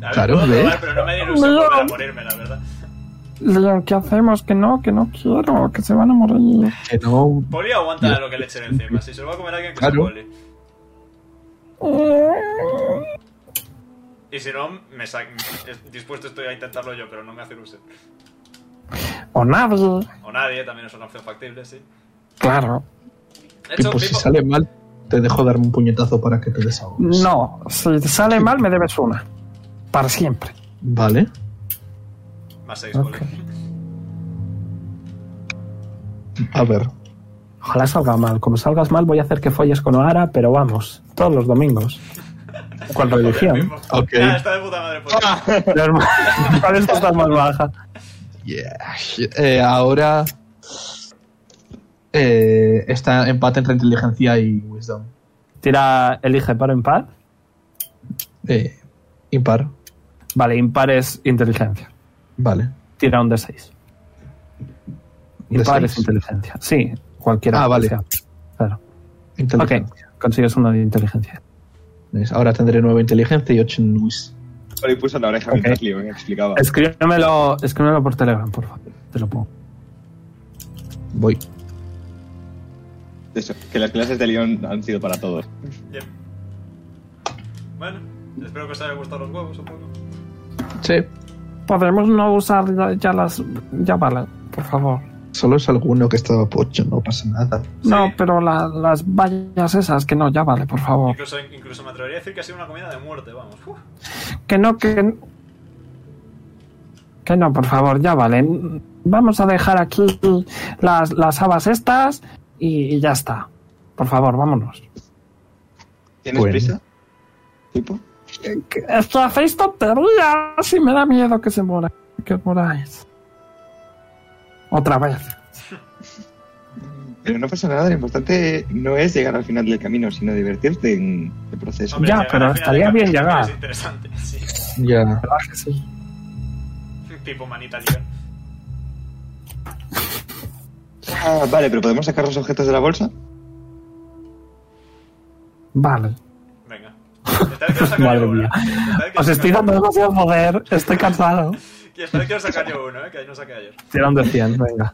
[SPEAKER 1] A ver,
[SPEAKER 3] Claro,
[SPEAKER 1] puedo
[SPEAKER 3] ve.
[SPEAKER 1] probar, pero no me dio ilusión
[SPEAKER 2] ¿eh? No.
[SPEAKER 1] volver a morirme, la verdad.
[SPEAKER 2] Leon, ¿qué hacemos? Que no, que no quiero, que se van a morir.
[SPEAKER 3] Que no.
[SPEAKER 1] Poli aguanta
[SPEAKER 3] Yo-
[SPEAKER 1] lo que le echen encima. Si se lo va a comer alguien, que
[SPEAKER 3] Claro.
[SPEAKER 1] se poli. Y si no, me sa- es- dispuesto estoy a intentarlo yo, pero no me hace ilusión.
[SPEAKER 2] O nadie.
[SPEAKER 1] O nadie, también es una opción factible, sí.
[SPEAKER 2] Claro.
[SPEAKER 1] De
[SPEAKER 3] Y
[SPEAKER 1] hecho,
[SPEAKER 3] pues si
[SPEAKER 1] Pipo-
[SPEAKER 3] sale mal, te dejo darme un puñetazo para que te desahogues.
[SPEAKER 2] No, si te sale mal me debes una. Para siempre.
[SPEAKER 3] Vale.
[SPEAKER 1] más 6,
[SPEAKER 2] Ok.
[SPEAKER 1] Poli.
[SPEAKER 3] Ah, A ver.
[SPEAKER 2] Ojalá salga mal. Como salgas mal voy a hacer que folles con Oara, pero vamos, todos los domingos. ¿Cuál religión?
[SPEAKER 3] Ok.
[SPEAKER 1] Ya, Ah, está de puta madre, Poli.
[SPEAKER 2] Ah. Los- ¿Cuál es la más baja?
[SPEAKER 3] Yeah. Eh, ahora. Eh, está empate entre inteligencia y wisdom.
[SPEAKER 2] Tira, elige par o impar.
[SPEAKER 3] Eh, impar.
[SPEAKER 2] Vale, impar es inteligencia.
[SPEAKER 3] Vale.
[SPEAKER 2] Tira un D6.
[SPEAKER 3] ¿De
[SPEAKER 2] Impar
[SPEAKER 3] seis?
[SPEAKER 2] es inteligencia. Sí, cualquiera.
[SPEAKER 3] Ah,
[SPEAKER 2] que
[SPEAKER 3] vale.
[SPEAKER 2] sea. Claro. Ok,
[SPEAKER 3] Inteligencia.
[SPEAKER 2] consigues una de inteligencia.
[SPEAKER 3] ¿Ves? Ahora tendré nueva inteligencia y 8 en wis-
[SPEAKER 4] Ahora le puso la oreja
[SPEAKER 2] Ok.
[SPEAKER 4] mientras Leo me explicaba.
[SPEAKER 2] Escríbemelo, escríbemelo por Telegram, por favor. Te lo pongo.
[SPEAKER 3] Voy.
[SPEAKER 4] Eso, que las clases de León han sido para todos.
[SPEAKER 1] Bien. Bueno, espero que os haya gustado los huevos, supongo.
[SPEAKER 3] Sí,
[SPEAKER 2] Podemos no usar ya, ya las. Ya vale, por favor.
[SPEAKER 3] solo es alguno que estaba pocho, no pasa nada.
[SPEAKER 2] No,
[SPEAKER 1] Sí.
[SPEAKER 2] pero la- las vallas esas, que no, ya vale, por favor.
[SPEAKER 1] Incluso, incluso me atrevería a decir que ha sido una comida de muerte, vamos. Uf.
[SPEAKER 2] Que no, que. Que no, por favor, ya vale. Vamos a dejar aquí las, las habas estas y, y ya está. Por favor, vámonos.
[SPEAKER 4] ¿Tienes
[SPEAKER 3] Bueno.
[SPEAKER 4] prisa? ¿Tipo?
[SPEAKER 2] Es que hacéis tonterías y me da miedo que se muera. Que os moráis. Otra vez.
[SPEAKER 4] Pero no pasa nada, lo importante no es llegar al final del camino, sino divertirte en el proceso.
[SPEAKER 1] Hombre,
[SPEAKER 2] Ya,
[SPEAKER 1] llegar
[SPEAKER 2] pero
[SPEAKER 1] al final
[SPEAKER 2] estaría
[SPEAKER 1] del
[SPEAKER 2] bien
[SPEAKER 1] capítulo
[SPEAKER 2] llegar.
[SPEAKER 1] Es interesante, sí.
[SPEAKER 3] Ya.
[SPEAKER 2] ¿Verdad que sí?
[SPEAKER 1] Tipo manita libre.
[SPEAKER 4] Ah, vale, pero ¿podemos sacar los objetos de la bolsa?
[SPEAKER 2] Vale.
[SPEAKER 1] Venga. Intentaré que os sacar
[SPEAKER 2] Madre
[SPEAKER 1] yo uno.
[SPEAKER 2] mía.
[SPEAKER 1] Intentaré que
[SPEAKER 2] Os
[SPEAKER 1] os
[SPEAKER 2] estoy
[SPEAKER 1] sacar-
[SPEAKER 2] dando demasiado poder. Estoy cansado.
[SPEAKER 1] Y Intentaré ¿eh? que os sacar yo uno, eh, que ahí no saqué ayer.
[SPEAKER 2] Tira un de 100, venga.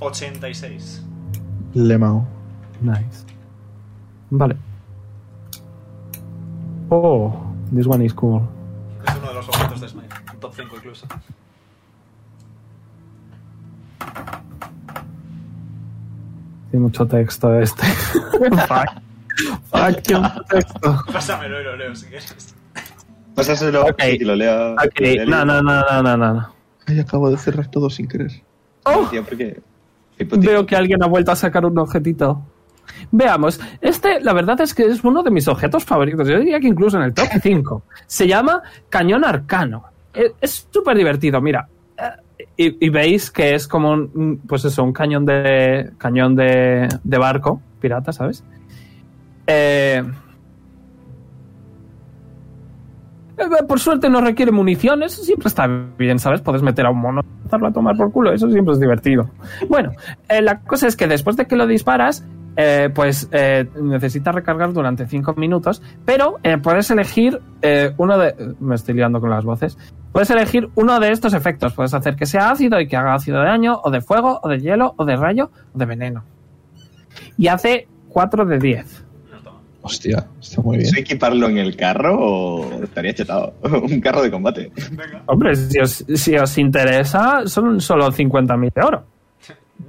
[SPEAKER 1] ¿86?
[SPEAKER 3] Le mao.
[SPEAKER 2] Nice. Vale. Oh, this one is cool.
[SPEAKER 1] Es uno de los objetos de Smite. Un Top 5 incluso.
[SPEAKER 2] Tiene mucho texto este. Fuck. Fuck, qué mucho texto.
[SPEAKER 1] Pásamelo y lo leo si quieres.
[SPEAKER 4] Pásaselo
[SPEAKER 2] Ok.
[SPEAKER 4] y lo lea.
[SPEAKER 2] Ok,
[SPEAKER 4] lo lea
[SPEAKER 2] no, no, no, no, no, no, no.
[SPEAKER 3] Ay, acabo de cerrar todo sin querer.
[SPEAKER 2] Oh,
[SPEAKER 4] Tío, porque... Tipo, tío,
[SPEAKER 2] veo que alguien ha vuelto a sacar un objetito. Veamos, este la verdad es que es uno de mis objetos favoritos. Yo diría que incluso en el top 5. Se llama Cañón Arcano. E- Es súper divertido, mira. Eh, Y, y veis que es como un, pues eso, un cañón de cañón de, de barco pirata, ¿sabes? Eh, eh, por suerte no requiere munición, eso siempre está bien, ¿sabes? Puedes meter a un mono, darlo a tomar por culo, eso siempre es divertido. Bueno, eh, la cosa es que después de que lo disparas, eh, pues eh, necesitas recargar durante 5 minutos, pero eh, puedes elegir eh, uno de... Me estoy liando con las voces. Puedes elegir uno de estos efectos. Puedes hacer que sea ácido y que haga ácido de daño, o de fuego, o de hielo, o de rayo, o de veneno. Y hace 4 de 10.
[SPEAKER 1] No está mal.
[SPEAKER 3] Hostia, está muy bien.
[SPEAKER 4] ¿Soy equiparlo en el carro o estaría chetado? Un carro de combate.
[SPEAKER 1] Venga.
[SPEAKER 2] Hombre, si os, si os interesa, son solo 50.000 de oro.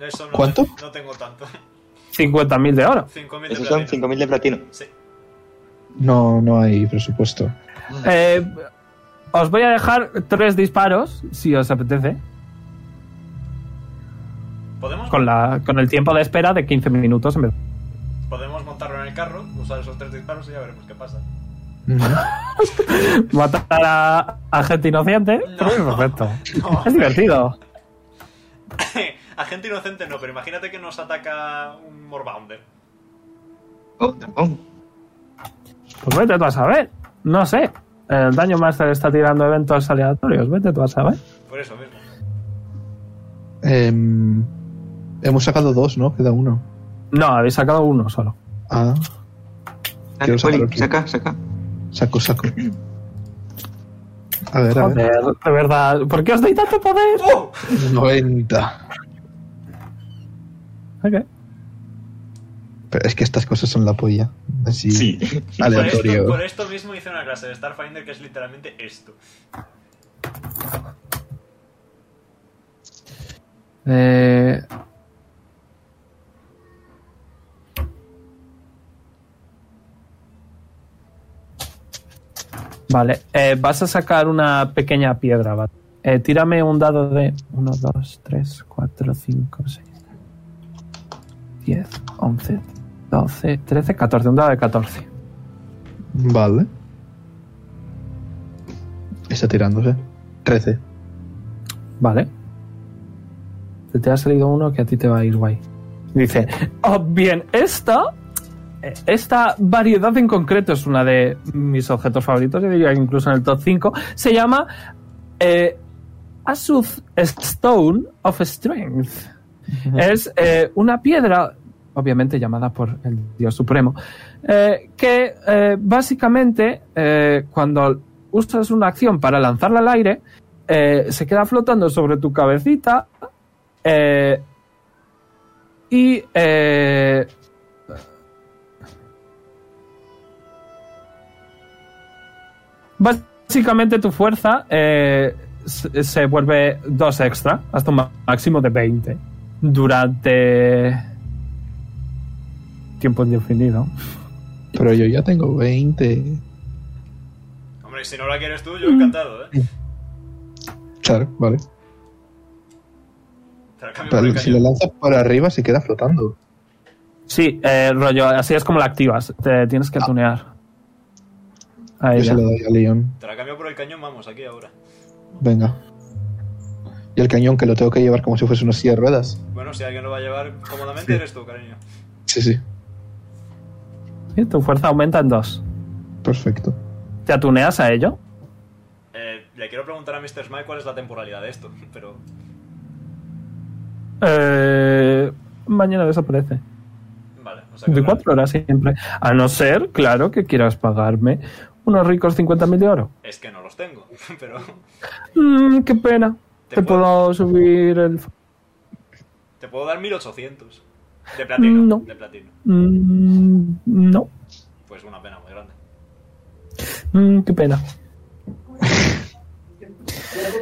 [SPEAKER 1] Eso no
[SPEAKER 3] ¿Cuánto?
[SPEAKER 1] No tengo tanto.
[SPEAKER 2] 50.000 de oro.
[SPEAKER 1] 5.000 de
[SPEAKER 4] Esos son
[SPEAKER 1] platino.
[SPEAKER 4] 5.000 de platino.
[SPEAKER 1] Sí.
[SPEAKER 3] No, no hay presupuesto.
[SPEAKER 2] Eh, os voy a dejar tres disparos, si os apetece,
[SPEAKER 1] ¿Podemos,
[SPEAKER 2] con, la, con el tiempo de espera de 15 minutos. en vez-
[SPEAKER 1] podemos montarlo en el carro, usar esos tres disparos y ya veremos qué pasa.
[SPEAKER 2] Matar a, a gente inocente. Uy, perfecto.
[SPEAKER 1] No.
[SPEAKER 2] Es divertido.
[SPEAKER 1] A gente inocente no, pero imagínate que nos ataca un Morbounder.
[SPEAKER 4] Oh, no.
[SPEAKER 2] Pues vete tú a saber. No sé. El Daño Master está tirando eventos aleatorios. Vete tú a saber.
[SPEAKER 1] Por eso mismo.
[SPEAKER 3] Em, hemos sacado dos, ¿no? Queda uno.
[SPEAKER 2] No, habéis sacado uno solo.
[SPEAKER 3] Ah,
[SPEAKER 5] Dale,
[SPEAKER 3] sacar
[SPEAKER 5] Poli,
[SPEAKER 3] aquí.
[SPEAKER 5] saca, saca.
[SPEAKER 3] saco, saco. A ver, a ver.
[SPEAKER 2] Joder, de verdad. ¿Por qué os doy tanto poder?
[SPEAKER 1] ¡Oh!
[SPEAKER 3] 90.
[SPEAKER 2] Ok.
[SPEAKER 3] Pero es que estas cosas son la polla. Así,
[SPEAKER 4] Sí.
[SPEAKER 1] Por esto,
[SPEAKER 3] aleatorio.
[SPEAKER 1] por esto mismo hice una clase de Starfinder que es literalmente esto.
[SPEAKER 3] Eh,
[SPEAKER 2] Vale. eh, vas a sacar una pequeña piedra. va. Eh, tírame un dado de 1, 2, 3, 4, 5, 6, 10, 11, 12, 13, 14. Un dado de 14.
[SPEAKER 3] vale. Está tirándose. 13.
[SPEAKER 2] Vale. Te, te ha salido uno que a ti te va a ir guay. Dice, oh, bien, esta, eh, esta variedad en concreto es una de mis objetos favoritos, yo diría que incluso en el top 5, se llama eh, Asuth Stone of Strength. Es eh, una piedra, obviamente llamada por el Dios Supremo, eh, que eh, básicamente eh, cuando usas una acción para lanzarla al aire, eh, se queda flotando sobre tu cabecita eh, y eh, básicamente tu fuerza eh, se, se vuelve dos extra hasta un ma- máximo de 20 durante tiempo indefinido
[SPEAKER 3] Pero yo ya tengo 20.
[SPEAKER 1] Hombre, si no la quieres tú, yo encantado, ¿eh?
[SPEAKER 3] Claro, vale.
[SPEAKER 1] Te la cambio por el
[SPEAKER 3] Pero si lo
[SPEAKER 1] cañón.
[SPEAKER 3] lanzas para arriba se queda flotando.
[SPEAKER 2] Sí, eh, rollo, así es como la activas. Te tienes que tunear. A
[SPEAKER 3] Yo
[SPEAKER 2] ella.
[SPEAKER 3] se lo doy a León.
[SPEAKER 1] Te la cambio por el cañón, vamos, aquí ahora.
[SPEAKER 3] Venga. Y el cañón que lo tengo que llevar como si fuese una silla de ruedas.
[SPEAKER 1] Bueno, si alguien lo va a llevar cómodamente, eres tú, cariño.
[SPEAKER 3] Sí, sí.
[SPEAKER 2] Sí, tu fuerza aumenta en dos.
[SPEAKER 3] Perfecto.
[SPEAKER 2] ¿Te atuneas a ello?
[SPEAKER 1] Eh, le quiero preguntar a Mr. Smile cuál es la temporalidad de esto, pero
[SPEAKER 2] Eh, mañana desaparece.
[SPEAKER 1] vale. O sea que
[SPEAKER 2] 24 horas siempre. A no ser, claro, que quieras pagarme unos ricos 50.000 de oro.
[SPEAKER 1] Es que no los tengo, pero
[SPEAKER 2] Mm, qué pena.
[SPEAKER 1] Te
[SPEAKER 2] Te, puedo subir el...
[SPEAKER 1] te puedo dar 1800. De platino,
[SPEAKER 2] No.
[SPEAKER 1] de platino.
[SPEAKER 2] Mm, no.
[SPEAKER 1] Pues una pena muy grande.
[SPEAKER 2] Mm, qué pena.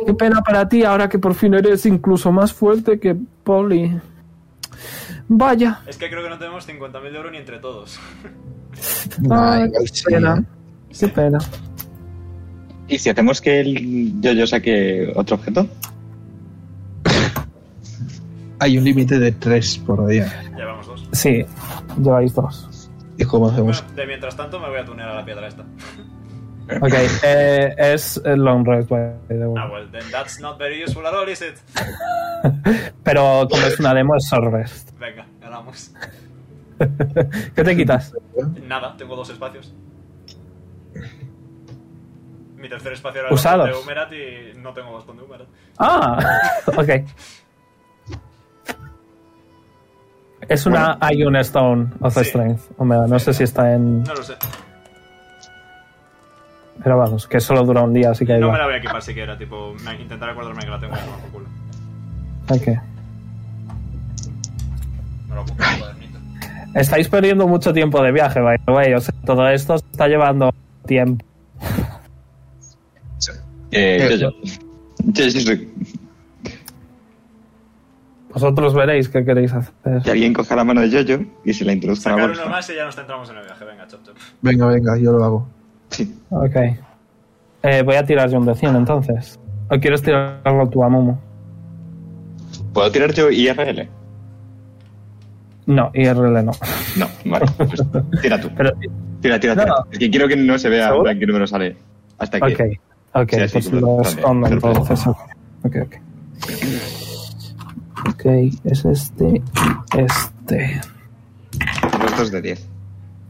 [SPEAKER 2] qué pena para ti ahora que por fin eres incluso más fuerte que Polly. Vaya.
[SPEAKER 1] Es que creo que no tenemos 50.000 de oro ni entre todos.
[SPEAKER 3] Nah,
[SPEAKER 2] Ay,
[SPEAKER 3] igual
[SPEAKER 2] qué
[SPEAKER 3] sí,
[SPEAKER 2] pena.
[SPEAKER 3] ¿eh?
[SPEAKER 2] Qué pena.
[SPEAKER 4] ¿Y si hacemos que el yo-yo saque otro objeto?
[SPEAKER 3] Hay un límite de 3 por día.
[SPEAKER 1] Llevamos dos.
[SPEAKER 2] Sí, lleváis dos.
[SPEAKER 3] ¿Y cómo hacemos?
[SPEAKER 1] Bueno, de mientras tanto me voy a tunear a la piedra esta.
[SPEAKER 2] Ok, eh, es el long rest, by the way.
[SPEAKER 1] Ah, well, then that's not very useful at all, is it?
[SPEAKER 2] Pero como es una demo, es short rest.
[SPEAKER 1] Venga, ganamos.
[SPEAKER 2] ¿Qué te quitas?
[SPEAKER 1] Nada, tengo dos espacios. Mi tercer espacio era el
[SPEAKER 2] Usados.
[SPEAKER 1] bastón de Humerat y no tengo bastón de Humerat.
[SPEAKER 2] Ah, ok. Es una Ion Stone of
[SPEAKER 1] Sí.
[SPEAKER 2] Strength. Hombre, no sé si está en.
[SPEAKER 1] No lo sé.
[SPEAKER 2] Pero vamos, que solo dura un día, así que. da
[SPEAKER 1] No me
[SPEAKER 2] igual.
[SPEAKER 1] la voy a equipar siquiera, tipo, me- intentaré acordarme que la tengo en el culo.
[SPEAKER 2] Ok.
[SPEAKER 1] Me lo apunto en Ah, el cuadernito.
[SPEAKER 2] Estáis perdiendo mucho tiempo de viaje, by the way. O sea, todo esto se está llevando tiempo.
[SPEAKER 4] Eh,
[SPEAKER 3] Eh,
[SPEAKER 4] yo-yo. Yo-yo.
[SPEAKER 2] Vosotros veréis qué queréis hacer.
[SPEAKER 4] Que alguien coja la mano de Jojo y se la introduzca en la
[SPEAKER 1] Sacar uno
[SPEAKER 4] bolsa.
[SPEAKER 1] más y ya nos centramos en el viaje. Venga, chop chop.
[SPEAKER 3] Venga, venga, yo lo hago.
[SPEAKER 4] Sí.
[SPEAKER 2] Ok. Eh, voy a tirar yo un de 100 entonces. ¿O quieres tirarlo tú a Momo?
[SPEAKER 4] ¿Puedo tirar yo IRL?
[SPEAKER 2] No, IRL no.
[SPEAKER 4] No, vale. Pues tira tú.
[SPEAKER 2] Pero, sí.
[SPEAKER 4] Tira, tira,
[SPEAKER 2] No.
[SPEAKER 4] tira. Es que quiero que no se vea en
[SPEAKER 2] ¿Seguro?
[SPEAKER 4] plan qué número sale. Hasta que.
[SPEAKER 2] ok. Ok,
[SPEAKER 4] Sí, así
[SPEAKER 2] pues
[SPEAKER 4] como
[SPEAKER 2] lo
[SPEAKER 4] también,
[SPEAKER 2] escondo
[SPEAKER 4] sorpresa.
[SPEAKER 2] entonces. Ok, ok. ok. Ok, es este, este.
[SPEAKER 4] Los dos de 10.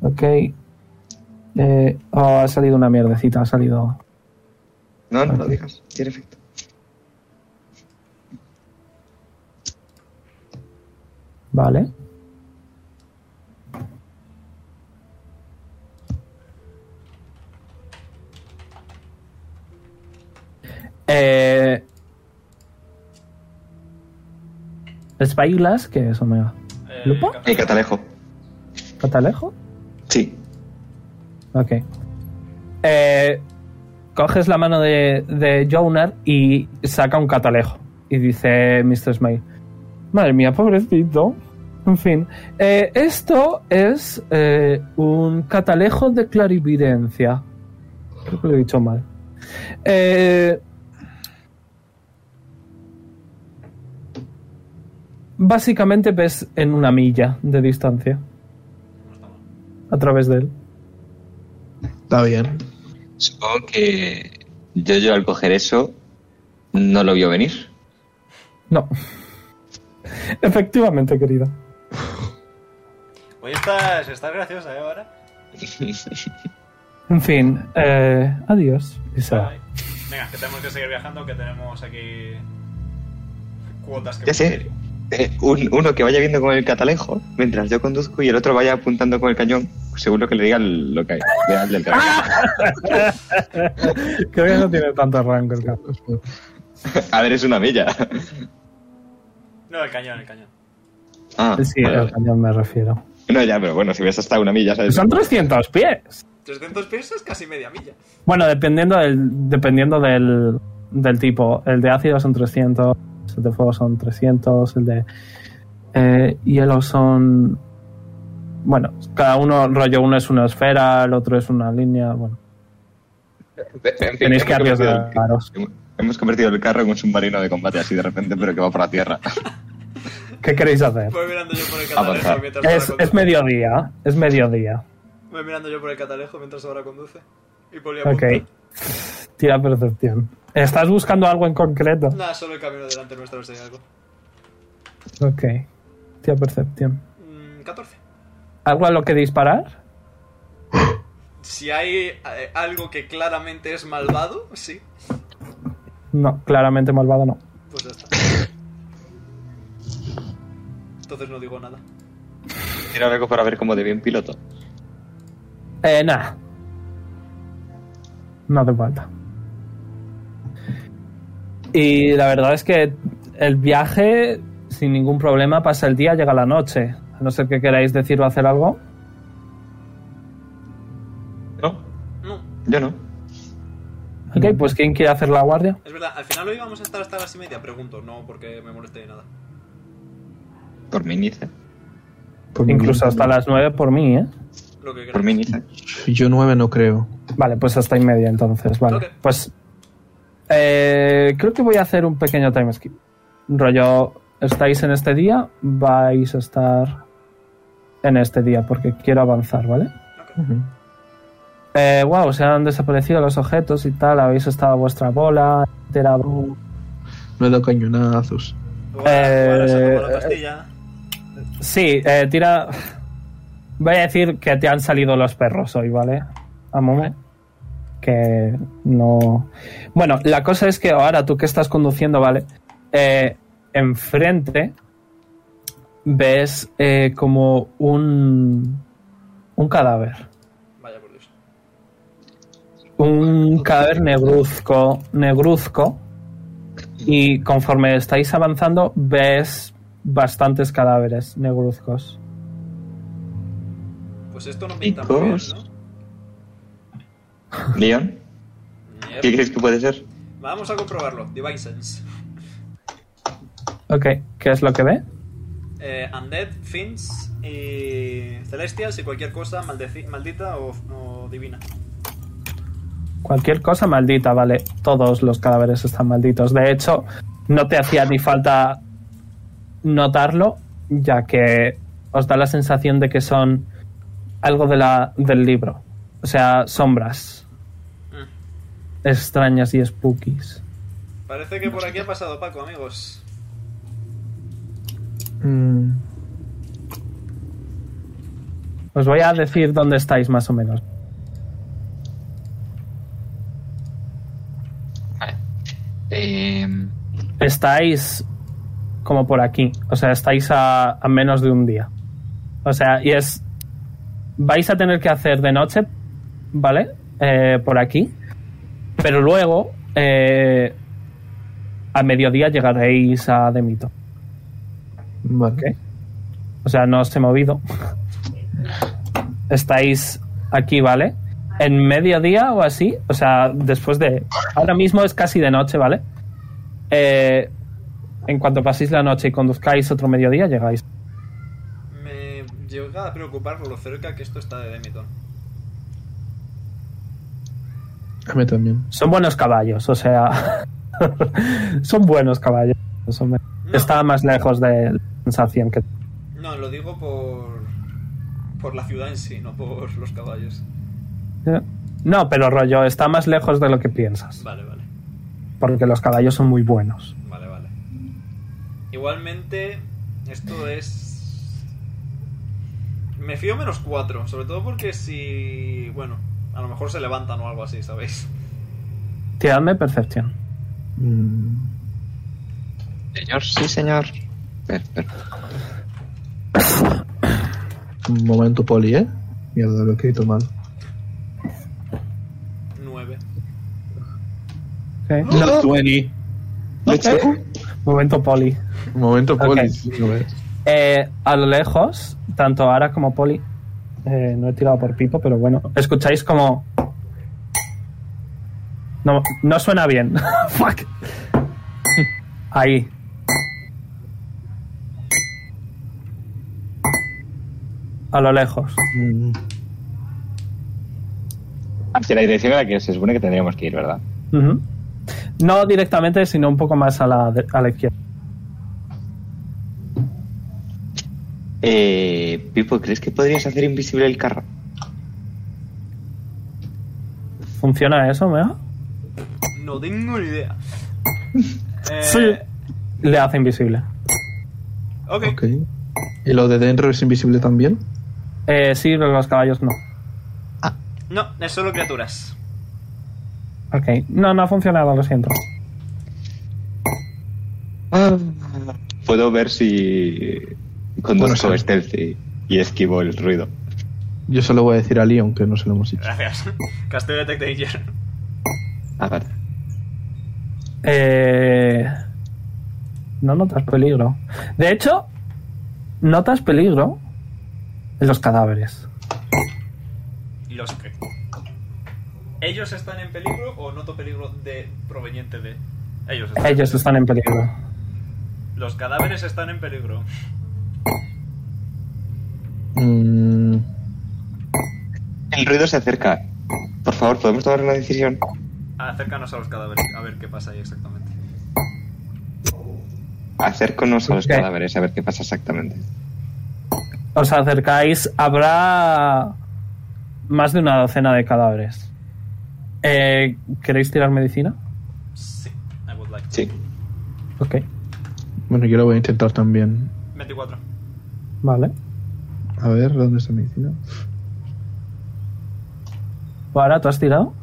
[SPEAKER 2] Ok. Eh, oh, ha salido una mierdecita, ha salido
[SPEAKER 4] No, no lo digas. Tiene efecto.
[SPEAKER 2] Vale. Eh, Spyglass, que es Omega.
[SPEAKER 1] Eh,
[SPEAKER 2] ¿Lupo?
[SPEAKER 1] Cata-
[SPEAKER 4] Y catalejo.
[SPEAKER 2] ¿Catalejo?
[SPEAKER 4] Sí.
[SPEAKER 2] Ok. Eh, coges la mano de, de Jonar y saca un catalejo. Y dice Mr. Smile. Madre mía, pobrecito. En fin. eh, esto es eh, un catalejo de clarividencia. Creo que lo he dicho mal. Eh, básicamente ves en una milla de distancia. A través de él.
[SPEAKER 3] Está bien.
[SPEAKER 4] Supongo que yo, yo al coger eso no lo vio venir.
[SPEAKER 2] No. Efectivamente, querida.
[SPEAKER 1] Oye, estás, estás graciosa, ¿eh? Ahora.
[SPEAKER 2] En fin, eh, adiós. Y se va.
[SPEAKER 1] Ay. Venga, que tenemos que seguir viajando, que tenemos aquí cuotas que
[SPEAKER 4] Ya sé. Eh, un- uno que vaya viendo con el catalejo mientras yo conduzco y el otro vaya apuntando con el cañón según lo que le diga el- lo que hay. Vea el del catalejo.
[SPEAKER 2] Creo que no tiene tanto rango el cabrón.
[SPEAKER 4] A ver, es una milla.
[SPEAKER 1] No, el cañón, el cañón.
[SPEAKER 4] Ah,
[SPEAKER 2] Sí,
[SPEAKER 4] vale,
[SPEAKER 2] al
[SPEAKER 4] vale.
[SPEAKER 2] cañón me refiero.
[SPEAKER 4] No, ya, pero bueno, si ves hasta una milla, ¿sabes?
[SPEAKER 2] Son 300 pies.
[SPEAKER 1] 300 pies es casi media milla.
[SPEAKER 2] Bueno, dependiendo del, dependiendo del, del tipo. El de ácido son 300, el de fuego son 300, el de eh, hielo son... Bueno, cada uno, rollo, uno es una esfera, el otro es una línea, bueno.
[SPEAKER 4] En fin,
[SPEAKER 2] Tenéis que
[SPEAKER 4] hemos convertido el-
[SPEAKER 2] arriesgaros.
[SPEAKER 4] Hemos convertido el carro en un submarino de combate así de repente, pero que va por la tierra.
[SPEAKER 2] ¿Qué queréis hacer?
[SPEAKER 1] Voy mirando yo por el
[SPEAKER 4] Avanzar.
[SPEAKER 1] catalejo mientras
[SPEAKER 2] Es,
[SPEAKER 1] Dora
[SPEAKER 2] es
[SPEAKER 1] conduce.
[SPEAKER 2] mediodía, es mediodía.
[SPEAKER 1] Voy mirando yo por el catalejo mientras ahora conduce. Y Poli
[SPEAKER 2] Ok.
[SPEAKER 1] apunta.
[SPEAKER 2] Tira percepción. ¿Estás buscando algo en concreto?
[SPEAKER 1] Nada, solo el camino delante nuestro nos algo.
[SPEAKER 2] Ok. Tira percepción.
[SPEAKER 1] Mm, 14.
[SPEAKER 2] ¿Algo a lo que disparar?
[SPEAKER 1] Si hay eh, algo que claramente es malvado, sí.
[SPEAKER 2] No, claramente malvado no.
[SPEAKER 1] Pues ya está. Entonces no digo nada.
[SPEAKER 4] Quiero algo para ver cómo de bien piloto.
[SPEAKER 2] Eh, nada. No hace falta. Y la verdad es que el viaje, sin ningún problema, pasa el día, llega la noche. A no ser que queráis decir o hacer algo.
[SPEAKER 4] ¿No?
[SPEAKER 1] No,
[SPEAKER 4] Yo no.
[SPEAKER 2] Ok, pues ¿quién quiere hacer la guardia?
[SPEAKER 1] es verdad, al final lo íbamos a estar hasta las y media, pregunto, no porque me moleste ni nada.
[SPEAKER 4] Por mi inicia.
[SPEAKER 3] Por
[SPEAKER 2] Incluso
[SPEAKER 3] mí,
[SPEAKER 2] hasta las nueve por mí, ¿eh?
[SPEAKER 1] Lo que
[SPEAKER 4] Por mi inicia.
[SPEAKER 3] Yo nueve no creo.
[SPEAKER 2] Vale, pues hasta y media entonces, vale.
[SPEAKER 1] Ok.
[SPEAKER 2] Pues eh, creo que voy a hacer un pequeño time skip. Rollo, estáis en este día, vais a estar en este día porque quiero avanzar, ¿vale?
[SPEAKER 3] Ujú.
[SPEAKER 2] Eh, wow, se han desaparecido los objetos y tal, habéis estado a vuestra bola, etcétera.
[SPEAKER 3] No he dado cañonazos.
[SPEAKER 1] Ahora, ahora se ha
[SPEAKER 2] Eh,
[SPEAKER 1] tomado la pastilla.
[SPEAKER 2] Sí, eh, tira... Voy a decir que te han salido los perros hoy, ¿vale? Amome. Que no... Bueno, la cosa es que ahora tú que estás conduciendo, ¿vale? Eh, enfrente ves eh, como un... Un cadáver.
[SPEAKER 1] Vaya por Dios.
[SPEAKER 2] Un cadáver negruzco. Negruzco. Y conforme estáis avanzando, ves bastantes cadáveres negruzcos.
[SPEAKER 1] Pues esto no pinta muy bien,
[SPEAKER 4] Chicos.
[SPEAKER 1] ¿no?
[SPEAKER 4] Leon,
[SPEAKER 1] Mierda.
[SPEAKER 4] ¿qué crees que puede ser?
[SPEAKER 1] Vamos a comprobarlo. Devices.
[SPEAKER 2] Ok, ¿qué es lo que ve?
[SPEAKER 1] Eh, undead, Fins y Celestials y cualquier cosa maldeci- maldita o, o divina.
[SPEAKER 2] Cualquier cosa maldita, vale. Todos los cadáveres están malditos. De hecho, no te hacía ni falta notarlo, ya que os da la sensación de que son algo de la, del libro. O sea, sombras
[SPEAKER 1] Mm.
[SPEAKER 2] extrañas y spookies.
[SPEAKER 1] Parece que por aquí ha pasado Paco, amigos.
[SPEAKER 3] Mm,
[SPEAKER 2] Os voy a decir dónde estáis más o menos.
[SPEAKER 4] Em,
[SPEAKER 2] Estáis como por aquí. O sea, estáis a, a menos de un día. O sea, y es. Vais a tener que hacer de noche, ¿vale? Eh, por aquí. Pero luego, eh, a mediodía llegaréis a Demito.
[SPEAKER 3] Vale.
[SPEAKER 2] O sea, no os he movido. Estáis aquí, ¿vale? En mediodía o así, o sea, después de... Ahora mismo es casi de noche, ¿vale? Eh, en cuanto paséis la noche y conduzcáis otro mediodía, llegáis.
[SPEAKER 1] Me llega a preocupar lo cerca que esto está de Demiton.
[SPEAKER 3] A mí también.
[SPEAKER 2] Son buenos caballos, o sea... son buenos caballos. Son- Está más lejos de la sensación que...
[SPEAKER 1] No, lo digo por. por la ciudad en sí, no por los caballos.
[SPEAKER 2] No, pero rollo, está más lejos de lo que piensas.
[SPEAKER 1] Vale, vale.
[SPEAKER 2] Porque los caballos son muy buenos.
[SPEAKER 1] Vale, vale. Igualmente, esto es. Me fío menos cuatro, sobre todo porque si. Bueno, a lo mejor se levantan o algo así, ¿sabéis?
[SPEAKER 2] Tiradme percepción.
[SPEAKER 3] Mm,
[SPEAKER 4] señor, sí, señor. Per- per-
[SPEAKER 3] un momento, Poli, ¿eh? Mierda, lo he escrito mal.
[SPEAKER 1] Nueve.
[SPEAKER 2] Ok.
[SPEAKER 6] Not 20.
[SPEAKER 2] Momento poli.
[SPEAKER 3] Un momento, Poli.
[SPEAKER 2] Ok.
[SPEAKER 3] sí, lo ves.
[SPEAKER 2] Eh, a lo lejos, tanto Ara como Poli, eh, no he tirado por Pipo, pero bueno, escucháis como... No, no suena bien. Fuck. Ahí. A lo lejos.
[SPEAKER 3] Mm,
[SPEAKER 4] Hacia Ah, la dirección a la que se supone que tendríamos que ir, ¿verdad?
[SPEAKER 2] Ujú. No directamente, sino un poco más a la, de- a la izquierda.
[SPEAKER 4] Eh, Pipo, ¿crees que podrías hacer invisible el carro?
[SPEAKER 2] ¿Funciona eso, Mega?
[SPEAKER 1] No tengo ni idea. Eh,
[SPEAKER 2] Le hace invisible.
[SPEAKER 1] Ok.
[SPEAKER 3] ok. ¿Y lo de dentro es invisible también?
[SPEAKER 2] Eh, sí, pero los caballos no.
[SPEAKER 1] No, es solo criaturas.
[SPEAKER 2] Ok. No, no ha funcionado, lo siento. Ah.
[SPEAKER 4] Puedo ver si conduzco
[SPEAKER 3] Bueno, sí.
[SPEAKER 4] stealth y, y esquivo el ruido.
[SPEAKER 3] Yo se lo voy a decir a Leon, que no se lo hemos dicho.
[SPEAKER 1] Gracias. Castillo Detect Danger.
[SPEAKER 4] Ah, vale.
[SPEAKER 2] Eh, no notas peligro. De hecho, notas peligro en los cadáveres.
[SPEAKER 1] Los que. ¿Ellos están en peligro o noto peligro de proveniente de. Ellos están.
[SPEAKER 2] Ellos están en peligro.
[SPEAKER 1] Los cadáveres están en peligro.
[SPEAKER 3] Mm,
[SPEAKER 4] El ruido se acerca. Por favor, ¿podemos tomar una decisión?
[SPEAKER 1] Acércanos a los cadáveres, a ver qué pasa ahí exactamente.
[SPEAKER 4] Acérconos a los
[SPEAKER 2] Ok.
[SPEAKER 4] cadáveres a ver qué pasa exactamente.
[SPEAKER 2] Os acercáis, habrá más de una docena de cadáveres. Eh, ¿Queréis tirar medicina?
[SPEAKER 1] Sí, I would like. to.
[SPEAKER 4] Sí.
[SPEAKER 2] Ok,
[SPEAKER 3] Bueno, yo lo voy a intentar también.
[SPEAKER 1] 24.
[SPEAKER 2] vale.
[SPEAKER 3] A ver, ¿dónde está medicina?
[SPEAKER 2] Ahora, ¿tú has tirado?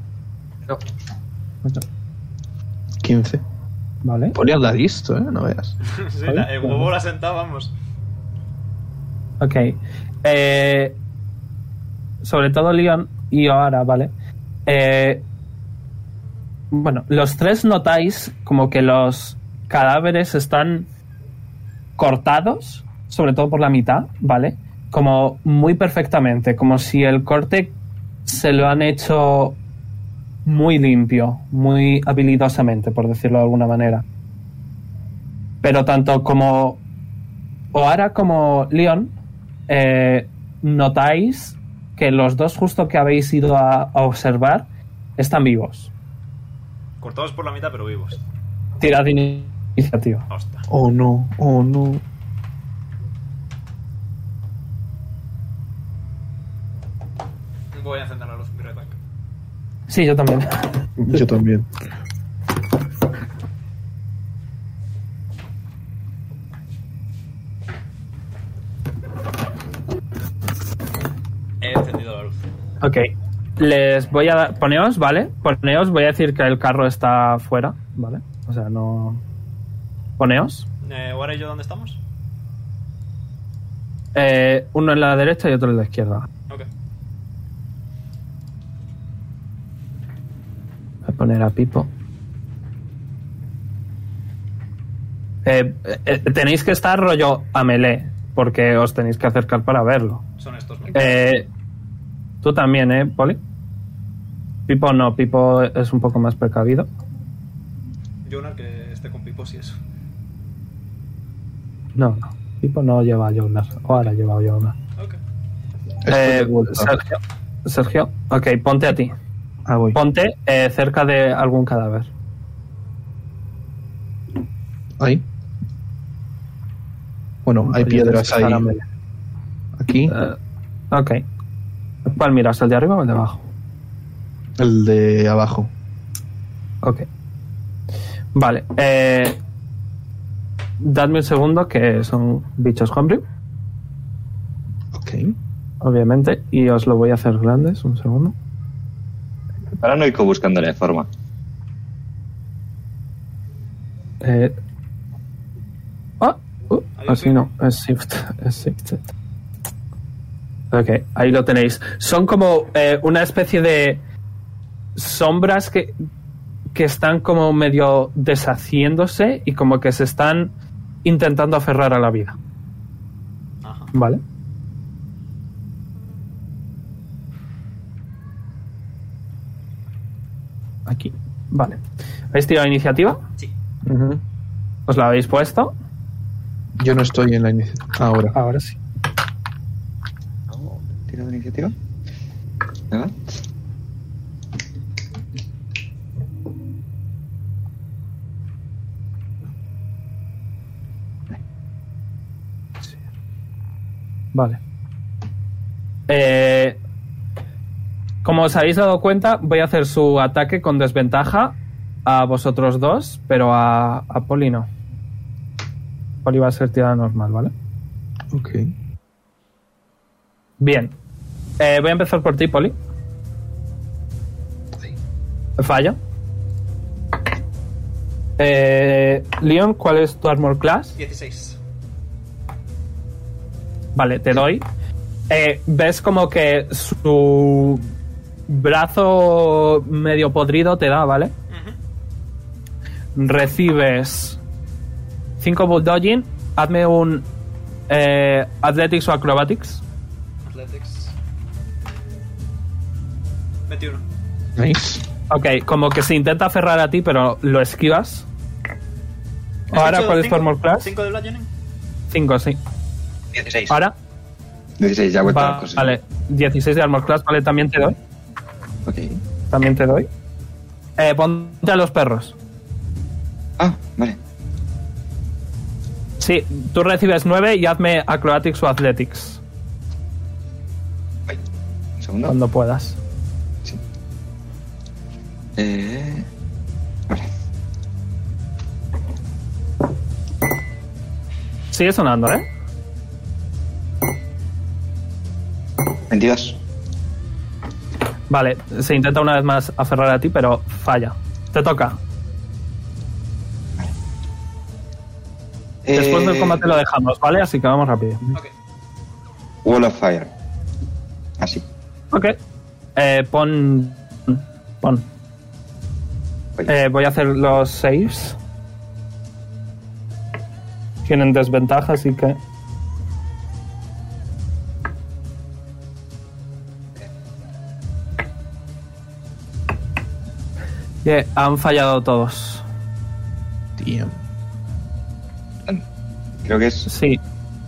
[SPEAKER 1] No.
[SPEAKER 2] Ocho.
[SPEAKER 3] 15.
[SPEAKER 2] Vale.
[SPEAKER 3] Poli anda listo, ¿eh? No veas.
[SPEAKER 1] sí,
[SPEAKER 2] Vale.
[SPEAKER 1] la- el huevo la sentábamos.
[SPEAKER 2] Ok. Eh, sobre todo Leon y Oara, ¿vale? Eh, bueno, los tres notáis como que los cadáveres están cortados, sobre todo por la mitad, ¿vale? Como muy perfectamente, como si el corte se lo han hecho muy limpio, muy habilidosamente, por decirlo de alguna manera. Pero tanto como Oara como Leon, eh, notáis que los dos justo que habéis ido a, a observar están vivos.
[SPEAKER 1] Cortados por la mitad, pero vivos.
[SPEAKER 2] Tirad iniciativa.
[SPEAKER 1] Hostia.
[SPEAKER 3] Oh no, oh no.
[SPEAKER 1] Voy a encender la luz, mi retac.
[SPEAKER 2] Sí, yo también.
[SPEAKER 3] Yo también.
[SPEAKER 1] He encendido la luz.
[SPEAKER 2] Ok. Les voy a dar. Poneos, ¿vale? Poneos, voy a decir que el carro está fuera, ¿vale? O sea, no. Poneos.
[SPEAKER 1] Eh, ¿Wara y yo dónde estamos?
[SPEAKER 2] Eh, uno en la derecha y otro en la izquierda.
[SPEAKER 1] Ok.
[SPEAKER 2] Voy a poner a Pipo. Eh, eh, tenéis que estar rollo a melee, porque os tenéis que acercar para verlo.
[SPEAKER 1] Son estos. ¿no?
[SPEAKER 2] Eh, tú también, ¿eh, Poli? Pipo no, Pipo es un poco más precavido.
[SPEAKER 1] Jonar que esté con Pipos y eso.
[SPEAKER 2] No, no. Pipo no lleva a Jonas. O ahora lleva a Jonas.
[SPEAKER 1] Ok.
[SPEAKER 2] Eh, Sergio, Sergio, ok, ponte a ti.
[SPEAKER 3] Ah, voy.
[SPEAKER 2] Ponte eh, cerca de algún cadáver.
[SPEAKER 3] Ahí. Bueno, hay
[SPEAKER 2] Rollo, tienes
[SPEAKER 3] piedras
[SPEAKER 2] que
[SPEAKER 3] ahí.
[SPEAKER 2] estar a melee.
[SPEAKER 3] Aquí,
[SPEAKER 2] Eh, ok. ¿Cuál miras? ¿El de arriba o el de abajo?
[SPEAKER 3] el de abajo.
[SPEAKER 2] Ok. Vale. eh, dadme un segundo, que son bichos homebrew,
[SPEAKER 3] Ok.
[SPEAKER 2] obviamente, y os lo voy a hacer grandes. Un segundo.
[SPEAKER 4] Paranoico buscándole forma.
[SPEAKER 2] Eh, ah, uh,
[SPEAKER 1] Ahí
[SPEAKER 2] así
[SPEAKER 1] sí.
[SPEAKER 2] no, es shift, es shift. Ok, ahí lo tenéis. Son como eh, una especie de sombras que, que están como medio deshaciéndose y como que se están intentando aferrar a la vida.
[SPEAKER 1] Ajá.
[SPEAKER 2] Vale. Aquí. Vale. ¿Habéis tirado iniciativa?
[SPEAKER 1] Sí.
[SPEAKER 2] ¿Os la habéis puesto?
[SPEAKER 3] Yo no estoy en la iniciativa. Ahora.
[SPEAKER 2] Ahora sí.
[SPEAKER 4] ¿Tiro de iniciativa? ¿Verdad?
[SPEAKER 2] Vale. Eh, como os habéis dado cuenta, voy a hacer su ataque con desventaja a vosotros dos, pero a, a Poli no. Poli va a ser tirada normal, ¿vale?
[SPEAKER 3] Ok.
[SPEAKER 2] Bien. Eh, voy a empezar por ti, Poli. Falla. Eh, Leon, ¿cuál es tu armor class?
[SPEAKER 1] 16.
[SPEAKER 2] Vale, te doy. Eh, ves como que su brazo medio podrido te da, ¿vale? Recibes 5 bulldogging. Hazme un eh, Athletics o Acrobatics.
[SPEAKER 1] Athletics. 21.
[SPEAKER 3] Nice.
[SPEAKER 2] Ok, como que se intenta aferrar a ti, pero lo esquivas. Ahora, ¿cuál es tu armor class?
[SPEAKER 1] 5 de Bludgeoning. Ah.
[SPEAKER 2] 5, sí.
[SPEAKER 6] 16.
[SPEAKER 2] Ahora,
[SPEAKER 4] 16, ya he vuelto a las
[SPEAKER 2] va-
[SPEAKER 4] cosas.
[SPEAKER 2] vale, 16 de armor class, vale, también te doy.
[SPEAKER 4] Ok.
[SPEAKER 2] También te doy. Eh, ponte a los perros.
[SPEAKER 4] Ah, vale.
[SPEAKER 2] Sí, tú recibes 9 y hazme acrobatics o athletics
[SPEAKER 4] Un segundo.
[SPEAKER 2] cuando puedas.
[SPEAKER 4] Eh, vale.
[SPEAKER 2] Sigue sonando, ¿eh?
[SPEAKER 4] 22.
[SPEAKER 2] Vale, se intenta una vez más aferrar a ti, pero falla. Te toca. Después
[SPEAKER 4] Eh,
[SPEAKER 2] del combate lo dejamos, ¿vale? Así que vamos rápido.
[SPEAKER 1] Ok.
[SPEAKER 4] Wall of Fire. Ah, Así.
[SPEAKER 2] Ok. Eh, pon. Pon.
[SPEAKER 4] Voy.
[SPEAKER 2] Eh, voy a hacer los saves. Tienen desventaja, así que. Bien, Eh, han fallado todos.
[SPEAKER 3] Damn.
[SPEAKER 4] Creo que es.
[SPEAKER 2] Sí.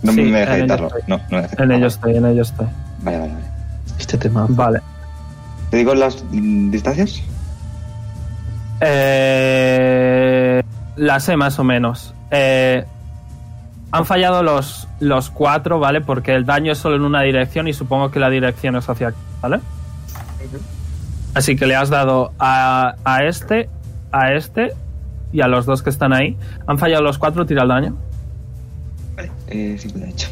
[SPEAKER 4] No
[SPEAKER 2] sí,
[SPEAKER 4] me deja
[SPEAKER 2] en ello
[SPEAKER 4] editarlo.
[SPEAKER 2] estoy.
[SPEAKER 4] No, no me deja
[SPEAKER 2] En
[SPEAKER 4] editarlo.
[SPEAKER 2] ello estoy, en ello estoy.
[SPEAKER 4] Vale, vale, vale.
[SPEAKER 3] Este tema.
[SPEAKER 2] Vale.
[SPEAKER 4] ¿Te digo las mm, distancias?
[SPEAKER 2] Eh, la sé más o menos. Eh, han fallado los, los cuatro, ¿vale? Porque el daño es solo en una dirección y supongo que la dirección es hacia aquí, ¿vale? Así que le has dado a, a este, a este y a los dos que están ahí. Han fallado los cuatro, tira el daño.
[SPEAKER 4] Eh, 58.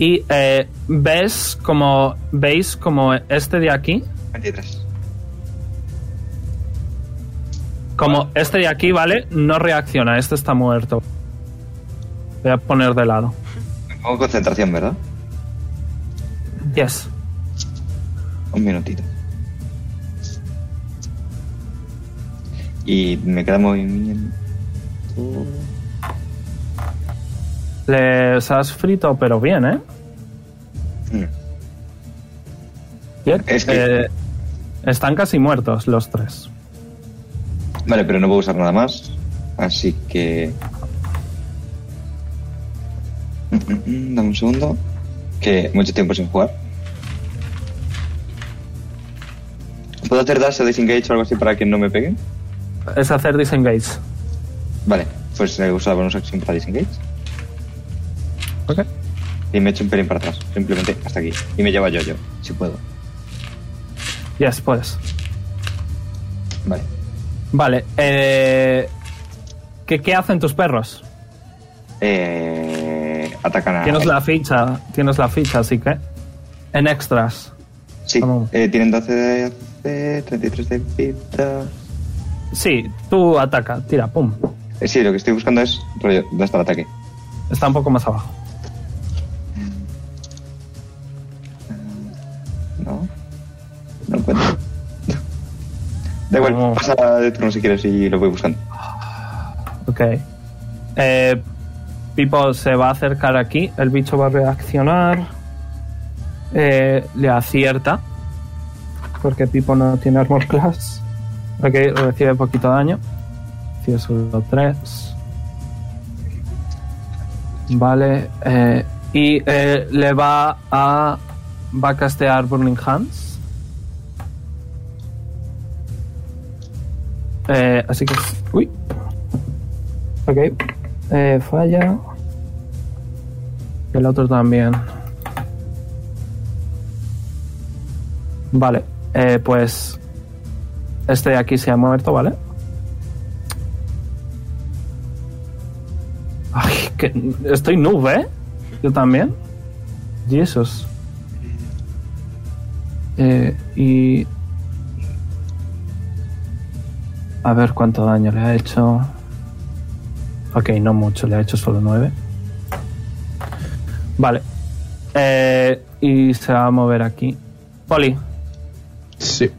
[SPEAKER 2] Y eh, ves como, veis como este de aquí
[SPEAKER 4] 23.
[SPEAKER 2] Como este de aquí, ¿vale? No reacciona, este está muerto. Voy a poner de lado.
[SPEAKER 4] Me pongo concentración, ¿verdad?
[SPEAKER 2] Yes.
[SPEAKER 4] Un minutito. Y me queda movimiento.
[SPEAKER 2] Les has frito, pero bien, ¿eh?
[SPEAKER 4] Mm.
[SPEAKER 2] Bien.
[SPEAKER 4] Es que-
[SPEAKER 2] Eh, están casi muertos los tres.
[SPEAKER 4] Vale, pero no puedo usar nada más. Así que. Mm, mm, mm, Dame un segundo. Que mucho tiempo sin jugar. ¿Puedo hacer dash o disengage o algo así para que no me peguen?
[SPEAKER 2] Es hacer disengage.
[SPEAKER 4] Vale, pues he usado bonus action para disengage.
[SPEAKER 3] Ok.
[SPEAKER 4] Y me echo un pelín para atrás. Simplemente hasta aquí. Y me lleva yo, yo, si puedo.
[SPEAKER 2] Yes, puedes.
[SPEAKER 4] Vale.
[SPEAKER 2] Vale. eh, ¿qué, ¿Qué hacen tus perros?
[SPEAKER 4] Eh, atacan a.
[SPEAKER 2] Tienes la ficha, tienes la ficha, así que. En extras.
[SPEAKER 4] Sí,
[SPEAKER 2] vamos.
[SPEAKER 4] eh, tienen 12 de AC, 33 de vida.
[SPEAKER 2] Sí, tú ataca, tira, pum.
[SPEAKER 4] Eh, sí, lo que estoy buscando es rollo, ¿dónde está el ataque?
[SPEAKER 2] Está un poco más abajo.
[SPEAKER 4] No, no lo encuentro. Da igual,
[SPEAKER 2] No.
[SPEAKER 4] pasa de turno si quieres y lo voy buscando.
[SPEAKER 2] Ok. Eh, Pipo se va a acercar aquí. El bicho va a reaccionar. Eh, le acierta. Porque Pipo no tiene armor class. Ok, recibe poquito daño. Recibe solo 3. Vale. eh, y eh, le va a. Va a castear Burning Hands. Eh, así que. Uy, Ok. Eh, falla. El otro también. Vale. eh, pues. Este de aquí se ha muerto, ¿vale? Ay, que estoy nube, ¿eh? Yo también. Jesus. Eh, y. A ver cuánto daño le ha hecho. Ok, no mucho, le ha hecho solo 9. Vale. Eh, y se va a mover aquí. Poli,
[SPEAKER 3] Sí.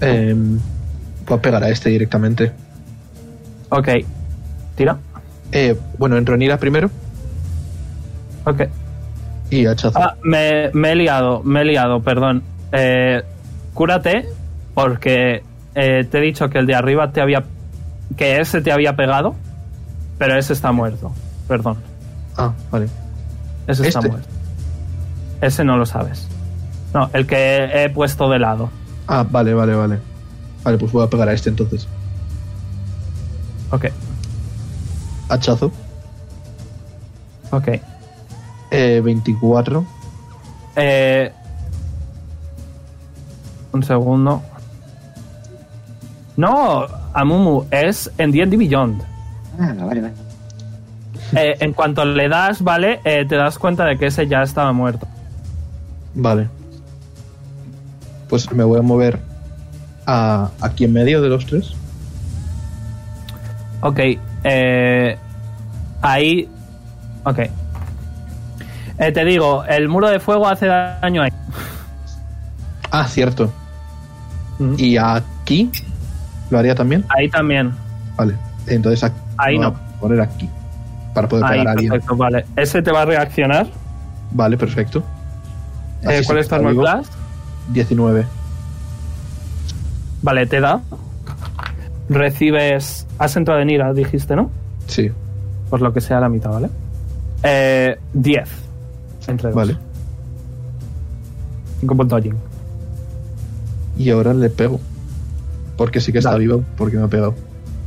[SPEAKER 3] Em, voy a pegar a este directamente.
[SPEAKER 2] ok. Tira.
[SPEAKER 3] Eh, bueno, en Ronira primero
[SPEAKER 2] Ok.
[SPEAKER 3] y hachazo.
[SPEAKER 2] Ah, me, me he liado, me he liado, perdón. Eh, cúrate, porque eh, te he dicho que el de arriba te había. que ese te había pegado, pero ese está muerto. Perdón.
[SPEAKER 3] Ah, vale.
[SPEAKER 2] Ese está
[SPEAKER 3] ¿Este?
[SPEAKER 2] muerto. Ese no lo sabes. No, el que he puesto de lado.
[SPEAKER 3] Ah, vale, vale, vale. Vale, pues voy a pegar a este entonces.
[SPEAKER 2] Ok,
[SPEAKER 3] Hachazo.
[SPEAKER 2] ok.
[SPEAKER 3] Eh, 24.
[SPEAKER 2] Eh, un segundo. No, Amumu, es en D&D Beyond.
[SPEAKER 4] Ah, vale, vale.
[SPEAKER 2] Eh, en cuanto le das, ¿vale? Eh, te das cuenta de que ese ya estaba muerto.
[SPEAKER 3] Vale. Pues me voy a mover a aquí en medio de los tres.
[SPEAKER 2] Ok, eh, ahí... Ok. Eh, te digo, el muro de fuego hace daño ahí.
[SPEAKER 3] Ah, cierto.
[SPEAKER 2] Mm.
[SPEAKER 3] Y aquí lo haría también.
[SPEAKER 2] Ahí también.
[SPEAKER 3] Vale. Entonces aquí
[SPEAKER 2] Ahí
[SPEAKER 3] voy a
[SPEAKER 2] no.
[SPEAKER 3] poner aquí. Para poder
[SPEAKER 2] Ahí,
[SPEAKER 3] pegar a alguien.
[SPEAKER 2] perfecto, vale. Ese te va a reaccionar.
[SPEAKER 3] Vale, perfecto.
[SPEAKER 2] Eh, ¿Cuál
[SPEAKER 3] Así sí
[SPEAKER 2] es tu
[SPEAKER 3] que
[SPEAKER 2] armor
[SPEAKER 3] vivo.
[SPEAKER 2] class?
[SPEAKER 3] 19.
[SPEAKER 2] Vale, te da. Recibes. Has entrado en ira, dijiste, ¿no?
[SPEAKER 3] Sí,
[SPEAKER 2] Por lo que sea la mitad, ¿vale? Eh, 10. Entre dos.
[SPEAKER 3] vale.
[SPEAKER 2] 5 puntos allí.
[SPEAKER 3] Y ahora le pego. Porque sí que está
[SPEAKER 2] Dale.
[SPEAKER 3] vivo, porque me ha pegado.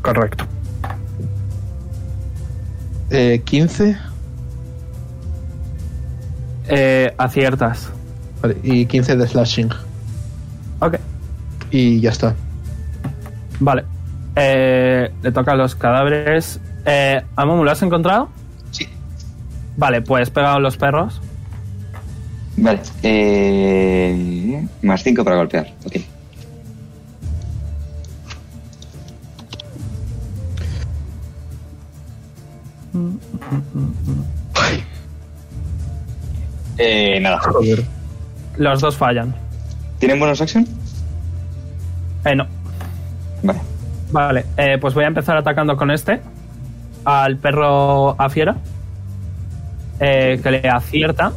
[SPEAKER 2] Correcto.
[SPEAKER 3] Eh, 15.
[SPEAKER 2] Eh, aciertas.
[SPEAKER 3] Vale, y 15 de slashing.
[SPEAKER 2] Ok,
[SPEAKER 3] Y ya está.
[SPEAKER 2] vale. Eh, le toca a los cadáveres. Eh, Amumu, ¿lo has encontrado?
[SPEAKER 4] Sí.
[SPEAKER 2] Vale, pues pegado a los perros.
[SPEAKER 4] Vale, eh, más 5 para golpear, ok. Eh, nada.
[SPEAKER 3] Joder.
[SPEAKER 2] Los dos fallan.
[SPEAKER 4] ¿Tienen bonus action?
[SPEAKER 2] Eh, no.
[SPEAKER 4] Vale.
[SPEAKER 2] Vale, eh, pues voy a empezar atacando con este. Al perro a fiera. eh, que le acierta.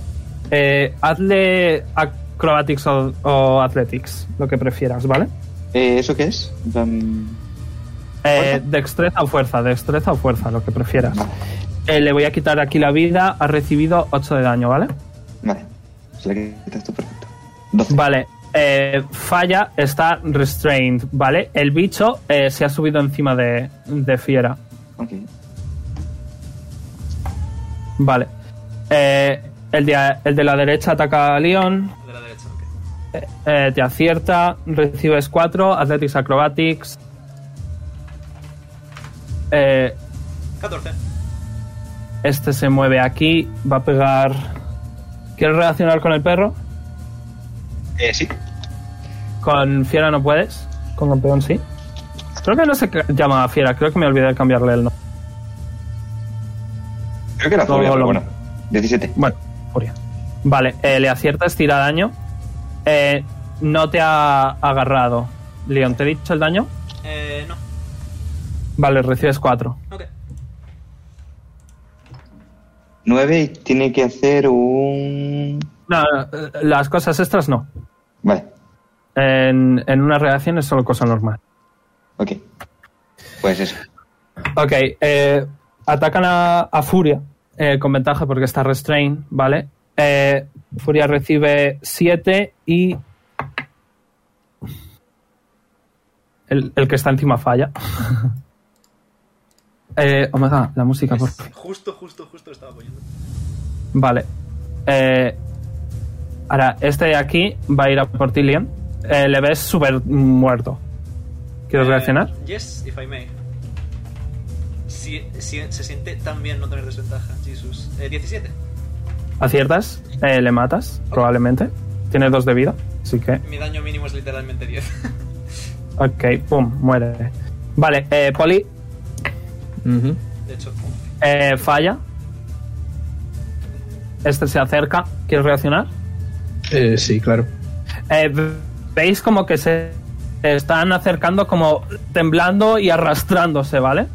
[SPEAKER 2] Eh, hazle acrobatics o, o athletics, lo que prefieras, ¿vale?
[SPEAKER 4] Eh, ¿Eso qué es? En plan,
[SPEAKER 2] Eh,
[SPEAKER 4] ¿Fuerza?
[SPEAKER 2] destreza o fuerza, destreza o fuerza, lo que prefieras.
[SPEAKER 4] Vale.
[SPEAKER 2] Eh, le voy a quitar aquí la vida. Ha recibido 8 de daño, ¿vale?
[SPEAKER 4] Vale. Se le quitas tú, perfecto. 12.
[SPEAKER 2] Vale. eh, falla, está restrained, ¿vale? El bicho eh, se ha subido encima de, de Fiera,
[SPEAKER 4] Ok.
[SPEAKER 2] ¿vale? Eh, el, de, el de la derecha ataca a Leon,
[SPEAKER 1] De la derecha, ok.
[SPEAKER 2] eh, eh, te acierta, recibes 4, Athletics Acrobatics. Eh,
[SPEAKER 1] 14.
[SPEAKER 2] este se mueve aquí, va a pegar... ¿Quieres reaccionar con el perro?
[SPEAKER 4] Eh, sí.
[SPEAKER 2] Con Fiera no puedes, con campeón sí. Creo que no se ca- llama Fiera, creo que me olvidé de cambiarle el nombre.
[SPEAKER 4] Creo que era
[SPEAKER 2] Todo
[SPEAKER 4] fobia, pero
[SPEAKER 2] lo-
[SPEAKER 4] bueno. 17.
[SPEAKER 2] Bueno, furia. Vale, eh, le aciertas, tira daño. Eh, no te ha agarrado. Leon, ¿te he dicho el daño?
[SPEAKER 1] Eh, no.
[SPEAKER 2] Vale, recibes 4.
[SPEAKER 1] Ok.
[SPEAKER 4] 9 y tiene que hacer un.
[SPEAKER 2] No, eh, las cosas extras no.
[SPEAKER 4] Vale.
[SPEAKER 2] En, en una reacción es solo cosa normal.
[SPEAKER 4] Ok. Pues eso.
[SPEAKER 2] Ok, eh, atacan a, a Furia eh, con ventaja porque está restrained, ¿vale? Eh, Furia recibe 7 y... El, el que está encima falla. eh, Omega, la música, por favor.
[SPEAKER 1] Justo, justo, justo estaba apoyando.
[SPEAKER 2] Vale. Eh, ahora, este de aquí va a ir a por ti, Liam. Eh, le ves súper muerto. ¿Quieres
[SPEAKER 1] Eh,
[SPEAKER 2] reaccionar?
[SPEAKER 1] Yes, if I may. Si, si- se siente tan bien no tener desventaja, Jesus. Eh, 17.
[SPEAKER 2] Aciertas, eh, le matas, probablemente. Tiene dos de vida, así que.
[SPEAKER 1] Mi daño mínimo es literalmente 10.
[SPEAKER 2] Ok, pum, muere. Vale, eh, Poli
[SPEAKER 3] Ujú.
[SPEAKER 1] De hecho,
[SPEAKER 2] eh, falla. Este se acerca. ¿Quieres reaccionar?
[SPEAKER 3] Eh, sí, claro.
[SPEAKER 2] Eh, ve- Veis como que se están acercando, como temblando y arrastrándose, ¿vale?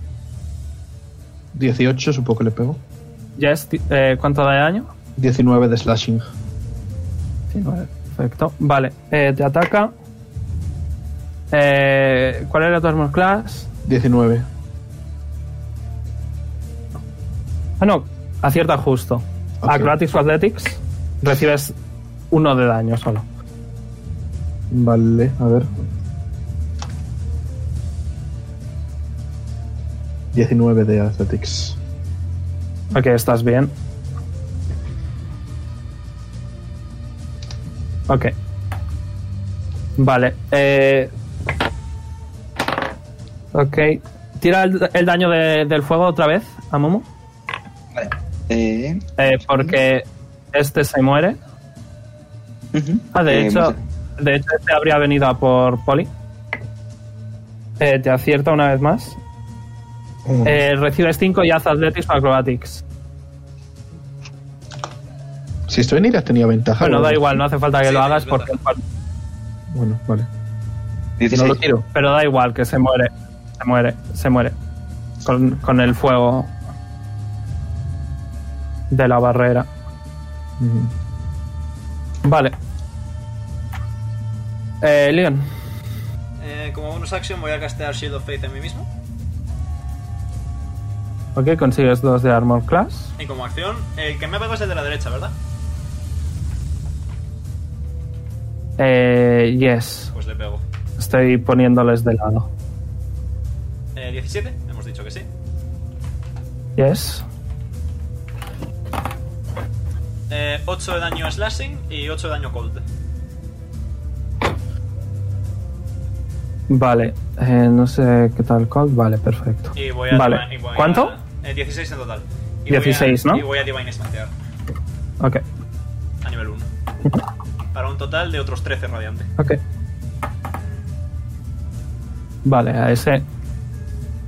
[SPEAKER 3] 18 supongo que le pego.
[SPEAKER 2] Jess, ti- eh, ¿cuánto da de daño?
[SPEAKER 3] 19 de slashing.
[SPEAKER 2] Sí, vale, perfecto. Vale, eh, te ataca. Eh, ¿Cuál era tu armor class?
[SPEAKER 3] 19.
[SPEAKER 2] Ah, no, acierta justo.
[SPEAKER 3] Ok.
[SPEAKER 2] Acrobatics o Athletics, recibes uno de daño solo.
[SPEAKER 3] Vale, a ver. 19 de Athletics.
[SPEAKER 2] Ok, estás bien. Ok. Vale. eh, ok. Tira el, el daño de- del fuego otra vez a Momo.
[SPEAKER 4] Vale. Eh.
[SPEAKER 2] eh, porque este se muere.
[SPEAKER 4] ujú.
[SPEAKER 2] Ah, de
[SPEAKER 4] Eh,
[SPEAKER 2] hecho,
[SPEAKER 4] mucha-
[SPEAKER 2] de hecho este habría venido a por Poli. Eh, te acierta una vez más. Eh, recibes 5 y haz Athletics o Acrobatics.
[SPEAKER 3] Si estoy en ira tenía ventaja.
[SPEAKER 2] Bueno,
[SPEAKER 3] ¿no?
[SPEAKER 2] da igual, no hace falta que
[SPEAKER 1] Sí,
[SPEAKER 2] lo
[SPEAKER 1] sí,
[SPEAKER 2] hagas
[SPEAKER 1] es
[SPEAKER 2] porque.
[SPEAKER 1] verdad.
[SPEAKER 3] Bueno, vale.
[SPEAKER 4] 16.
[SPEAKER 3] No lo tiro.
[SPEAKER 2] Pero da igual, que se muere. Se muere, se muere. Con, con el fuego de la barrera.
[SPEAKER 3] Ujú.
[SPEAKER 2] Vale. Eh, Leon,
[SPEAKER 1] eh, como bonus action voy a castear Shield of Faith en mí mismo.
[SPEAKER 2] ok, consigues dos de Armor Class.
[SPEAKER 1] Y como acción, el que me ha pegado es el de la derecha, ¿verdad?
[SPEAKER 2] Eh, yes,
[SPEAKER 1] Pues le pego.
[SPEAKER 2] estoy poniéndoles de lado.
[SPEAKER 1] Eh, 17, hemos dicho que sí.
[SPEAKER 2] Yes,
[SPEAKER 1] Eh, 8 de daño slashing y 8 de daño cold.
[SPEAKER 2] vale. Eh, no sé qué tal, Cold. Vale, perfecto.
[SPEAKER 1] Y voy a.
[SPEAKER 2] Vale.
[SPEAKER 1] y voy a-
[SPEAKER 2] ¿Cuánto?
[SPEAKER 1] eh, 16 en total. Y
[SPEAKER 2] 16,
[SPEAKER 1] voy a-
[SPEAKER 2] ¿no?
[SPEAKER 1] Y voy a Divine Smatear
[SPEAKER 2] Ok,
[SPEAKER 1] a nivel 1. Para un total de otros 13 radiante.
[SPEAKER 2] ok. Vale, a ese.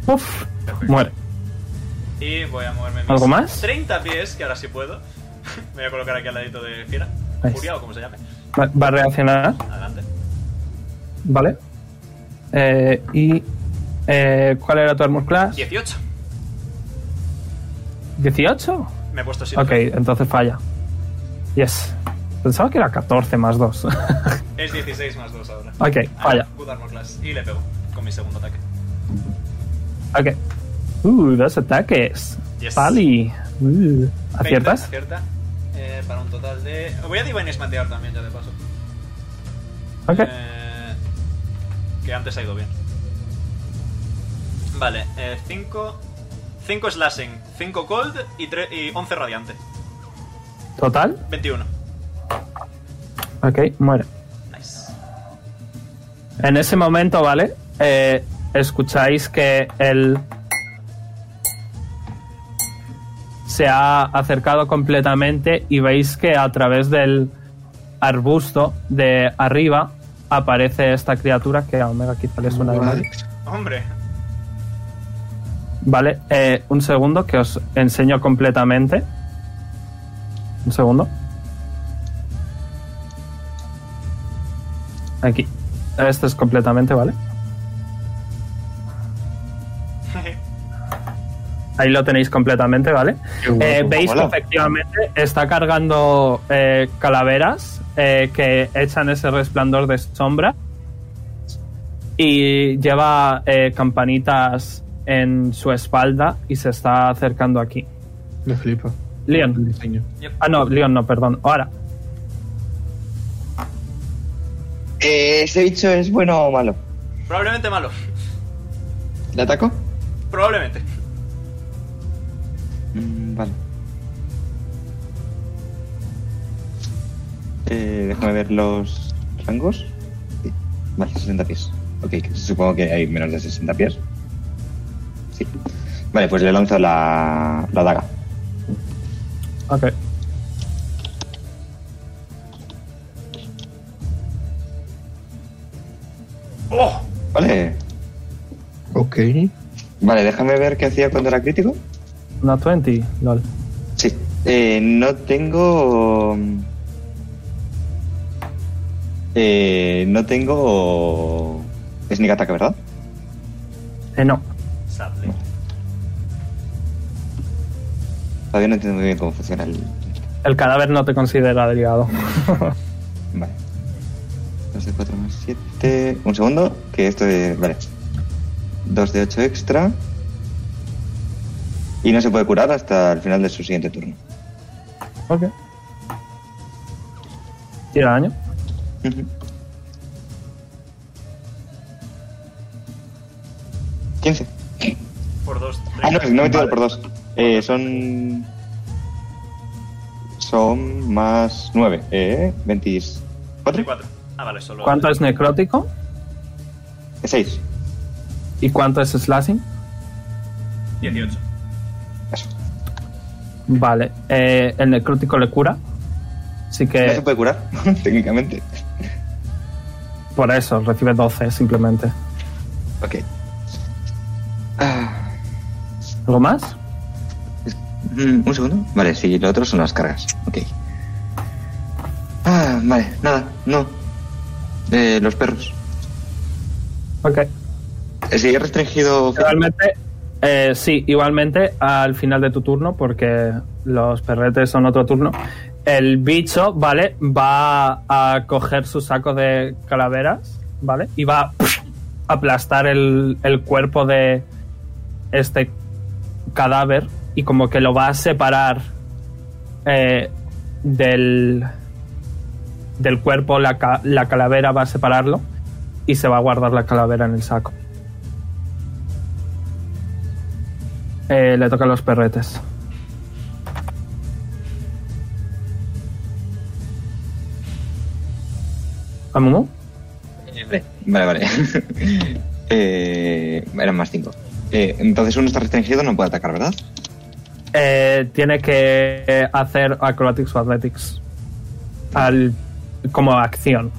[SPEAKER 2] Uf, muere.
[SPEAKER 1] Y voy a moverme mis
[SPEAKER 2] ¿Algo más?
[SPEAKER 1] 30 pies, que ahora sí puedo. Me voy a colocar aquí al ladito de Fiera.
[SPEAKER 2] Ahí.
[SPEAKER 1] Furia o como se llame.
[SPEAKER 2] Va, va a reaccionar,
[SPEAKER 1] Adelante.
[SPEAKER 2] ¿vale? Eh, y. eh, ¿Cuál era tu armor class?
[SPEAKER 1] 18.
[SPEAKER 2] 18.
[SPEAKER 1] Me he puesto 7.
[SPEAKER 2] Ok, entonces falla. Yes. Pensaba que era 14 más 2. ok,
[SPEAKER 1] Es 16 más 2 ahora. Ah,
[SPEAKER 2] falla.
[SPEAKER 1] good armor class. Y le pego con mi segundo ataque.
[SPEAKER 2] Ok. Uh, dos ataques.
[SPEAKER 1] Yes.
[SPEAKER 2] Pali. Uh,
[SPEAKER 1] 20,
[SPEAKER 2] ¿Aciertas?
[SPEAKER 1] Acierta. Eh, para un total de. Voy a Divine Smatear también, ya de paso.
[SPEAKER 2] Ok.
[SPEAKER 1] Eh, que antes ha ido bien. Vale, eh, 5. 5 slashing, 5 cold y, tre- y 11 radiante.
[SPEAKER 2] Total.
[SPEAKER 1] 21.
[SPEAKER 2] Ok, muere.
[SPEAKER 1] Nice.
[SPEAKER 2] En ese momento, ¿vale? Eh, escucháis que él se ha acercado completamente y veis que a través del arbusto de arriba aparece esta criatura que a Omega quizá le suena de nombre.
[SPEAKER 1] Hombre,
[SPEAKER 2] Vale, eh, un segundo que os enseño completamente. Un segundo. Aquí. Esto es completamente, ¿vale? Ahí lo tenéis completamente, ¿vale?
[SPEAKER 4] Qué guapo,
[SPEAKER 2] Eh, Veis que
[SPEAKER 4] mola.
[SPEAKER 2] efectivamente está cargando eh, calaveras eh, que echan ese resplandor de sombra y lleva eh, campanitas en su espalda y se está acercando aquí.
[SPEAKER 3] Me flipa. El
[SPEAKER 2] Leon.
[SPEAKER 3] diseño.
[SPEAKER 1] yep.
[SPEAKER 2] Ah, no, Leon, no, perdón. Ahora.
[SPEAKER 5] Eh,
[SPEAKER 4] ¿este
[SPEAKER 5] ¿Ese bicho es bueno o malo?
[SPEAKER 1] probablemente malo.
[SPEAKER 5] ¿Le ataco?
[SPEAKER 1] Probablemente.
[SPEAKER 4] Mm, vale. Eh, déjame ver los rangos. Sí. Vale, 60 pies. Ok, supongo que hay menos de 60 pies. Sí. Vale, pues le lanzo la, la daga.
[SPEAKER 2] Ok.
[SPEAKER 1] ¡Oh!
[SPEAKER 4] Vale.
[SPEAKER 3] Ok.
[SPEAKER 4] Vale, déjame ver qué hacía cuando era crítico.
[SPEAKER 2] Una 20, lol.
[SPEAKER 4] Sí. Eh, no tengo. Eh, no tengo. Sneak attack, ¿verdad?
[SPEAKER 2] Eh, no.
[SPEAKER 1] Sadly.
[SPEAKER 4] Todavía no entiendo muy bien cómo funciona el.
[SPEAKER 2] El cadáver no te considera delgado.
[SPEAKER 4] Vale. 2 de 4 más 7. Un segundo, que esto de. Vale. 2 de 8 extra. Y no se puede curar hasta el final de su siguiente turno.
[SPEAKER 2] ok. Tira daño.
[SPEAKER 4] Ujú. ¿15?
[SPEAKER 1] Por dos,
[SPEAKER 4] Ah, no,
[SPEAKER 1] treinta.
[SPEAKER 4] no me tiro por 2. Eh, son. Son más 9. Eh, 24.
[SPEAKER 1] 34. Ah, vale, solo.
[SPEAKER 2] ¿Cuánto es necrótico?
[SPEAKER 4] 6.
[SPEAKER 2] ¿Y cuánto es slashing?
[SPEAKER 1] 18.
[SPEAKER 4] Eso.
[SPEAKER 2] Vale, eh, el necrótico le cura. Así
[SPEAKER 4] No
[SPEAKER 2] que
[SPEAKER 4] se puede curar, técnicamente.
[SPEAKER 2] por eso recibe 12 simplemente.
[SPEAKER 4] Ok. Ah,
[SPEAKER 2] ¿Algo más?
[SPEAKER 4] mm, un segundo. Vale, sí, lo otro son las cargas. Ok. Ah, vale, nada, no. Eh, los perros.
[SPEAKER 2] Ok.
[SPEAKER 4] Eh, Sí, he restringido.
[SPEAKER 2] Igualmente, eh, sí, igualmente al final de tu turno, porque los perretes son otro turno, el bicho, ¿vale? Va a coger su saco de calaveras, ¿vale? Y va a aplastar el, el cuerpo de este cadáver y como que lo va a separar eh, del, del cuerpo, la, ca- la calavera va a separarlo y se va a guardar la calavera en el saco. Eh, le tocan los perretes. ¿A Mumu?
[SPEAKER 4] Vale, vale. eh, eran más 5. entonces uno está restringido, no puede atacar, ¿verdad?
[SPEAKER 2] Eh, tiene que eh, hacer acrobatics o athletics al, como acción.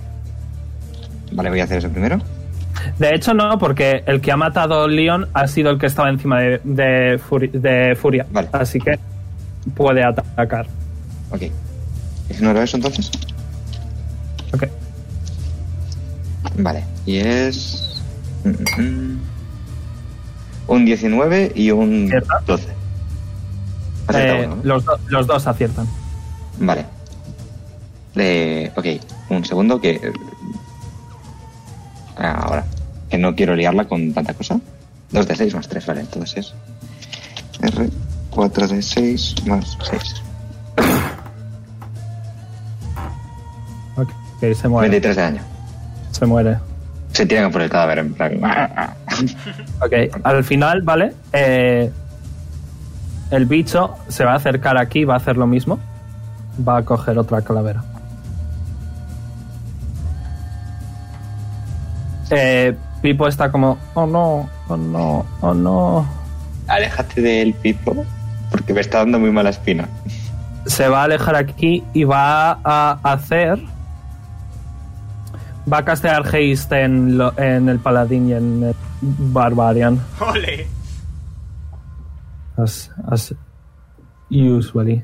[SPEAKER 4] Vale, voy a hacer eso primero.
[SPEAKER 2] De hecho, no, porque el que ha matado a Leon ha sido el que estaba encima de, de Furi- de Furia.
[SPEAKER 4] Vale.
[SPEAKER 2] Así que puede atacar.
[SPEAKER 4] Ok. ¿Ignoro eso entonces?
[SPEAKER 2] Ok.
[SPEAKER 4] Vale. Y es. mm, mm, mm. Un 19 y un
[SPEAKER 2] ¿Cierto?
[SPEAKER 4] 12. Acierta
[SPEAKER 2] Eh,
[SPEAKER 4] uno, ¿no?
[SPEAKER 2] los, do- los dos aciertan.
[SPEAKER 4] Vale. Eh, ok, un segundo que... eh, Ahora, que no quiero liarla con tanta cosa. 2 de 6 más 3, vale, entonces es... R, 4 de 6 más 6.
[SPEAKER 2] Ok, ok, se muere.
[SPEAKER 4] 23 de daño.
[SPEAKER 2] Se muere.
[SPEAKER 4] Se tiran por el cadáver en plan... ah,
[SPEAKER 2] Ok, al final, ¿vale? Eh, el bicho se va a acercar aquí, va a hacer lo mismo. Va a coger otra calavera. Eh, Pipo está como, oh no, oh no, oh no.
[SPEAKER 4] Aléjate del pipo, porque me está dando muy mala espina.
[SPEAKER 2] Se va a alejar aquí y va a hacer... Va a castear Haste en, lo- en el paladín y en el barbarian.
[SPEAKER 1] ¡Ole!
[SPEAKER 2] as, as usually.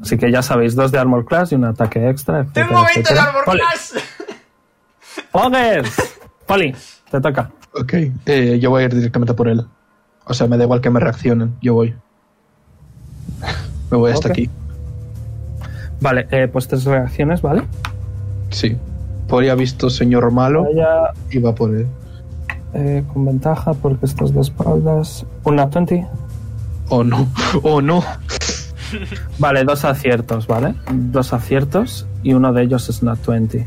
[SPEAKER 2] Así que ya sabéis, dos de armor class y un ataque extra. etcétera,
[SPEAKER 1] ¡Tengo 20 de
[SPEAKER 2] etcétera.
[SPEAKER 1] Armor
[SPEAKER 2] Poli,
[SPEAKER 1] Class!
[SPEAKER 2] ¡Poggers! Poli, te toca.
[SPEAKER 3] Ok, eh, yo voy a ir directamente por él. O sea, me da igual que me reaccionen, yo voy. Me voy hasta
[SPEAKER 2] Ok.
[SPEAKER 3] aquí.
[SPEAKER 2] Vale, eh, pues tres reacciones, ¿vale?
[SPEAKER 3] Sí. Poli ha visto señor malo
[SPEAKER 2] Vaya
[SPEAKER 3] y va por él.
[SPEAKER 2] eh, con ventaja porque estás de espaldas. Una 20.
[SPEAKER 3] Oh no, oh no.
[SPEAKER 2] Vale, dos aciertos, ¿vale? Dos aciertos y uno de ellos es una 20.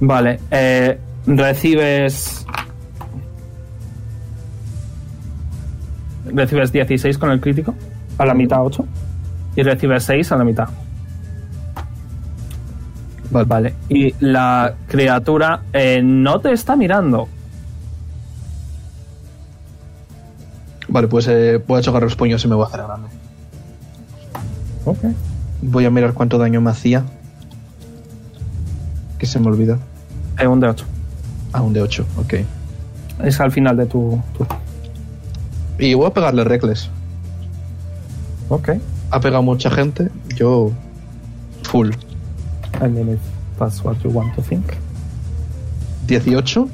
[SPEAKER 2] Vale, eh, recibes... Recibes 16 con el crítico, a la mitad 8. Y recibes 6 a la mitad. Vale, vale. Y la criatura eh, no te está mirando.
[SPEAKER 3] Vale, pues eh, voy a chocar los puños y me voy a hacer grande.
[SPEAKER 2] Ok.
[SPEAKER 3] Voy a mirar cuánto daño me hacía. Que se me olvida.
[SPEAKER 2] Eh, un de 8.
[SPEAKER 3] Ah, un de 8, ok.
[SPEAKER 2] Es al final de tu... tu-
[SPEAKER 3] Y voy a pegarle Reckless.
[SPEAKER 2] Ok.
[SPEAKER 3] Ha pegado mucha gente, yo. Full.
[SPEAKER 2] I mean, if that's what you want to think.
[SPEAKER 3] 18,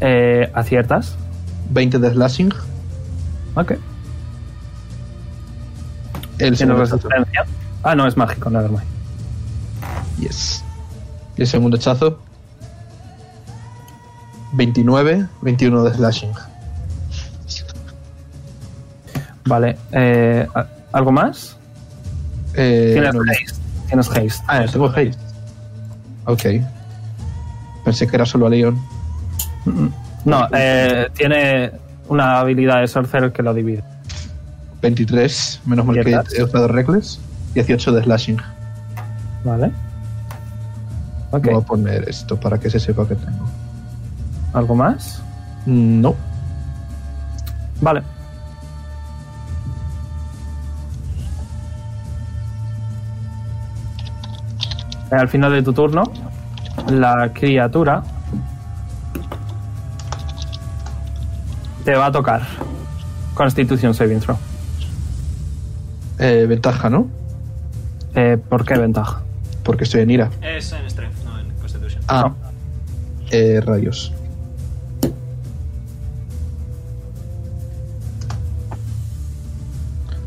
[SPEAKER 2] Eh, aciertas.
[SPEAKER 3] 20 de slashing.
[SPEAKER 2] Ok.
[SPEAKER 3] El
[SPEAKER 2] Tiene
[SPEAKER 3] segundo hechazo.
[SPEAKER 2] resistencia. Ah, no, es mágico, nada más.
[SPEAKER 3] Yes. Y el segundo hechazo. 29, 21 de slashing.
[SPEAKER 2] Vale. eh, ¿a- ¿Algo más?
[SPEAKER 3] Eh,
[SPEAKER 2] Tienes
[SPEAKER 3] no, no.
[SPEAKER 2] haste. Tienes haste.
[SPEAKER 3] Ah, tengo haste. Ok. Pensé que era solo a Leon.
[SPEAKER 2] No, eh, tiene una habilidad de sorcerer que lo divide.
[SPEAKER 3] 23, menos mal que
[SPEAKER 2] Ciertas.
[SPEAKER 3] he usado Reckless. 18 de slashing.
[SPEAKER 2] Vale. Ok.
[SPEAKER 3] Voy a poner esto para que se sepa que tengo.
[SPEAKER 2] ¿Algo más?
[SPEAKER 3] No.
[SPEAKER 2] Vale. Eh, Al final de tu turno, la criatura te va a tocar. Constitución Saving Throw.
[SPEAKER 3] Eh, ventaja, ¿no?
[SPEAKER 2] Eh, ¿Por qué ventaja?
[SPEAKER 3] Porque estoy en ira.
[SPEAKER 1] Es en Strength, no en Constitution.
[SPEAKER 3] Ah, eh, rayos.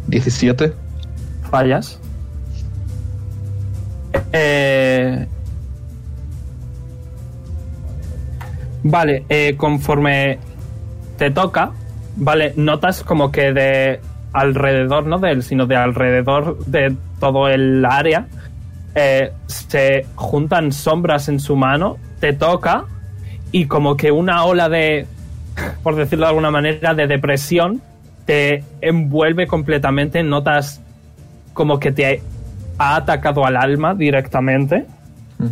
[SPEAKER 3] ¿17?
[SPEAKER 2] Fallas. Eh, vale, eh, conforme te toca, vale, notas como que de alrededor, no de él, sino de alrededor de todo el área, eh, se juntan sombras en su mano, te toca y como que una ola de, por decirlo de alguna manera, de depresión te envuelve completamente, notas como que te ha atacado al alma directamente.
[SPEAKER 3] Ujú.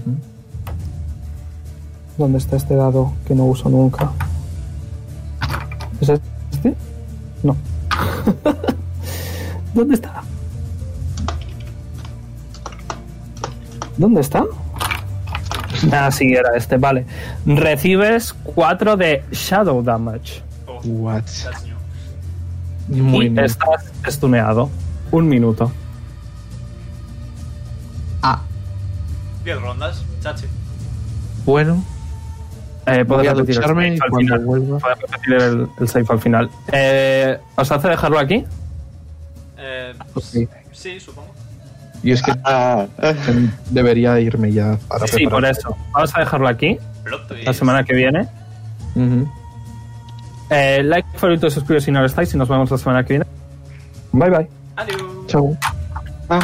[SPEAKER 2] ¿Dónde está este dado que no uso nunca? ¿Es este? No. ¿Dónde está? ¿Dónde está? Ah, sí, era este, vale. Recibes 4 de Shadow Damage.
[SPEAKER 1] Oh,
[SPEAKER 3] What?
[SPEAKER 1] that's new.
[SPEAKER 3] Muy
[SPEAKER 2] y
[SPEAKER 3] bien.
[SPEAKER 2] estás estuneado. Un minuto.
[SPEAKER 3] Ah,
[SPEAKER 1] 10 rondas, chachi.
[SPEAKER 3] bueno.
[SPEAKER 2] Eh,
[SPEAKER 3] Voy
[SPEAKER 2] puedes
[SPEAKER 3] a
[SPEAKER 2] repetir el
[SPEAKER 3] ducharme y
[SPEAKER 2] save al
[SPEAKER 3] cuando
[SPEAKER 2] final.
[SPEAKER 3] vuelva.
[SPEAKER 2] Puedes repetir el, el save al final. Eh, ¿Os hace dejarlo aquí?
[SPEAKER 1] Eh,
[SPEAKER 3] Ok.
[SPEAKER 1] Sí, supongo.
[SPEAKER 3] Y es que
[SPEAKER 4] Ah,
[SPEAKER 3] debería irme ya para
[SPEAKER 2] Sí, por
[SPEAKER 3] preparar.
[SPEAKER 2] eso. Vamos a dejarlo aquí
[SPEAKER 1] Plot twist.
[SPEAKER 2] la semana que viene.
[SPEAKER 3] Ujú.
[SPEAKER 2] Eh, like, favorito, suscribiros si no lo estáis y nos vemos la semana que viene.
[SPEAKER 3] Bye bye.
[SPEAKER 1] Adiós.
[SPEAKER 3] Chao.
[SPEAKER 4] ah.